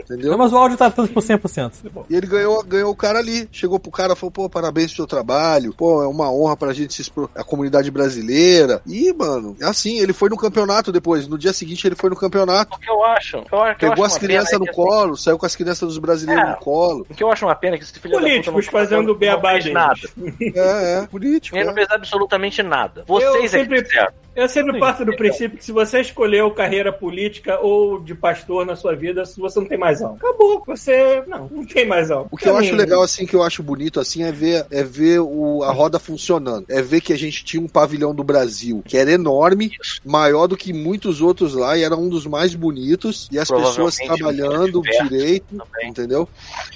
[SPEAKER 5] entendeu?
[SPEAKER 4] Não, mas o áudio tá tudo por 100%.
[SPEAKER 5] E ele ganhou, ganhou o cara ali. Chegou pro cara, falou, pô, parabéns pelo seu trabalho. Pô, é uma honra pra gente, se expor- a comunidade brasileira. E, mano, é assim, ele foi no campeonato depois. No dia seguinte ele foi no campeonato.
[SPEAKER 3] O que eu acho? o que eu- o que eu acho
[SPEAKER 5] Pegou as
[SPEAKER 3] uma
[SPEAKER 5] crianças
[SPEAKER 3] pena
[SPEAKER 5] no
[SPEAKER 3] é que-
[SPEAKER 5] colo, saiu com as crianças dos brasileiros
[SPEAKER 3] É.
[SPEAKER 5] no colo.
[SPEAKER 3] O que eu acho uma pena é que esse filho
[SPEAKER 2] Políticos
[SPEAKER 3] da puta não-
[SPEAKER 2] fazendo o beabá
[SPEAKER 3] não fez
[SPEAKER 2] deles.
[SPEAKER 3] nada.
[SPEAKER 5] É, é, político.
[SPEAKER 3] Ele não
[SPEAKER 5] É.
[SPEAKER 3] fez absolutamente nada. Vocês é que
[SPEAKER 2] sempre-
[SPEAKER 3] fizeram.
[SPEAKER 2] Eu sempre
[SPEAKER 4] Sim,
[SPEAKER 2] parto do
[SPEAKER 3] então.
[SPEAKER 2] princípio que se você escolheu carreira política ou de pastor na sua vida, você não tem mais alma. Acabou, você não, não tem mais alma.
[SPEAKER 5] O que eu
[SPEAKER 2] Pra
[SPEAKER 5] acho
[SPEAKER 2] mim, né?
[SPEAKER 5] legal, assim, que eu acho bonito, assim, é ver, é ver o, a roda funcionando. É ver que a gente tinha um pavilhão do Brasil que era enorme, maior do que muitos outros lá, e era um dos mais bonitos, e as pessoas
[SPEAKER 3] Provavelmente,
[SPEAKER 5] trabalhando
[SPEAKER 3] muito diverso
[SPEAKER 5] direito,
[SPEAKER 3] também.
[SPEAKER 5] entendeu?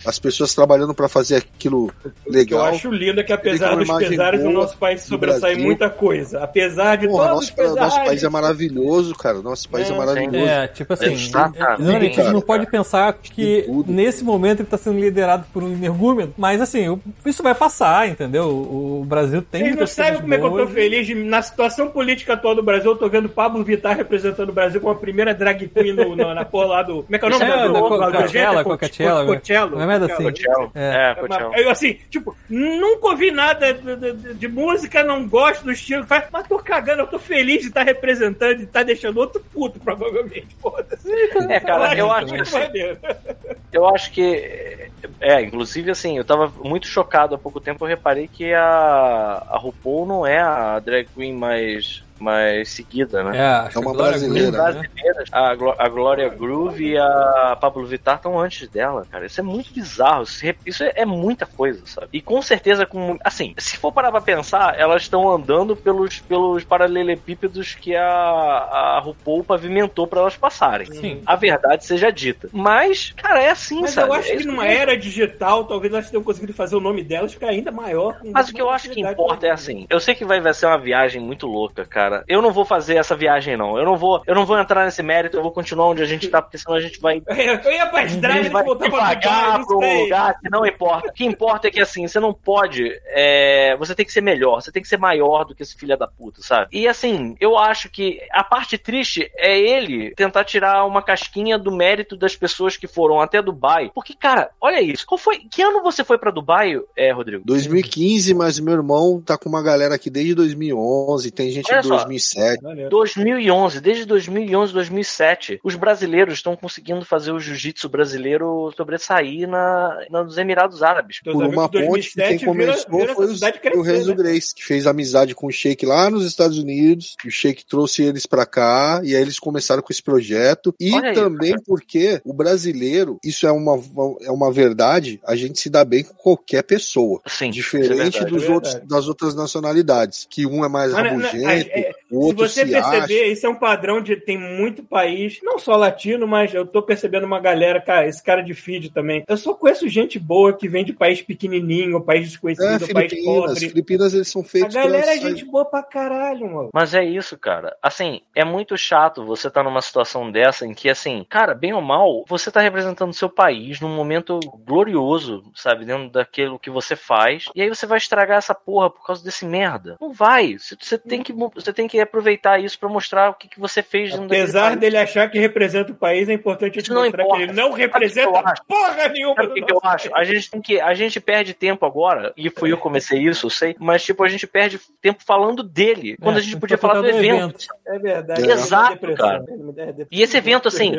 [SPEAKER 5] As pessoas trabalhando pra fazer aquilo
[SPEAKER 2] Eu
[SPEAKER 5] legal.
[SPEAKER 2] acho lindo é que
[SPEAKER 5] Ele
[SPEAKER 2] apesar
[SPEAKER 5] tem
[SPEAKER 2] dos
[SPEAKER 5] uma imagem
[SPEAKER 2] pesares, o
[SPEAKER 5] boa
[SPEAKER 2] nosso país
[SPEAKER 5] do
[SPEAKER 2] sobressai
[SPEAKER 5] Brasil.
[SPEAKER 2] muita coisa. Apesar de
[SPEAKER 5] Porra,
[SPEAKER 2] todos os
[SPEAKER 5] nosso, pa-
[SPEAKER 2] pesares.
[SPEAKER 5] nosso país é maravilhoso, cara. Nosso país é
[SPEAKER 2] É,
[SPEAKER 5] maravilhoso.
[SPEAKER 4] É, tipo assim,
[SPEAKER 3] Exatamente.
[SPEAKER 4] exatamente, a gente não
[SPEAKER 2] tá
[SPEAKER 4] pode pensar que
[SPEAKER 5] Tem tudo.
[SPEAKER 4] nesse momento ele tá sendo liderado por um energúmeno, mas assim, o- isso vai passar, entendeu? O, o Brasil tem
[SPEAKER 2] Vocês não
[SPEAKER 4] muitas
[SPEAKER 2] sabem
[SPEAKER 4] coisas
[SPEAKER 2] como é que eu tô
[SPEAKER 4] boas.
[SPEAKER 2] feliz. de- Na situação política atual do Brasil, eu tô vendo Pablo Vittar representando o Brasil como a primeira drag queen no, na, na porra lá do. Como é que é o nome
[SPEAKER 4] É, da Co- Coachella, Coachella,
[SPEAKER 2] Coachella.
[SPEAKER 4] uma merda assim.
[SPEAKER 3] Coachella.
[SPEAKER 4] É.
[SPEAKER 3] É,
[SPEAKER 2] É,
[SPEAKER 3] Coachella.
[SPEAKER 2] mas- Eu, assim, tipo, nunca ouvi nada de, de- de- de música, não gosto do estilo. que Faz, mas tô cagando, eu tô feliz de estar representando e estar deixando outro puto, provavelmente. Foda-se.
[SPEAKER 3] É, cara, eu acho que
[SPEAKER 2] muito
[SPEAKER 3] assim,
[SPEAKER 2] maneiro.
[SPEAKER 3] eu acho que. É, inclusive assim, eu tava muito chocado há pouco tempo, eu reparei que a, a RuPaul não é a drag queen mais, mais seguida, né?
[SPEAKER 4] É, acho
[SPEAKER 5] É uma
[SPEAKER 4] que agora
[SPEAKER 5] brasileira,
[SPEAKER 4] Globo, né?
[SPEAKER 3] Brasileiras, A, Glo a Glória Groove e a Pablo Vittar estão antes dela, cara. Isso é muito bizarro. Isso, é- isso é, é muita coisa, sabe? E com certeza, com, assim, se for parar pra pensar, elas estão andando pelos, pelos paralelepípedos que a, a RuPaul pavimentou pra elas passarem.
[SPEAKER 4] Sim.
[SPEAKER 3] a verdade seja dita. Mas, cara, é assim,
[SPEAKER 2] Mas
[SPEAKER 3] sabe?
[SPEAKER 2] eu acho
[SPEAKER 3] É
[SPEAKER 2] que
[SPEAKER 3] isso
[SPEAKER 2] numa
[SPEAKER 3] que-
[SPEAKER 2] era digital, talvez elas tenham conseguido fazer o nome delas ficar ainda maior. com
[SPEAKER 3] Mas o que eu
[SPEAKER 2] mais
[SPEAKER 3] acho que
[SPEAKER 2] facilidade.
[SPEAKER 3] importa é assim. Eu sei que vai, vai ser uma viagem muito louca, cara. Eu não vou fazer essa viagem, não. Eu não vou, eu não vou entrar nesse mérito, eu vou continuar onde a gente tá, porque senão a gente vai.
[SPEAKER 2] É, Eu ia pra
[SPEAKER 3] a
[SPEAKER 2] estrada
[SPEAKER 3] gente
[SPEAKER 2] e
[SPEAKER 3] vai
[SPEAKER 2] voltar pra Dubai,
[SPEAKER 3] devagar
[SPEAKER 2] não
[SPEAKER 3] pra um
[SPEAKER 2] sei.
[SPEAKER 3] lugar que não importa. O que importa é que assim, você não pode. é, Você tem que ser melhor, você tem que ser maior do que esse filho da puta, sabe? E assim, eu acho que a parte triste é ele tentar tirar uma casquinha do mérito das pessoas que foram até Dubai. Porque, cara, olha isso. Qual foi. Que ano você foi pra Dubai, é, Rodrigo?
[SPEAKER 5] 2015, mas meu irmão tá com uma galera aqui desde 2011, tem gente
[SPEAKER 3] Olha
[SPEAKER 5] de
[SPEAKER 3] só.
[SPEAKER 5] 2007.
[SPEAKER 2] Maneiro.
[SPEAKER 3] 2011, desde 2011, 2007, os brasileiros estão conseguindo fazer o jiu-jitsu brasileiro sobressair na, na- nos Emirados Árabes.
[SPEAKER 2] Teus
[SPEAKER 5] por
[SPEAKER 2] amigos
[SPEAKER 5] uma
[SPEAKER 2] de 2007
[SPEAKER 5] ponte que quem
[SPEAKER 2] viram-
[SPEAKER 5] começou
[SPEAKER 2] viram
[SPEAKER 5] foi
[SPEAKER 2] essa
[SPEAKER 5] os-
[SPEAKER 2] cidade
[SPEAKER 5] o
[SPEAKER 2] crescer,
[SPEAKER 5] Renzo
[SPEAKER 2] né?
[SPEAKER 5] Grace, que fez amizade com o Sheik lá nos Estados Unidos. E o Sheik trouxe eles pra cá e aí eles começaram com esse projeto. E
[SPEAKER 3] Olha aí,
[SPEAKER 5] também
[SPEAKER 3] cara.
[SPEAKER 5] porque o brasileiro, isso é uma, é uma verdade, a gente se dá bem com qualquer pessoa.
[SPEAKER 3] Sim, isso é
[SPEAKER 5] Diferente
[SPEAKER 3] verdade.
[SPEAKER 5] dos
[SPEAKER 2] é
[SPEAKER 5] outros,
[SPEAKER 2] verdade.
[SPEAKER 5] das outras nacionalidades, que um é mais
[SPEAKER 2] Mas, né,
[SPEAKER 5] rabugento,
[SPEAKER 2] né, a- é,
[SPEAKER 5] o
[SPEAKER 2] Se
[SPEAKER 5] outro
[SPEAKER 2] você
[SPEAKER 5] se
[SPEAKER 2] perceber, isso é um padrão de tem muito país, não só latino, mas eu tô percebendo uma galera, cara, esse cara de feed também. Eu só conheço gente boa que vem de país pequenininho, um país
[SPEAKER 5] acha. É,
[SPEAKER 2] desconhecido, país
[SPEAKER 5] Filipinas.
[SPEAKER 2] pobre.
[SPEAKER 5] Filipinas, eles são
[SPEAKER 2] A
[SPEAKER 5] feitos
[SPEAKER 2] galera é
[SPEAKER 5] pelas- um
[SPEAKER 2] gente boa pra caralho, mano.
[SPEAKER 3] Mas é isso, cara. Assim, é muito chato você estar numa situação dessa em que, assim, cara, bem ou mal, você tá representando seu país num momento glorioso, sabe? Dentro daquilo que você faz. E aí você vai estragar essa porra por causa desse merda. Não vai. Você, você tem, que, mo- você tem que aproveitar isso pra mostrar o que, que você fez dentro daquele
[SPEAKER 2] Apesar
[SPEAKER 3] país.
[SPEAKER 2] dele achar que representa o país, é importante
[SPEAKER 3] Isso não
[SPEAKER 2] mostrar
[SPEAKER 3] importa.
[SPEAKER 2] que ele não
[SPEAKER 3] Sabe
[SPEAKER 2] representa
[SPEAKER 3] o que eu acho?
[SPEAKER 2] porra nenhuma
[SPEAKER 3] Sabe o
[SPEAKER 2] do
[SPEAKER 3] que, que eu
[SPEAKER 2] nosso
[SPEAKER 3] acho? A gente tem que. A gente perde tempo agora, e fui eu que comecei isso, eu sei, mas tipo, a gente perde tempo falando dele. Quando
[SPEAKER 4] É,
[SPEAKER 3] a gente
[SPEAKER 4] tem
[SPEAKER 3] podia
[SPEAKER 4] que
[SPEAKER 3] falar do
[SPEAKER 4] tratar do
[SPEAKER 3] evento.
[SPEAKER 4] evento.
[SPEAKER 2] É verdade.
[SPEAKER 3] Exato,
[SPEAKER 2] é depressão.
[SPEAKER 3] cara.
[SPEAKER 2] É depressão.
[SPEAKER 3] E esse evento, assim,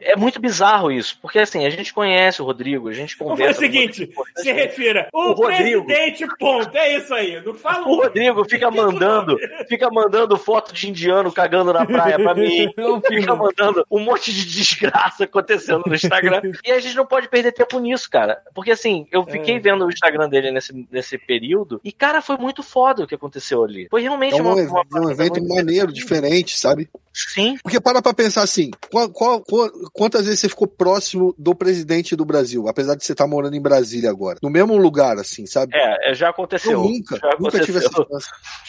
[SPEAKER 3] É muito bizarro isso, porque assim, a gente conhece o Rodrigo, a gente
[SPEAKER 2] Vamos fazer é o
[SPEAKER 3] conversa.
[SPEAKER 2] seguinte,
[SPEAKER 3] com o Rodrigo.
[SPEAKER 2] se refira. O,
[SPEAKER 3] O Rodrigo.
[SPEAKER 2] presidente, ponto. É isso aí. Não fala
[SPEAKER 3] O Rodrigo fica mandando,
[SPEAKER 2] é?
[SPEAKER 3] fica mandando foto de indiano cagando na praia pra mim.
[SPEAKER 4] É um filme.
[SPEAKER 3] Fica mandando um monte de desgraça acontecendo no Instagram. E a gente não pode perder tempo nisso, cara. Porque assim, eu fiquei
[SPEAKER 2] É.
[SPEAKER 3] vendo o Instagram dele nesse, nesse período e, cara, foi muito foda o que aconteceu ali. Foi realmente
[SPEAKER 5] É um,
[SPEAKER 3] uma,
[SPEAKER 5] é
[SPEAKER 3] uma
[SPEAKER 5] um
[SPEAKER 3] parada
[SPEAKER 5] evento
[SPEAKER 3] muito-
[SPEAKER 5] maneiro, diferente, sabe?
[SPEAKER 3] Sim,
[SPEAKER 5] Porque para pra pensar assim, qual- qual- qual- quantas vezes você ficou próximo do presidente do Brasil, apesar de você estar morando em Brasília agora? No mesmo lugar, assim, sabe?
[SPEAKER 3] é, é, já
[SPEAKER 5] Eu
[SPEAKER 3] aconteceu.
[SPEAKER 5] nunca,
[SPEAKER 3] já
[SPEAKER 5] nunca tive
[SPEAKER 3] aconteceu.
[SPEAKER 5] essa chance.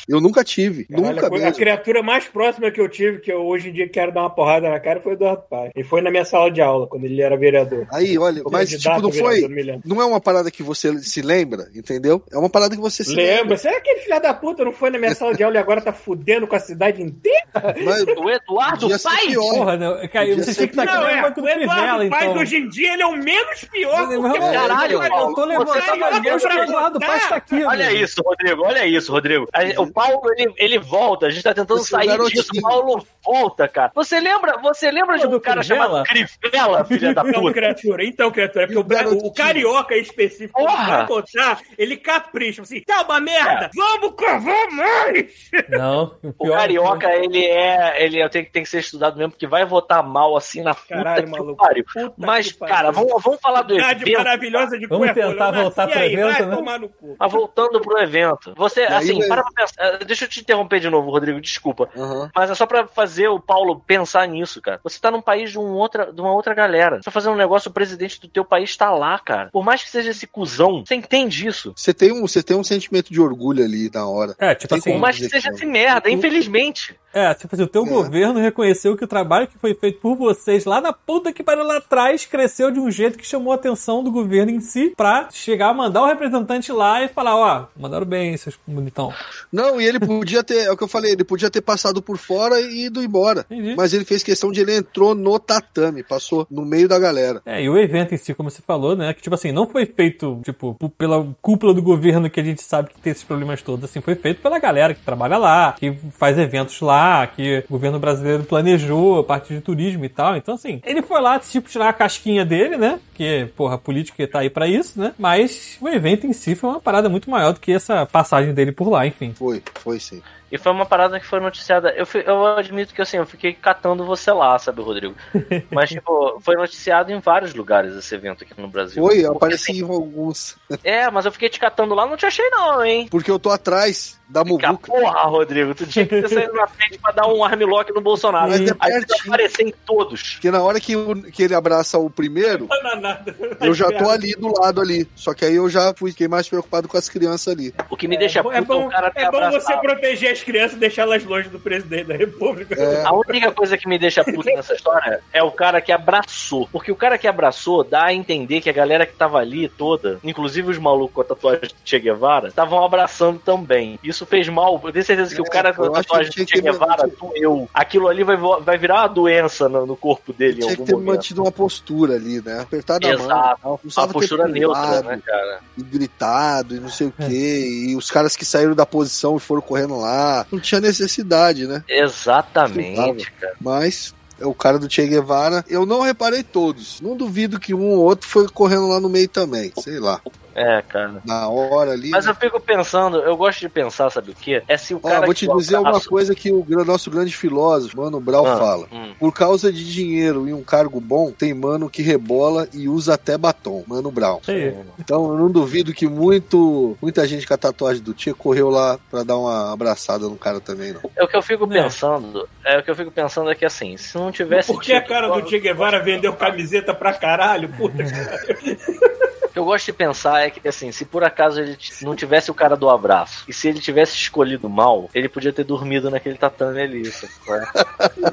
[SPEAKER 5] Eu nunca tive,
[SPEAKER 2] Caralho,
[SPEAKER 5] nunca
[SPEAKER 2] a, a
[SPEAKER 5] mesmo.
[SPEAKER 2] criatura mais próxima que eu tive, que eu hoje em dia quero dar uma porrada na cara, foi o Eduardo Paz. E foi na minha sala de aula, quando ele era vereador.
[SPEAKER 5] Aí, olha, mas tipo,
[SPEAKER 2] Candidato
[SPEAKER 5] não
[SPEAKER 2] a vereador,
[SPEAKER 5] foi...
[SPEAKER 2] me lembro.
[SPEAKER 5] Não é uma parada que você se lembra, entendeu? É uma parada que você se
[SPEAKER 2] Lembra? Será que aquele filho da puta não foi na minha sala de aula e agora tá fudendo com a cidade inteira?
[SPEAKER 5] lembra. Mas
[SPEAKER 3] O Eduardo
[SPEAKER 5] podia ser
[SPEAKER 3] Paes?
[SPEAKER 5] pior.
[SPEAKER 4] Porra, não, cara,
[SPEAKER 5] Podia ser
[SPEAKER 4] você tinha que tá estar aqui
[SPEAKER 2] não,
[SPEAKER 4] no
[SPEAKER 2] é.
[SPEAKER 4] banco do
[SPEAKER 2] O Eduardo
[SPEAKER 4] Crivella,
[SPEAKER 2] Paz
[SPEAKER 4] então.
[SPEAKER 2] hoje em dia ele é o menos pior.
[SPEAKER 4] Mas,
[SPEAKER 2] porque- tá
[SPEAKER 3] Caralho,
[SPEAKER 4] eu
[SPEAKER 3] Paulo,
[SPEAKER 4] tô
[SPEAKER 3] você tá
[SPEAKER 4] levantando a
[SPEAKER 2] olhando
[SPEAKER 4] bandeira
[SPEAKER 2] pra
[SPEAKER 4] do Eduardo
[SPEAKER 2] mudar.
[SPEAKER 4] Paz tá aqui.
[SPEAKER 3] Olha
[SPEAKER 4] mano.
[SPEAKER 3] isso, Rodrigo. Olha isso, Rodrigo. A- O Paulo, ele, ele volta. A gente tá tentando
[SPEAKER 5] Esse
[SPEAKER 3] sair
[SPEAKER 5] garotinho.
[SPEAKER 3] disso. O Paulo volta, cara. Você lembra, você lembra
[SPEAKER 4] Pô,
[SPEAKER 3] de um
[SPEAKER 4] do
[SPEAKER 3] cara
[SPEAKER 4] Crivella?
[SPEAKER 3] chamado Crivella, filha da
[SPEAKER 2] Então,
[SPEAKER 3] puta?
[SPEAKER 2] criatura, então, criatura, é porque o, bra- o carioca em específico, quando
[SPEAKER 3] Porra! É.
[SPEAKER 2] vai contar, ele capricha, assim, tá uma merda, vamos cavar mais!
[SPEAKER 4] Não, o
[SPEAKER 3] O
[SPEAKER 4] pior...
[SPEAKER 3] carioca, ele é. Ele tem, que- tem que ser estudado mesmo, porque vai votar mal assim na puta
[SPEAKER 2] Caralho,
[SPEAKER 3] que
[SPEAKER 2] maluco.
[SPEAKER 3] pariu.
[SPEAKER 2] Puta
[SPEAKER 3] Mas,
[SPEAKER 2] que pariu.
[SPEAKER 3] cara, vamos, vamos falar do
[SPEAKER 2] Cidade
[SPEAKER 3] evento.
[SPEAKER 2] maravilhosa de
[SPEAKER 4] Vamos
[SPEAKER 2] Cuervo,
[SPEAKER 4] tentar
[SPEAKER 2] eu nasci
[SPEAKER 4] voltar pro
[SPEAKER 2] aí,
[SPEAKER 4] evento,
[SPEAKER 2] vai
[SPEAKER 4] né?
[SPEAKER 2] tomar no cu.
[SPEAKER 3] Mas voltando pro evento, você,
[SPEAKER 5] aí,
[SPEAKER 3] assim,
[SPEAKER 5] né?
[SPEAKER 3] para pra pensar. eh, Deixa eu te interromper de novo, Rodrigo, desculpa.
[SPEAKER 5] Aham.
[SPEAKER 3] Mas é só pra fazer o Paulo pensar nisso, cara. Você tá num país de, um outra, de uma outra galera. Você tá fazendo um negócio, o presidente do teu país tá lá, cara. Por mais que seja esse cuzão, você entende isso.
[SPEAKER 5] Você, tem um, você tem um sentimento de orgulho ali na hora.
[SPEAKER 4] É, tipo
[SPEAKER 5] Tem
[SPEAKER 4] assim,
[SPEAKER 3] Por mais que seja esse merda, infelizmente.
[SPEAKER 4] é, tipo assim, o teu
[SPEAKER 5] É.
[SPEAKER 4] governo reconheceu que o trabalho que foi feito por vocês lá na puta que pariu lá atrás cresceu de um jeito que chamou a atenção do governo em si pra chegar, mandar o representante lá e falar, ó, mandaram bem, seus bonitão.
[SPEAKER 5] Não, e ele podia ter, é o que eu falei, ele podia ter passado por fora e ido embora.
[SPEAKER 4] Entendi.
[SPEAKER 5] Mas ele fez questão de ele entrou no tatame, passou no meio da galera.
[SPEAKER 4] É, e o evento em si, como você falou, né? Que, tipo assim, não foi feito, tipo, pu- pela cúpula do governo que a gente sabe que tem esses problemas todos, assim, foi feito pela galera que trabalha lá, que faz eventos lá, que o governo brasileiro planejou a parte de turismo e tal. Então, assim, ele foi lá, tipo, tirar a casquinha dele, né? Que, porra, político tá aí pra isso, né? Mas o evento em si foi uma parada muito maior do que essa passagem dele por lá, enfim.
[SPEAKER 5] Foi, foi sim.
[SPEAKER 3] E foi uma parada que foi noticiada. Eu, fi- eu admito que assim, eu fiquei catando você lá, sabe, Rodrigo? Mas, tipo, foi noticiado em vários lugares esse evento aqui no Brasil.
[SPEAKER 5] Foi, eu
[SPEAKER 3] Porque,
[SPEAKER 5] apareci
[SPEAKER 3] assim,
[SPEAKER 5] em alguns.
[SPEAKER 3] É, mas eu fiquei te catando lá, não te achei, não, hein?
[SPEAKER 5] Porque eu tô atrás da
[SPEAKER 3] Fica,
[SPEAKER 5] Muvuca.
[SPEAKER 3] porra, Rodrigo, tu tinha que ter saído na frente pra dar um armlock no Bolsonaro.
[SPEAKER 5] Mas é
[SPEAKER 3] Aí tu
[SPEAKER 5] pertinho.
[SPEAKER 3] aparecer em todos.
[SPEAKER 5] Porque na hora que, o- que ele abraça o primeiro, eu já tô ali do lado ali. Só que aí eu já fui, fiquei mais preocupado com as crianças ali.
[SPEAKER 3] O que me deixa puto
[SPEAKER 2] É
[SPEAKER 3] é
[SPEAKER 2] bom,
[SPEAKER 3] o cara ter
[SPEAKER 2] é bom você
[SPEAKER 3] abraçado.
[SPEAKER 2] proteger as crianças e deixar elas longe do presidente da república.
[SPEAKER 5] É,
[SPEAKER 3] A única coisa que me deixa puto nessa história é o cara que abraçou. Porque o cara que abraçou dá a entender que a galera que tava ali toda, inclusive os malucos com a tatuagem de Che Guevara, estavam abraçando também. Isso fez mal. Eu tenho certeza que
[SPEAKER 5] É,
[SPEAKER 3] o cara com a
[SPEAKER 5] eu acho que
[SPEAKER 3] tatuagem
[SPEAKER 5] tinha
[SPEAKER 3] de
[SPEAKER 5] que
[SPEAKER 3] Che
[SPEAKER 5] ter-
[SPEAKER 3] Guevara doeu. Aquilo ali vai, vo- vai virar uma doença no, no corpo dele em
[SPEAKER 5] tinha que
[SPEAKER 3] algum
[SPEAKER 5] ter
[SPEAKER 3] momento.
[SPEAKER 5] mantido uma postura ali, né? Apertado a mão. e
[SPEAKER 3] Exato.
[SPEAKER 5] tal. Não
[SPEAKER 3] Uma
[SPEAKER 5] precisava ter
[SPEAKER 3] postura neutra,
[SPEAKER 5] pulado.
[SPEAKER 3] né, cara?
[SPEAKER 5] e gritado e não sei o quê, e os caras que saíram da posição e foram correndo lá. Não tinha necessidade, né?
[SPEAKER 3] Exatamente, cara.
[SPEAKER 5] Mas é o cara do Che Guevara. Eu não reparei todos. Não duvido que um ou outro foi correndo lá no meio também. Sei lá.
[SPEAKER 3] É, cara.
[SPEAKER 5] Na hora ali. né?
[SPEAKER 3] Mas eu fico pensando, eu gosto de pensar, sabe o quê? É se o
[SPEAKER 5] Ó,
[SPEAKER 3] cara.
[SPEAKER 5] vou te
[SPEAKER 3] que-
[SPEAKER 5] dizer uma
[SPEAKER 3] Aço-
[SPEAKER 5] coisa que o gr- nosso grande filósofo, Mano Brau,
[SPEAKER 3] Ah,
[SPEAKER 5] fala.
[SPEAKER 3] hum.
[SPEAKER 5] Por causa de dinheiro e um cargo bom, tem mano que rebola e usa até batom. Mano Brown.
[SPEAKER 4] Isso aí.
[SPEAKER 5] Então eu não duvido que muito, muita gente com a tatuagem do Tia correu lá pra dar uma abraçada no cara também, não.
[SPEAKER 3] É o que eu fico
[SPEAKER 4] É.
[SPEAKER 3] pensando. É o que eu fico pensando é que assim, se não tivesse.
[SPEAKER 2] Por que a
[SPEAKER 3] tido-
[SPEAKER 2] cara do Che Guevara vendeu camiseta pra caralho? Puta que
[SPEAKER 3] O que eu gosto de pensar é que, assim, se por acaso ele t- não tivesse o cara do abraço, e se ele tivesse escolhido mal, ele podia ter dormido naquele tatame ali, sacou?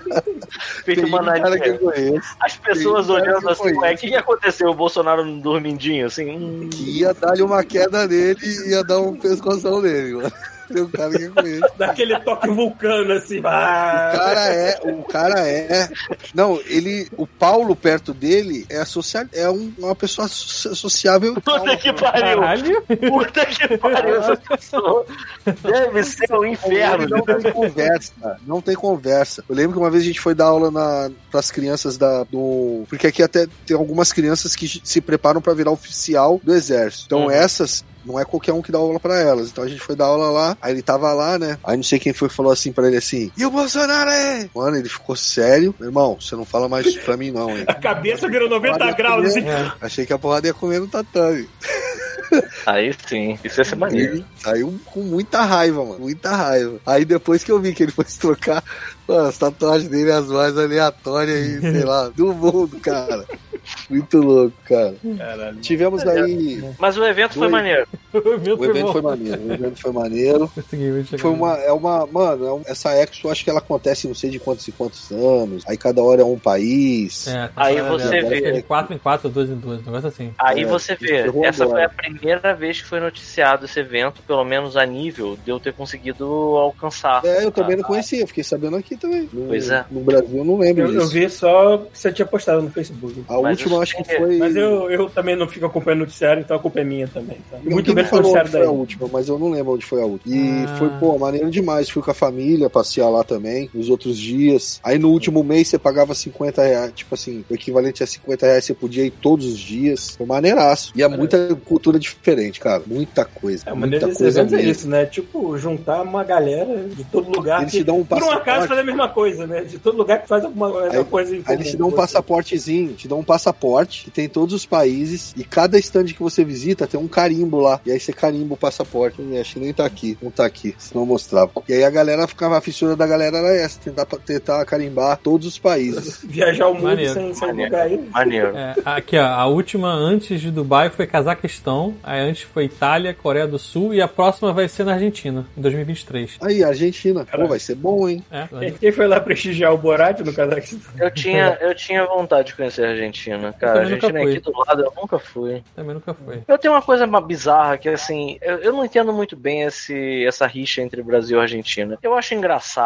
[SPEAKER 3] Feito uma
[SPEAKER 5] um cara que eu
[SPEAKER 3] narinha.
[SPEAKER 5] conheço
[SPEAKER 3] As pessoas
[SPEAKER 5] tem um cara
[SPEAKER 3] olhando
[SPEAKER 5] que
[SPEAKER 3] assim,
[SPEAKER 5] eu
[SPEAKER 3] ué, o que, que aconteceu? O Bolsonaro dormindinho, assim, hum,
[SPEAKER 5] que ia dar-lhe uma queda nele e ia dar um pescoção nele, mano. Tem um cara que eu conheço.
[SPEAKER 2] Daquele toque vulcano assim.
[SPEAKER 5] O
[SPEAKER 2] Ah,
[SPEAKER 5] cara é, o cara é. Não, ele. O Paulo perto dele é, social, é um- uma pessoa so- sociável. e tal.
[SPEAKER 3] puta que pariu!
[SPEAKER 4] Caralho.
[SPEAKER 3] Puta que pariu essa pessoa! Deve ser um inferno.
[SPEAKER 5] Ele Não tem conversa, não tem conversa. Eu lembro que uma vez a gente foi dar aula na, pras crianças da, do. Porque aqui até tem algumas crianças que se preparam pra virar oficial do exército. Então
[SPEAKER 3] Uhum.
[SPEAKER 5] essas. Não é qualquer um que dá aula pra elas. Então a gente foi dar aula lá, aí ele tava lá, né? Aí não sei quem foi e falou assim pra ele assim: E o Bolsonaro é? Mano, ele ficou sério. Meu irmão, você não fala mais isso pra mim, não, hein?
[SPEAKER 2] a cabeça virou 90
[SPEAKER 5] Olha,
[SPEAKER 2] graus. Assim.
[SPEAKER 4] É,
[SPEAKER 5] Achei que a porrada ia comer no tatame.
[SPEAKER 3] Aí sim, isso ia ser maneiro.
[SPEAKER 5] Ele saiu com muita raiva, mano. Muita raiva. Aí depois que eu vi que ele foi se trocar, mano, as tatuagens dele, as mais aleatórias e sei lá, do mundo, cara. Muito louco, cara.
[SPEAKER 2] Caralho.
[SPEAKER 5] Tivemos aí.
[SPEAKER 3] Mas o evento foi
[SPEAKER 5] Dois.
[SPEAKER 3] maneiro.
[SPEAKER 4] O evento
[SPEAKER 5] O evento foi
[SPEAKER 4] bom.
[SPEAKER 5] maneiro, o evento foi maneiro.
[SPEAKER 4] Conseguimos chegar
[SPEAKER 5] Foi uma, é uma, mano, é um- essa Expo, acho que ela acontece não sei de quantos e quantos anos. Aí cada hora é um país.
[SPEAKER 4] É, tá
[SPEAKER 3] Aí
[SPEAKER 4] falando,
[SPEAKER 3] você
[SPEAKER 4] né?
[SPEAKER 5] vê.
[SPEAKER 4] Acho que é De 4 em 4, 2 em 2, um negócio assim.
[SPEAKER 3] Aí
[SPEAKER 5] É,
[SPEAKER 3] você vê,
[SPEAKER 5] encerrou
[SPEAKER 3] essa foi
[SPEAKER 5] agora.
[SPEAKER 3] a primeira vez que foi noticiado esse evento, pelo menos a nível de eu ter conseguido alcançar.
[SPEAKER 5] É, eu também não
[SPEAKER 3] Ah,
[SPEAKER 5] conhecia, fiquei sabendo aqui também. No,
[SPEAKER 3] Pois é.
[SPEAKER 5] no Brasil eu não lembro
[SPEAKER 2] Eu,
[SPEAKER 5] disso.
[SPEAKER 2] eu vi só que você tinha postado no Facebook.
[SPEAKER 5] A
[SPEAKER 3] Mas
[SPEAKER 5] última
[SPEAKER 3] isso
[SPEAKER 5] acho que
[SPEAKER 3] tem-
[SPEAKER 5] foi.
[SPEAKER 2] Mas eu, eu também não fico acompanhando o noticiário, então a culpa é minha também. tá? Muito
[SPEAKER 5] Alguém
[SPEAKER 2] bem
[SPEAKER 5] me
[SPEAKER 2] foi
[SPEAKER 5] falou
[SPEAKER 2] o
[SPEAKER 5] onde
[SPEAKER 2] noticiário
[SPEAKER 5] foi a
[SPEAKER 2] daí.
[SPEAKER 5] última, mas eu não lembro onde foi a última. E
[SPEAKER 4] Ah.
[SPEAKER 5] foi, pô, maneiro demais. Fui com a família, passear lá também, nos outros dias. Aí no último mês você pagava 50 reais, tipo assim, o equivalente a 50 reais você podia ir todos os dias. Foi maneiraço. E é muita cultura diferente, cara. Muita coisa.
[SPEAKER 2] É, mas
[SPEAKER 5] muita
[SPEAKER 2] nesses
[SPEAKER 5] coisa
[SPEAKER 2] eventos é
[SPEAKER 5] mesmo.
[SPEAKER 2] isso, né? Tipo, juntar uma galera de todo lugar
[SPEAKER 5] Eles
[SPEAKER 2] que,
[SPEAKER 5] te dão um
[SPEAKER 2] por um acaso,
[SPEAKER 5] passaporte.
[SPEAKER 2] faz a mesma coisa, né? De todo lugar que faz alguma essa
[SPEAKER 5] Aí-
[SPEAKER 2] coisa em
[SPEAKER 5] Aí eles
[SPEAKER 2] comum
[SPEAKER 5] te dão um
[SPEAKER 2] com você.
[SPEAKER 5] passaportezinho, te dão um passaporte que tem em todos os países e cada estande que você visita tem um carimbo lá. E aí você carimba o passaporte. Hum, acho que nem tá aqui, não tá aqui, senão eu mostrava. E aí a galera ficava, a fissura da galera era essa, tentar, tentar carimbar todos os países.
[SPEAKER 2] Viajar o mundo
[SPEAKER 4] Maneiro,
[SPEAKER 2] sem, sem
[SPEAKER 3] maneiro.
[SPEAKER 2] lugar aí.
[SPEAKER 3] Maneiro.
[SPEAKER 4] É, aqui, ó, a última antes de Dubai foi Cazaquistão, aí antes foi Itália, Coreia do Sul e a próxima vai ser na Argentina, em 2023.
[SPEAKER 5] Aí, Argentina, pô,
[SPEAKER 2] Caraca.
[SPEAKER 5] vai ser bom, hein?
[SPEAKER 4] É,
[SPEAKER 2] Quem foi lá prestigiar o Borat no Cazaquistão?
[SPEAKER 3] Eu tinha, eu tinha vontade de conhecer a Argentina, cara. A
[SPEAKER 4] também nunca
[SPEAKER 3] Argentina é
[SPEAKER 4] fui.
[SPEAKER 3] aqui do lado, eu nunca fui.
[SPEAKER 4] também nunca foi.
[SPEAKER 3] Eu tenho uma coisa ma- bizarra que, assim, eu, eu não entendo muito bem esse, essa rixa entre Brasil e Argentina. Eu acho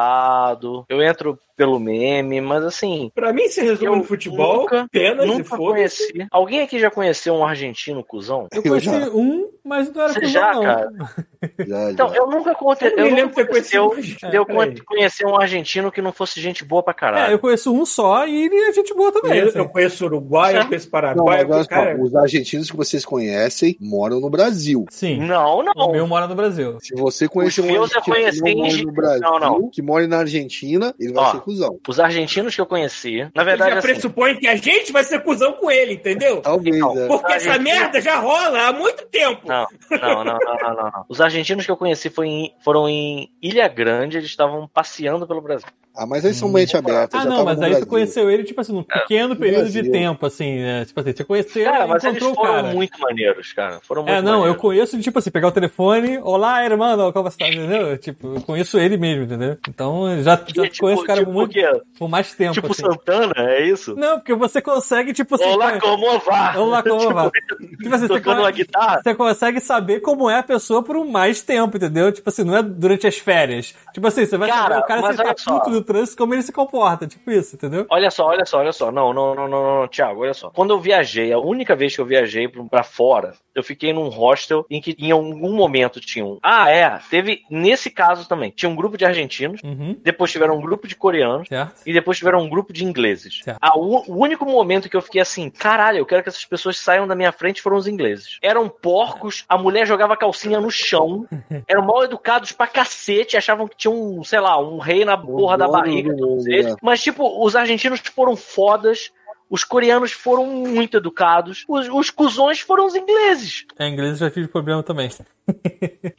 [SPEAKER 3] engraçado, eu entro pelo meme, mas, assim,
[SPEAKER 2] Pra mim se resume
[SPEAKER 3] Eu
[SPEAKER 2] no futebol,
[SPEAKER 3] nunca-
[SPEAKER 2] penas e
[SPEAKER 3] nunca
[SPEAKER 2] foda-se.
[SPEAKER 3] conheci. Alguém aqui já conheceu um argentino cuzão?
[SPEAKER 5] Eu
[SPEAKER 4] Eu conheci
[SPEAKER 5] já.
[SPEAKER 4] um, mas não era
[SPEAKER 3] Você
[SPEAKER 4] com
[SPEAKER 3] já,
[SPEAKER 4] não.
[SPEAKER 3] cara?
[SPEAKER 5] Já, já.
[SPEAKER 3] Então, eu nunca contei.
[SPEAKER 2] Eu
[SPEAKER 3] Eu
[SPEAKER 2] me
[SPEAKER 3] nunca
[SPEAKER 2] lembro de ter
[SPEAKER 3] aconteceu
[SPEAKER 2] conhecido. mas-
[SPEAKER 3] de eu
[SPEAKER 2] peraí.
[SPEAKER 3] conhecer um argentino que não fosse gente boa pra
[SPEAKER 4] É,
[SPEAKER 3] caralho.
[SPEAKER 4] eu conheço um só e ele é gente boa também.
[SPEAKER 2] Eu,
[SPEAKER 4] assim.
[SPEAKER 2] eu conheço Uruguai, eu conheço
[SPEAKER 5] Não, tá
[SPEAKER 2] Paraguai,
[SPEAKER 5] mas
[SPEAKER 2] eu
[SPEAKER 5] olha
[SPEAKER 2] conheço,
[SPEAKER 5] só,
[SPEAKER 2] cara,
[SPEAKER 5] os argentinos que vocês conhecem moram no Brasil.
[SPEAKER 4] Sim,
[SPEAKER 3] Não,
[SPEAKER 4] o
[SPEAKER 3] não.
[SPEAKER 4] meu mora no Brasil.
[SPEAKER 5] Se você conhecer
[SPEAKER 3] Os
[SPEAKER 5] um
[SPEAKER 3] meus eu
[SPEAKER 5] argentino que
[SPEAKER 3] conheci em
[SPEAKER 5] não mora no
[SPEAKER 3] Gi-
[SPEAKER 5] Brasil,
[SPEAKER 3] Não, não.
[SPEAKER 5] que mora na Argentina, ele vai
[SPEAKER 3] Ó.
[SPEAKER 5] ser cuzão.
[SPEAKER 3] Os argentinos que eu conheci, na verdade,
[SPEAKER 2] já
[SPEAKER 3] assim,
[SPEAKER 2] pressupõe que a gente vai ser cuzão com ele, entendeu?
[SPEAKER 5] Talvez,
[SPEAKER 3] Então,
[SPEAKER 5] né?
[SPEAKER 2] Porque
[SPEAKER 3] A
[SPEAKER 2] essa
[SPEAKER 3] gente-
[SPEAKER 2] merda já rola há muito tempo.
[SPEAKER 3] Não, não, não, não, não, não, não. Os argentinos que eu conheci foi em- foram em Ilha Grande, eles estavam passeando pelo Brasil.
[SPEAKER 5] Ah, mas aí são
[SPEAKER 3] Hum.
[SPEAKER 5] mente aberta.
[SPEAKER 4] Ah,
[SPEAKER 5] já
[SPEAKER 4] não,
[SPEAKER 5] tava
[SPEAKER 4] mas
[SPEAKER 5] no
[SPEAKER 4] aí
[SPEAKER 5] Brasil.
[SPEAKER 4] tu conheceu ele, tipo assim, num pequeno período de
[SPEAKER 5] Brasil.
[SPEAKER 4] tempo, assim, né? Tipo assim, você conheceu
[SPEAKER 3] Cara,
[SPEAKER 4] e
[SPEAKER 3] mas eles
[SPEAKER 4] encontrou o
[SPEAKER 3] foram
[SPEAKER 4] cara.
[SPEAKER 3] muito maneiros, cara. Foram muito
[SPEAKER 4] É, não, eu
[SPEAKER 3] maneiros.
[SPEAKER 4] conheço, tipo assim, pegar o telefone, olá, irmão, como você tá, entendeu? Tipo, eu conheço ele mesmo, entendeu? Então, já, já
[SPEAKER 3] Tipo-
[SPEAKER 4] conheço o cara
[SPEAKER 3] tipo
[SPEAKER 4] por muito,
[SPEAKER 3] o quê?
[SPEAKER 4] por mais tempo,
[SPEAKER 3] Tipo
[SPEAKER 4] assim.
[SPEAKER 3] Santana, é isso?
[SPEAKER 4] Não, porque você consegue, tipo assim...
[SPEAKER 3] Olá, como vá?
[SPEAKER 4] Olá, como
[SPEAKER 3] Tipo,
[SPEAKER 4] vá? Tipo assim, você,
[SPEAKER 3] Tocando uma
[SPEAKER 4] consegue,
[SPEAKER 3] guitarra?
[SPEAKER 4] você consegue saber como é a pessoa por um mais tempo, entendeu? Tipo assim, não é durante as férias. Tipo assim, você vai
[SPEAKER 3] Cara,
[SPEAKER 4] saber o cara
[SPEAKER 3] mas
[SPEAKER 4] se ele tá
[SPEAKER 3] olha só.
[SPEAKER 4] puto no trânsito como ele se comporta, tipo isso, entendeu?
[SPEAKER 3] Olha só, olha só, olha só. Não, não, não, não, não, não, Thiago, olha só. Quando eu viajei, a única vez que eu viajei pra- pra fora, eu fiquei num hostel em que em algum momento tinha um. Ah, é. Teve, nesse caso também, tinha um grupo de argentinos,
[SPEAKER 4] Uhum.
[SPEAKER 3] depois tiveram um grupo de coreanos.
[SPEAKER 4] Certo?
[SPEAKER 3] E depois tiveram um grupo de ingleses.
[SPEAKER 4] Certo.
[SPEAKER 3] A u- o único momento que eu fiquei assim, caralho, eu quero que essas pessoas saiam da minha frente foram os ingleses. Eram porcos, a mulher jogava calcinha no chão, eram mal educados pra cacete, achavam que tinha um, sei lá, um rei na porra da
[SPEAKER 5] dono do
[SPEAKER 3] barriga.
[SPEAKER 5] mundo,
[SPEAKER 3] todos eles.
[SPEAKER 5] né?
[SPEAKER 3] Mas, tipo, os argentinos foram fodas. Os coreanos foram muito educados. Os, os cuzões foram os ingleses.
[SPEAKER 4] É, inglês eu já tive problema também.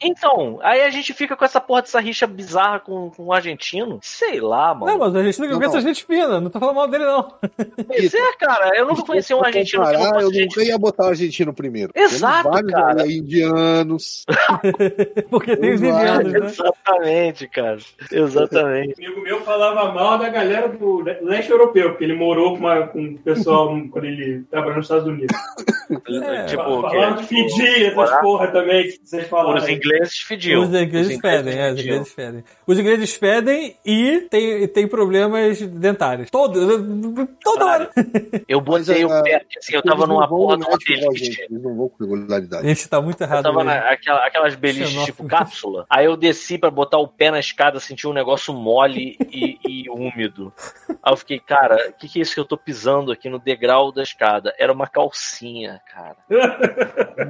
[SPEAKER 3] Então, aí a gente fica com essa porra dessa rixa bizarra com, com o argentino. Sei lá, mano.
[SPEAKER 4] Não, mas o argentino
[SPEAKER 3] Então
[SPEAKER 4] que eu
[SPEAKER 5] Não,
[SPEAKER 3] tá
[SPEAKER 4] conheço é
[SPEAKER 5] não.
[SPEAKER 4] gente fina, não tô falando mal dele, não.
[SPEAKER 3] Pois é, cara. Eu nunca conheci um
[SPEAKER 5] Pra
[SPEAKER 3] argentino que
[SPEAKER 5] comparar,
[SPEAKER 3] não fosse
[SPEAKER 5] eu nunca
[SPEAKER 3] argentino.
[SPEAKER 5] ia botar o argentino primeiro.
[SPEAKER 3] Exato,
[SPEAKER 5] Temos vários
[SPEAKER 3] cara.
[SPEAKER 5] aí, é indianos.
[SPEAKER 4] Porque tem os
[SPEAKER 5] Vai,
[SPEAKER 4] indianos, né?
[SPEAKER 3] Exatamente, cara. Exatamente.
[SPEAKER 2] amigo meu falava mal da galera do leste europeu, porque ele morou com, uma- com o pessoal quando ele trabalhou nos Estados Unidos.
[SPEAKER 4] É,
[SPEAKER 3] tipo, o quê?
[SPEAKER 2] Falando de Fiji, essas
[SPEAKER 3] morar-
[SPEAKER 2] porra também que vocês falaram.
[SPEAKER 3] Os
[SPEAKER 2] aí.
[SPEAKER 3] ingleses fediam.
[SPEAKER 4] Os ingleses fedem, é, os
[SPEAKER 3] fediam.
[SPEAKER 4] ingleses fedem. Os ingleses fedem e tem, e tem problemas dentários. Todo, toda hora.
[SPEAKER 3] Eu botei
[SPEAKER 5] Mas, ah,
[SPEAKER 3] o pé, assim, eu tava
[SPEAKER 5] Eles não
[SPEAKER 3] numa
[SPEAKER 5] vão
[SPEAKER 3] porra
[SPEAKER 5] no
[SPEAKER 3] de uma
[SPEAKER 5] médico igual a gente,
[SPEAKER 3] beliche.
[SPEAKER 5] Eles não vão com regularidade.
[SPEAKER 4] Gente, tá muito
[SPEAKER 3] Eu
[SPEAKER 4] errado. é
[SPEAKER 3] tava
[SPEAKER 4] mesmo.
[SPEAKER 3] naquelas aquelas beliches
[SPEAKER 4] Xenófobo.
[SPEAKER 3] tipo cápsula. Aí eu desci pra botar o pé na escada, senti um negócio mole e, e úmido. Aí eu fiquei, cara, o que, que é isso que eu tô pisando aqui no degrau da escada? Era uma calcinha, cara.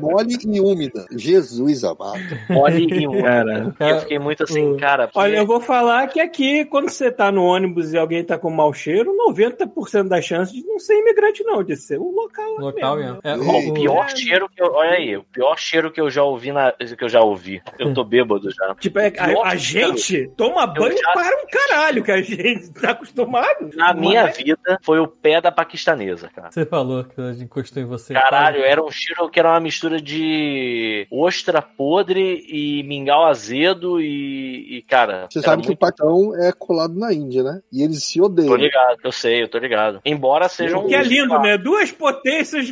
[SPEAKER 5] Mole e úmida. Jesus amado.
[SPEAKER 3] Mole e úmida.
[SPEAKER 4] Cara,
[SPEAKER 3] eu fiquei muito assim, cara.
[SPEAKER 2] Olha, eu
[SPEAKER 3] que-
[SPEAKER 2] vou falar que aqui, quando você tá no ônibus e alguém tá com mau cheiro, 90% das chances de não ser imigrante, não, de ser o local. lá
[SPEAKER 4] Local
[SPEAKER 2] mesmo.
[SPEAKER 4] mesmo. É,
[SPEAKER 3] Ó, o
[SPEAKER 5] Ei.
[SPEAKER 3] pior cheiro que eu. Olha aí, o pior cheiro que eu já ouvi na. Que eu já ouvi. Eu tô bêbado já.
[SPEAKER 2] Tipo, é, a, a
[SPEAKER 3] Nossa,
[SPEAKER 2] gente toma banho
[SPEAKER 3] já-
[SPEAKER 2] para um caralho, que a gente tá acostumado. é
[SPEAKER 3] Na minha
[SPEAKER 2] Mas-
[SPEAKER 3] vida foi o pé da paquistanesa, cara.
[SPEAKER 4] Você falou que ela encostou em você.
[SPEAKER 3] Caralho, era um cheiro que era uma mistura de ostra podre e mingau azedo e. e, cara.
[SPEAKER 5] Você
[SPEAKER 3] era
[SPEAKER 5] sabe que o
[SPEAKER 3] muito-
[SPEAKER 5] Paquistão é colado na Índia, né? E eles se
[SPEAKER 3] Tô
[SPEAKER 5] odeiam.
[SPEAKER 3] ligado, eu sei, eu tô ligado. Embora seja um.
[SPEAKER 2] Que é lindo, né? Duas potências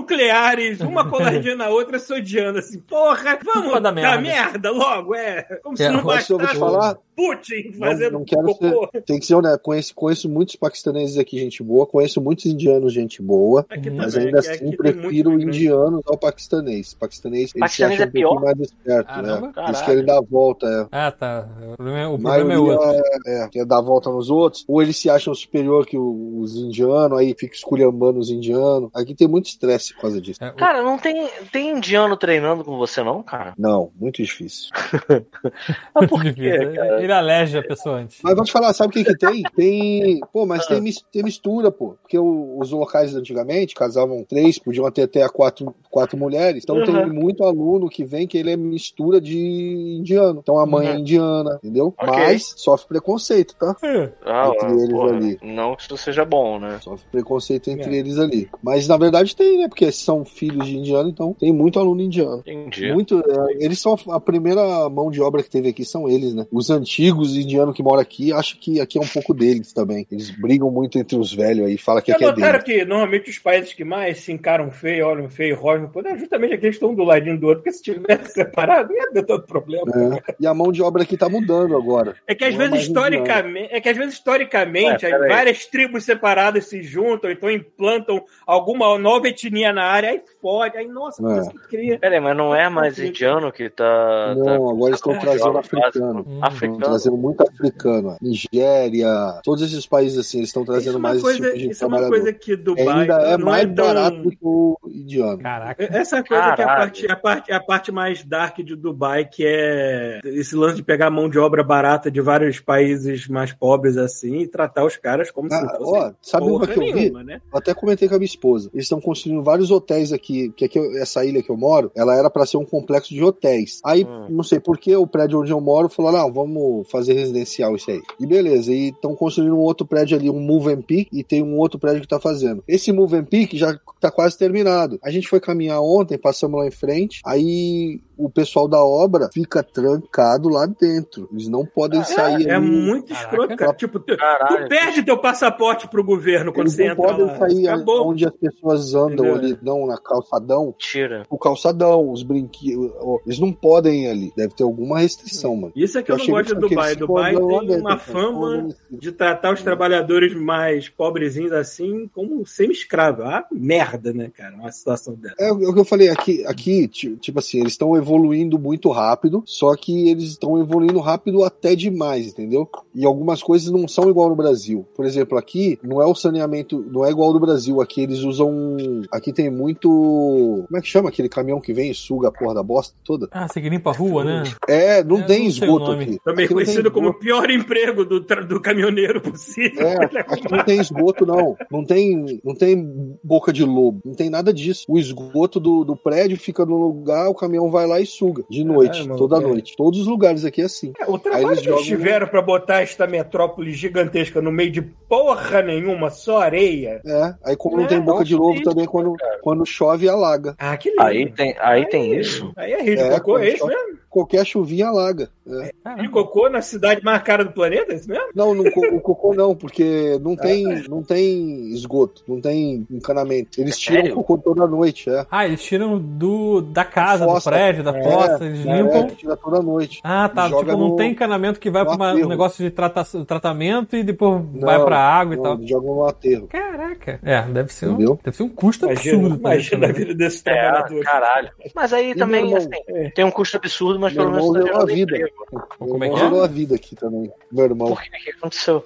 [SPEAKER 2] nucleares, uma coladinha na outra, se odiando assim. Porra, vamos
[SPEAKER 4] Vai
[SPEAKER 2] dar
[SPEAKER 4] dar
[SPEAKER 2] merda.
[SPEAKER 4] merda.
[SPEAKER 2] logo, é. Como se
[SPEAKER 4] É,
[SPEAKER 2] não
[SPEAKER 5] Mas se eu vou te
[SPEAKER 2] bastasse
[SPEAKER 5] falar,
[SPEAKER 2] Putin
[SPEAKER 5] não-
[SPEAKER 2] fazendo
[SPEAKER 5] não quero
[SPEAKER 2] cocô.
[SPEAKER 5] tem que ser honesto. Conheço, conheço muitos paquistaneses aqui, gente boa. Conheço muitos indianos, gente boa.
[SPEAKER 2] Aqui
[SPEAKER 5] Mas
[SPEAKER 2] também,
[SPEAKER 5] ainda
[SPEAKER 2] É, que
[SPEAKER 5] assim,
[SPEAKER 2] aqui tem
[SPEAKER 5] prefiro
[SPEAKER 2] muito
[SPEAKER 5] o
[SPEAKER 2] imigrante.
[SPEAKER 5] indiano ao paquistanês. Paquistanês, eles se
[SPEAKER 3] Paquistanês
[SPEAKER 5] acham
[SPEAKER 3] é
[SPEAKER 5] um pouquinho
[SPEAKER 3] pior?
[SPEAKER 5] mais esperto,
[SPEAKER 4] Caramba.
[SPEAKER 5] né? Eles
[SPEAKER 3] Caralho.
[SPEAKER 5] querem dar a volta, é.
[SPEAKER 4] Ah, tá. O problema, o
[SPEAKER 5] A
[SPEAKER 4] problema é
[SPEAKER 5] maioria
[SPEAKER 4] outro.
[SPEAKER 5] É, é, quer dar a volta nos outros, ou eles se acham superior que o- os indianos, aí fica esculhambando os indianos. Aqui tem muito estresse por causa disso.
[SPEAKER 4] É, o-
[SPEAKER 3] Cara, não tem, tem indiano treinando com você, não, cara?
[SPEAKER 5] Não, muito difícil.
[SPEAKER 3] Ah, por quê,
[SPEAKER 4] difícil.
[SPEAKER 3] cara?
[SPEAKER 4] Ele alege a pessoa antes.
[SPEAKER 5] Mas vou te falar, sabe o que que tem? Tem. Pô, mas tem, mis- tem mistura, pô. Porque o- os locais antigamente casavam três, podiam ter até quatro, quatro mulheres. Então tem
[SPEAKER 3] Uhum.
[SPEAKER 5] muito aluno que vem que ele é mistura de indiano. Então a mãe é indiana, entendeu?
[SPEAKER 3] Uhum. Ok.
[SPEAKER 5] Mas sofre preconceito, tá?
[SPEAKER 4] Hum.
[SPEAKER 3] Ah,
[SPEAKER 5] Entre eles
[SPEAKER 3] porra,
[SPEAKER 5] ali.
[SPEAKER 3] Não que isso seja bom, né?
[SPEAKER 5] Sofre preconceito
[SPEAKER 2] É.
[SPEAKER 5] entre eles ali. Mas na verdade tem, né? Porque são filhos de indiano, então tem muito aluno indiano.
[SPEAKER 3] Entendi.
[SPEAKER 5] Muito, é, eles são a primeira mão de obra que teve aqui, são eles, né? Os antigos indianos que moram aqui, acho que aqui é um pouco deles também. Eles brigam muito entre os velhos aí, fala que
[SPEAKER 2] Já
[SPEAKER 5] aqui é
[SPEAKER 2] notaram
[SPEAKER 5] deles.
[SPEAKER 2] que normalmente os países que mais se encaram feio, olham feio, rogam, pô, é justamente aqueles que estão do ladinho do outro, porque se tivesse separado, não ia ter tanto problema.
[SPEAKER 5] É. E a mão de obra aqui tá mudando agora.
[SPEAKER 2] É que às
[SPEAKER 5] Não é mais
[SPEAKER 2] vezes
[SPEAKER 5] indiano.
[SPEAKER 2] historicamente, é que às vezes historicamente
[SPEAKER 5] É,
[SPEAKER 3] Ué, peraí.
[SPEAKER 2] várias tribos separadas se juntam, então implantam alguma nova etnia na área, aí fode, aí nossa,
[SPEAKER 5] É.
[SPEAKER 2] por isso que cria.
[SPEAKER 3] Peraí, mas não é mais indiano que tá. tá-
[SPEAKER 5] Não, agora estão
[SPEAKER 3] tá-
[SPEAKER 5] trazendo
[SPEAKER 3] tá-
[SPEAKER 5] africano.
[SPEAKER 4] Hum.
[SPEAKER 5] Estão
[SPEAKER 3] Africano.
[SPEAKER 5] trazendo muito africano. ó. Nigéria, todos esses países assim, eles estão
[SPEAKER 2] Isso é
[SPEAKER 5] trazendo
[SPEAKER 2] uma
[SPEAKER 5] mais
[SPEAKER 2] coisa,
[SPEAKER 5] esse tipo de
[SPEAKER 2] isso é uma
[SPEAKER 5] trabalhador.
[SPEAKER 2] coisa que Dubai
[SPEAKER 5] Ainda é
[SPEAKER 2] não
[SPEAKER 5] mais
[SPEAKER 2] tão-
[SPEAKER 5] barato do que o indiano.
[SPEAKER 4] Caraca.
[SPEAKER 2] Essa coisa que é a
[SPEAKER 3] Caralho.
[SPEAKER 2] parte, a, parte, a parte mais dark de Dubai, que é esse lance de pegar mão de obra barata de vários países mais pobres assim e tratar os caras como
[SPEAKER 5] Ah,
[SPEAKER 2] se fossem
[SPEAKER 5] ó, sabe uma
[SPEAKER 2] porra
[SPEAKER 5] que eu vi?
[SPEAKER 2] nenhuma, né?
[SPEAKER 5] Eu até comentei com a minha esposa. Eles estão construindo vários hotéis aqui, porque aqui eu- essa ilha que eu moro, ela era pra ser um complexo de hotéis. Aí,
[SPEAKER 3] Hum.
[SPEAKER 5] não sei por que o prédio onde eu moro falou: "Não, vamos fazer residencial isso aí". E beleza, e estão construindo um outro prédio ali, um Move and Peak, e tem um outro prédio estratégia que tá fazendo. Esse Move and Pick já tá quase terminado. A gente foi caminhar ontem, passamos lá em frente, aí o pessoal da obra fica trancado lá dentro. Eles não podem sair.
[SPEAKER 2] É
[SPEAKER 5] ali.
[SPEAKER 2] muito
[SPEAKER 4] Caraca.
[SPEAKER 2] escroto, cara. Tipo, tu,
[SPEAKER 3] Caralho.
[SPEAKER 2] tu perde teu passaporte pro governo quando
[SPEAKER 5] assim. Eles
[SPEAKER 2] você
[SPEAKER 5] não
[SPEAKER 2] entra
[SPEAKER 5] podem
[SPEAKER 2] lá.
[SPEAKER 5] sair
[SPEAKER 2] Acabou.
[SPEAKER 5] onde as pessoas andam
[SPEAKER 2] Entendeu?
[SPEAKER 5] ali, não na calçadão.
[SPEAKER 3] Mentira.
[SPEAKER 5] O calçadão, os brinquedos. Eles não podem ir ali. Deve ter alguma restrição, mano.
[SPEAKER 2] Isso é que eu, não
[SPEAKER 5] achei
[SPEAKER 2] gosto de
[SPEAKER 5] aquele
[SPEAKER 2] Dubai. Dubai
[SPEAKER 5] escondão lá
[SPEAKER 2] tem
[SPEAKER 5] dentro, né?
[SPEAKER 2] uma
[SPEAKER 5] cara.
[SPEAKER 2] fama de tratar
[SPEAKER 5] Hum.
[SPEAKER 2] os trabalhadores mais pobrezinhos assim como semi-escravo. Ah, merda, né, cara? Uma situação dessa.
[SPEAKER 5] É o é o que eu falei, aqui, aqui ti- tipo assim, eles estão evoluindo muito rápido, só que eles estão evoluindo rápido até demais, entendeu? E algumas coisas não são igual no Brasil. Por exemplo, aqui não é o saneamento, não é igual ao do Brasil. Aqui eles usam. um, Aqui tem muito. Como é que chama aquele caminhão que vem e suga a porra da bosta toda?
[SPEAKER 4] Ah, você que limpa a rua, né?
[SPEAKER 5] É, não
[SPEAKER 4] É,
[SPEAKER 5] tem
[SPEAKER 4] não sei o
[SPEAKER 5] esgoto
[SPEAKER 4] nome.
[SPEAKER 5] aqui.
[SPEAKER 2] Também
[SPEAKER 5] Aqui não tem
[SPEAKER 2] conhecido como
[SPEAKER 5] esgoto.
[SPEAKER 2] o pior emprego do, tra- do caminhoneiro possível.
[SPEAKER 5] É, aqui não tem esgoto, não. Não tem, não tem boca de lobo. Não tem nada disso. O esgoto do, do prédio fica no lugar, o caminhão vai lá e suga.
[SPEAKER 4] É,
[SPEAKER 5] De noite,
[SPEAKER 2] Caramba,
[SPEAKER 5] toda
[SPEAKER 2] cara.
[SPEAKER 5] noite. Todos os lugares aqui é assim.
[SPEAKER 2] É, O
[SPEAKER 5] Aí
[SPEAKER 2] trabalho
[SPEAKER 5] eles
[SPEAKER 2] que eles
[SPEAKER 5] jogam-
[SPEAKER 2] tiveram pra botar esta metrópole gigantesca no meio de porra nenhuma, só areia.
[SPEAKER 5] É. Aí, como
[SPEAKER 3] É,
[SPEAKER 5] não tem boca de
[SPEAKER 3] nossa,
[SPEAKER 5] lobo
[SPEAKER 3] isso,
[SPEAKER 5] também, quando, quando chove, alaga.
[SPEAKER 2] Ah, que lindo.
[SPEAKER 3] Aí tem, aí tem isso.
[SPEAKER 2] Aí é rio de
[SPEAKER 5] É,
[SPEAKER 2] cocô, é isso
[SPEAKER 5] quando
[SPEAKER 2] mesmo?
[SPEAKER 5] Qualquer chuvinha alaga. É.
[SPEAKER 2] Rio de cocô na cidade mais cara do planeta, é isso mesmo?
[SPEAKER 5] Não, não, co- o cocô não, porque
[SPEAKER 4] É.
[SPEAKER 5] não tem, não tem esgoto, não tem encanamento.
[SPEAKER 4] É
[SPEAKER 5] Eles tiram
[SPEAKER 3] Sério?
[SPEAKER 5] o cocô toda noite, é.
[SPEAKER 4] Ah, eles tiram do, da casa,
[SPEAKER 5] Fossa.
[SPEAKER 4] do prédio, da
[SPEAKER 5] É,
[SPEAKER 4] fossa, eles
[SPEAKER 5] É,
[SPEAKER 4] limpam.
[SPEAKER 5] tira toda noite.
[SPEAKER 4] Ah, tá.
[SPEAKER 5] Joga
[SPEAKER 4] Tipo, não
[SPEAKER 5] no-
[SPEAKER 4] tem encanamento que vai
[SPEAKER 5] no
[SPEAKER 4] pra uma-
[SPEAKER 5] aterro.
[SPEAKER 4] um negócio de trata- tratamento e depois vai pra água Então, e
[SPEAKER 5] Não,
[SPEAKER 4] tal.
[SPEAKER 5] Jogam no um aterro.
[SPEAKER 4] Caraca. É, deve ser, um,
[SPEAKER 5] Entendeu?
[SPEAKER 4] deve ser um custo
[SPEAKER 2] Imagina,
[SPEAKER 4] absurdo. pra isso,
[SPEAKER 2] imagina a
[SPEAKER 4] né?
[SPEAKER 2] vida desse
[SPEAKER 3] É,
[SPEAKER 2] trabalhador.
[SPEAKER 3] caralho. Mas aí
[SPEAKER 5] E
[SPEAKER 3] também,
[SPEAKER 5] meu irmão? é.
[SPEAKER 3] assim, tem um custo absurdo, mas
[SPEAKER 5] Meu
[SPEAKER 3] pelo menos
[SPEAKER 5] irmão
[SPEAKER 3] tá
[SPEAKER 5] deu
[SPEAKER 3] gerando
[SPEAKER 5] a vida.
[SPEAKER 3] emprego.
[SPEAKER 4] Como
[SPEAKER 5] Meu
[SPEAKER 4] é que
[SPEAKER 5] irmão
[SPEAKER 4] é?
[SPEAKER 5] gerou a vida aqui também. Meu irmão.
[SPEAKER 3] Por que que aconteceu?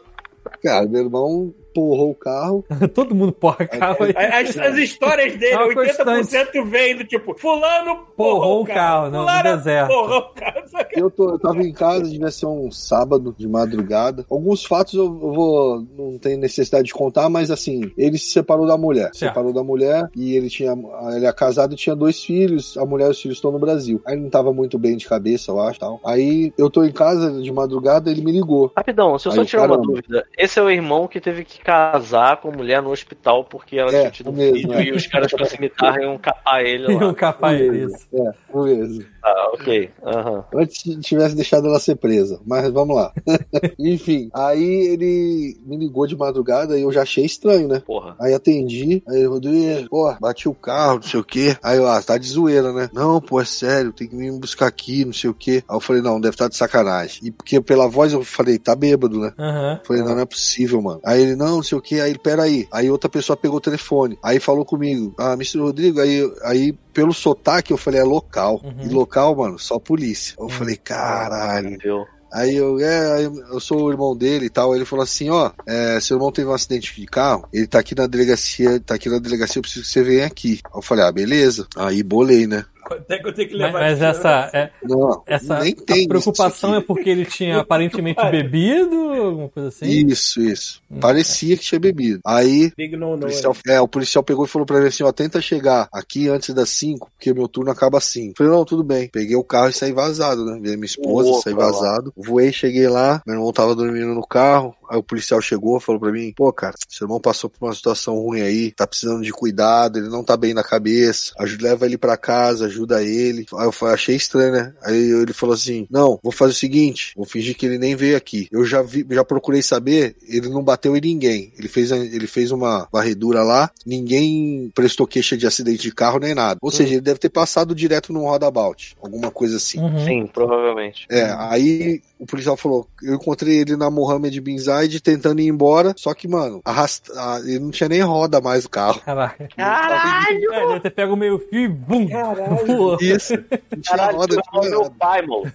[SPEAKER 5] Cara, meu irmão porrou o carro.
[SPEAKER 4] Todo mundo
[SPEAKER 5] É,
[SPEAKER 4] porra, carro aí.
[SPEAKER 2] As, as histórias dele,
[SPEAKER 4] Não,
[SPEAKER 2] 80% vem do tipo, fulano
[SPEAKER 4] Porrou um carro, não, no
[SPEAKER 2] fulano
[SPEAKER 4] deserto.
[SPEAKER 2] Porrou o carro. Só que
[SPEAKER 5] Eu, tô, eu tava em casa, devia ser um sábado de madrugada. Alguns fatos eu, eu vou. Não tem necessidade de contar, mas assim, ele se separou da mulher.
[SPEAKER 4] Certo.
[SPEAKER 5] Separou da mulher e ele tinha. Ele é casado e tinha dois filhos. A mulher e os filhos estão no Brasil. Aí ele não tava muito bem de cabeça, eu acho. Tal. Aí eu tô em casa de madrugada, ele me ligou.
[SPEAKER 3] Rapidão, se eu só
[SPEAKER 5] Aí,
[SPEAKER 3] tirar uma
[SPEAKER 5] caramba.
[SPEAKER 3] dúvida. Esse é o irmão que teve que casar com a mulher no hospital porque ela
[SPEAKER 5] É,
[SPEAKER 3] tinha tido um
[SPEAKER 5] mesmo,
[SPEAKER 3] filho
[SPEAKER 5] é.
[SPEAKER 3] e os caras facilitaram e iam capar ele
[SPEAKER 4] Tem um
[SPEAKER 3] lá.
[SPEAKER 4] capaz disso.
[SPEAKER 5] É, beleza.
[SPEAKER 3] Ah, ok. Aham.
[SPEAKER 5] Antes t- tivesse deixado ela ser presa, mas vamos lá. Enfim, aí ele me ligou de madrugada e eu já achei estranho, né?
[SPEAKER 3] Porra.
[SPEAKER 5] Aí atendi, aí Rodrigo, pô, bati o carro, não sei o quê. Aí eu, ah, tá de zoeira, né? Não, pô, é sério, tem que vir me buscar aqui, não sei o quê. Aí eu falei, não, deve estar de sacanagem. E porque pela voz eu falei, tá bêbado, né?
[SPEAKER 4] Aham.
[SPEAKER 5] Eu Falei, não, não é possível, mano. Aí ele, não, não sei o que, aí ele, peraí. Aí outra pessoa pegou o telefone, aí falou comigo, ah, Mr. Rodrigo, aí, aí pelo sotaque eu falei, é local.
[SPEAKER 4] Uhum.
[SPEAKER 5] E local, mano, só polícia. Eu falei, caralho.
[SPEAKER 3] Entendeu?
[SPEAKER 5] Aí eu, é, aí eu sou o irmão dele e tal. Ele falou assim, ó, é, seu irmão teve um acidente de carro, ele tá aqui na delegacia, tá aqui na delegacia, eu preciso que você venha aqui. Aí eu falei, ah, beleza. Aí bolei, né?
[SPEAKER 2] quanto é que eu tenho que
[SPEAKER 4] Mas,
[SPEAKER 2] levar né?
[SPEAKER 4] mas
[SPEAKER 2] isso?
[SPEAKER 4] essa, é-
[SPEAKER 5] Não,
[SPEAKER 4] essa
[SPEAKER 5] nem
[SPEAKER 4] a
[SPEAKER 5] tem isso
[SPEAKER 4] preocupação
[SPEAKER 5] aqui.
[SPEAKER 4] é porque ele tinha aparentemente
[SPEAKER 2] pariu.
[SPEAKER 4] bebido, alguma coisa assim?
[SPEAKER 5] Isso, isso. Parecia que tinha bebido. Aí
[SPEAKER 2] Big no,
[SPEAKER 5] O
[SPEAKER 2] no.
[SPEAKER 5] policial, é, o policial pegou e falou pra mim assim, ó, tenta chegar aqui antes das 5, porque meu turno acaba às 5. Falei, não, tudo bem. Peguei o carro e saí vazado, né? Veio minha esposa,
[SPEAKER 3] Louco,
[SPEAKER 5] saí vazado. Voei, cheguei lá, meu irmão tava dormindo no carro, aí o policial chegou, falou pra mim, pô, cara, seu irmão passou por uma situação ruim aí, tá precisando de cuidado, ele não tá bem na cabeça, ajuda, leva ele pra casa, ajuda ele. Aí eu fa- achei estranho, né? Aí ele falou assim, não, vou fazer o seguinte, vou fingir que ele nem veio aqui. Eu já vi, já procurei saber, ele não bateu em ninguém. Ele fez, a- ele fez uma varredura lá, ninguém prestou queixa de acidente de carro nem nada. Ou seja, ele deve ter passado direto num rodabout, alguma coisa assim.
[SPEAKER 4] Uhum.
[SPEAKER 3] Sim, provavelmente.
[SPEAKER 5] É, aí o policial falou: eu encontrei ele na Mohamed Bin Zaid tentando ir embora, só que, mano, arrasta, ah, ele não tinha nem roda mais o carro.
[SPEAKER 4] Caraca.
[SPEAKER 3] Caralho!
[SPEAKER 4] É, deve ter pego o meio fio e bum!
[SPEAKER 2] Caralho.
[SPEAKER 4] Voou.
[SPEAKER 5] Isso, não tinha
[SPEAKER 3] Caralho,
[SPEAKER 5] roda,
[SPEAKER 3] tu
[SPEAKER 5] não
[SPEAKER 3] é o
[SPEAKER 5] tinha
[SPEAKER 3] meu
[SPEAKER 5] nada.
[SPEAKER 3] pai, mano.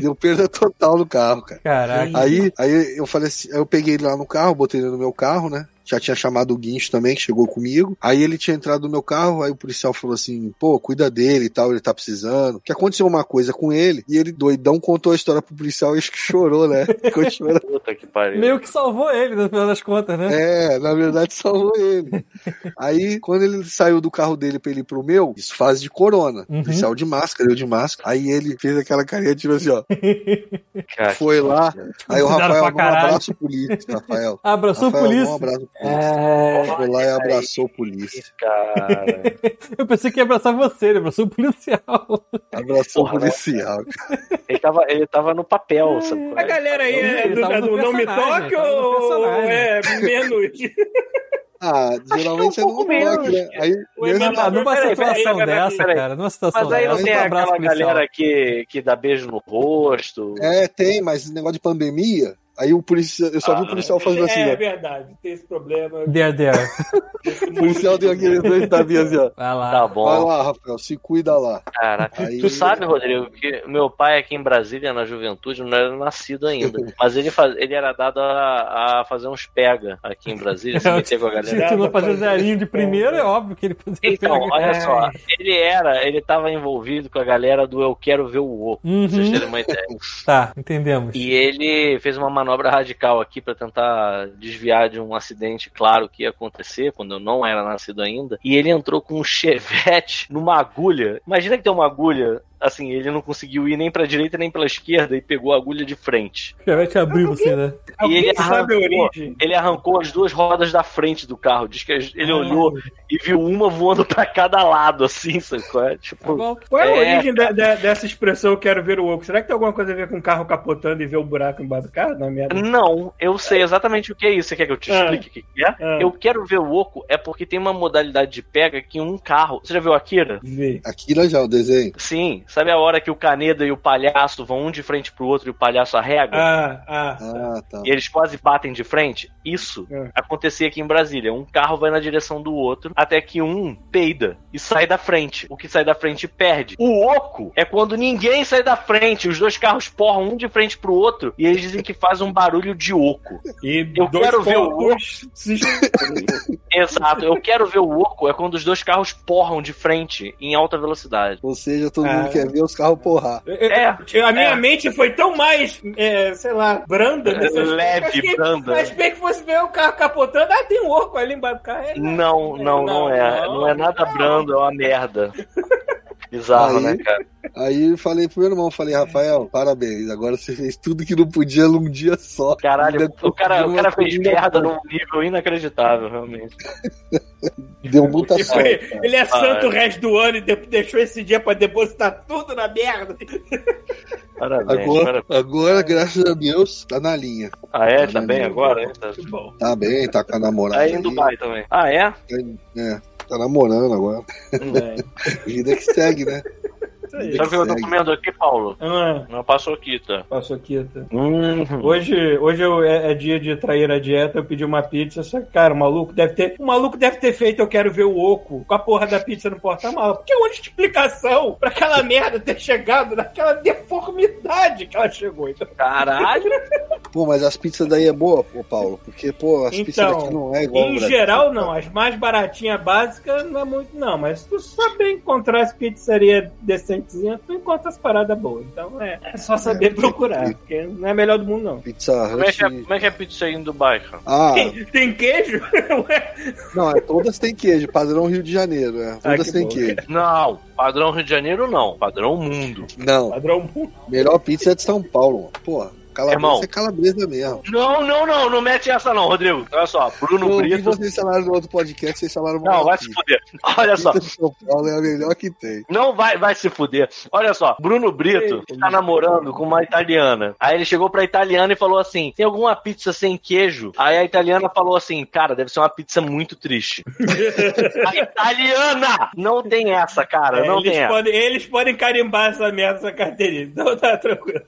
[SPEAKER 5] Deu perda total no carro, cara.
[SPEAKER 4] Caraca.
[SPEAKER 5] Aí, aí eu falei assim, aí eu peguei ele lá no carro, botei ele no meu carro, né? Já tinha chamado o guincho também, que chegou comigo. Aí ele tinha entrado no meu carro, aí o policial falou assim: pô, cuida dele e tal, ele tá precisando. Que aconteceu uma coisa com ele, e ele doidão contou a história pro policial e acho que chorou, né? Ficou chorando.
[SPEAKER 3] Puta que pariu.
[SPEAKER 4] Meio que salvou ele, no final das contas, né?
[SPEAKER 5] É, na verdade salvou ele. Aí, quando ele saiu do carro dele pra ele ir pro meu, isso faz de corona.
[SPEAKER 4] Uhum.
[SPEAKER 5] Ele saiu de máscara, eu de máscara. Aí ele fez aquela carinha, tipo assim, ó,
[SPEAKER 3] Cara,
[SPEAKER 5] foi lá. Aí o
[SPEAKER 4] Cuidado pra
[SPEAKER 5] Rafael, um
[SPEAKER 4] caralho.
[SPEAKER 5] abraço polícia, Rafael.
[SPEAKER 4] Abraçou a
[SPEAKER 5] Rafael,
[SPEAKER 4] polícia.
[SPEAKER 5] Um abraço pro
[SPEAKER 2] É,
[SPEAKER 5] Foi lá e abraçou a polícia.
[SPEAKER 3] Cara.
[SPEAKER 4] Eu pensei que ia abraçar você, ele abraçou o policial.
[SPEAKER 5] Abraçou o
[SPEAKER 3] Porra,
[SPEAKER 5] policial.
[SPEAKER 3] Ele tava, ele tava no papel, sabe? qual
[SPEAKER 2] A
[SPEAKER 3] é?
[SPEAKER 2] galera aí
[SPEAKER 4] Ele
[SPEAKER 2] é do,
[SPEAKER 4] tava no
[SPEAKER 2] do Não Me
[SPEAKER 4] personagem,
[SPEAKER 2] Toque
[SPEAKER 4] tava no
[SPEAKER 2] ou
[SPEAKER 4] personagem.
[SPEAKER 2] é menos?
[SPEAKER 5] Ah, geralmente
[SPEAKER 3] que é um
[SPEAKER 5] é no
[SPEAKER 3] pouco menos, tá-
[SPEAKER 5] toque, né? Aí,
[SPEAKER 2] O
[SPEAKER 5] mesmo-
[SPEAKER 2] Emmanuel-
[SPEAKER 4] Ah, numa
[SPEAKER 3] peraí, peraí,
[SPEAKER 4] situação
[SPEAKER 3] peraí,
[SPEAKER 4] dessa,
[SPEAKER 3] peraí.
[SPEAKER 4] cara, numa situação
[SPEAKER 5] né?
[SPEAKER 3] Mas aí
[SPEAKER 4] dessa,
[SPEAKER 3] não tem
[SPEAKER 4] um abraço
[SPEAKER 3] aquela
[SPEAKER 4] policial.
[SPEAKER 3] galera que, que dá beijo no rosto.
[SPEAKER 5] é, tem, mas esse negócio de pandemia, aí o policial, eu só vi o
[SPEAKER 3] Ah,
[SPEAKER 5] policial fazendo assim,
[SPEAKER 2] é
[SPEAKER 5] né?
[SPEAKER 2] verdade, tem esse problema.
[SPEAKER 4] There, there.
[SPEAKER 5] O policial deu aquele dois tapinhas assim, ó.
[SPEAKER 4] Vai lá.
[SPEAKER 3] Tá
[SPEAKER 5] Vai
[SPEAKER 3] bom,
[SPEAKER 5] lá, Rafael, se cuida lá.
[SPEAKER 3] cara.
[SPEAKER 5] Aí-
[SPEAKER 3] Tu sabe, Rodrigo, que meu pai aqui em Brasília, na juventude, não era nascido ainda. Mas ele, faz, ele era dado a, a fazer uns pega aqui em Brasília, se meter com a galera.
[SPEAKER 4] Se não fazer zerinho de primeiro, é óbvio que ele fazia
[SPEAKER 3] Então,
[SPEAKER 4] pega.
[SPEAKER 3] olha só,
[SPEAKER 5] É.
[SPEAKER 3] ele era, ele tava envolvido com a galera do Eu Quero Ver o Oco, pra vocês
[SPEAKER 4] Uhum.
[SPEAKER 3] terem uma ideia.
[SPEAKER 4] Tá, entendemos.
[SPEAKER 3] E ele fez uma manobra radical aqui pra tentar desviar de um acidente claro que ia acontecer, quando eu não era nascido ainda. E ele entrou com um chevette numa agulha. Imagina que tem uma agulha, assim, ele não conseguiu ir nem pra direita nem pela esquerda e pegou a agulha de frente.
[SPEAKER 4] Já vai te abrir você, né?
[SPEAKER 3] E ele
[SPEAKER 2] Alguém sabe a
[SPEAKER 3] arrancou.
[SPEAKER 2] origem?
[SPEAKER 3] Ele arrancou as duas rodas da frente do carro. Diz que
[SPEAKER 2] É.
[SPEAKER 3] ele olhou e viu uma voando pra cada lado, assim, sabe? qual é?
[SPEAKER 4] Tá
[SPEAKER 3] Tipo,
[SPEAKER 4] bom.
[SPEAKER 2] Qual é a
[SPEAKER 3] É.
[SPEAKER 2] origem da- da- dessa expressão eu quero ver o oco? Será que tem alguma coisa a ver com o carro capotando e ver o buraco embaixo do carro? Não,
[SPEAKER 3] Hum.
[SPEAKER 2] merda.
[SPEAKER 3] Não, eu sei exatamente o que é isso. Você quer que eu te
[SPEAKER 2] Ah.
[SPEAKER 3] explique o que que é?
[SPEAKER 2] Ah.
[SPEAKER 3] Eu quero ver o oco, é porque tem uma modalidade de pega que um carro. Você já viu Akira?
[SPEAKER 2] Vê.
[SPEAKER 5] Aqui lá é já, o desenho.
[SPEAKER 3] Sim. Sabe a hora que o Caneda e o palhaço vão um de frente pro outro e o palhaço arrega?
[SPEAKER 2] Ah, ah.
[SPEAKER 5] Ah, tá.
[SPEAKER 3] E eles quase batem de frente? Isso
[SPEAKER 2] Ah.
[SPEAKER 3] acontecia aqui em Brasília. Um carro vai na direção do outro até que um peida e sai da frente. O que sai da frente perde. O oco é quando ninguém sai da frente. Os dois carros porram um de frente pro outro e eles dizem que faz um barulho de oco.
[SPEAKER 2] E
[SPEAKER 3] Eu
[SPEAKER 2] dois
[SPEAKER 3] quero ver o
[SPEAKER 2] corpos se
[SPEAKER 3] Exato, eu quero ver o oco é quando os dois carros porram de frente em alta velocidade.
[SPEAKER 5] Ou seja, todo
[SPEAKER 2] Ah.
[SPEAKER 5] mundo quer ver os carros porrar.
[SPEAKER 3] É,
[SPEAKER 2] Eu- A minha
[SPEAKER 3] É.
[SPEAKER 2] mente foi tão mais, é, sei lá, branda. nesse aspecto.
[SPEAKER 3] Leve,
[SPEAKER 2] Achei que-
[SPEAKER 3] branda.
[SPEAKER 2] Achei que fosse ver o carro capotando. Ah, tem um oco ali embaixo do carro. É,
[SPEAKER 3] não, não, não é. Não é nada brando, é uma merda. Bizarro,
[SPEAKER 5] Aí-
[SPEAKER 3] né, cara?
[SPEAKER 5] Aí eu falei pro meu irmão,
[SPEAKER 3] É.
[SPEAKER 5] falei, Rafael, parabéns, agora você fez tudo que não podia num dia só.
[SPEAKER 3] Caralho,
[SPEAKER 5] Ainda
[SPEAKER 3] o cara, o cara fez
[SPEAKER 5] conseguiu-
[SPEAKER 3] merda num nível inacreditável, realmente.
[SPEAKER 5] Deu muita
[SPEAKER 2] Tipo,
[SPEAKER 5] sorte.
[SPEAKER 2] ele, ele
[SPEAKER 3] Ah,
[SPEAKER 2] é santo o resto do ano e de- deixou esse dia pra depositar tudo na merda.
[SPEAKER 3] Parabéns.
[SPEAKER 5] Agora,
[SPEAKER 3] parabéns.
[SPEAKER 5] agora, graças a Deus, tá na linha.
[SPEAKER 3] Ah, é? Tá bem agora? hein? Tá
[SPEAKER 2] Bom,
[SPEAKER 5] Tá bem, tá com a namorada.
[SPEAKER 3] tá em Dubai também. Ah, é?
[SPEAKER 5] É, tá namorando agora.
[SPEAKER 2] é.
[SPEAKER 5] Vida que segue, né?
[SPEAKER 2] Isso aí.
[SPEAKER 3] Sabe o que eu tô comendo aqui, Paulo?
[SPEAKER 2] Ah,
[SPEAKER 3] Uma paçoquita.
[SPEAKER 2] passou aqui. tá?
[SPEAKER 3] Hum.
[SPEAKER 2] Hoje, hoje eu- é, é dia de trair a dieta, eu pedi uma pizza, só que, cara, o maluco deve ter. O maluco deve ter feito Eu Quero Ver o Oco com a porra da pizza no porta-mala. Porque é a única explicação pra aquela merda ter chegado naquela deformidade que ela chegou. Então,
[SPEAKER 3] Caralho!
[SPEAKER 5] Pô, mas as pizzas daí é boa, pô, Paulo. Porque, pô, as pizzas
[SPEAKER 2] Então,
[SPEAKER 5] daqui não é igual. ao
[SPEAKER 2] em
[SPEAKER 5] Brasil.
[SPEAKER 2] geral, não. As mais baratinhas básicas não é muito, não. Mas se tu saber encontrar as pizzarias decentezinhas, tu encontra as paradas boas. Então é, é só saber procurar. Porque não é a melhor do mundo, não.
[SPEAKER 5] Pizza
[SPEAKER 3] Como é,
[SPEAKER 5] Hut.
[SPEAKER 3] que é, como é que é pizza aí em Dubai, cara?
[SPEAKER 5] Ah,
[SPEAKER 2] Tem, tem queijo? Ué.
[SPEAKER 5] não, é, todas têm queijo, padrão Rio de Janeiro,
[SPEAKER 3] Ah,
[SPEAKER 5] é. Todas
[SPEAKER 2] que
[SPEAKER 5] têm
[SPEAKER 2] bom.
[SPEAKER 5] queijo.
[SPEAKER 3] Não, padrão Rio de Janeiro não, padrão mundo.
[SPEAKER 5] Não,
[SPEAKER 2] Padrão
[SPEAKER 5] melhor pizza é de São Paulo, mano. Porra, calabresa
[SPEAKER 3] Irmão.
[SPEAKER 5] é calabresa mesmo.
[SPEAKER 3] Não, não, não, não mete essa não, Rodrigo. Olha só, Bruno
[SPEAKER 5] Eu ouvi
[SPEAKER 3] Brito.
[SPEAKER 5] vocês falaram no outro podcast, vocês falaram
[SPEAKER 3] Não,
[SPEAKER 5] mal
[SPEAKER 3] vai
[SPEAKER 5] da
[SPEAKER 3] se
[SPEAKER 5] pizza.
[SPEAKER 3] fuder. Olha só.
[SPEAKER 5] Pizza de São Paulo é a melhor que tem.
[SPEAKER 3] Não vai, vai se fuder. Olha só, Bruno Brito
[SPEAKER 2] Ei,
[SPEAKER 3] tá namorando com uma italiana. Aí ele chegou pra italiana e falou assim: tem alguma pizza sem queijo? Aí a italiana falou assim: cara, deve ser uma pizza muito triste. a italiana! Não tem essa, cara,
[SPEAKER 2] É,
[SPEAKER 3] não
[SPEAKER 2] eles,
[SPEAKER 3] tem essa.
[SPEAKER 2] podem, eles podem carimbar essa merda, essa carteirinha. Então tá tranquilo.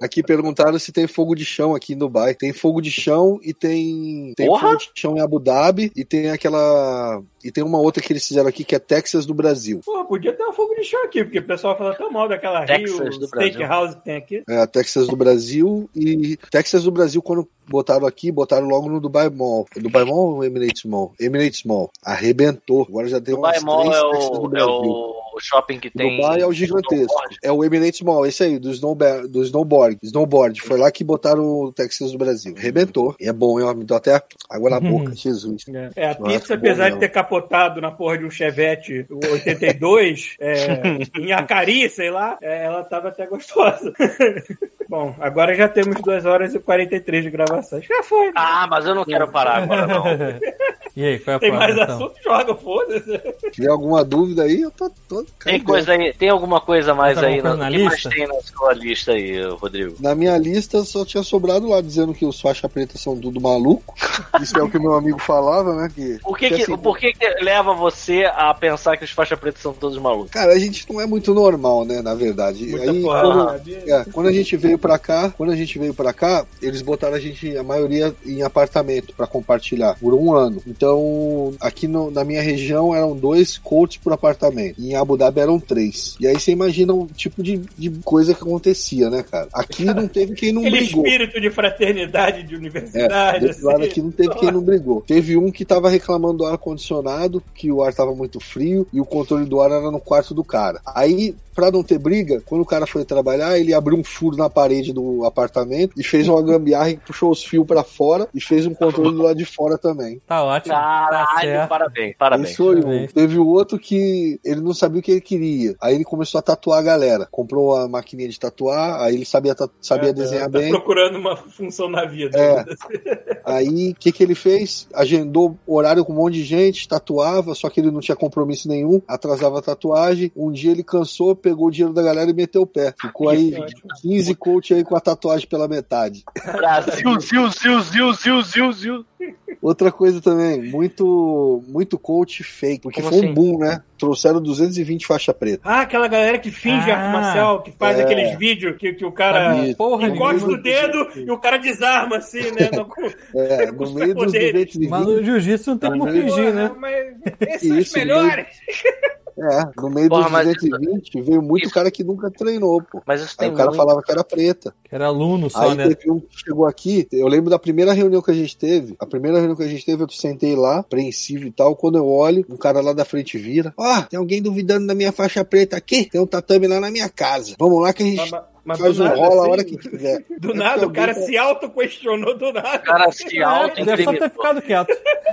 [SPEAKER 5] Aqui perguntaram se tem fogo de chão aqui em Dubai. Tem fogo de chão e tem. Tem
[SPEAKER 3] Porra!
[SPEAKER 5] fogo de chão em Abu Dhabi e tem aquela. E tem uma outra que eles fizeram aqui que é Texas do Brasil.
[SPEAKER 2] Pô, podia ter um fogo de chão aqui, porque o pessoal fala tão mal daquela
[SPEAKER 3] Texas
[SPEAKER 2] Rio
[SPEAKER 3] do
[SPEAKER 2] Steak
[SPEAKER 3] Brasil.
[SPEAKER 2] House que tem aqui.
[SPEAKER 5] É, a Texas do Brasil e. Texas do Brasil, quando botaram aqui, botaram logo no Dubai Mall. Dubai Mall ou Emirates Mall? Emirates Mall. Arrebentou. Agora já tem
[SPEAKER 3] Dubai
[SPEAKER 5] umas
[SPEAKER 3] Mall
[SPEAKER 5] três
[SPEAKER 3] é
[SPEAKER 5] Texas do
[SPEAKER 3] o, é
[SPEAKER 5] Brasil.
[SPEAKER 3] o shopping que tem.
[SPEAKER 5] Dubai é o gigantesco.
[SPEAKER 3] snowboard.
[SPEAKER 5] É o Emirates Mall, esse aí, do, snowbe- do snowboard. Snowboard. Foi lá que botaram o Texas do Brasil. Arrebentou. E é bom, eu me dou até água na boca. Jesus.
[SPEAKER 2] É, a
[SPEAKER 5] Nossa,
[SPEAKER 2] pizza,
[SPEAKER 5] que
[SPEAKER 2] apesar
[SPEAKER 5] bom
[SPEAKER 2] de
[SPEAKER 5] mesmo.
[SPEAKER 2] ter capotado na porra de um Chevette o 82, é, em Acari, sei lá, é, ela tava até gostosa. Bom, agora já temos 2 horas e 43 de gravação. Já foi.
[SPEAKER 3] Ah, mas eu não quero parar agora, não.
[SPEAKER 4] E aí, qual é a
[SPEAKER 2] Tem
[SPEAKER 4] parada,
[SPEAKER 2] mais
[SPEAKER 4] então?
[SPEAKER 2] assunto? Joga, foda-se.
[SPEAKER 5] tiver alguma dúvida aí, eu tô todo
[SPEAKER 3] Tem coisa aí, tem alguma coisa mais
[SPEAKER 4] Tem
[SPEAKER 3] aí
[SPEAKER 4] alguma
[SPEAKER 3] na,
[SPEAKER 4] coisa tá na
[SPEAKER 3] o que mais
[SPEAKER 4] lista?
[SPEAKER 3] tem na sua lista aí, Rodrigo?
[SPEAKER 5] Na minha lista só tinha sobrado lá dizendo que os faixa preta são tudo maluco. Isso é o que meu amigo falava, né? Que,
[SPEAKER 3] Por que, que,
[SPEAKER 5] assim,
[SPEAKER 3] por que, que leva você a pensar que os faixa preta são todos malucos?
[SPEAKER 5] Cara, a gente não é muito normal, né? Na verdade.
[SPEAKER 2] Muita
[SPEAKER 5] aí, quando,
[SPEAKER 2] porrada.
[SPEAKER 5] é, quando a gente veio pra cá, quando a gente veio para cá, eles botaram a gente, a maioria, em apartamento pra compartilhar por um ano. Então, aqui no- na minha região eram dois coaches por apartamento. Em Abu Dhabi eram três. E aí você imagina o tipo de, de coisa que acontecia, né, cara? Aqui não teve quem não
[SPEAKER 2] Aquele
[SPEAKER 5] brigou.
[SPEAKER 2] espírito de fraternidade, de
[SPEAKER 5] É,
[SPEAKER 2] universidade.
[SPEAKER 5] desse lado aqui não teve quem não brigou. Teve um que tava reclamando do ar-condicionado, que o ar tava muito frio e o controle do ar era no quarto do cara. Aí, pra não ter briga, quando o cara foi trabalhar, ele abriu um furo na parede do apartamento e fez uma gambiarra e puxou os fios pra fora e fez um controle do lado de fora também.
[SPEAKER 4] Tá ótimo. tá
[SPEAKER 3] Caralho,
[SPEAKER 4] certo.
[SPEAKER 3] parabéns, parabéns.
[SPEAKER 5] Isso aí,
[SPEAKER 4] Parabéns.
[SPEAKER 5] um. Teve o outro que ele não sabia o que ele queria. Aí ele começou a tatuar a galera. Comprou uma maquininha de tatuar, aí ele sabia, tatu- sabia desenhar
[SPEAKER 2] Tá
[SPEAKER 5] bem.
[SPEAKER 2] procurando uma função na vida. né?
[SPEAKER 5] É. Aí, o que, que ele fez? Agendou horário com um monte de gente, tatuava, só que ele não tinha compromisso nenhum, atrasava a tatuagem. Um dia ele cansou, pegou o dinheiro da galera e meteu o pé. Ficou aí
[SPEAKER 2] Isso é ótimo.
[SPEAKER 5] 15 coach aí com a tatuagem pela metade.
[SPEAKER 3] Brasil, ziu, ziu, ziu, ziu, ziu, ziu.
[SPEAKER 5] Outra coisa também, muito muito coach fake, porque
[SPEAKER 3] Como
[SPEAKER 5] foi
[SPEAKER 3] assim?
[SPEAKER 5] um boom, né? Trouxeram 220 faixa preta.
[SPEAKER 2] Ah, aquela galera que finge
[SPEAKER 4] Ah,
[SPEAKER 2] arte marcial, que faz
[SPEAKER 5] é.
[SPEAKER 2] aqueles vídeos que, que o cara
[SPEAKER 5] Isso.
[SPEAKER 4] Porra,
[SPEAKER 2] encosta
[SPEAKER 4] nenhuma.
[SPEAKER 2] o dedo e o cara desarma, assim, né? No-
[SPEAKER 5] É, no meio dos
[SPEAKER 2] poderes.
[SPEAKER 5] 220,
[SPEAKER 4] Mas no jiu-jitsu não tem como fingir, né?
[SPEAKER 2] Mas esses são os
[SPEAKER 5] Isso,
[SPEAKER 2] melhores.
[SPEAKER 5] é, no meio
[SPEAKER 3] Porra,
[SPEAKER 5] dos
[SPEAKER 3] mas-
[SPEAKER 5] 220 veio muito
[SPEAKER 3] Isso.
[SPEAKER 5] cara que nunca treinou, pô.
[SPEAKER 3] Mas isso
[SPEAKER 5] Aí
[SPEAKER 3] tem
[SPEAKER 5] o cara
[SPEAKER 3] muito.
[SPEAKER 5] falava que era preta.
[SPEAKER 4] Que era aluno só,
[SPEAKER 5] Aí
[SPEAKER 4] né?
[SPEAKER 5] teve um que chegou aqui, eu lembro da primeira reunião que a gente teve, a primeira reunião que a gente teve, eu sentei lá, apreensivo e tal, quando eu olho, um cara lá da frente vira, ó, tem alguém duvidando da minha faixa preta aqui? Tem um tatame lá na minha casa. Vamos lá que a gente
[SPEAKER 2] Mas- mas
[SPEAKER 5] faz
[SPEAKER 2] do
[SPEAKER 5] um
[SPEAKER 2] nada,
[SPEAKER 5] rola a
[SPEAKER 2] assim,
[SPEAKER 5] hora que quiser.
[SPEAKER 2] Do nada, o cara se auto-questionou do
[SPEAKER 3] O
[SPEAKER 2] nada.
[SPEAKER 3] cara se auto
[SPEAKER 4] Deve só ter ficado quieto.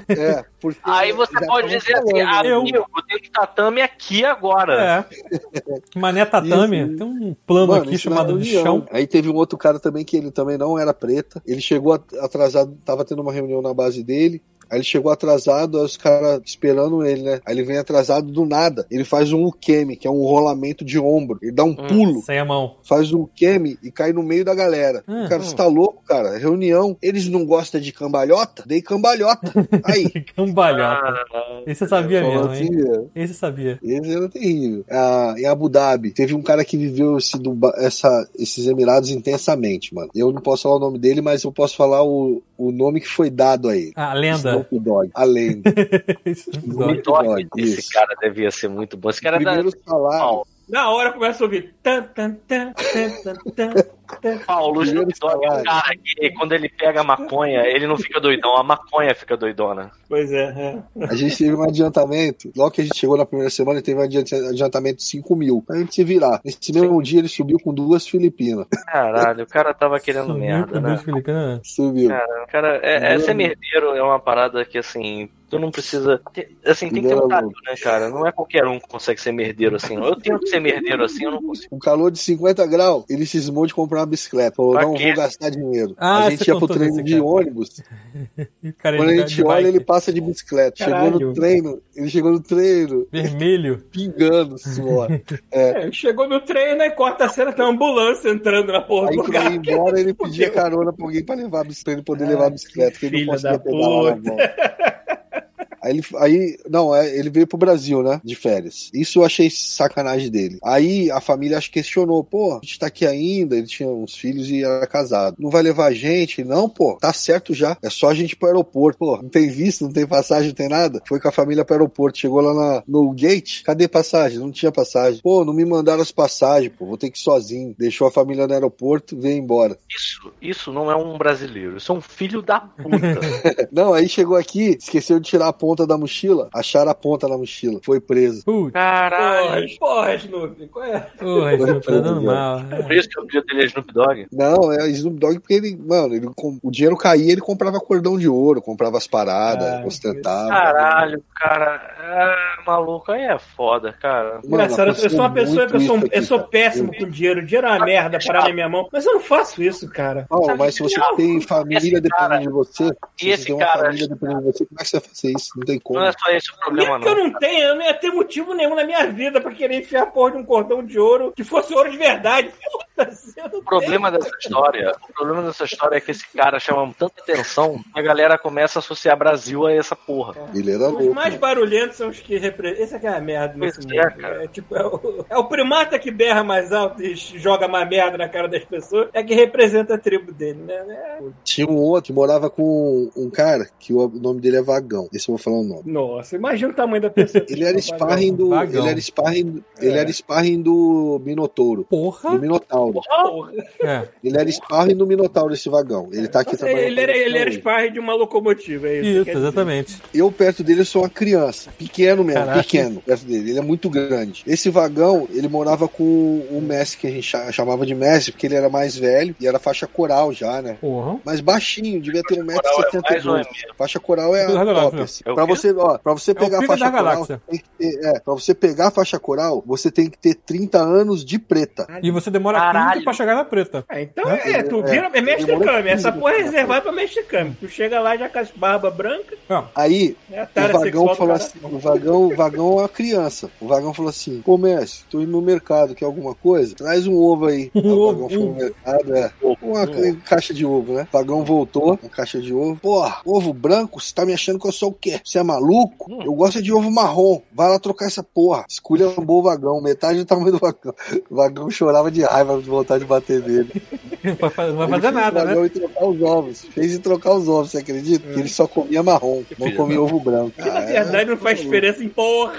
[SPEAKER 5] É, porque
[SPEAKER 3] Aí você
[SPEAKER 5] já
[SPEAKER 3] pode
[SPEAKER 5] estavam
[SPEAKER 3] dizer assim,
[SPEAKER 5] falando, né?
[SPEAKER 4] eu-
[SPEAKER 3] amigo, tem tatame aqui agora.
[SPEAKER 4] É. Mané tatame.
[SPEAKER 5] Isso.
[SPEAKER 4] Tem um plano
[SPEAKER 5] Mano,
[SPEAKER 4] aqui
[SPEAKER 5] isso é na
[SPEAKER 4] chamado de
[SPEAKER 5] reunião.
[SPEAKER 4] chão.
[SPEAKER 5] Aí teve um outro cara também que ele também não era preta. Ele chegou at- atrasado, tava tendo uma reunião na base dele. Aí ele chegou atrasado, aí os caras esperando ele, né? Aí ele vem atrasado do nada. Ele faz um ukemi, que é um rolamento de ombro. Ele dá um pulo,
[SPEAKER 4] Sem a mão.
[SPEAKER 5] faz um ukemi e cai no meio da galera.
[SPEAKER 4] Hum,
[SPEAKER 5] o cara,
[SPEAKER 4] hum.
[SPEAKER 5] você tá louco, cara? Reunião. Eles não gostam de cambalhota? Dei cambalhota. Aí.
[SPEAKER 3] Ah,
[SPEAKER 4] Cambalhota. Esse eu sabia
[SPEAKER 5] Falou
[SPEAKER 4] mesmo, hein?
[SPEAKER 5] assim, é.
[SPEAKER 4] Esse eu sabia.
[SPEAKER 5] Esse era terrível. Ah, em Abu Dhabi, teve um cara que viveu esse Duba- essa- esses Emirados intensamente, mano. Eu não posso falar o nome dele, mas eu posso falar o, o nome que foi dado a ele.
[SPEAKER 4] Ah, lenda.
[SPEAKER 5] Snoop Dogg. A lenda.
[SPEAKER 4] Esse é episódio.
[SPEAKER 3] Snoop Dogg, esse cara devia ser muito bom. Esse cara é da
[SPEAKER 5] Primeiro salário.
[SPEAKER 3] Paulo.
[SPEAKER 2] Na hora começa a ouvir. Tan, tan, tan, tan, tan, tan.
[SPEAKER 3] Paulo, o Snoop Dogg é um cara que quando ele pega a maconha, ele não fica doidão, a maconha fica doidona.
[SPEAKER 2] Pois é, é.
[SPEAKER 5] A gente teve um adiantamento. Logo que a gente chegou na primeira semana, teve um adiante- adiantamento de 5 mil. Pra gente se virar. Nesse mesmo dia, ele subiu com duas Filipinas.
[SPEAKER 3] Caralho, o cara tava querendo
[SPEAKER 4] Sumiu
[SPEAKER 3] merda,
[SPEAKER 4] com
[SPEAKER 3] né?
[SPEAKER 4] Deus Filipino.
[SPEAKER 5] Subiu.
[SPEAKER 3] Cara, o cara, é, é ser merdeiro é uma parada que, assim, tu não precisa. ter- assim, tem que ter um tato, né, cara? Não é qualquer um que consegue ser merdeiro assim. Eu tenho que ser merdeiro assim, eu não consigo.
[SPEAKER 5] Um calor de 50 graus, ele cismou de comprar uma bicicleta. Falou,
[SPEAKER 3] Pra
[SPEAKER 5] não
[SPEAKER 3] quê?
[SPEAKER 5] vou gastar dinheiro.
[SPEAKER 4] Ah,
[SPEAKER 5] a
[SPEAKER 4] você
[SPEAKER 5] gente ia pro
[SPEAKER 4] contou
[SPEAKER 5] treino
[SPEAKER 4] desse
[SPEAKER 5] de
[SPEAKER 4] cara.
[SPEAKER 5] ônibus.
[SPEAKER 4] E o cara
[SPEAKER 5] Quando a
[SPEAKER 4] de-
[SPEAKER 5] gente
[SPEAKER 4] de
[SPEAKER 5] olha,
[SPEAKER 4] bike.
[SPEAKER 5] ele passa de bicicleta. Chegou
[SPEAKER 2] Caralho.
[SPEAKER 5] no treino, ele chegou no treino
[SPEAKER 4] Vermelho.
[SPEAKER 5] pingando suor.
[SPEAKER 2] É, chegou no treino e corta a cena, tem uma ambulância entrando na porra
[SPEAKER 5] Aí
[SPEAKER 2] do
[SPEAKER 5] quando
[SPEAKER 2] lugar.
[SPEAKER 5] ele ia embora, ele pedia
[SPEAKER 2] Fudeu.
[SPEAKER 5] carona pra alguém pra, levar, a bici- pra ele poder levar a bicicleta, que ele
[SPEAKER 2] filho
[SPEAKER 5] não conseguia
[SPEAKER 2] da
[SPEAKER 5] pegar lá na
[SPEAKER 2] puta.
[SPEAKER 5] mão. Aí, ele, aí, não, é, ele veio pro Brasil, né? De férias. Isso eu achei sacanagem dele. Aí a família acho que questionou, pô, a gente tá aqui ainda, ele tinha uns filhos e era casado. Não vai levar a gente? Não, pô, tá certo já. É só a gente ir pro aeroporto. Pô, não tem visto, não tem passagem, não tem nada. Foi com a família pro aeroporto, chegou lá na- no gate, cadê passagem? Não tinha passagem. Pô, não me mandaram as passagens, pô, vou ter que ir sozinho. Deixou a família no aeroporto, veio embora.
[SPEAKER 3] Isso, isso não é um brasileiro, isso é um filho da puta.
[SPEAKER 5] Não, aí chegou aqui, esqueceu de tirar a ponta ponta da mochila, acharam a ponta na mochila. Foi preso.
[SPEAKER 2] Porra,
[SPEAKER 4] Putz,
[SPEAKER 3] Caralho.
[SPEAKER 2] porra, Snoopy, qual é?
[SPEAKER 4] porra, isso tá dando mal.
[SPEAKER 3] Por isso que o apelido dele é Snoop Dogg.
[SPEAKER 5] Não, é Snoop Dogg porque ele, mano, ele, com- o dinheiro caía, ele comprava cordão de ouro, comprava as paradas,
[SPEAKER 2] Ah,
[SPEAKER 5] ostentava.
[SPEAKER 3] Caralho, cara. Ah, maluco, aí é foda, cara.
[SPEAKER 5] Mano,
[SPEAKER 2] Engraçado, eu sou uma pessoa que eu sou,
[SPEAKER 5] aconteceu
[SPEAKER 2] um,
[SPEAKER 5] muito
[SPEAKER 2] eu sou
[SPEAKER 5] isso aqui,
[SPEAKER 2] péssimo
[SPEAKER 5] cara.
[SPEAKER 2] com dinheiro. Dinheiro é uma merda, parar na minha mão. Mas eu não faço isso, cara.
[SPEAKER 5] Não, mas se você tem família
[SPEAKER 3] Esse cara-
[SPEAKER 5] dependendo de você, se
[SPEAKER 3] esse
[SPEAKER 5] você tem uma
[SPEAKER 3] cara-
[SPEAKER 5] família dependendo de você, como é que você vai fazer isso? Não tem como.
[SPEAKER 3] Não é só esse o problema,
[SPEAKER 2] Mesmo que eu
[SPEAKER 3] não.
[SPEAKER 2] não tenha, eu não ia ter motivo nenhum na minha vida pra querer enfiar a porra de um cordão de ouro que fosse ouro de verdade. Foda-se, eu não
[SPEAKER 3] O problema dessa história, o problema dessa história é que esse cara chama tanta atenção que a galera começa a associar Brasil a essa porra.
[SPEAKER 5] Ele era
[SPEAKER 2] Os
[SPEAKER 5] Tá louco. né?
[SPEAKER 2] mais
[SPEAKER 5] mano.
[SPEAKER 2] barulhentos são os que representam. Esse aqui é a merda nesse
[SPEAKER 3] Pois
[SPEAKER 2] mundo.
[SPEAKER 3] é, cara.
[SPEAKER 2] É, tipo, é o, é o primata que berra mais alto e joga mais merda na cara das pessoas, é que representa a tribo dele, né? É-
[SPEAKER 5] Tinha um outro que morava com um cara que o nome dele é Vagão. Esse eu vou falar o nome.
[SPEAKER 2] Nossa, imagina o tamanho da pessoa.
[SPEAKER 5] Ele era sparring do.
[SPEAKER 4] Vagão. É.
[SPEAKER 5] Ele era sparring. Ele era sparring do Minotouro. Do
[SPEAKER 4] Porra.
[SPEAKER 5] Minotauro.
[SPEAKER 2] Porra.
[SPEAKER 4] É,
[SPEAKER 5] Ele era sparring do Minotauro, esse vagão. Ele tá aqui
[SPEAKER 2] Nossa,
[SPEAKER 5] trabalhando.
[SPEAKER 2] então, ele, era,
[SPEAKER 5] com
[SPEAKER 2] ele era
[SPEAKER 5] ele.
[SPEAKER 2] sparring de uma locomotiva, é isso.
[SPEAKER 4] isso,
[SPEAKER 2] quer dizer.
[SPEAKER 4] exatamente.
[SPEAKER 5] Eu perto dele eu sou uma criança, pequeno mesmo,
[SPEAKER 4] Caraca.
[SPEAKER 5] pequeno, perto dele. Ele é muito grande. Esse vagão, ele morava com o Messi, que a gente cha- chamava de Messi, porque ele era mais velho e era faixa coral já, né?
[SPEAKER 4] Porra.
[SPEAKER 5] Mas baixinho, devia ter
[SPEAKER 3] Coral é mais ou
[SPEAKER 5] 1,72m.
[SPEAKER 3] é
[SPEAKER 5] faixa coral é
[SPEAKER 4] Do
[SPEAKER 5] a
[SPEAKER 4] Ragnarok,
[SPEAKER 5] top.
[SPEAKER 4] né?
[SPEAKER 5] assim.
[SPEAKER 3] É o
[SPEAKER 5] Pra
[SPEAKER 3] quê?
[SPEAKER 5] você, ó, pra você
[SPEAKER 4] o
[SPEAKER 5] pegar a
[SPEAKER 4] filho
[SPEAKER 5] faixa
[SPEAKER 4] da
[SPEAKER 5] coral,
[SPEAKER 4] galáxia.
[SPEAKER 5] tem que ter, é, pra você pegar a faixa coral, você tem que ter 30 anos de preta.
[SPEAKER 4] E você demora
[SPEAKER 3] Caralho.
[SPEAKER 4] 15 pra chegar na preta.
[SPEAKER 2] Ah, então
[SPEAKER 5] Né?
[SPEAKER 2] é, tu vira, é,
[SPEAKER 5] Demorou
[SPEAKER 2] mexicano,
[SPEAKER 5] tudo,
[SPEAKER 2] essa porra é
[SPEAKER 5] cara.
[SPEAKER 2] reservada pra mexicano. Tu chega lá já com as barbas brancas,
[SPEAKER 5] Aí,
[SPEAKER 2] é a
[SPEAKER 5] O
[SPEAKER 2] tara sexual
[SPEAKER 5] vagão
[SPEAKER 2] do
[SPEAKER 5] falou
[SPEAKER 2] cara.
[SPEAKER 5] assim, o vagão, o vagão é uma criança. O vagão falou assim: Ô Messi, tô indo no mercado, quer alguma coisa? Traz um ovo aí.
[SPEAKER 4] Um
[SPEAKER 5] Aí o
[SPEAKER 4] ovo,
[SPEAKER 5] vagão foi no
[SPEAKER 4] ovo. um
[SPEAKER 5] mercado, é. Uma ca- caixa de ovo, né? O vagão voltou, uma caixa de ovo. Porra, ovo branco, você tá me achando que eu sou o quê? Você é maluco?
[SPEAKER 3] Hum.
[SPEAKER 5] Eu gosto de ovo marrom. Vai lá trocar essa porra. Escolha um bom vagão, metade do tamanho do vagão. O vagão chorava de raiva de vontade de bater nele.
[SPEAKER 4] Não vai fa- não vai
[SPEAKER 5] Ele
[SPEAKER 4] fazer
[SPEAKER 5] fez
[SPEAKER 4] nada,
[SPEAKER 5] o
[SPEAKER 4] né? É.
[SPEAKER 5] vagão e trocar os ovos. Fez e trocar os ovos, você acredita? Ele só comia marrom, não
[SPEAKER 3] filho
[SPEAKER 5] comia
[SPEAKER 3] da-
[SPEAKER 5] ovo branco.
[SPEAKER 2] Que na
[SPEAKER 5] Ah, é.
[SPEAKER 2] verdade não faz diferença em porra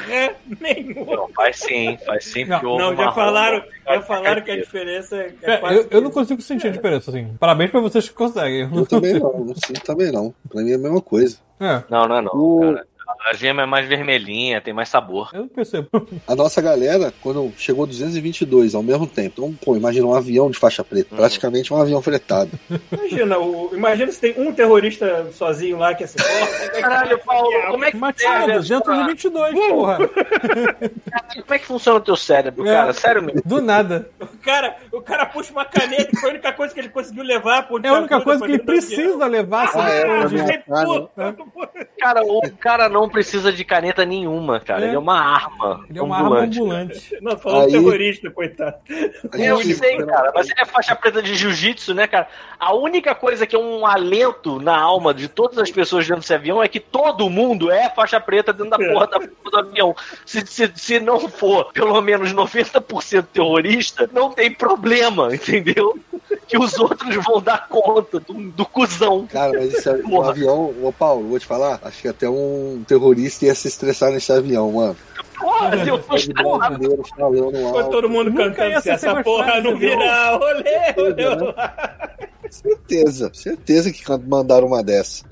[SPEAKER 2] nenhuma.
[SPEAKER 3] Não, faz sim, faz sim.
[SPEAKER 4] Não,
[SPEAKER 3] porque o
[SPEAKER 2] Não,
[SPEAKER 3] ovo
[SPEAKER 2] já
[SPEAKER 3] marrom-
[SPEAKER 2] falaram, já
[SPEAKER 3] vai
[SPEAKER 2] falaram que a
[SPEAKER 3] cair.
[SPEAKER 2] diferença é,
[SPEAKER 4] É,
[SPEAKER 2] quase
[SPEAKER 4] eu, eu
[SPEAKER 2] que-
[SPEAKER 4] não consigo sentir a diferença, assim. Parabéns pra vocês que conseguem. Eu não-
[SPEAKER 5] Eu também não, não sinto também não. Pra mim é a mesma coisa.
[SPEAKER 4] É,
[SPEAKER 3] Não, não é não,
[SPEAKER 5] O-
[SPEAKER 3] cara. A gema é mais vermelhinha, tem mais sabor.
[SPEAKER 4] eu não percebo.
[SPEAKER 5] A nossa galera, quando chegou 222 ao mesmo tempo, então, pô, imagina um avião de faixa preta,
[SPEAKER 3] Hum.
[SPEAKER 5] praticamente um avião fretado.
[SPEAKER 2] Imagina, o, imagina se tem um terrorista sozinho lá que é assim. porra,
[SPEAKER 3] Caralho, Paulo, como é que deve,
[SPEAKER 4] Matilha,
[SPEAKER 3] cara?
[SPEAKER 4] 222, porra.
[SPEAKER 3] Como é que funciona o teu cérebro,
[SPEAKER 4] É.
[SPEAKER 3] cara? Sério mesmo?
[SPEAKER 4] Do nada.
[SPEAKER 2] o, cara, o cara puxa uma caneta, que foi a única coisa que ele conseguiu levar.
[SPEAKER 4] É a única coisa que ele precisa levar. assim,
[SPEAKER 2] Ah,
[SPEAKER 4] sabe?
[SPEAKER 2] é,
[SPEAKER 5] na minha cara.
[SPEAKER 3] Cara, o cara não precisa de caneta nenhuma, cara.
[SPEAKER 4] É.
[SPEAKER 3] Ele é uma arma.
[SPEAKER 4] Ele é uma arma
[SPEAKER 3] ambulante.
[SPEAKER 4] ambulante.
[SPEAKER 2] Não, falou
[SPEAKER 5] Aí-
[SPEAKER 2] terrorista, coitado.
[SPEAKER 3] Eu
[SPEAKER 5] Aí,
[SPEAKER 3] sei, cara, mas ele é faixa preta de jiu-jitsu, né, cara? A única coisa que é um alento na alma de todas as pessoas dentro desse avião é que todo mundo é faixa preta dentro da porra da, do avião. Se, se, se não for pelo menos 90% terrorista, não tem problema, entendeu? Que os outros vão dar conta do, do cuzão.
[SPEAKER 5] Cara, mas esse avi- um
[SPEAKER 3] Porra.
[SPEAKER 5] avião, ô Paulo, vou te falar, acho que até um terrorista ia se estressar nesse avião, mano.
[SPEAKER 2] É
[SPEAKER 3] Porra, eu tô
[SPEAKER 5] Pode brasileiro, falando no
[SPEAKER 2] Ficou
[SPEAKER 5] alto.
[SPEAKER 2] todo mundo
[SPEAKER 4] Nunca
[SPEAKER 2] cantando
[SPEAKER 4] ia
[SPEAKER 2] se
[SPEAKER 4] ser
[SPEAKER 2] essa
[SPEAKER 4] sequestrado,
[SPEAKER 2] porra não
[SPEAKER 4] entendeu?
[SPEAKER 2] virar. Olê, olê.
[SPEAKER 5] Certeza, certeza que can- mandaram uma dessa.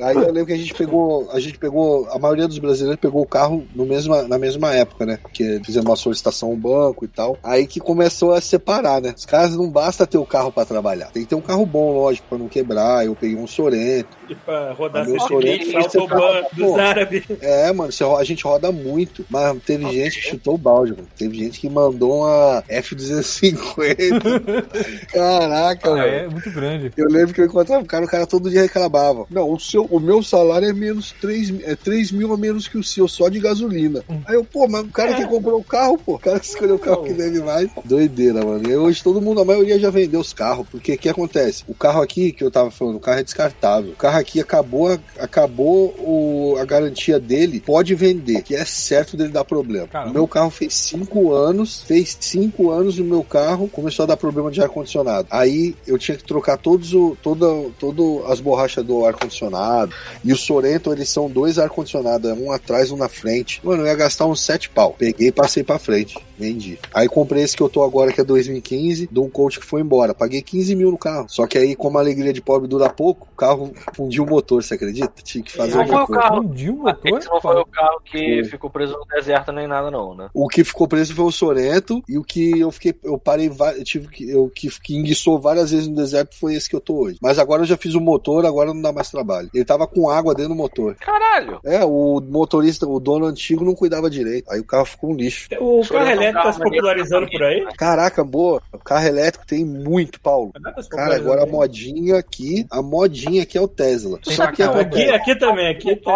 [SPEAKER 5] Aí eu lembro que a gente pegou, a gente pegou, a maioria dos brasileiros pegou o carro no mesma, na mesma época, né? Porque fizemos uma solicitação ao banco e tal. Aí que começou a separar, né? Os caras não basta ter o carro pra trabalhar. Tem que ter um carro bom, lógico, pra não quebrar. Eu peguei um Sorento.
[SPEAKER 2] Tipo, a rodar
[SPEAKER 5] Meu
[SPEAKER 2] Sicilite,
[SPEAKER 5] sorvete,
[SPEAKER 2] Autobahn
[SPEAKER 5] você tá-
[SPEAKER 2] dos
[SPEAKER 5] Pô.
[SPEAKER 2] árabes.
[SPEAKER 5] É, mano, você ro- a gente roda muito, mas teve gente que chutou o balde, mano. Teve gente que mandou uma F250. Caraca,
[SPEAKER 4] Ah,
[SPEAKER 5] mano.
[SPEAKER 4] é muito grande.
[SPEAKER 5] Eu lembro que eu encontrava o cara, o cara todo dia reclamava. Não, o, seu, o meu salário é menos 3, é 3 mil a menos que o seu, só de gasolina. Aí eu, pô, mas o cara que comprou o carro, pô, o cara que escolheu o carro que deve mais. Doideira, mano. E hoje todo mundo, a maioria já vendeu os carros, porque o que acontece? O carro aqui, que eu tava falando, o carro é descartável. O carro aqui acabou, a- acabou o- a garantia dele, pode vender, que é certo dele dar problema.
[SPEAKER 4] Caramba.
[SPEAKER 5] O meu carro fez 5 anos, fez 5 anos e o meu carro começou a dar problema de ar-condicionado. Aí eu tinha que trocar todos o, toda, todo as borrachas do ar-condicionado, e o Sorento, eles são dois ar-condicionado, é um atrás, um na frente. Mano, eu ia gastar uns sete pau. Peguei e passei pra frente. Vendi. Aí comprei esse que eu tô agora, que é 2015, de um coach que foi embora. Paguei 15 mil no carro. Só que aí, como a alegria de pobre dura pouco, o carro fundiu o motor, você acredita? Tinha que fazer
[SPEAKER 3] Ah, qual é
[SPEAKER 5] outra
[SPEAKER 3] o
[SPEAKER 5] coisa.
[SPEAKER 3] carro?
[SPEAKER 4] Fundiu o um motor?
[SPEAKER 3] Esse não foi o carro que
[SPEAKER 5] Sim.
[SPEAKER 3] ficou preso no deserto nem nada, não, né?
[SPEAKER 5] O que ficou preso foi o Sorento e o que eu fiquei, eu parei, va- eu tive que, eu que, que enguiçou várias vezes no deserto foi esse que eu tô hoje. Mas agora eu já fiz o motor, agora não dá mais trabalho. Ele tava com água dentro do motor.
[SPEAKER 3] Caralho!
[SPEAKER 5] É, o motorista, o dono antigo não cuidava direito. Aí o carro ficou um lixo.
[SPEAKER 2] O
[SPEAKER 3] Sorento
[SPEAKER 2] carro
[SPEAKER 3] é um
[SPEAKER 2] elétrico tá
[SPEAKER 3] carro
[SPEAKER 2] se popularizando
[SPEAKER 3] maneiro
[SPEAKER 2] por aí?
[SPEAKER 5] Caraca, boa. O carro elétrico tem muito, Paulo.
[SPEAKER 2] Tá se
[SPEAKER 5] Cara,
[SPEAKER 2] popularizando
[SPEAKER 5] agora a
[SPEAKER 2] aí.
[SPEAKER 5] modinha aqui, a modinha aqui é o Tesla.
[SPEAKER 4] Tem
[SPEAKER 5] Só que é
[SPEAKER 4] pra caralho.
[SPEAKER 2] Aqui,
[SPEAKER 5] acontece.
[SPEAKER 2] aqui também, aqui tem.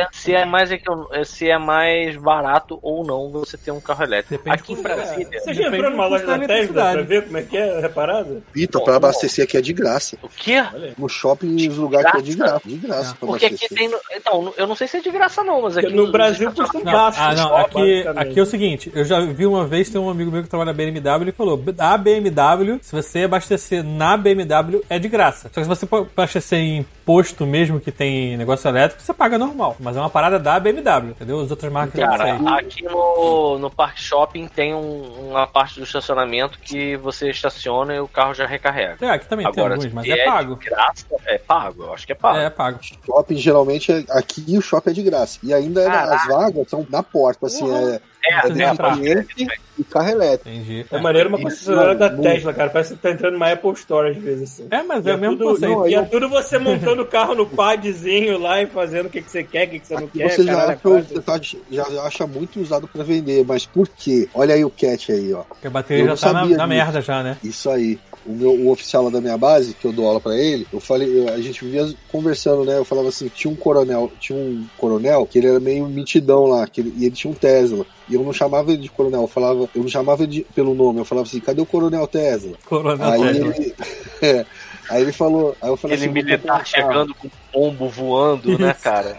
[SPEAKER 3] É, se é mais econo- é, se é mais barato ou não você ter um carro elétrico.
[SPEAKER 4] Depende
[SPEAKER 3] Aqui
[SPEAKER 4] do
[SPEAKER 3] em
[SPEAKER 4] custo.
[SPEAKER 3] Brasília,
[SPEAKER 2] Você já entrou numa loja da
[SPEAKER 4] Depende do custo da
[SPEAKER 2] Tesla pra
[SPEAKER 4] eletricidade.
[SPEAKER 2] ver como é que é reparado?
[SPEAKER 5] Pita, pra abastecer aqui é de graça.
[SPEAKER 3] o quê?
[SPEAKER 5] No shopping, os lugares que é de graça. De graça pra
[SPEAKER 3] Porque aqui
[SPEAKER 5] abastecer.
[SPEAKER 3] tem. no- Então, eu não sei se é de graça, não, mas aqui.
[SPEAKER 2] No Brasil custa um
[SPEAKER 4] Não,
[SPEAKER 2] baixo.
[SPEAKER 4] ah, não. Aqui, aqui é o seguinte: eu já vi uma vez, tem um amigo meu que trabalha na BMW e falou: a BMW, se você abastecer na BMW, é de graça. Só que se você for abastecer em posto mesmo que tem negócio elétrico, você paga normal. Mas é uma parada da BMW, entendeu? As outras marcas eu não sei.
[SPEAKER 3] Cara, aqui no, no Park Shopping tem um- uma parte do estacionamento que você estaciona e o carro já recarrega.
[SPEAKER 4] É, aqui também
[SPEAKER 3] Agora,
[SPEAKER 4] tem alguns, mas
[SPEAKER 3] se
[SPEAKER 4] é, pago.
[SPEAKER 3] De graça, é pago, eu acho que é pago.
[SPEAKER 4] É, é pago.
[SPEAKER 5] Shopping, geralmente, é- aqui o shopping é de graça. E ainda é na- as vagas são na porta, assim, é,
[SPEAKER 3] É,
[SPEAKER 5] é
[SPEAKER 2] né,
[SPEAKER 4] Vocês
[SPEAKER 5] dentro
[SPEAKER 4] entram.
[SPEAKER 5] do cliente e carro elétrico.
[SPEAKER 4] Entendi.
[SPEAKER 2] É maneiro uma
[SPEAKER 5] Isso,
[SPEAKER 2] concessionária da
[SPEAKER 5] muito.
[SPEAKER 2] Tesla, cara. Parece que tá entrando numa Apple Store às vezes, assim.
[SPEAKER 4] É, mas é, o mesmo
[SPEAKER 2] tudo,
[SPEAKER 4] conceito.
[SPEAKER 5] não,
[SPEAKER 2] E é
[SPEAKER 5] eu-
[SPEAKER 2] tudo você montando o carro no padzinho lá e fazendo o que, que você quer, o que, que você não
[SPEAKER 5] Aqui
[SPEAKER 2] quer.
[SPEAKER 5] você já
[SPEAKER 2] caralho,
[SPEAKER 5] acha, o-
[SPEAKER 2] é
[SPEAKER 5] você tá- já acha muito usado pra vender, mas por quê? Olha aí o cat aí, ó.
[SPEAKER 4] Porque a bateria
[SPEAKER 5] Eu
[SPEAKER 4] já
[SPEAKER 5] não
[SPEAKER 4] tá na,
[SPEAKER 5] sabia
[SPEAKER 4] na
[SPEAKER 5] disso.
[SPEAKER 4] merda já, né?
[SPEAKER 5] Isso aí. O, meu, o oficial lá da minha base, que eu dou aula pra ele, eu falei, eu- a gente vivia conversando, né? Eu falava assim, tinha um coronel, tinha um coronel que ele era meio mitidão lá, que ele- e ele tinha um Tesla. E eu não chamava ele de coronel, eu falava, eu não chamava ele de- pelo nome, eu falava assim, cadê o coronel Tesla?
[SPEAKER 3] Tá
[SPEAKER 4] Coronel
[SPEAKER 5] Aí
[SPEAKER 4] Tesla.
[SPEAKER 5] ele. é, aí ele falou, aí eu falei
[SPEAKER 3] aquele
[SPEAKER 5] assim, vou comprar um
[SPEAKER 3] militar
[SPEAKER 5] carro.
[SPEAKER 3] chegando com pombo voando, né,
[SPEAKER 4] Isso.
[SPEAKER 3] cara?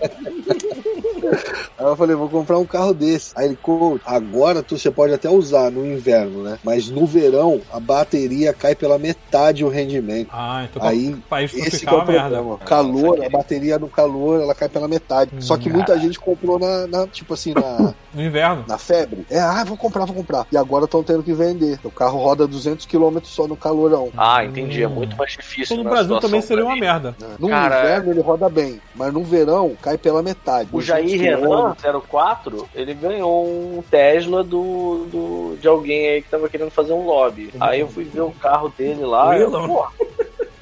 [SPEAKER 5] Aí eu falei, vou comprar um carro desse. Aí ele, coach, agora tu, você pode até usar no inverno, né? Mas no verão, a bateria cai pela metade o rendimento.
[SPEAKER 4] Ah, então
[SPEAKER 5] Aí,
[SPEAKER 4] país
[SPEAKER 5] Esse que é o
[SPEAKER 4] tropical é uma merda.
[SPEAKER 5] problema. Calor, a bateria no calor, ela cai pela metade. Só que muita gente comprou na, na- tipo assim, na,
[SPEAKER 4] No inverno.
[SPEAKER 5] na febre. É, ah, vou comprar, vou comprar. E agora estão tendo que vender. O carro roda 200 km só no calorão. né?
[SPEAKER 3] Ah, entendi. É
[SPEAKER 4] Hum.
[SPEAKER 3] muito mais difícil.
[SPEAKER 4] Então, no
[SPEAKER 3] né, a
[SPEAKER 4] Brasil
[SPEAKER 3] situação
[SPEAKER 4] também seria
[SPEAKER 3] pra
[SPEAKER 4] uma
[SPEAKER 3] mim.
[SPEAKER 4] merda.
[SPEAKER 5] No
[SPEAKER 3] Cara,
[SPEAKER 5] inverno ele roda bem, mas no verão cai pela metade.
[SPEAKER 3] O Jair
[SPEAKER 5] 200
[SPEAKER 3] Renan,
[SPEAKER 5] quilômetros.
[SPEAKER 3] 04, ele ganhou um Tesla do, do, de alguém aí que tava querendo fazer um lobby. Aí eu fui ver o carro dele lá.
[SPEAKER 2] O
[SPEAKER 3] eu,
[SPEAKER 2] Elon.
[SPEAKER 3] pô,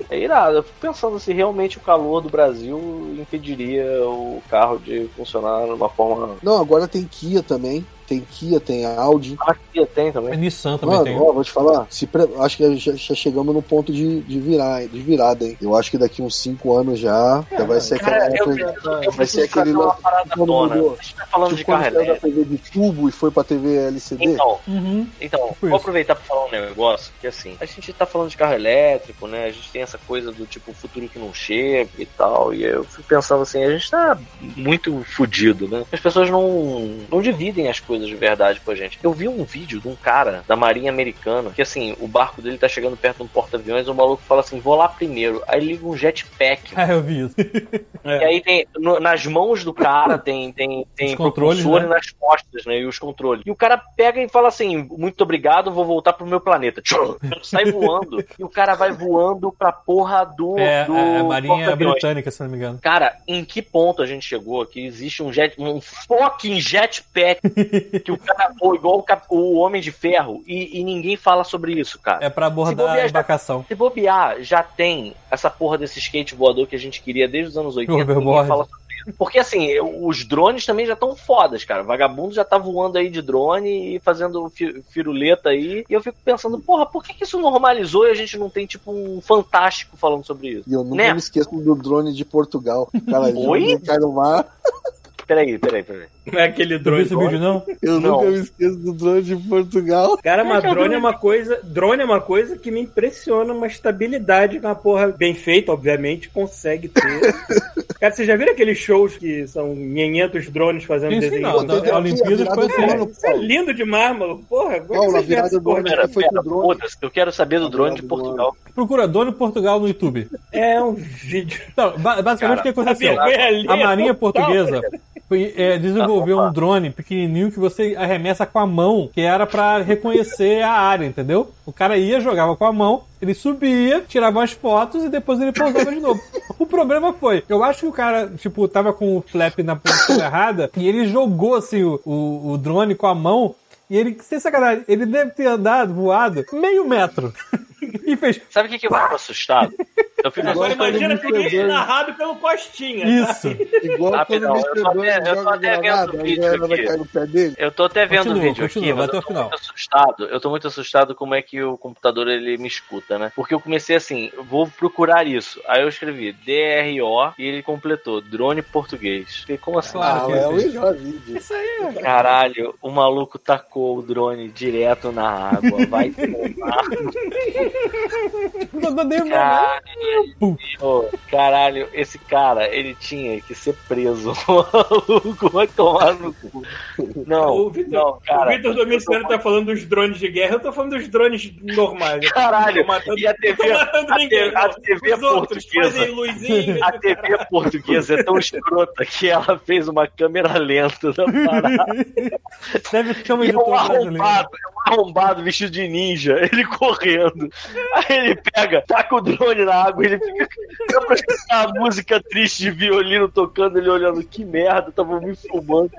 [SPEAKER 3] é irado. Eu fico pensando se realmente o calor do Brasil impediria o carro de funcionar de uma forma.
[SPEAKER 5] Não, agora tem Kia também. Tem Kia, tem Audi.
[SPEAKER 3] Ah, que tem também.
[SPEAKER 4] A É Nissan também
[SPEAKER 5] Mano,
[SPEAKER 4] tem.
[SPEAKER 5] ó, vou te falar, se pre- acho que já, já chegamos no ponto de, de, virar, hein, de virada, hein? Eu acho que daqui uns 5 anos já, já vai ser
[SPEAKER 3] cara,
[SPEAKER 5] aquela
[SPEAKER 3] eu
[SPEAKER 5] época-
[SPEAKER 3] preciso-
[SPEAKER 5] vai
[SPEAKER 3] Eu
[SPEAKER 5] ser
[SPEAKER 3] preciso
[SPEAKER 5] aquele
[SPEAKER 3] fazer uma
[SPEAKER 5] lance
[SPEAKER 3] parada
[SPEAKER 5] quando
[SPEAKER 3] tona.
[SPEAKER 5] mudou.
[SPEAKER 3] né? A gente tá falando de
[SPEAKER 5] Tipo, quando
[SPEAKER 3] carro
[SPEAKER 5] saiu da
[SPEAKER 3] elétrico.
[SPEAKER 5] TV de tubo e foi pra TV LCD?
[SPEAKER 3] Então,
[SPEAKER 4] Uhum.
[SPEAKER 3] Então,
[SPEAKER 4] Por
[SPEAKER 3] vou
[SPEAKER 4] isso.
[SPEAKER 3] aproveitar para falar um negócio, que assim, a gente tá falando de carro elétrico, né? A gente tem essa coisa do tipo futuro que não chega e tal. E eu fico pensando assim, a gente tá muito fudido, né? As pessoas não, não dividem as coisas de verdade com a gente. Eu vi um vídeo de um cara da Marinha Americana, que assim, o barco dele tá chegando perto de um porta-aviões, o maluco fala assim, vou lá primeiro. Aí liga um jetpack.
[SPEAKER 4] Ah, eu vi isso.
[SPEAKER 3] E aí tem, no- nas mãos do cara tem, tem, tem
[SPEAKER 4] controles,
[SPEAKER 3] propulsor
[SPEAKER 4] né?
[SPEAKER 3] e nas costas, né? E os controles. E o cara pega e fala assim, muito obrigado, vou voltar pro meu planeta. Tchum! Sai voando. e o cara vai voando pra porra do...
[SPEAKER 4] É,
[SPEAKER 3] do
[SPEAKER 4] a, a Marinha
[SPEAKER 3] porta-aviões.
[SPEAKER 4] Britânica, se não me engano.
[SPEAKER 3] Cara, em que ponto a gente chegou que existe um jet, um fucking jetpack que o cara voa igual o, cap- o Homem de Ferro e, e ninguém fala sobre isso, cara.
[SPEAKER 4] É pra abordar a
[SPEAKER 3] bobear, já-
[SPEAKER 4] embarcação.
[SPEAKER 3] Se bobear, já tem essa porra desse skate voador que a gente queria desde os anos 80.
[SPEAKER 4] Overboard.
[SPEAKER 3] ninguém fala sobre isso. Porque assim, eu- os drones também já estão fodas, cara. Vagabundo já tá voando aí de drone e fazendo fi- firuleta aí. E eu fico pensando, porra, por que, que isso normalizou e a gente não tem, tipo, um fantástico falando sobre isso?
[SPEAKER 5] E eu nunca
[SPEAKER 3] Né?
[SPEAKER 5] me esqueço do drone de Portugal. Cara, de
[SPEAKER 3] Oi?
[SPEAKER 5] onde cai no mar.
[SPEAKER 3] Peraí, peraí, peraí.
[SPEAKER 2] Não é aquele
[SPEAKER 4] Não viu
[SPEAKER 2] drone.
[SPEAKER 4] esse vídeo, não?
[SPEAKER 5] Eu
[SPEAKER 3] Não.
[SPEAKER 5] nunca me esqueço do drone de Portugal.
[SPEAKER 2] Cara, mas
[SPEAKER 3] que é o
[SPEAKER 2] drone
[SPEAKER 3] drone?
[SPEAKER 2] é uma coisa. Drone é uma coisa que me impressiona, uma estabilidade na porra bem feita, obviamente, consegue ter. Cara, vocês já viram aqueles shows que são 500 drones fazendo
[SPEAKER 4] Isso
[SPEAKER 2] desenho?
[SPEAKER 4] não, é
[SPEAKER 5] Teve
[SPEAKER 4] não.
[SPEAKER 5] aqui
[SPEAKER 4] A Olimpíadas
[SPEAKER 5] virada
[SPEAKER 4] foi
[SPEAKER 5] do
[SPEAKER 4] assim.
[SPEAKER 5] ano,
[SPEAKER 2] Cara, isso é
[SPEAKER 5] Paulo.
[SPEAKER 2] lindo demais, mano. Porra, como
[SPEAKER 5] Paulo, a
[SPEAKER 2] é que você vê
[SPEAKER 5] virada
[SPEAKER 2] essa
[SPEAKER 5] do
[SPEAKER 2] porra?
[SPEAKER 5] ano
[SPEAKER 3] Pera,
[SPEAKER 5] foi
[SPEAKER 3] pera,
[SPEAKER 5] do drone.
[SPEAKER 3] foda-se. Eu quero saber do drone de Portugal.
[SPEAKER 4] Procura Dono Portugal no YouTube.
[SPEAKER 2] É um vídeo.
[SPEAKER 4] Então, ba- basicamente o que
[SPEAKER 2] A
[SPEAKER 4] aconteceu?
[SPEAKER 2] vergonha ali
[SPEAKER 4] A
[SPEAKER 2] é
[SPEAKER 4] Marinha
[SPEAKER 2] total.
[SPEAKER 4] Portuguesa foi, é, desenvolveu um drone pequenininho que você arremessa com a mão, que era pra reconhecer a área, entendeu? O cara ia, jogava com a mão, ele subia, tirava as fotos e depois ele pousava de novo. O problema foi, eu acho que o cara, tipo, tava com o flap na posição errada e ele jogou, assim, o, o, o drone com a mão e ele, sem sacanagem, ele deve ter andado, voado, meio metro. e fez,
[SPEAKER 3] Sabe o que, que eu fico assustado? Eu fico
[SPEAKER 2] Agora
[SPEAKER 3] assustado.
[SPEAKER 2] imagina
[SPEAKER 7] quando ele
[SPEAKER 2] ter
[SPEAKER 7] me
[SPEAKER 2] isso
[SPEAKER 7] pegou.
[SPEAKER 2] narrado pelo Costinha.
[SPEAKER 4] isso.
[SPEAKER 7] Igual
[SPEAKER 3] Tá,
[SPEAKER 7] quando
[SPEAKER 3] Pedrão,
[SPEAKER 7] o
[SPEAKER 3] eu tô
[SPEAKER 7] Mr. Burns
[SPEAKER 3] até- eu tô
[SPEAKER 7] joga
[SPEAKER 3] até vendo
[SPEAKER 7] granada,
[SPEAKER 3] o
[SPEAKER 7] a
[SPEAKER 3] vídeo
[SPEAKER 7] granada vai
[SPEAKER 3] aqui.
[SPEAKER 7] cair no pé dele.
[SPEAKER 3] Eu tô até vendo
[SPEAKER 4] Continua,
[SPEAKER 3] o vídeo
[SPEAKER 4] continua,
[SPEAKER 3] aqui, mas
[SPEAKER 4] até
[SPEAKER 3] eu
[SPEAKER 4] o
[SPEAKER 3] tô
[SPEAKER 4] final.
[SPEAKER 3] muito assustado. Eu tô muito assustado como é que o computador ele me escuta, né? Porque eu comecei assim, vou procurar isso. Aí eu escrevi DRO e ele completou, drone português. Fiquei, como assim?
[SPEAKER 7] Ah,
[SPEAKER 3] Ah,
[SPEAKER 4] Claro que
[SPEAKER 7] é o
[SPEAKER 4] existe.
[SPEAKER 7] melhor vídeo.
[SPEAKER 4] Isso aí é.
[SPEAKER 3] Caralho, o maluco tacou o drone direto na água. Vai tomar.
[SPEAKER 4] Não deu nem uma-
[SPEAKER 3] Caralho, caralho, esse cara, ele tinha que ser preso. O maluco vai tomar no cu. Não,
[SPEAKER 2] O Vitor-
[SPEAKER 3] não,
[SPEAKER 2] O
[SPEAKER 3] cara.
[SPEAKER 2] Vitor Domiciano tá falando dos drones de guerra, eu tô falando dos drones normais.
[SPEAKER 3] Caralho,
[SPEAKER 2] Eu tô matando-
[SPEAKER 3] e a TV
[SPEAKER 2] não tô matando
[SPEAKER 3] a
[SPEAKER 2] ninguém,
[SPEAKER 3] TV a
[SPEAKER 2] não.
[SPEAKER 3] TV
[SPEAKER 2] Os outros fazem
[SPEAKER 3] portuguesa.
[SPEAKER 2] luzinha.
[SPEAKER 3] A TV portuguesa é tão escrota que ela fez uma câmera lenta da parada.
[SPEAKER 4] Deve ter uma
[SPEAKER 3] E é um
[SPEAKER 4] editora brasileira.
[SPEAKER 3] arrombado, é um arrombado vestido de ninja, ele correndo. Aí ele pega, taca o drone na água, ele fica. Eu pra escutar a música triste de violino tocando, ele olhando, que merda, tava me filmando.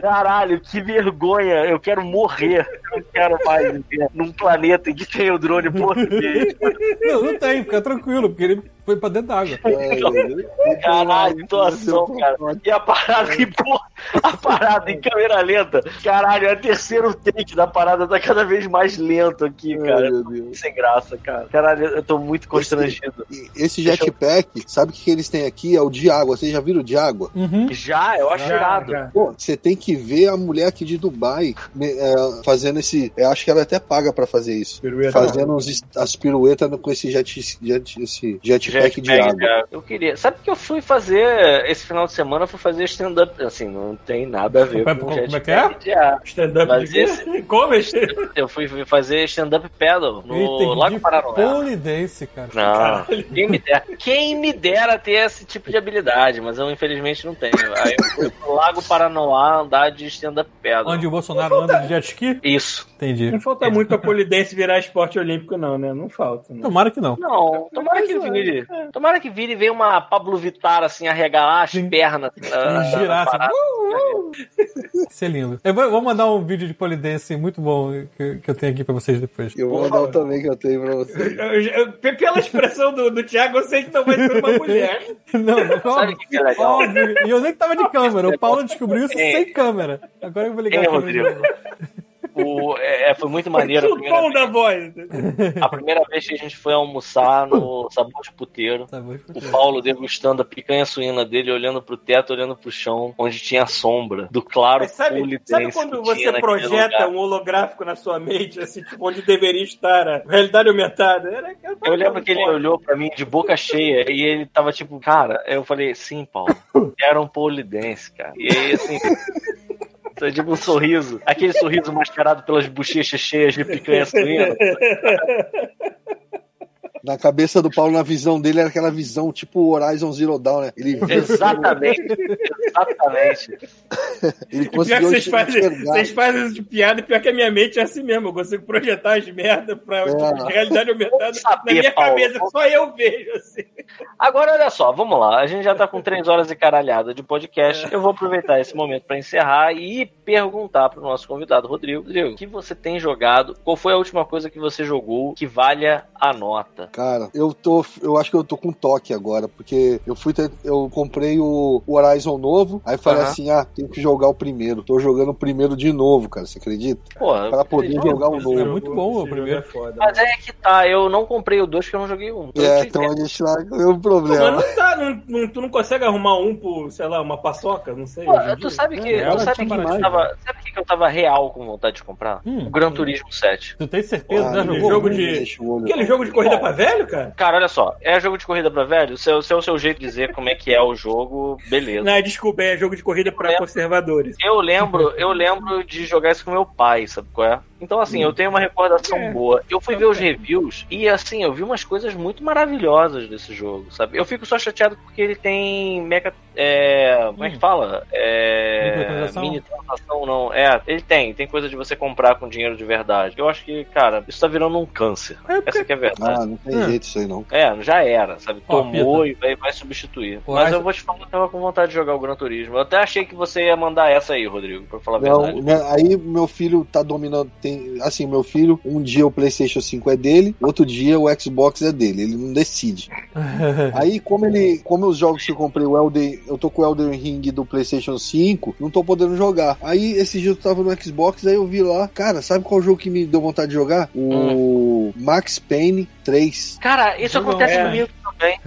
[SPEAKER 3] Caralho, que vergonha, eu quero morrer. Eu não quero mais viver num planeta em que tem o drone português.
[SPEAKER 4] Não, não tem, fica tranquilo, porque ele foi pra dentro d'água.
[SPEAKER 2] É,
[SPEAKER 3] Caralho,
[SPEAKER 4] é
[SPEAKER 3] situação, cara. E a parada em porra, a parada em câmera lenta. Caralho, é o terceiro take da parada, tá cada vez mais lento aqui, cara.
[SPEAKER 7] Ai, meu Deus.
[SPEAKER 3] Sem graça, cara. Caralho, eu tô muito constrangido.
[SPEAKER 7] E Esse jetpack, sabe o que que eles têm aqui? É o de água. Vocês já viram o de água?
[SPEAKER 4] Uhum.
[SPEAKER 3] Já, eu acho irado.
[SPEAKER 7] Pô, você tem que ver a mulher aqui de Dubai né, é, fazendo esse. Eu acho que ela é até paga pra fazer isso.
[SPEAKER 2] Pirueta.
[SPEAKER 7] fazendo uns- as piruetas com esse, jet, jet- esse jetpack de
[SPEAKER 3] Jetpack,
[SPEAKER 7] água.
[SPEAKER 3] cara. Eu queria. Sabe que eu fui fazer esse final de semana? Eu fui fazer stand-up. Assim, não tem nada a ver
[SPEAKER 4] Como é-
[SPEAKER 3] com
[SPEAKER 4] como é que
[SPEAKER 3] jetpack
[SPEAKER 4] é?
[SPEAKER 3] de ar.
[SPEAKER 2] Stand-up
[SPEAKER 3] Mas
[SPEAKER 2] de guerra. Como é isso?
[SPEAKER 3] Eu fui fazer stand-up paddle
[SPEAKER 4] Eita,
[SPEAKER 3] no
[SPEAKER 4] que
[SPEAKER 3] Lago Paranoá.
[SPEAKER 4] polidense, cara.
[SPEAKER 3] Não, quem me, dera, quem me dera ter esse tipo de habilidade, mas eu infelizmente não tenho. Aí eu fui pro Lago Paranoá andar de stand-up pedra.
[SPEAKER 4] Onde o Bolsonaro anda de jet ski?
[SPEAKER 3] Isso.
[SPEAKER 4] Entendi.
[SPEAKER 2] Não
[SPEAKER 3] É.
[SPEAKER 2] falta muito pra polidense virar esporte olímpico, não, né? Não falta. Né?
[SPEAKER 4] Tomara que não.
[SPEAKER 3] Não, tomara que vire.
[SPEAKER 4] é?
[SPEAKER 3] Tomara que vire e venha uma Pablo Vittar assim, arregalar as
[SPEAKER 4] Sim.
[SPEAKER 3] pernas. ah,
[SPEAKER 4] E girar assim.
[SPEAKER 3] parada.
[SPEAKER 4] Uh, uh. Isso é lindo. Eu vou, vou mandar um vídeo de polidense muito bom que, que eu tenho aqui pra vocês depois.
[SPEAKER 7] Eu vou mandar o também que eu tenho pra você.
[SPEAKER 2] Eu- eu- pe- pela expressão do, do Thiago, eu sei que não vai ser uma mulher.
[SPEAKER 4] Não, não,
[SPEAKER 3] Sabe o
[SPEAKER 4] óbvio.
[SPEAKER 3] que que é legal?
[SPEAKER 4] óbvio. E eu nem tava de câmera. O Paulo descobriu isso
[SPEAKER 3] É.
[SPEAKER 4] sem câmera. Agora eu vou ligar
[SPEAKER 3] Hein,
[SPEAKER 4] a câmera.
[SPEAKER 3] Rodrigo? O, é, é, foi muito maneiro. A
[SPEAKER 2] o tom
[SPEAKER 4] né?
[SPEAKER 3] primeira,
[SPEAKER 2] da voz.
[SPEAKER 3] a primeira vez que a gente foi almoçar no Sabor de Puteiro,
[SPEAKER 4] Tá bom, escutei.
[SPEAKER 3] O Paulo degustando a picanha suína dele, olhando pro teto, olhando pro chão, onde tinha a sombra do claro
[SPEAKER 2] Mas sabe,
[SPEAKER 3] polidense
[SPEAKER 2] sabe
[SPEAKER 3] que
[SPEAKER 2] quando
[SPEAKER 3] tinha
[SPEAKER 2] você
[SPEAKER 3] naquele
[SPEAKER 2] projeta
[SPEAKER 3] lugar?
[SPEAKER 2] um holográfico na sua mente, assim, tipo, onde deveria estar a realidade aumentada? Era- era-
[SPEAKER 3] Eu lembro que ele olhou pra mim de boca cheia e ele tava tipo, cara, eu falei, sim, Paulo, era um polidense, cara. E aí, assim, foi tipo um sorriso, aquele sorriso mascarado pelas bochechas cheias de picanha suína.
[SPEAKER 7] Na cabeça do Paulo, na visão dele, era aquela visão tipo Horizon Zero Dawn, né? Ele,
[SPEAKER 3] Exatamente, exatamente.
[SPEAKER 7] ele
[SPEAKER 2] E Pior é que
[SPEAKER 7] conseguiu
[SPEAKER 2] vocês fazem,
[SPEAKER 7] enxergar.
[SPEAKER 2] vocês fazem isso de piada, e pior que a minha mente é assim mesmo. Eu consigo projetar as merdas pra tipo, de realidade aumentada
[SPEAKER 3] Vamos saber,
[SPEAKER 2] na minha
[SPEAKER 3] Paulo.
[SPEAKER 2] cabeça, só eu vejo assim.
[SPEAKER 3] Agora, olha só, vamos lá. A gente já tá com três horas e caralhada de podcast. Eu vou aproveitar esse momento pra encerrar e perguntar pro nosso convidado, Rodrigo. Rodrigo, o que você tem jogado? Qual foi a última coisa que você jogou que valha a nota?
[SPEAKER 7] Cara, eu tô. Eu acho que eu tô com toque agora, porque eu fui. te- Eu comprei o, o Horizon novo, aí falei
[SPEAKER 3] Aham.
[SPEAKER 7] assim: ah, tenho que jogar o primeiro. Tô jogando o primeiro de novo, cara, você acredita?
[SPEAKER 3] Pô,
[SPEAKER 7] Pra poder
[SPEAKER 3] eu-
[SPEAKER 7] jogar um
[SPEAKER 4] É
[SPEAKER 7] novo.
[SPEAKER 4] muito bom o
[SPEAKER 2] Esse
[SPEAKER 4] primeiro.
[SPEAKER 2] jogo é foda.
[SPEAKER 3] Mas é que tá, eu não comprei o dois porque eu não joguei um.
[SPEAKER 7] É, então a gente tá com um
[SPEAKER 2] Mas
[SPEAKER 7] problema.
[SPEAKER 2] não tá, não, não- tu não consegue arrumar um por, sei lá, uma paçoca? Não sei.
[SPEAKER 3] Pô,
[SPEAKER 2] hoje em dia?
[SPEAKER 3] tu sabe que,
[SPEAKER 4] É,
[SPEAKER 3] tu
[SPEAKER 4] ela
[SPEAKER 3] sabe,
[SPEAKER 4] tinha
[SPEAKER 3] que eu
[SPEAKER 4] barato.
[SPEAKER 3] tava, sabe que eu tava real com vontade de comprar?
[SPEAKER 4] Hum.
[SPEAKER 3] O Gran Turismo 7.
[SPEAKER 4] Tu tem certeza?
[SPEAKER 7] Ah,
[SPEAKER 4] Já
[SPEAKER 2] aquele
[SPEAKER 4] jogou?
[SPEAKER 2] jogo de-
[SPEAKER 7] Deixa o olho.
[SPEAKER 2] Aquele jogo de
[SPEAKER 3] É.
[SPEAKER 2] corrida pra velho, cara?
[SPEAKER 3] Cara, olha só, é jogo de corrida pra velho? Se é o seu, seu jeito de dizer como é que é o jogo, beleza.
[SPEAKER 2] Não, desculpa, é jogo de corrida pra
[SPEAKER 3] É.
[SPEAKER 2] conservadores.
[SPEAKER 3] Eu lembro, eu lembro de jogar isso com meu pai, sabe qual é? Então, assim, eu tenho uma recordação boa. Eu fui ver os reviews e, assim, eu vi umas coisas muito maravilhosas desse jogo, sabe? Eu fico só chateado porque ele tem meca. é, como é que fala? É,
[SPEAKER 4] Microtransação?
[SPEAKER 3] mini transação, não. É, ele tem. Tem coisa de você comprar com dinheiro de verdade. Eu acho que, cara, isso tá virando um câncer.
[SPEAKER 4] É porque-
[SPEAKER 3] Essa que é a verdade.
[SPEAKER 5] Ah, não tem
[SPEAKER 4] É.
[SPEAKER 5] jeito isso aí, não.
[SPEAKER 3] É, já era, sabe?
[SPEAKER 4] Ó,
[SPEAKER 3] Tomou
[SPEAKER 4] Pita.
[SPEAKER 3] e vai, vai substituir.
[SPEAKER 4] Pô,
[SPEAKER 3] Mas
[SPEAKER 4] essa-
[SPEAKER 3] eu vou te falar que eu tava com vontade de jogar o Gran Turismo. Eu até achei que você ia mandar essa aí, Rodrigo, pra falar a
[SPEAKER 5] Não,
[SPEAKER 3] verdade.
[SPEAKER 5] né, aí meu filho tá dominando. Tem, assim, meu filho, um dia o PlayStation 5 é dele, outro dia o Xbox é dele. Ele não decide. Aí, como ele. Como os jogos que eu comprei, o Elden, eu tô com o Elden Ring do Playstation 5, não tô podendo jogar. Aí esse dia eu tava no Xbox, aí eu vi lá, cara, sabe qual jogo que me deu vontade de jogar? O
[SPEAKER 3] Hum.
[SPEAKER 5] Max Payne 3.
[SPEAKER 3] Cara, isso
[SPEAKER 4] Não,
[SPEAKER 3] acontece
[SPEAKER 2] é.
[SPEAKER 3] comigo também.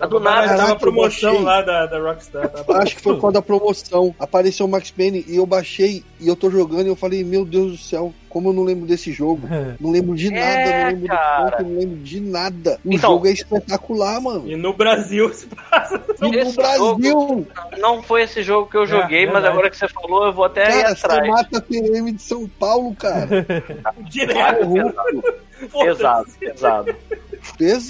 [SPEAKER 3] É Do
[SPEAKER 2] Mas
[SPEAKER 3] nada. tá, tipo, assim.
[SPEAKER 5] Caraca,
[SPEAKER 2] tava
[SPEAKER 5] eu
[SPEAKER 2] a promoção
[SPEAKER 5] baixei.
[SPEAKER 2] lá da, da Rockstar. tá? Tava...
[SPEAKER 5] Acho que foi por causa da promoção. Apareceu o Max Payne e eu baixei e eu tô jogando e eu falei, meu Deus do céu, como eu não lembro desse jogo. Não lembro de nada,
[SPEAKER 3] É,
[SPEAKER 5] não lembro
[SPEAKER 3] cara.
[SPEAKER 5] do ponto, não lembro de nada. O
[SPEAKER 3] Então-
[SPEAKER 5] jogo é espetacular, mano.
[SPEAKER 2] E no Brasil se passa.
[SPEAKER 5] E no
[SPEAKER 3] Esse
[SPEAKER 5] Brasil,
[SPEAKER 3] Não foi esse jogo que eu joguei, mas
[SPEAKER 4] verdade.
[SPEAKER 3] agora que você falou, eu vou até ir
[SPEAKER 5] cara, você
[SPEAKER 3] é atrás.
[SPEAKER 5] mata a PM de São Paulo, cara.
[SPEAKER 3] É
[SPEAKER 2] Direto. Foda-se.
[SPEAKER 3] Pesado, pesado.
[SPEAKER 5] Pesado.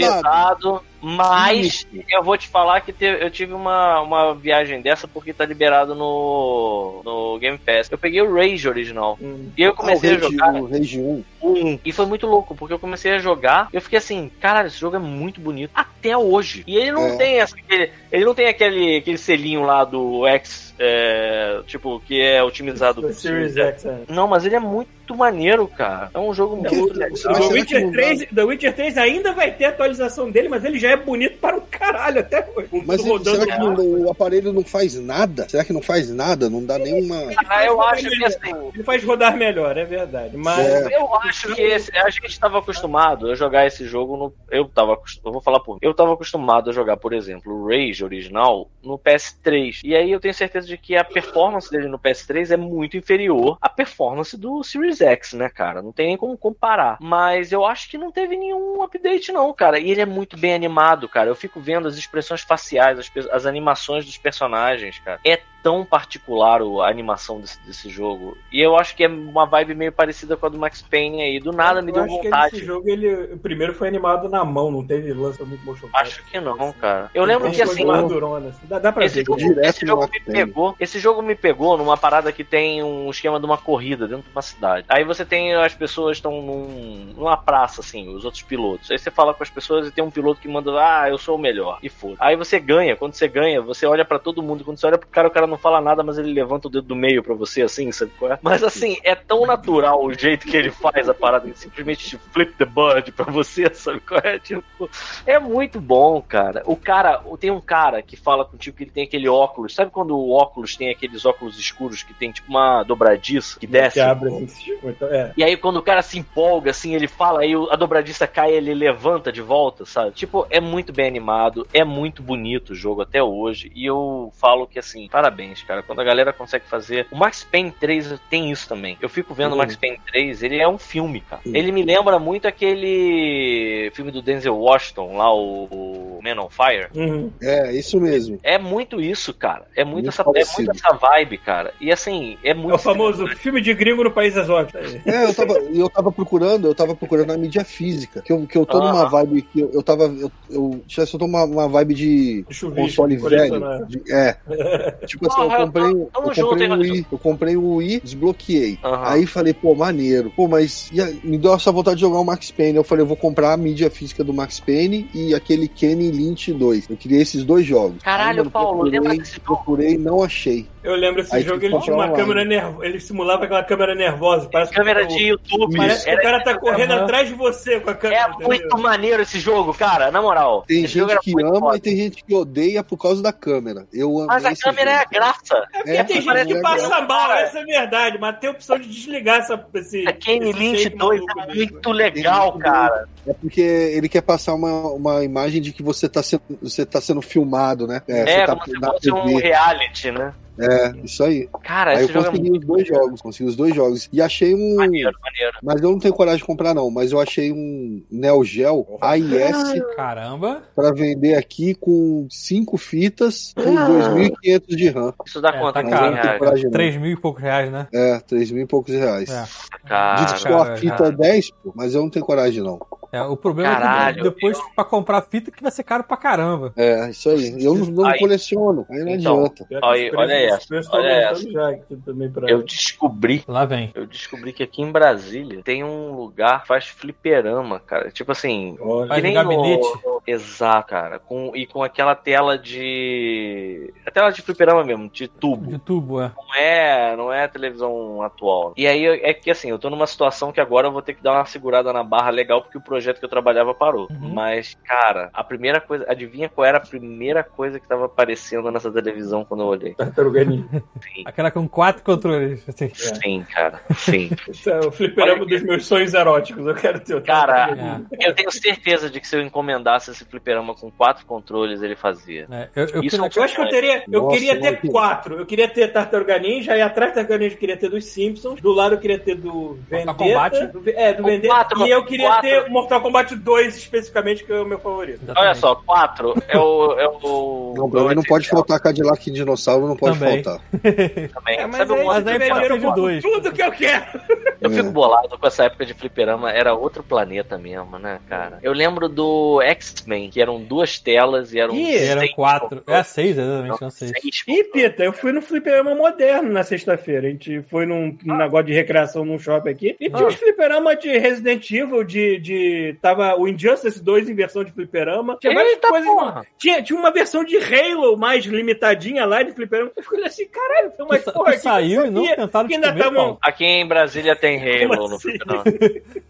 [SPEAKER 3] Pesado, Ah, mas eu vou te falar que te- eu tive uma, uma viagem dessa porque tá liberado no, no Game Pass. Eu peguei o Rage original.
[SPEAKER 2] Hum.
[SPEAKER 3] E eu comecei
[SPEAKER 5] Ah,
[SPEAKER 3] a jogar.
[SPEAKER 5] O Rage 1.
[SPEAKER 3] um. E foi muito louco, porque eu comecei a jogar e eu fiquei assim, caralho, esse jogo é muito bonito. Até hoje. E ele não
[SPEAKER 5] É.
[SPEAKER 3] tem essa. Ele, ele não tem aquele, aquele selinho lá do X, é, tipo, que é otimizado pro
[SPEAKER 2] Series
[SPEAKER 3] Series X.
[SPEAKER 2] X, é.
[SPEAKER 3] Não, mas ele é muito maneiro, cara. É um jogo
[SPEAKER 5] É,
[SPEAKER 3] muito
[SPEAKER 5] o-
[SPEAKER 3] legal.
[SPEAKER 5] Mas
[SPEAKER 2] The
[SPEAKER 5] será que
[SPEAKER 2] Witcher,
[SPEAKER 5] não
[SPEAKER 2] 3, The Witcher 3 ainda vai ter atualização dele, mas ele já é bonito para um caralho até hoje. Com
[SPEAKER 5] Mas
[SPEAKER 2] tudo rodando
[SPEAKER 5] será que não- o aparelho não faz nada? Será que não faz nada? Não dá nenhuma.
[SPEAKER 3] Cara, eu acho que assim.
[SPEAKER 2] Ele faz rodar melhor, é verdade. Mas
[SPEAKER 5] É.
[SPEAKER 3] Eu acho que esse- a gente estava acostumado a jogar esse jogo no. Eu tava acostum- Eu vou falar por mim. Eu tava acostumado a jogar, por exemplo, o Rage original no PS3. E aí eu tenho certeza de que a performance dele no PS3 é muito inferior à performance do Series X, né, cara? Não tem nem como comparar. Mas eu acho que não teve nenhum update, não, cara. E ele é muito bem animado, cara. Eu fico vendo as expressões faciais, as, pe- as animações dos personagens, cara. É tão particular o- a animação desse, desse jogo. E eu acho que é uma vibe meio parecida com a do Max Payne aí. Do nada me
[SPEAKER 2] eu
[SPEAKER 3] deu
[SPEAKER 2] acho que
[SPEAKER 3] vontade.
[SPEAKER 2] esse jogo, ele, o primeiro foi animado na mão, não teve lance muito motion
[SPEAKER 3] Acho que não, cara. Eu lembro
[SPEAKER 2] Então,
[SPEAKER 3] que
[SPEAKER 2] foi
[SPEAKER 3] assim.
[SPEAKER 2] gordurona, assim. Dá, dá pra
[SPEAKER 3] Esse
[SPEAKER 2] ver.
[SPEAKER 3] jogo,
[SPEAKER 5] direto
[SPEAKER 3] esse jogo
[SPEAKER 5] no
[SPEAKER 3] me
[SPEAKER 5] Octane.
[SPEAKER 3] pegou. Esse jogo me pegou numa parada que tem um esquema de uma corrida dentro de uma cidade. Aí você tem as pessoas estão num, numa praça assim, os outros pilotos. Aí você fala com as pessoas e tem um piloto que manda, ah, eu sou o melhor e foda. Aí você ganha. Quando você ganha, você olha pra todo mundo. Quando você olha pro cara, o cara não fala nada, mas ele levanta o dedo do meio pra você assim, sabe qual é? Mas assim é tão natural o jeito que ele faz a parada, ele simplesmente te flip the bird pra você, sabe qual é? Tipo, é muito bom, cara. O cara, tem um cara que fala contigo que ele tem aquele óculos. Sabe quando o óculos tem aqueles óculos escuros que tem tipo uma dobradiça que desce? um
[SPEAKER 2] Que abre, assim, então, é.
[SPEAKER 3] E aí quando o cara se empolga, assim, ele fala, aí o- a dobradiça cai, ele levanta de volta, sabe? Tipo, é muito bem animado, é muito bonito o jogo até hoje. E eu falo que assim, parabéns, cara. Quando a galera consegue fazer. O Max Payne 3 tem isso também. Eu fico vendo o Max Payne 3, ele é um filme, cara. Ele me lembra muito aquele filme do Denzel Washington, lá, o, o Man on Fire.
[SPEAKER 2] Uhum.
[SPEAKER 5] É, isso mesmo.
[SPEAKER 3] É muito isso, cara. É muito,
[SPEAKER 5] Muito
[SPEAKER 3] essa, é
[SPEAKER 5] parecido.
[SPEAKER 3] muito essa vibe, cara. E assim, é
[SPEAKER 2] É
[SPEAKER 3] muito.
[SPEAKER 2] o famoso filme de gringo no País das Óbvias. Aí.
[SPEAKER 5] É, eu tava, e eu tava procurando, eu tava procurando na mídia física. Que eu, que eu tô
[SPEAKER 3] Ah.
[SPEAKER 5] numa vibe que eu, eu tava. Eu, eu, já só tô uma, uma vibe de
[SPEAKER 2] De é chuvisco, né?
[SPEAKER 5] console
[SPEAKER 2] colecionável.
[SPEAKER 5] velho. De- é. tipo assim,
[SPEAKER 3] Porra,
[SPEAKER 5] eu comprei,
[SPEAKER 3] tamo-
[SPEAKER 5] eu
[SPEAKER 3] tamo junto,
[SPEAKER 5] comprei
[SPEAKER 3] hein,
[SPEAKER 5] um
[SPEAKER 3] Rodrigo?
[SPEAKER 5] Wii, eu comprei o Wii, desbloqueei.
[SPEAKER 3] Aham.
[SPEAKER 5] Aí falei, pô, maneiro. Pô, mas e a- me deu essa vontade de jogar o Max Payne. Eu falei, eu vou comprar a mídia física do Max Payne e aquele Kenny Lynch 2. Eu queria esses dois jogos.
[SPEAKER 3] Caralho,
[SPEAKER 5] Aí, mano,
[SPEAKER 3] Paulo,
[SPEAKER 5] procurei,
[SPEAKER 3] lembra desse jogo?
[SPEAKER 5] Procurei, não achei.
[SPEAKER 2] Eu lembro esse
[SPEAKER 5] Aí um.
[SPEAKER 2] jogo,
[SPEAKER 5] tem
[SPEAKER 2] ele
[SPEAKER 5] que
[SPEAKER 2] tinha uma
[SPEAKER 5] comprar
[SPEAKER 2] câmera
[SPEAKER 5] online.
[SPEAKER 2] nervosa. Ele simulava aquela câmera nervosa. Parece
[SPEAKER 3] Câmera
[SPEAKER 2] que é o-
[SPEAKER 3] de YouTube. é
[SPEAKER 2] Parece que
[SPEAKER 3] era
[SPEAKER 2] o cara tá correndo
[SPEAKER 4] Aham.
[SPEAKER 2] atrás de você com a câmera.
[SPEAKER 3] É
[SPEAKER 2] entendeu?
[SPEAKER 3] muito maneiro esse jogo, cara, na moral.
[SPEAKER 5] Tem
[SPEAKER 3] Esse jogo
[SPEAKER 5] gente
[SPEAKER 3] era
[SPEAKER 5] que
[SPEAKER 3] muito
[SPEAKER 5] ama
[SPEAKER 3] foda.
[SPEAKER 5] e tem gente que odeia por causa da câmera. Eu
[SPEAKER 3] Mas
[SPEAKER 5] amei
[SPEAKER 3] a
[SPEAKER 5] esse
[SPEAKER 3] câmera é a
[SPEAKER 5] jogo.
[SPEAKER 3] graça.
[SPEAKER 2] É porque
[SPEAKER 5] É,
[SPEAKER 2] tem gente
[SPEAKER 5] parece
[SPEAKER 2] que
[SPEAKER 5] que
[SPEAKER 2] passa
[SPEAKER 3] é-
[SPEAKER 2] mal, essa é verdade, mas tem a opção de desligar essa, esse.
[SPEAKER 4] É
[SPEAKER 3] A Kane
[SPEAKER 2] esse
[SPEAKER 3] Lynch
[SPEAKER 2] shape
[SPEAKER 3] 2
[SPEAKER 2] maluco
[SPEAKER 3] é
[SPEAKER 2] dele. né?
[SPEAKER 3] muito legal,
[SPEAKER 5] Ele-
[SPEAKER 3] cara.
[SPEAKER 5] É porque ele quer passar uma, uma imagem de que você tá sendo, você tá sendo filmado, né?
[SPEAKER 3] É,
[SPEAKER 5] você tá
[SPEAKER 3] como se
[SPEAKER 5] na
[SPEAKER 3] fosse um
[SPEAKER 5] TV.
[SPEAKER 3] reality, né?
[SPEAKER 5] É, isso aí.
[SPEAKER 3] Cara,
[SPEAKER 5] aí eu
[SPEAKER 3] esse jogo é
[SPEAKER 5] consegui os
[SPEAKER 3] muito
[SPEAKER 5] dois jogos, consegui os dois jogos. E achei um.
[SPEAKER 3] maneiro, maneiro.
[SPEAKER 5] Mas eu não tenho coragem de comprar, não. Mas eu achei um Neo Geo AIS
[SPEAKER 4] Ah. Caramba.
[SPEAKER 5] pra vender aqui com cinco fitas com 2.500 de RAM.
[SPEAKER 3] Isso dá
[SPEAKER 4] É,
[SPEAKER 3] quanto?
[SPEAKER 4] tá
[SPEAKER 3] né,
[SPEAKER 4] caro.
[SPEAKER 5] Não tem
[SPEAKER 3] cara?
[SPEAKER 5] coragem, não.
[SPEAKER 4] 3 mil e poucos reais, né?
[SPEAKER 5] É, 3 mil e poucos reais.
[SPEAKER 4] É.
[SPEAKER 3] Ah, Cara,
[SPEAKER 5] Diz que a
[SPEAKER 4] cara,
[SPEAKER 5] fita
[SPEAKER 4] cara.
[SPEAKER 5] é 10, pô, mas eu não tenho coragem, não.
[SPEAKER 4] É, o problema é
[SPEAKER 3] Caralho,
[SPEAKER 4] que depois pra comprar fita que vai ser caro pra caramba.
[SPEAKER 5] É, isso aí. Eu não, não
[SPEAKER 3] Aí.
[SPEAKER 5] coleciono, aí não
[SPEAKER 3] Então.
[SPEAKER 5] adianta.
[SPEAKER 3] Olha- olha essa, olha
[SPEAKER 2] Já, aqui também pra...
[SPEAKER 3] eu descobri
[SPEAKER 4] Lá vem.
[SPEAKER 3] Eu descobri que aqui em Brasília tem um lugar que faz fliperama, cara. Tipo assim.
[SPEAKER 2] Olha,
[SPEAKER 4] Faz
[SPEAKER 3] que
[SPEAKER 4] um gabinete.
[SPEAKER 3] no- Exato, cara. Com, e com aquela tela de. A tela de fliperama mesmo, de tubo.
[SPEAKER 4] De tubo, é.
[SPEAKER 3] Não é, não é a televisão atual. E aí é que assim, eu tô numa situação que agora eu vou ter que dar uma segurada na barra legal porque o projeto que eu trabalhava parou.
[SPEAKER 4] Uhum.
[SPEAKER 3] Mas, cara, a primeira coisa. Adivinha qual era a primeira coisa que tava aparecendo nessa televisão quando eu olhei?
[SPEAKER 4] É.
[SPEAKER 2] Tartaruga Ninja.
[SPEAKER 4] Aquela com quatro controles, assim.
[SPEAKER 3] Sim, cara. Sim.
[SPEAKER 2] Esse é o fliperama
[SPEAKER 3] Olha
[SPEAKER 2] dos meus sonhos eróticos. Eu quero ter o
[SPEAKER 3] Cara,
[SPEAKER 2] Tartaruga Ninja.
[SPEAKER 4] É,
[SPEAKER 3] Eu tenho certeza de que se eu encomendasse esse fliperama com quatro controles, ele fazia.
[SPEAKER 4] é, eu, eu,
[SPEAKER 3] Isso
[SPEAKER 4] fui na-
[SPEAKER 2] Eu acho que eu teria. Eu
[SPEAKER 5] Nossa,
[SPEAKER 2] queria ter
[SPEAKER 5] imagina.
[SPEAKER 2] quatro. Eu queria ter Tartaruga Ninja, aí atrás da Tartaruga Ninja eu queria ter dos Simpsons. Do lado eu queria ter do Vendetta.
[SPEAKER 4] Kombat.
[SPEAKER 2] do- é, do
[SPEAKER 3] Com
[SPEAKER 2] Vendetta.
[SPEAKER 3] quatro,
[SPEAKER 2] e eu queria
[SPEAKER 3] quatro.
[SPEAKER 2] ter Mortal Kombat 2 especificamente, que é o meu favorito.
[SPEAKER 4] Exatamente.
[SPEAKER 3] Olha só, quatro é o. É o
[SPEAKER 5] Não, pra mim não pode faltar Cadillac e dinossauro, não pode
[SPEAKER 4] Também.
[SPEAKER 5] faltar.
[SPEAKER 3] também.
[SPEAKER 2] É, mas
[SPEAKER 3] Sabe
[SPEAKER 2] aí,
[SPEAKER 3] um
[SPEAKER 4] mas
[SPEAKER 3] outro
[SPEAKER 4] aí
[SPEAKER 3] fliperama?
[SPEAKER 4] pode ser de dois.
[SPEAKER 2] Tudo que eu quero.
[SPEAKER 3] Eu
[SPEAKER 5] É.
[SPEAKER 3] fico bolado com essa época de fliperama, era outro planeta mesmo, né, cara? Eu lembro do X-Men, que eram duas telas e eram.
[SPEAKER 2] Ih, É,
[SPEAKER 4] E eram
[SPEAKER 3] seis
[SPEAKER 4] quatro. É,
[SPEAKER 3] controles.
[SPEAKER 4] seis, exatamente, não seis.
[SPEAKER 3] Seis
[SPEAKER 2] E, Pita, eu fui no fliperama moderno na sexta-feira. A gente foi num, num negócio de recreação num shopping aqui. E tinha uns
[SPEAKER 4] Ah.
[SPEAKER 2] fliperama de Resident Evil, de, de. Tava o Injustice 2 em versão de fliperama. Tinha várias
[SPEAKER 3] Eita
[SPEAKER 2] coisas.
[SPEAKER 3] porra!
[SPEAKER 2] Tinha, tinha uma versão de Halo mais limitadinha lá de fliperama. Eu fiquei assim, caralho, tem uma
[SPEAKER 4] Tu, sa- tu
[SPEAKER 2] porra aqui.
[SPEAKER 4] saiu e não
[SPEAKER 2] sabia
[SPEAKER 4] tentaram
[SPEAKER 2] que
[SPEAKER 4] te
[SPEAKER 2] ainda
[SPEAKER 4] comer,
[SPEAKER 2] tava um-
[SPEAKER 4] Paulo?
[SPEAKER 3] Aqui em Brasília tem Halo
[SPEAKER 2] Como
[SPEAKER 3] no
[SPEAKER 2] assim?
[SPEAKER 3] fliperama.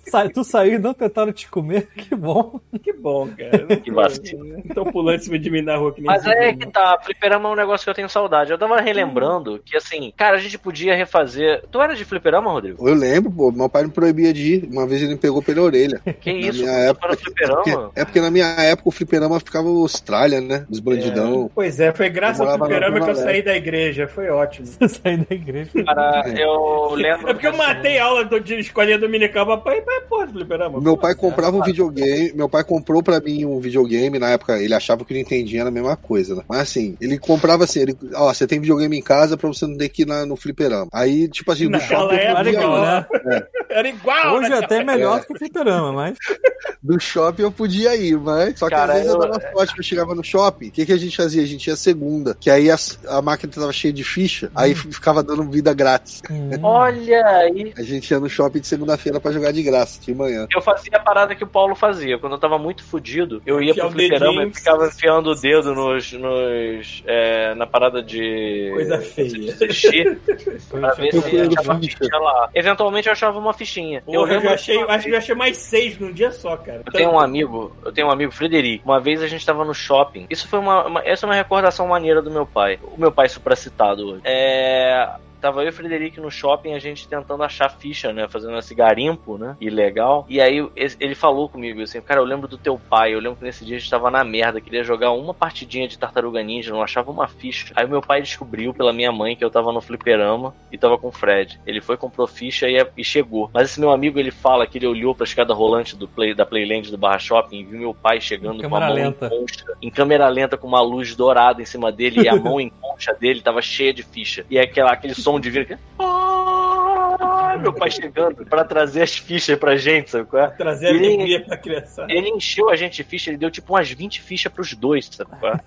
[SPEAKER 4] Sa- tu saiu e não tentaram te comer? Que bom.
[SPEAKER 2] Que bom, cara.
[SPEAKER 3] Que vacilo.
[SPEAKER 2] Então pulando em cima de mim na rua que nem
[SPEAKER 3] Mas
[SPEAKER 2] esse
[SPEAKER 3] é
[SPEAKER 2] jogo.
[SPEAKER 3] que tá, fliperama é um negócio que eu tenho saudade. Eu tava relembrando que, assim, cara, a gente podia refazer. Tu era de fliperama, Rodrigo?
[SPEAKER 5] Eu lembro, pô, meu pai me proibia de ir. Uma vez ele me pegou pela orelha.
[SPEAKER 3] Que
[SPEAKER 5] Na
[SPEAKER 3] isso?
[SPEAKER 5] minha
[SPEAKER 3] Tu
[SPEAKER 5] época-
[SPEAKER 3] era fliperama?
[SPEAKER 5] É porque na minha época o fliperama ficava Austrália, né? Os bandidão.
[SPEAKER 2] Pois é, foi graças
[SPEAKER 5] Eu
[SPEAKER 2] ao
[SPEAKER 5] morava lá
[SPEAKER 2] fliperama
[SPEAKER 5] na
[SPEAKER 2] que eu
[SPEAKER 5] Zona
[SPEAKER 2] saí da igreja. Foi ótimo.
[SPEAKER 4] Sair da igreja.
[SPEAKER 3] Cara, eu lembro.
[SPEAKER 2] É porque eu matei a aula do, de escolinha dominical pra pai, pai, porra, do fliperama.
[SPEAKER 5] Meu pai comprava um videogame, meu pai comprou pra mim um videogame, na época ele achava que o Nintendinho era a mesma coisa, né? Mas assim, ele comprava assim, ele, ó, você tem videogame em casa pra você não ter que ir na- no fliperama. Aí, tipo assim, do
[SPEAKER 2] Naquela
[SPEAKER 5] shopping, eu
[SPEAKER 2] época,
[SPEAKER 4] Era
[SPEAKER 5] podia,
[SPEAKER 4] igual, né?
[SPEAKER 2] Era igual,
[SPEAKER 4] Hoje
[SPEAKER 2] né?
[SPEAKER 4] é até melhor do que o fliperama, mas.
[SPEAKER 5] do shopping eu podia ir, mas só que
[SPEAKER 3] Cara,
[SPEAKER 5] às vezes eu,
[SPEAKER 3] eu-
[SPEAKER 5] dava sorte que eu chegava no shopping, o que, que a gente fazia? A gente ia segunda, que aí as- a, máquina tava cheia de ficha, aí f- ficava dando vida grátis.
[SPEAKER 4] hum,
[SPEAKER 3] Olha aí.
[SPEAKER 5] A gente ia no shopping de segunda-feira pra jogar de graça, de manhã.
[SPEAKER 3] Eu fazia a parada que o Paulo fazia. Quando eu tava muito fudido, eu ia
[SPEAKER 2] Enfiar o
[SPEAKER 3] pro fliperama
[SPEAKER 2] dedinho.
[SPEAKER 3] e ficava enfiando o dedo nos. nos é, na parada de.
[SPEAKER 2] Coisa feia.
[SPEAKER 3] Xixi, pra ver
[SPEAKER 5] Eu
[SPEAKER 3] se
[SPEAKER 5] fui
[SPEAKER 3] eu
[SPEAKER 5] no
[SPEAKER 3] achava uma
[SPEAKER 5] ficha.
[SPEAKER 3] fichinha lá. Eventualmente eu achava uma fichinha.
[SPEAKER 2] Porra, eu,
[SPEAKER 3] lembro-
[SPEAKER 2] achei, eu acho que eu achei mais seis num dia só, cara.
[SPEAKER 3] Eu tenho um amigo, eu tenho um amigo, Frederico. Uma vez a gente tava no shopping. Isso foi uma, uma- essa é uma recordação maneira do meu pai. O meu pai supracitado hoje. É, Tava eu e o Frederico no shopping, a gente tentando achar ficha, né? Fazendo esse garimpo, né? Ilegal. E aí es- ele falou comigo assim: Cara, eu lembro do teu pai. Eu lembro que nesse dia a gente tava na merda, queria jogar uma partidinha de Tartaruga Ninja, não achava uma ficha. Aí meu pai descobriu pela minha mãe que eu tava no fliperama e tava com o Fred. Ele foi, comprou ficha e, e chegou. Mas esse meu amigo, ele fala que ele olhou pra escada rolante do play, da Playland do Barra Shopping e viu meu pai chegando
[SPEAKER 4] Em
[SPEAKER 3] com a
[SPEAKER 4] câmera
[SPEAKER 3] mão em
[SPEAKER 4] lenta.
[SPEAKER 3] concha, em câmera lenta, com uma luz dourada em cima dele e a mão em concha dele tava cheia de ficha. E aquela, aquele som divino que. Ah, Meu pai chegando pra trazer as fichas pra gente, sabe qual é?
[SPEAKER 2] Trazer
[SPEAKER 3] Sim.
[SPEAKER 2] alegria pra criança.
[SPEAKER 3] Ele encheu a gente de ficha, ele deu tipo umas 20 fichas pros dois, sabe? qual é?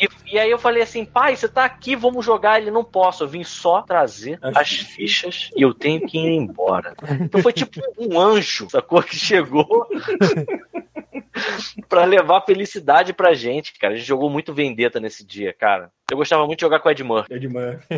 [SPEAKER 3] e, e aí eu falei assim, pai, você tá aqui, vamos jogar. Ele não posso, eu vim só trazer
[SPEAKER 2] As
[SPEAKER 3] as, fichas e eu tenho que ir embora. Então foi tipo um anjo, sacou? Que chegou pra levar felicidade pra gente, cara. A gente jogou muito Vendetta nesse dia, cara. Eu gostava muito de jogar com o Ed Murphy.
[SPEAKER 2] Ed Murphy.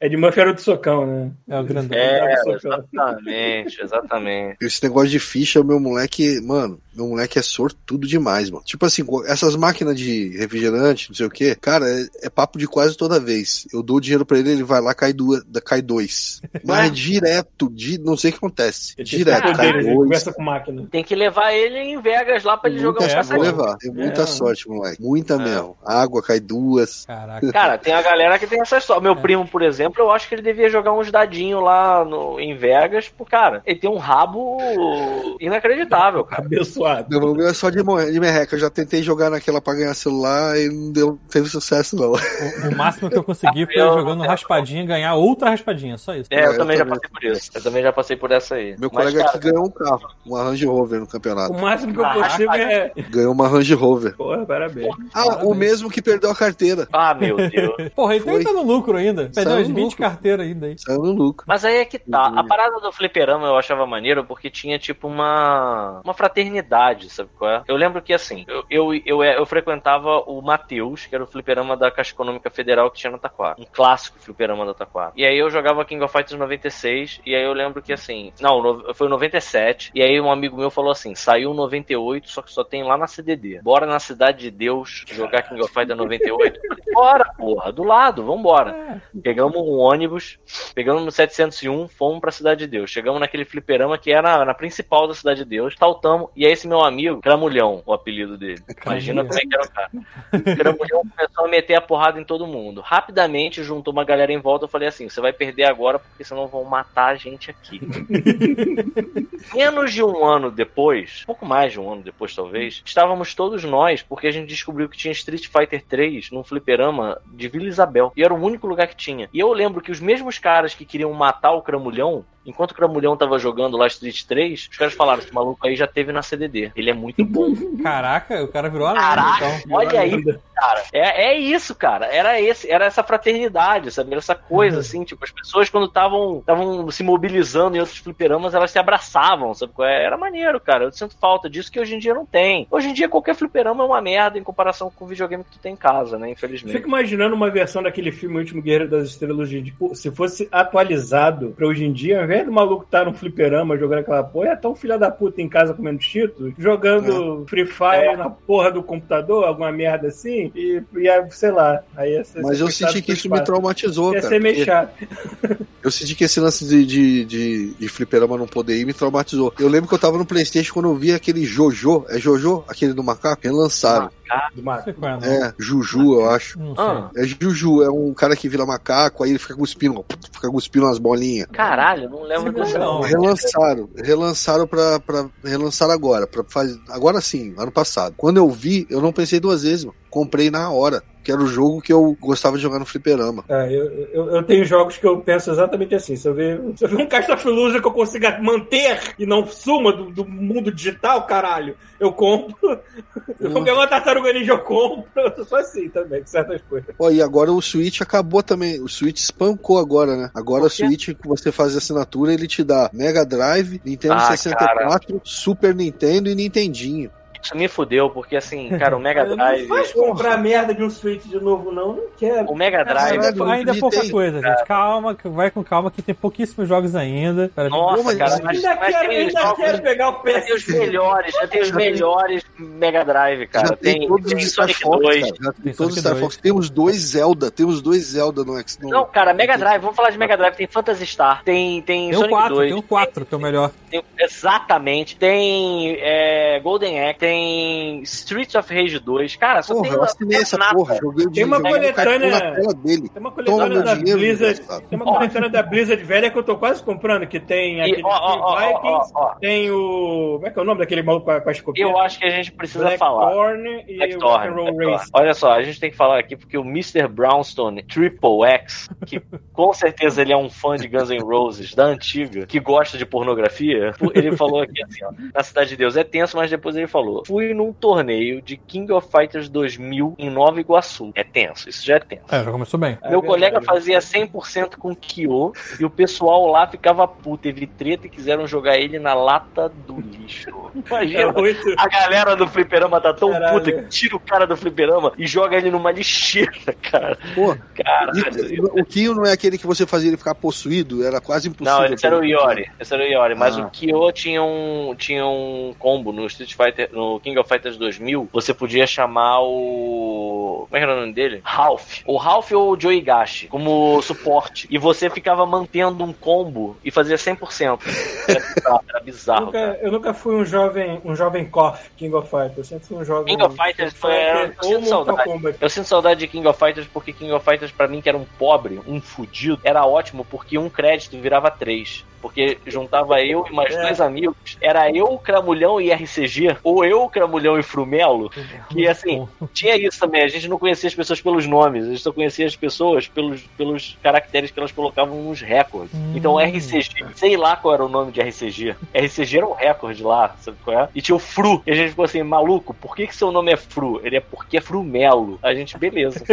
[SPEAKER 2] Ed Murphy É era o do socão, né?
[SPEAKER 4] É o grandão.
[SPEAKER 3] É,
[SPEAKER 2] Ele dava o socão.
[SPEAKER 3] exatamente, exatamente.
[SPEAKER 5] Esse negócio de ficha, meu moleque, mano, meu moleque é sortudo demais, mano. Tipo assim, essas máquinas de refrigerante, não sei o quê, cara, é, é papo de quase toda vez. Eu dou o dinheiro pra ele, ele vai lá, cai duas, da- cai dois. Mas é direto, di, não sei o que acontece.
[SPEAKER 2] Ele tinha
[SPEAKER 3] tá?
[SPEAKER 5] direto,
[SPEAKER 2] poderes,
[SPEAKER 5] cai
[SPEAKER 2] ele
[SPEAKER 5] dois.
[SPEAKER 2] conversa com máquina.
[SPEAKER 3] Tem que levar ele em Vegas lá pra ele jogar um
[SPEAKER 4] É,
[SPEAKER 3] caça
[SPEAKER 5] vou levar. Tem muita sorte, moleque. Muita mesmo. Água cai duas.
[SPEAKER 4] Caraca.
[SPEAKER 3] Cara, tem a galera que tem essa história. Meu primo, por exemplo, eu acho que ele devia jogar uns dadinhos lá no, em Vegas, por cara, ele tem um rabo inacreditável, cara.
[SPEAKER 2] Abençoado.
[SPEAKER 5] Meu bagulho é só de, mo- de merreca. Eu já tentei jogar naquela pra ganhar celular e não deu, teve sucesso, não.
[SPEAKER 4] O, o máximo que eu consegui foi
[SPEAKER 3] Eu-
[SPEAKER 4] jogando raspadinha e ganhar outra raspadinha, só isso.
[SPEAKER 3] É, eu,
[SPEAKER 5] eu
[SPEAKER 3] também já
[SPEAKER 5] também.
[SPEAKER 3] passei por isso. Eu também já passei por essa aí.
[SPEAKER 5] Meu
[SPEAKER 3] Mas,
[SPEAKER 5] colega
[SPEAKER 3] cara,
[SPEAKER 5] aqui ganhou um carro, uma Range Rover no campeonato.
[SPEAKER 2] O máximo que eu consigo é.
[SPEAKER 5] Ganhou uma Range Rover.
[SPEAKER 2] Porra, parabéns.
[SPEAKER 5] Ah, o mesmo que perdeu a carteira.
[SPEAKER 3] Ah, meu Deus.
[SPEAKER 4] Porra, ele
[SPEAKER 5] Foi.
[SPEAKER 4] tá no lucro ainda. Perdeu
[SPEAKER 5] Saiu
[SPEAKER 4] uns
[SPEAKER 5] no
[SPEAKER 4] 20
[SPEAKER 5] lucro.
[SPEAKER 4] carteiras ainda aí.
[SPEAKER 5] Saiu no lucro.
[SPEAKER 3] Mas aí é que tá. A
[SPEAKER 5] Entendi.
[SPEAKER 3] parada do fliperama eu achava maneiro porque tinha, tipo, uma, uma fraternidade, sabe qual é? Eu lembro que, assim, eu, eu, eu, eu frequentava o Matheus, que era o fliperama da Caixa Econômica Federal que tinha no Taquara. Um clássico fliperama da Taquara. E aí eu jogava King of Fighters 96, e aí eu lembro que, assim... Não, no- foi o 97, e aí um amigo meu falou assim, saiu o 98, só que só tem lá na CDD. Bora na Cidade de Deus jogar King of Fighters 98? Eu falei, Bora, porra, do lado, vambora. Pegamos um ônibus, Pegamos no 701, fomos pra Cidade de Deus. Chegamos naquele fliperama que era na, na principal da Cidade de Deus, saltamos. E aí esse meu amigo, Cramulhão, o apelido dele. Imagina
[SPEAKER 4] Cramulhão.
[SPEAKER 3] como é que era o cara. Cramulhão começou a meter a porrada em todo mundo. Rapidamente juntou uma galera em volta. Eu falei assim: você vai perder agora porque senão vão matar a gente aqui. Menos de um ano depois, pouco mais de um ano depois, talvez, estávamos todos nós, porque a gente descobriu que tinha Street Fighter 3 num fliperama de Vila Isabel. E era o único lugar que tinha. E eu lembro que os mesmos caras que queriam matar o Cramulhão, enquanto o Cramulhão tava jogando lá Street 3, os caras falaram: esse maluco aí já teve na CDD. Ele é muito bom.
[SPEAKER 4] Caraca, o cara virou a
[SPEAKER 3] Caraca,
[SPEAKER 4] então.
[SPEAKER 3] olha aí, cara. É, é isso, cara. Era esse, era essa fraternidade, sabe? Era essa coisa, assim, tipo, as pessoas quando estavam estavam se mobilizando em outros fliperamas, elas se abraçavam, sabe? qual é? Era maneiro, cara. Eu sinto falta disso que hoje em dia não tem. Hoje em dia qualquer fliperama é uma merda em comparação com o videogame que tu tem em casa, né?
[SPEAKER 2] Eu
[SPEAKER 3] Infelizmente.
[SPEAKER 2] Fico imaginando uma versão daquele filme Último Guerreiro das Estrelas de tipo, se fosse atualizado pra hoje em dia, ao invés do maluco estar no fliperama jogando aquela porra, é tão filha da puta em casa comendo Cheetos, jogando
[SPEAKER 5] É.
[SPEAKER 2] Free Fire na porra do computador, alguma merda assim, e, e aí, sei lá. Aí ia ser-
[SPEAKER 5] Mas eu
[SPEAKER 2] ser puxado
[SPEAKER 5] senti que
[SPEAKER 2] pro
[SPEAKER 5] isso me
[SPEAKER 2] espaço.
[SPEAKER 5] traumatizou,
[SPEAKER 2] é Ia
[SPEAKER 5] cara.
[SPEAKER 2] ser meio
[SPEAKER 5] porque
[SPEAKER 2] chato.
[SPEAKER 5] Eu senti que esse lance de, de, de, de fliperama não poder ir me traumatizou. Eu lembro que eu tava no Playstation quando eu vi aquele Jojo. É Jojo? Aquele do macaco? Relançaram.
[SPEAKER 2] Do
[SPEAKER 4] Não
[SPEAKER 2] mato.
[SPEAKER 4] sei qual é, não.
[SPEAKER 5] É, Juju, eu acho.
[SPEAKER 4] Não
[SPEAKER 3] Ah,
[SPEAKER 4] sei.
[SPEAKER 5] É Juju, é um cara que vira macaco, aí ele fica cuspindo, ó, fica cuspindo umas bolinhas.
[SPEAKER 3] caralho, não lembro
[SPEAKER 4] Não,
[SPEAKER 3] dessa.
[SPEAKER 4] não.
[SPEAKER 5] Relançaram, relançaram pra, pra. Relançaram agora. Pra faz, agora sim, ano passado. Quando eu vi, eu não pensei duas vezes, mano. Comprei na hora. Que era o jogo que eu gostava de jogar no fliperama.
[SPEAKER 2] É, eu, eu, eu tenho jogos que eu penso exatamente assim. Se eu ver, se eu ver um Castafilusa que eu consiga manter e não suma do, do mundo digital, caralho, eu compro. Eu vou pegar uma tartaruga ninja, eu compro. Eu sou assim também, com certas coisas.
[SPEAKER 5] Ó, e agora o Switch acabou também. O Switch espancou agora, né? Agora o
[SPEAKER 3] Por quê?
[SPEAKER 5] Switch, que você faz assinatura, ele te dá Mega Drive, Nintendo
[SPEAKER 3] Ah,
[SPEAKER 5] 64, Super Nintendo e Nintendinho.
[SPEAKER 3] Isso me fudeu, porque assim, cara, é o Mega
[SPEAKER 4] Eu não
[SPEAKER 3] Drive.
[SPEAKER 2] Mas comprar merda de um Switch de novo, não, não quero.
[SPEAKER 3] O Mega Drive.
[SPEAKER 5] Caralho, eu
[SPEAKER 4] Ainda é pouca
[SPEAKER 5] acreditei.
[SPEAKER 4] coisa, gente. Calma, que- vai com calma que tem pouquíssimos jogos ainda. Pera-
[SPEAKER 3] Nossa,
[SPEAKER 5] Mas
[SPEAKER 3] cara,
[SPEAKER 5] ainda
[SPEAKER 3] mas,
[SPEAKER 2] ainda
[SPEAKER 3] mas
[SPEAKER 2] quero,
[SPEAKER 3] tem
[SPEAKER 2] ainda
[SPEAKER 3] jogos
[SPEAKER 2] quero pegar o
[SPEAKER 3] Já tem os
[SPEAKER 2] PS.
[SPEAKER 3] melhores, já tem os melhores Mega Drive, cara.
[SPEAKER 5] já tem, todos os Star
[SPEAKER 3] Sonic
[SPEAKER 5] Fox,
[SPEAKER 3] 2.
[SPEAKER 5] cara. Já tem,
[SPEAKER 4] Tem
[SPEAKER 5] todos
[SPEAKER 4] Sonic
[SPEAKER 5] os Star
[SPEAKER 4] 2.
[SPEAKER 5] Fox. Tem os dois Zelda, tem os dois Zelda no X. no-
[SPEAKER 3] Não, cara, Mega Drive, vamos falar de Mega Drive. Tem Phantasy Star, tem, tem,
[SPEAKER 4] Tem o
[SPEAKER 3] Sonic
[SPEAKER 4] 4,
[SPEAKER 3] 2,
[SPEAKER 4] tem o 4, que é o melhor.
[SPEAKER 3] tem- um, exatamente, tem é, Golden Axe, tem Streets of Rage 2. Cara, só
[SPEAKER 5] Porra,
[SPEAKER 3] tem
[SPEAKER 5] eu assinei essa
[SPEAKER 3] nada.
[SPEAKER 5] porra. Joguei o
[SPEAKER 2] Tem uma
[SPEAKER 5] joguei o cartão
[SPEAKER 2] coletânea-
[SPEAKER 5] na tela dele.
[SPEAKER 2] Tem uma
[SPEAKER 5] Toma
[SPEAKER 2] coletânea
[SPEAKER 5] meu
[SPEAKER 2] da
[SPEAKER 5] dinheiro.
[SPEAKER 2] Blizzard.
[SPEAKER 5] desgraçado.
[SPEAKER 2] Tem uma coletânea da Blizzard velha que eu tô quase comprando, que tem
[SPEAKER 3] E,
[SPEAKER 2] É aquele
[SPEAKER 3] ó, ó, ó, ó, ó,
[SPEAKER 2] Vikings, é
[SPEAKER 3] ó,
[SPEAKER 2] tem o. Como é que é o nome daquele maluco com a, com a escopeta?
[SPEAKER 3] Eu acho que a gente precisa falar.
[SPEAKER 2] Blackthorn e
[SPEAKER 3] Black
[SPEAKER 2] o
[SPEAKER 3] Thorn,
[SPEAKER 2] Rock'n'Roll
[SPEAKER 3] Black
[SPEAKER 2] Race.
[SPEAKER 3] Thorn. Olha só, a gente tem que falar aqui porque o Mr. Brownstone Triple X, que com certeza ele é um fã de Guns N' Roses da antiga, que gosta de pornografia, ele falou aqui assim, ó, na Cidade de Deus é tenso, mas depois ele falou, fui num torneio de King of Fighters 2000 em Nova Iguaçu. É tenso, isso já é tenso.
[SPEAKER 4] É, já começou bem.
[SPEAKER 2] É
[SPEAKER 3] Meu
[SPEAKER 2] verdade.
[SPEAKER 3] colega fazia 100% com Kyo e o pessoal lá ficava puto, teve treta e quiseram jogar ele na lata do lixo.
[SPEAKER 2] É
[SPEAKER 3] Imagina,
[SPEAKER 2] muito.
[SPEAKER 3] a galera do fliperama tá tão
[SPEAKER 2] Caralho.
[SPEAKER 3] puta que tira o cara do fliperama e joga ele numa lixeira, cara.
[SPEAKER 5] Pô,
[SPEAKER 3] Caralho.
[SPEAKER 5] e- o Kyo não é aquele que você fazia ele ficar possuído? Era quase impossível.
[SPEAKER 3] Não, esse era o Iori. Esse era o Iori. Mas
[SPEAKER 5] Ah.
[SPEAKER 3] o Kyo tinha um, tinha um combo no Street Fighter, no King of Fighters 2000. Você podia chamar o, o. Como é que era o nome dele? Ralph. Ou Ralph ou o Joe Gashi como suporte. E você ficava mantendo um combo e fazia 100%. Era bizarro, era
[SPEAKER 2] Eu
[SPEAKER 3] bizarro. cara.
[SPEAKER 2] nunca, eu nunca fui um jovem, um jovem KOF, King of Fighters. Eu sempre fui um jovem.
[SPEAKER 3] King of Fighters foi- eu
[SPEAKER 2] ou
[SPEAKER 3] sinto
[SPEAKER 2] Mortal
[SPEAKER 3] saudade.
[SPEAKER 2] Kombat.
[SPEAKER 3] Eu sinto saudade de King of Fighters porque King of Fighters, pra mim, que era um pobre, um fudido, era ótimo porque um crédito virava três. Porque juntava eu e mais
[SPEAKER 2] É.
[SPEAKER 3] dois amigos. Era eu, Cramulhão e RCG, ou eu, Cramulhão e Frumelo. Que assim, tinha isso também. A gente não conhecia as pessoas pelos nomes, a gente só conhecia as pessoas pelos, pelos caracteres que elas colocavam nos recordes. Então RCG, sei lá qual era o nome de RCG. RCG era um recorde lá, sabe qual é? E tinha o Fru. E a gente ficou assim, maluco, por que, que seu nome é Fru? Ele é porque é Frumelo. A gente, beleza.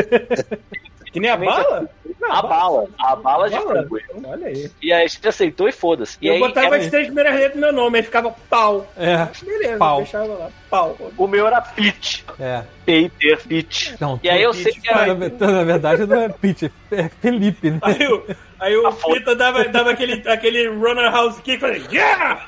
[SPEAKER 2] Que nem a bala? Não,
[SPEAKER 3] A Ah, bala, a bala de
[SPEAKER 2] Bala?
[SPEAKER 3] frango.
[SPEAKER 2] Olha aí.
[SPEAKER 3] E a gente aceitou e foda-se. E
[SPEAKER 2] eu
[SPEAKER 3] aí,
[SPEAKER 2] botava
[SPEAKER 3] era-
[SPEAKER 2] as três primeiras letras do meu nome, aí ficava pau.
[SPEAKER 4] É,
[SPEAKER 2] Beleza,
[SPEAKER 4] Pau.
[SPEAKER 2] eu deixava lá. Pau.
[SPEAKER 3] o meu era Pete.
[SPEAKER 4] é.
[SPEAKER 3] Peter Pete.
[SPEAKER 4] Não,
[SPEAKER 3] E aí eu sei que era.
[SPEAKER 4] na, ve- na verdade não é Pete, é Felipe, né?
[SPEAKER 2] Aí, o- aí
[SPEAKER 3] A
[SPEAKER 2] o
[SPEAKER 3] foto.
[SPEAKER 2] Pita dava, dava aquele, aquele runner house kick e fazia yeah!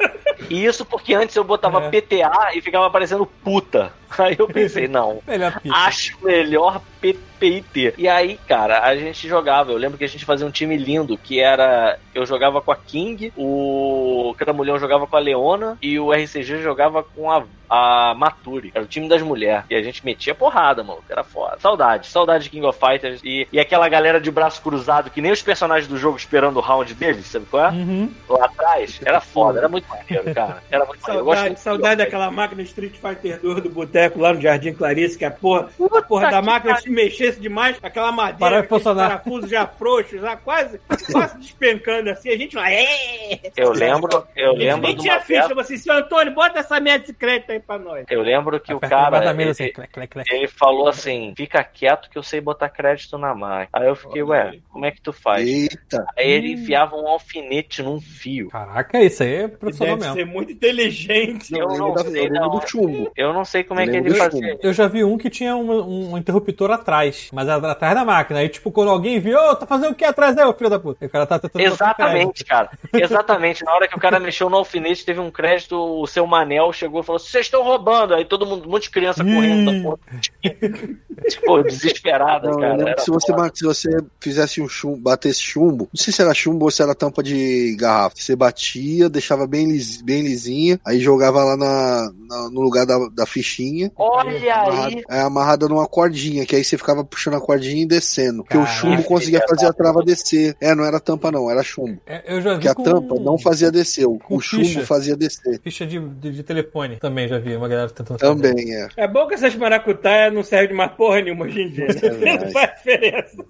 [SPEAKER 3] E isso porque antes eu botava
[SPEAKER 4] É.
[SPEAKER 3] PTA e ficava parecendo puta. Aí eu pensei, não.
[SPEAKER 4] Melhor Pete.
[SPEAKER 3] Acho melhor PPIT. E aí, cara, a gente jogava. Eu lembro que a gente fazia um time lindo, que era. Eu jogava com a King, o Cramulhão jogava com a Leona e o RCG jogava com a, a Maturi. Era o time das mulheres. E a gente metia porrada, mano. Era foda. Saudade, saudade de King of Fighters. E, e aquela galera de braço cruzado, que nem os personagens do jogo esperando o round deles, sabe qual é?
[SPEAKER 2] Hum.
[SPEAKER 4] Uhum.
[SPEAKER 3] Lá atrás. Era foda, era muito maneiro, cara. Era muito maneiro. Eu gosto
[SPEAKER 2] Saudade,
[SPEAKER 3] muito de
[SPEAKER 2] saudade
[SPEAKER 3] King of
[SPEAKER 2] daquela máquina Street Fighter 2 do boteco lá no Jardim Clarice, que a porra, a porra
[SPEAKER 3] Puta
[SPEAKER 2] da
[SPEAKER 3] que
[SPEAKER 2] máquina se mexesse demais, aquela
[SPEAKER 4] Parar
[SPEAKER 2] madeira,
[SPEAKER 4] de funcionar.
[SPEAKER 2] parafusos já frouxos, já quase, quase despencando assim, a gente lá, é!
[SPEAKER 3] Fighters. Eu lembro, eu
[SPEAKER 2] A gente
[SPEAKER 3] lembro.
[SPEAKER 2] nem
[SPEAKER 3] de
[SPEAKER 2] tinha
[SPEAKER 3] uma
[SPEAKER 2] ficha, eu falei assim, seu Antônio, bota essa merda de crédito aí pra nós.
[SPEAKER 3] Eu lembro que o
[SPEAKER 4] Aperta embaixo
[SPEAKER 3] cara.
[SPEAKER 4] da mesa, assim,
[SPEAKER 3] ele,
[SPEAKER 4] clec, clec, clec.
[SPEAKER 3] ele falou assim: fica quieto que eu sei botar crédito na máquina. Aí eu fiquei, ué, como é que tu faz?
[SPEAKER 5] Eita,
[SPEAKER 3] Aí ele enfiava um alfinete num fio.
[SPEAKER 4] Caraca, isso aí é
[SPEAKER 2] Ele
[SPEAKER 4] profissional
[SPEAKER 2] deve
[SPEAKER 4] mesmo.
[SPEAKER 2] ser muito inteligente.
[SPEAKER 3] Eu
[SPEAKER 5] eu lembro,
[SPEAKER 3] não
[SPEAKER 5] da-
[SPEAKER 3] sei,
[SPEAKER 5] eu lembro
[SPEAKER 3] não.
[SPEAKER 5] do chumbo.
[SPEAKER 3] Eu não sei como é que
[SPEAKER 5] Lembro
[SPEAKER 3] ele
[SPEAKER 5] do
[SPEAKER 3] fazia.
[SPEAKER 5] chumbo.
[SPEAKER 3] isso.
[SPEAKER 4] Eu já vi um que tinha um, um interruptor atrás, mas era atrás da máquina. Aí, tipo, quando alguém viu, ô, tá fazendo o que atrás daí, ô filho da puta? E o cara tá tentando. botar
[SPEAKER 3] Exatamente,
[SPEAKER 4] crédito.
[SPEAKER 3] cara. Exatamente. Na hora que o cara mexeu no alfinete, teve um crédito, o seu Manel chegou e falou: assim, vocês estão roubando. Aí todo mundo, um monte de criança
[SPEAKER 4] Ih.
[SPEAKER 3] correndo da porta. Tipo, desesperada,
[SPEAKER 5] Não, eu
[SPEAKER 3] cara.
[SPEAKER 5] lembro
[SPEAKER 3] Era
[SPEAKER 5] que se você,
[SPEAKER 3] foda.
[SPEAKER 5] ba- se você fizesse um chumbo, batesse chumbo, não sei se era chumbo ou se era tampa de garrafa. Você batia, deixava bem, lis- bem lisinha, aí jogava lá na, na- no lugar da, da fichinha.
[SPEAKER 3] Olha
[SPEAKER 5] Amarrada,
[SPEAKER 3] aí.
[SPEAKER 5] é, amarrada numa cordinha, que aí você ficava puxando a cordinha e descendo. Porque o
[SPEAKER 4] Caraca,
[SPEAKER 5] chumbo conseguia
[SPEAKER 3] que
[SPEAKER 5] fazer a
[SPEAKER 3] engraçado.
[SPEAKER 5] trava descer. É, não era tampa, não, era chumbo.
[SPEAKER 4] É, Eu já vi.
[SPEAKER 5] Porque a
[SPEAKER 4] com
[SPEAKER 5] tampa não fazia descer, o
[SPEAKER 4] com
[SPEAKER 5] o chumbo
[SPEAKER 4] ficha.
[SPEAKER 5] fazia descer.
[SPEAKER 4] Ficha de, de, de telefone também já vi uma galera tentando. fazer.
[SPEAKER 5] Também, é.
[SPEAKER 2] É bom que essas maracutaias não servem de mais porra nenhuma hoje em dia.
[SPEAKER 5] É
[SPEAKER 2] Né? Não
[SPEAKER 5] verdade.
[SPEAKER 2] faz diferença.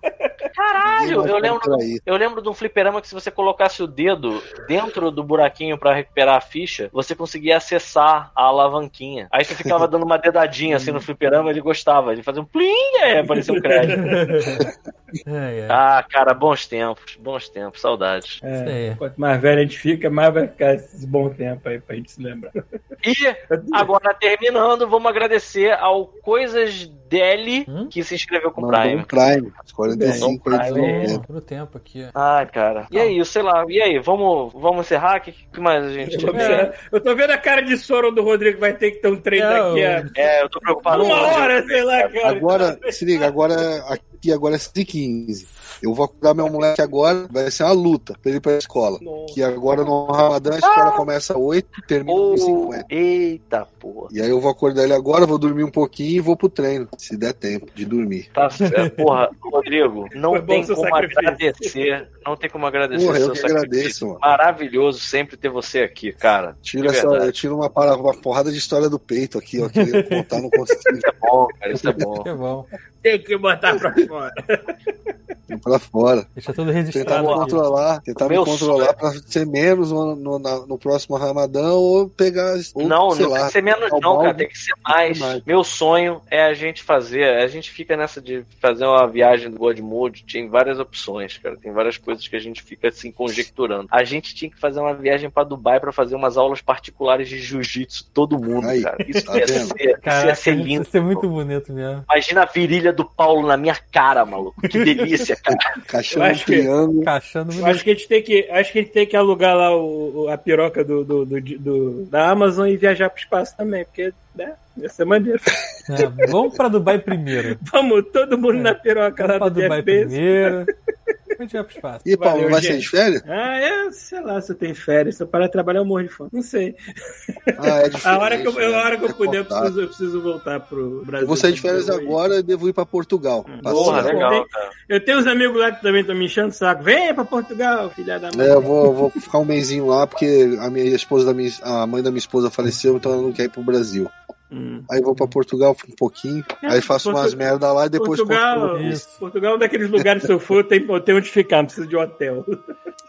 [SPEAKER 3] Caralho, eu
[SPEAKER 5] Não,
[SPEAKER 3] lembro,
[SPEAKER 5] por aí.
[SPEAKER 3] eu lembro de um fliperama que se você colocasse o dedo dentro do buraquinho pra recuperar a ficha, você conseguia acessar a alavanquinha. Aí você ficava dando uma dedadinha assim no fliperama, ele gostava. Ele fazia um plim, é, aparecia um crédito.
[SPEAKER 4] É, é.
[SPEAKER 3] Ah, cara, bons tempos, bons tempos, saudades.
[SPEAKER 4] Isso aí.
[SPEAKER 2] Quanto mais velho a gente fica, mais vai ficar esse bom tempo aí pra gente se lembrar.
[SPEAKER 3] E agora, terminando, vamos agradecer ao Coisas Deli,
[SPEAKER 4] Hum?
[SPEAKER 3] que se inscreveu com o
[SPEAKER 5] Mandou um
[SPEAKER 3] Prime.
[SPEAKER 5] Prime. 45,
[SPEAKER 3] Prime,
[SPEAKER 4] Pô,
[SPEAKER 5] 45.
[SPEAKER 4] Todo É. tempo aqui. ó.
[SPEAKER 3] Ah, cara. E é isso, sei lá. E aí, vamos, vamos encerrar? O que, que mais a gente
[SPEAKER 2] Eu, vou observar. Eu tô vendo a cara de soro do Rodrigo, vai ter que ter um treino
[SPEAKER 4] É,
[SPEAKER 2] daqui a
[SPEAKER 3] É, eu tô preocupado.
[SPEAKER 2] uma
[SPEAKER 3] com o Rodrigo.
[SPEAKER 2] hora, sei lá, cara.
[SPEAKER 5] Agora, se liga, agora aqui agora é 15. Eu vou acordar meu moleque agora, vai ser uma luta pra ele ir pra escola.
[SPEAKER 2] Nossa.
[SPEAKER 5] Que agora no Ramadã a escola
[SPEAKER 3] Ah!
[SPEAKER 5] começa 8, termina
[SPEAKER 3] Ô,
[SPEAKER 5] 1h50.
[SPEAKER 3] eita porra.
[SPEAKER 5] E aí eu vou acordar ele agora, vou dormir um pouquinho e vou pro treino, se der tempo de dormir.
[SPEAKER 3] Tá certo. Porra, Rodrigo, não
[SPEAKER 2] Foi bom
[SPEAKER 3] tem
[SPEAKER 2] seu
[SPEAKER 3] como
[SPEAKER 2] sacrifício.
[SPEAKER 3] agradecer. Não tem como agradecer
[SPEAKER 5] Porra, eu
[SPEAKER 3] seu
[SPEAKER 5] que
[SPEAKER 3] sacrifício.
[SPEAKER 5] agradeço, mano.
[SPEAKER 3] Maravilhoso sempre ter você aqui, cara.
[SPEAKER 5] Tiro
[SPEAKER 3] De
[SPEAKER 5] essa,
[SPEAKER 3] verdade.
[SPEAKER 5] eu tiro uma, para- uma porrada de história do peito aqui, ó, que eu ia contar, não consigo
[SPEAKER 3] Isso é bom, cara. Isso é bom.
[SPEAKER 4] Que bom.
[SPEAKER 2] Tem que botar pra fora.
[SPEAKER 5] ir pra fora.
[SPEAKER 4] Deixa tudo
[SPEAKER 5] Tentar
[SPEAKER 4] registrado
[SPEAKER 5] me
[SPEAKER 4] aqui.
[SPEAKER 5] controlar, tentar
[SPEAKER 3] Meu
[SPEAKER 5] me controlar pra ser menos no, no- na- no próximo Ramadã ou pegar. Ou,
[SPEAKER 3] não,
[SPEAKER 5] sei
[SPEAKER 3] não
[SPEAKER 5] lá, tá um
[SPEAKER 3] tem que ser menos,
[SPEAKER 5] pegar o
[SPEAKER 3] não, cara.
[SPEAKER 5] balde.
[SPEAKER 3] Tem que ser mais.
[SPEAKER 5] Mais.
[SPEAKER 3] Meu sonho é a gente fazer. A gente fica nessa de fazer uma viagem do God Mode. Tem várias opções, cara. Tem várias coisas que a gente fica assim conjecturando. A gente tinha que fazer uma viagem pra Dubai pra fazer umas aulas particulares de jiu-jitsu, todo mundo,
[SPEAKER 5] Aí,
[SPEAKER 3] cara. Isso
[SPEAKER 5] tá
[SPEAKER 3] ia
[SPEAKER 5] vendo?
[SPEAKER 3] ser, isso ia
[SPEAKER 4] Caraca,
[SPEAKER 3] ser
[SPEAKER 4] isso
[SPEAKER 3] lindo.
[SPEAKER 4] ia ser muito bonito mesmo.
[SPEAKER 3] Imagina a virilha do Paulo na minha cara, maluco. Que delícia, cara.
[SPEAKER 2] Eu
[SPEAKER 5] Cachando um
[SPEAKER 2] acho que-
[SPEAKER 5] triângulo.
[SPEAKER 4] Cachando
[SPEAKER 2] Eu acho que a gente tem que, acho que, a gente tem que alugar lá o, o- a piroca do, do- do- do- da Amazon e viajar pro espaço também, porque, né? Ia ser maneiro.
[SPEAKER 4] É, vamos pra Dubai primeiro.
[SPEAKER 2] Vamos, todo mundo na piroca
[SPEAKER 4] Vamos
[SPEAKER 2] lá
[SPEAKER 4] pra
[SPEAKER 2] do
[SPEAKER 4] Dubai
[SPEAKER 2] Jeff
[SPEAKER 5] é
[SPEAKER 2] Bezos.
[SPEAKER 4] primeiro. A gente vai pro espaço.
[SPEAKER 5] E Paulo,
[SPEAKER 2] Valeu,
[SPEAKER 5] vai
[SPEAKER 2] gente.
[SPEAKER 5] ser de férias?
[SPEAKER 2] Ah, é, sei lá, se eu tenho férias, se eu parar de trabalhar, eu morro de fome. Não sei.
[SPEAKER 5] Ah, é de
[SPEAKER 2] A hora que eu,
[SPEAKER 5] férias,
[SPEAKER 2] a hora que eu
[SPEAKER 5] né?
[SPEAKER 2] puder, eu
[SPEAKER 5] Reportar.
[SPEAKER 2] preciso, eu preciso voltar pro Brasil.
[SPEAKER 5] Eu vou sair é de férias
[SPEAKER 2] Eu vou ir.
[SPEAKER 5] agora e devo ir pra Portugal.
[SPEAKER 3] Porra,
[SPEAKER 5] Passar.
[SPEAKER 3] legal, cara.
[SPEAKER 2] Eu tenho uns amigos lá que também estão me enchendo o saco. Vem pra Portugal, filha da mãe.
[SPEAKER 5] É, eu vou, vou ficar um mêsinho lá, porque a minha esposa da minha, a mãe da minha esposa faleceu, então ela não quer ir pro Brasil.
[SPEAKER 2] Hum.
[SPEAKER 5] Aí eu vou pra Portugal, fico um pouquinho, aí faço
[SPEAKER 2] Portu-
[SPEAKER 5] umas merda lá e depois conto
[SPEAKER 2] Portugal,
[SPEAKER 5] pro-
[SPEAKER 4] Isso.
[SPEAKER 2] Portugal é um daqueles lugares que se eu for, tem, tem onde ficar, não preciso de hotel.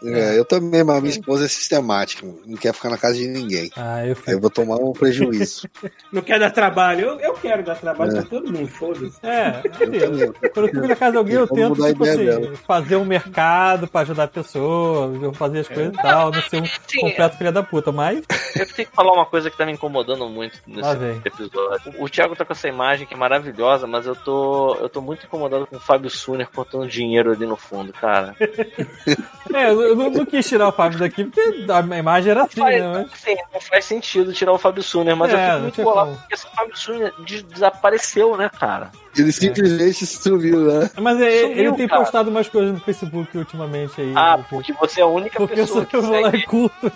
[SPEAKER 5] É, eu também, mas minha esposa é sistemática, não quer ficar na casa de ninguém.
[SPEAKER 4] Ah, eu fui.
[SPEAKER 5] Aí eu vou tomar um prejuízo.
[SPEAKER 2] Não quer dar trabalho. Eu, eu quero dar trabalho
[SPEAKER 5] É.
[SPEAKER 2] pra todo mundo, foda-se.
[SPEAKER 4] É,
[SPEAKER 5] Eu
[SPEAKER 4] assim,
[SPEAKER 5] também.
[SPEAKER 4] quando eu fico na casa de alguém, eu
[SPEAKER 5] Vamos
[SPEAKER 4] tento,
[SPEAKER 5] mudar a
[SPEAKER 4] tipo
[SPEAKER 5] ideia
[SPEAKER 4] assim, fazer um mercado pra ajudar a pessoa, eu fazer as coisas e tal, não ser um
[SPEAKER 3] Sim.
[SPEAKER 4] completo filho da puta, mas
[SPEAKER 3] Eu tenho que falar uma coisa que tá me incomodando muito nesse
[SPEAKER 4] Lá vem.
[SPEAKER 3] episódio. O, o Thiago tá com essa imagem que é maravilhosa, mas eu tô, eu tô muito incomodado com o Fábio Suner cortando dinheiro ali no fundo, cara.
[SPEAKER 4] é, eu não, não quis tirar o Fábio daqui porque a imagem era assim,
[SPEAKER 3] Faz-
[SPEAKER 4] né? Mas,
[SPEAKER 3] Sim, não faz sentido tirar o Fábio Suner, mas
[SPEAKER 4] É,
[SPEAKER 3] eu
[SPEAKER 4] não
[SPEAKER 3] fico muito
[SPEAKER 4] tinha
[SPEAKER 3] bolado
[SPEAKER 4] como.
[SPEAKER 3] porque esse Fábio Suner des- desapareceu, né, cara?
[SPEAKER 5] Ele simplesmente sumiu, né?
[SPEAKER 4] mas é,
[SPEAKER 3] Sumiu,
[SPEAKER 4] ele tem
[SPEAKER 3] cara.
[SPEAKER 4] postado umas coisas no Facebook ultimamente aí.
[SPEAKER 3] Ah, porque
[SPEAKER 4] porque-
[SPEAKER 3] você é a única
[SPEAKER 4] porque eu,
[SPEAKER 3] pessoa
[SPEAKER 4] só,
[SPEAKER 3] que
[SPEAKER 4] eu vou lá
[SPEAKER 3] segue.
[SPEAKER 4] e curto.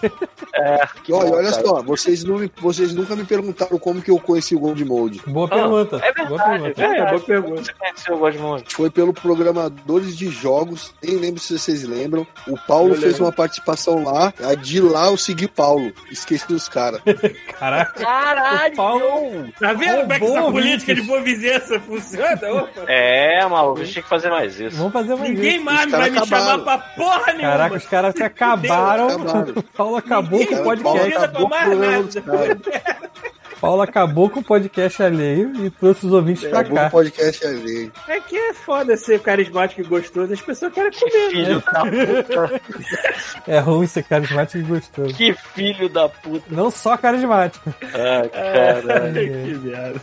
[SPEAKER 3] Que
[SPEAKER 5] Olha,
[SPEAKER 3] bom,
[SPEAKER 5] olha
[SPEAKER 3] cara.
[SPEAKER 5] só, vocês, não me- vocês nunca me perguntaram como que eu conheci o Gold Mode.
[SPEAKER 4] Boa
[SPEAKER 3] Ah,
[SPEAKER 4] pergunta.
[SPEAKER 3] É
[SPEAKER 4] boa
[SPEAKER 3] verdade,
[SPEAKER 4] pergunta.
[SPEAKER 3] é,
[SPEAKER 2] É,
[SPEAKER 3] é
[SPEAKER 2] boa pergunta.
[SPEAKER 3] Você conheceu o Godmode?
[SPEAKER 5] Foi pelo Programadores de Jogos, nem lembro se vocês lembram. O Paulo
[SPEAKER 2] Eu
[SPEAKER 5] fez
[SPEAKER 2] lembro.
[SPEAKER 5] uma participação lá, aí de lá eu segui Paulo. Esqueci dos caras.
[SPEAKER 4] Caraca,
[SPEAKER 3] Caralho!
[SPEAKER 4] o Paulo.
[SPEAKER 2] Tá vendo como é que
[SPEAKER 4] Roubou
[SPEAKER 2] essa
[SPEAKER 4] o
[SPEAKER 2] política de
[SPEAKER 4] Vinícius.
[SPEAKER 2] boa vizinhança funciona? Opa.
[SPEAKER 3] É, maluco, a gente tinha que fazer mais isso.
[SPEAKER 4] Vamos fazer mais
[SPEAKER 2] Ninguém
[SPEAKER 4] isso.
[SPEAKER 2] mais
[SPEAKER 5] Os
[SPEAKER 2] vai
[SPEAKER 5] caras
[SPEAKER 2] me chamar
[SPEAKER 5] acabaram.
[SPEAKER 2] pra porra nenhuma.
[SPEAKER 4] Caraca, os caras se acabaram.
[SPEAKER 5] acabaram.
[SPEAKER 4] O Paulo acabou com
[SPEAKER 2] Ninguém
[SPEAKER 5] Tá Cara,
[SPEAKER 4] o
[SPEAKER 5] Paulo
[SPEAKER 4] podcast.
[SPEAKER 2] queria
[SPEAKER 5] acabou com
[SPEAKER 2] tomar
[SPEAKER 5] o programa
[SPEAKER 2] nada.
[SPEAKER 5] dos caras.
[SPEAKER 4] O Paulo acabou com o podcast alheio e trouxe os ouvintes pra
[SPEAKER 5] Acabou
[SPEAKER 4] cá.
[SPEAKER 5] o podcast ali.
[SPEAKER 2] É que é foda ser carismático e gostoso, as pessoas querem
[SPEAKER 3] Que
[SPEAKER 2] comer. né?
[SPEAKER 3] filho da puta!
[SPEAKER 4] É ruim ser carismático e gostoso.
[SPEAKER 3] Que filho da puta!
[SPEAKER 4] Não só carismático.
[SPEAKER 3] Ah, cara.
[SPEAKER 2] Ai, que merda.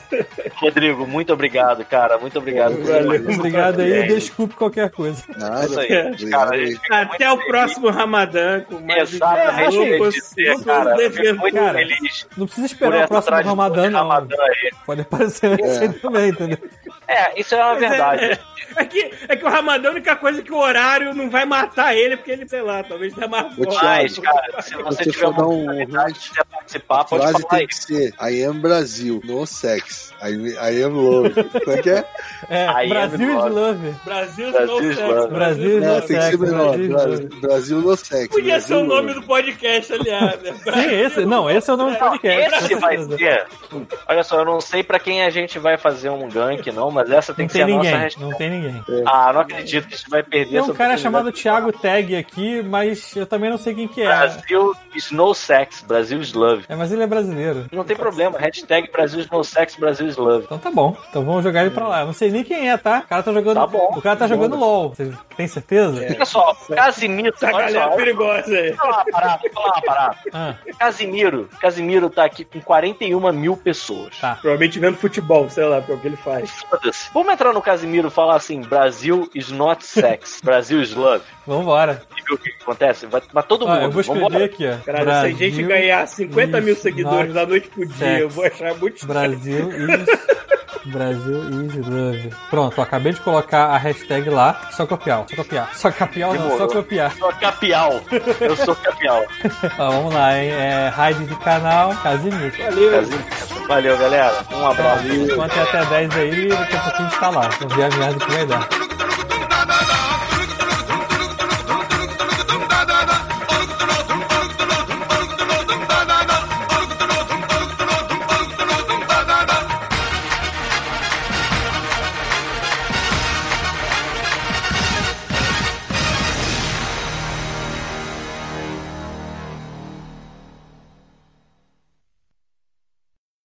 [SPEAKER 3] Rodrigo, muito obrigado, cara. Muito obrigado.
[SPEAKER 2] Valeu.
[SPEAKER 4] Obrigado aí.
[SPEAKER 3] É.
[SPEAKER 4] Desculpe qualquer coisa.
[SPEAKER 5] Nada.
[SPEAKER 3] É isso aí.
[SPEAKER 5] obrigado
[SPEAKER 3] Cara, a
[SPEAKER 5] aí.
[SPEAKER 3] gente fica
[SPEAKER 2] Até o
[SPEAKER 3] muito feliz.
[SPEAKER 2] próximo Ramadã com mais
[SPEAKER 3] Exatamente,
[SPEAKER 4] É,
[SPEAKER 2] um
[SPEAKER 4] acho
[SPEAKER 2] pouco-
[SPEAKER 3] eu ia
[SPEAKER 2] um
[SPEAKER 3] dizer,
[SPEAKER 2] pouco
[SPEAKER 3] cara. Eu fico
[SPEAKER 2] defendendo.
[SPEAKER 3] muito
[SPEAKER 4] Cara,
[SPEAKER 3] feliz
[SPEAKER 4] Não precisa
[SPEAKER 3] por
[SPEAKER 4] esperar o
[SPEAKER 3] essa
[SPEAKER 4] próximo
[SPEAKER 3] tradição de
[SPEAKER 4] Ramadã, não.
[SPEAKER 3] Ramadã aí.
[SPEAKER 4] Pode
[SPEAKER 5] É.
[SPEAKER 4] aparecer esse aí também, entendeu?
[SPEAKER 3] É, isso é uma verdade.
[SPEAKER 2] É que, é que o Ramadã, a única coisa é que o horário não vai matar ele, porque ele, sei lá, talvez dê mais
[SPEAKER 5] Ô,
[SPEAKER 2] forte.
[SPEAKER 3] Mas, cara, se você
[SPEAKER 5] Você
[SPEAKER 3] tiver
[SPEAKER 5] for
[SPEAKER 3] uma
[SPEAKER 5] dar um
[SPEAKER 3] oportunidade de
[SPEAKER 5] rant,
[SPEAKER 3] quiser participar,
[SPEAKER 5] A
[SPEAKER 3] pode
[SPEAKER 5] frase
[SPEAKER 3] falar
[SPEAKER 5] tem
[SPEAKER 3] isso.
[SPEAKER 5] que ser I am Brasil, no sex. I, I am love. Como é que é?
[SPEAKER 4] É,
[SPEAKER 3] Aí é
[SPEAKER 4] Brasil is
[SPEAKER 3] melhor.
[SPEAKER 4] love.
[SPEAKER 2] Brasil,
[SPEAKER 3] Brasil
[SPEAKER 2] no
[SPEAKER 3] is
[SPEAKER 2] sex.
[SPEAKER 3] love.
[SPEAKER 4] Brasil is
[SPEAKER 5] Não,
[SPEAKER 4] love.
[SPEAKER 5] É, tem que ser
[SPEAKER 4] sex,
[SPEAKER 5] melhor.
[SPEAKER 4] Brasil is
[SPEAKER 5] Brasil,
[SPEAKER 4] love.
[SPEAKER 5] Brasil no sex. né?
[SPEAKER 2] Podia ser
[SPEAKER 5] Brasil
[SPEAKER 2] o nome
[SPEAKER 5] love.
[SPEAKER 2] do podcast, aliás. né?
[SPEAKER 4] Sim, esse, não, esse é o nome do
[SPEAKER 3] Não,
[SPEAKER 4] podcast.
[SPEAKER 3] esse
[SPEAKER 4] com
[SPEAKER 3] vai
[SPEAKER 4] certeza.
[SPEAKER 3] ser. Olha só, eu não sei pra quem a gente vai fazer um gank, não, mas essa tem
[SPEAKER 4] Não
[SPEAKER 3] que ser
[SPEAKER 4] tem
[SPEAKER 3] a nossa
[SPEAKER 4] ninguém.
[SPEAKER 3] resposta.
[SPEAKER 4] Não tem ninguém.
[SPEAKER 3] Ah, não acredito que a gente vai perder
[SPEAKER 5] é
[SPEAKER 4] Tem
[SPEAKER 3] essa
[SPEAKER 4] um cara
[SPEAKER 3] oportunidade.
[SPEAKER 4] chamado Thiago Tag aqui, mas eu também não sei quem que é.
[SPEAKER 3] Brasil is no sex, Brasil is love.
[SPEAKER 4] É, mas ele é brasileiro.
[SPEAKER 3] Não tem problema, hashtag Brasil is no sex, Brasil is love.
[SPEAKER 4] Então tá bom. Então vamos jogar ele pra lá. Eu não sei nem quem é, tá? O cara tá jogando.
[SPEAKER 3] Tá bom. É.
[SPEAKER 4] O cara tá jogando LOL. Você tem certeza?
[SPEAKER 3] Olha só, Casimiro,
[SPEAKER 2] Essa
[SPEAKER 3] olha
[SPEAKER 2] galera
[SPEAKER 3] só,
[SPEAKER 2] é perigosa aí.
[SPEAKER 3] Vou falar uma parada, vou falar uma parada.
[SPEAKER 4] Ah,
[SPEAKER 3] Casimiro, Casimiro tá aqui com 41 mil pessoas.
[SPEAKER 4] Tá.
[SPEAKER 2] Provavelmente vendo futebol, sei lá, porque é o que ele faz.
[SPEAKER 3] Foda-se. Vamos entrar no Casimiro e falar assim: Brasil is not sex, Brasil is love.
[SPEAKER 4] vambora.
[SPEAKER 3] E ver o que que acontece. Vai, mas todo
[SPEAKER 4] Ó,
[SPEAKER 3] mundo.
[SPEAKER 4] Ah, eu vou escrever
[SPEAKER 3] Tá vambora.
[SPEAKER 4] aqui, ó.
[SPEAKER 2] Caralho,
[SPEAKER 4] Brasil,
[SPEAKER 2] se a gente ganhar 50 mil
[SPEAKER 4] is
[SPEAKER 2] seguidores
[SPEAKER 4] not
[SPEAKER 2] da noite pro dia,
[SPEAKER 4] sex.
[SPEAKER 2] eu vou achar muito estranho.
[SPEAKER 4] Brasil is. Brasil is love. Pronto, eu acabei de colocar a hashtag lá. Só copiar, só copiar. Só copiar não, só
[SPEAKER 3] Demorou.
[SPEAKER 4] copiar.
[SPEAKER 3] Eu sou capial. Eu sou capial.
[SPEAKER 4] Ó, vamos lá, hein? É, raid de canal, Casimiro.
[SPEAKER 3] Casimiro. Valeu, galera. Um abraço.
[SPEAKER 4] Enquanto é até 10 aí, daqui a pouquinho a gente tá lá. Vamos ver a merda que vai dar.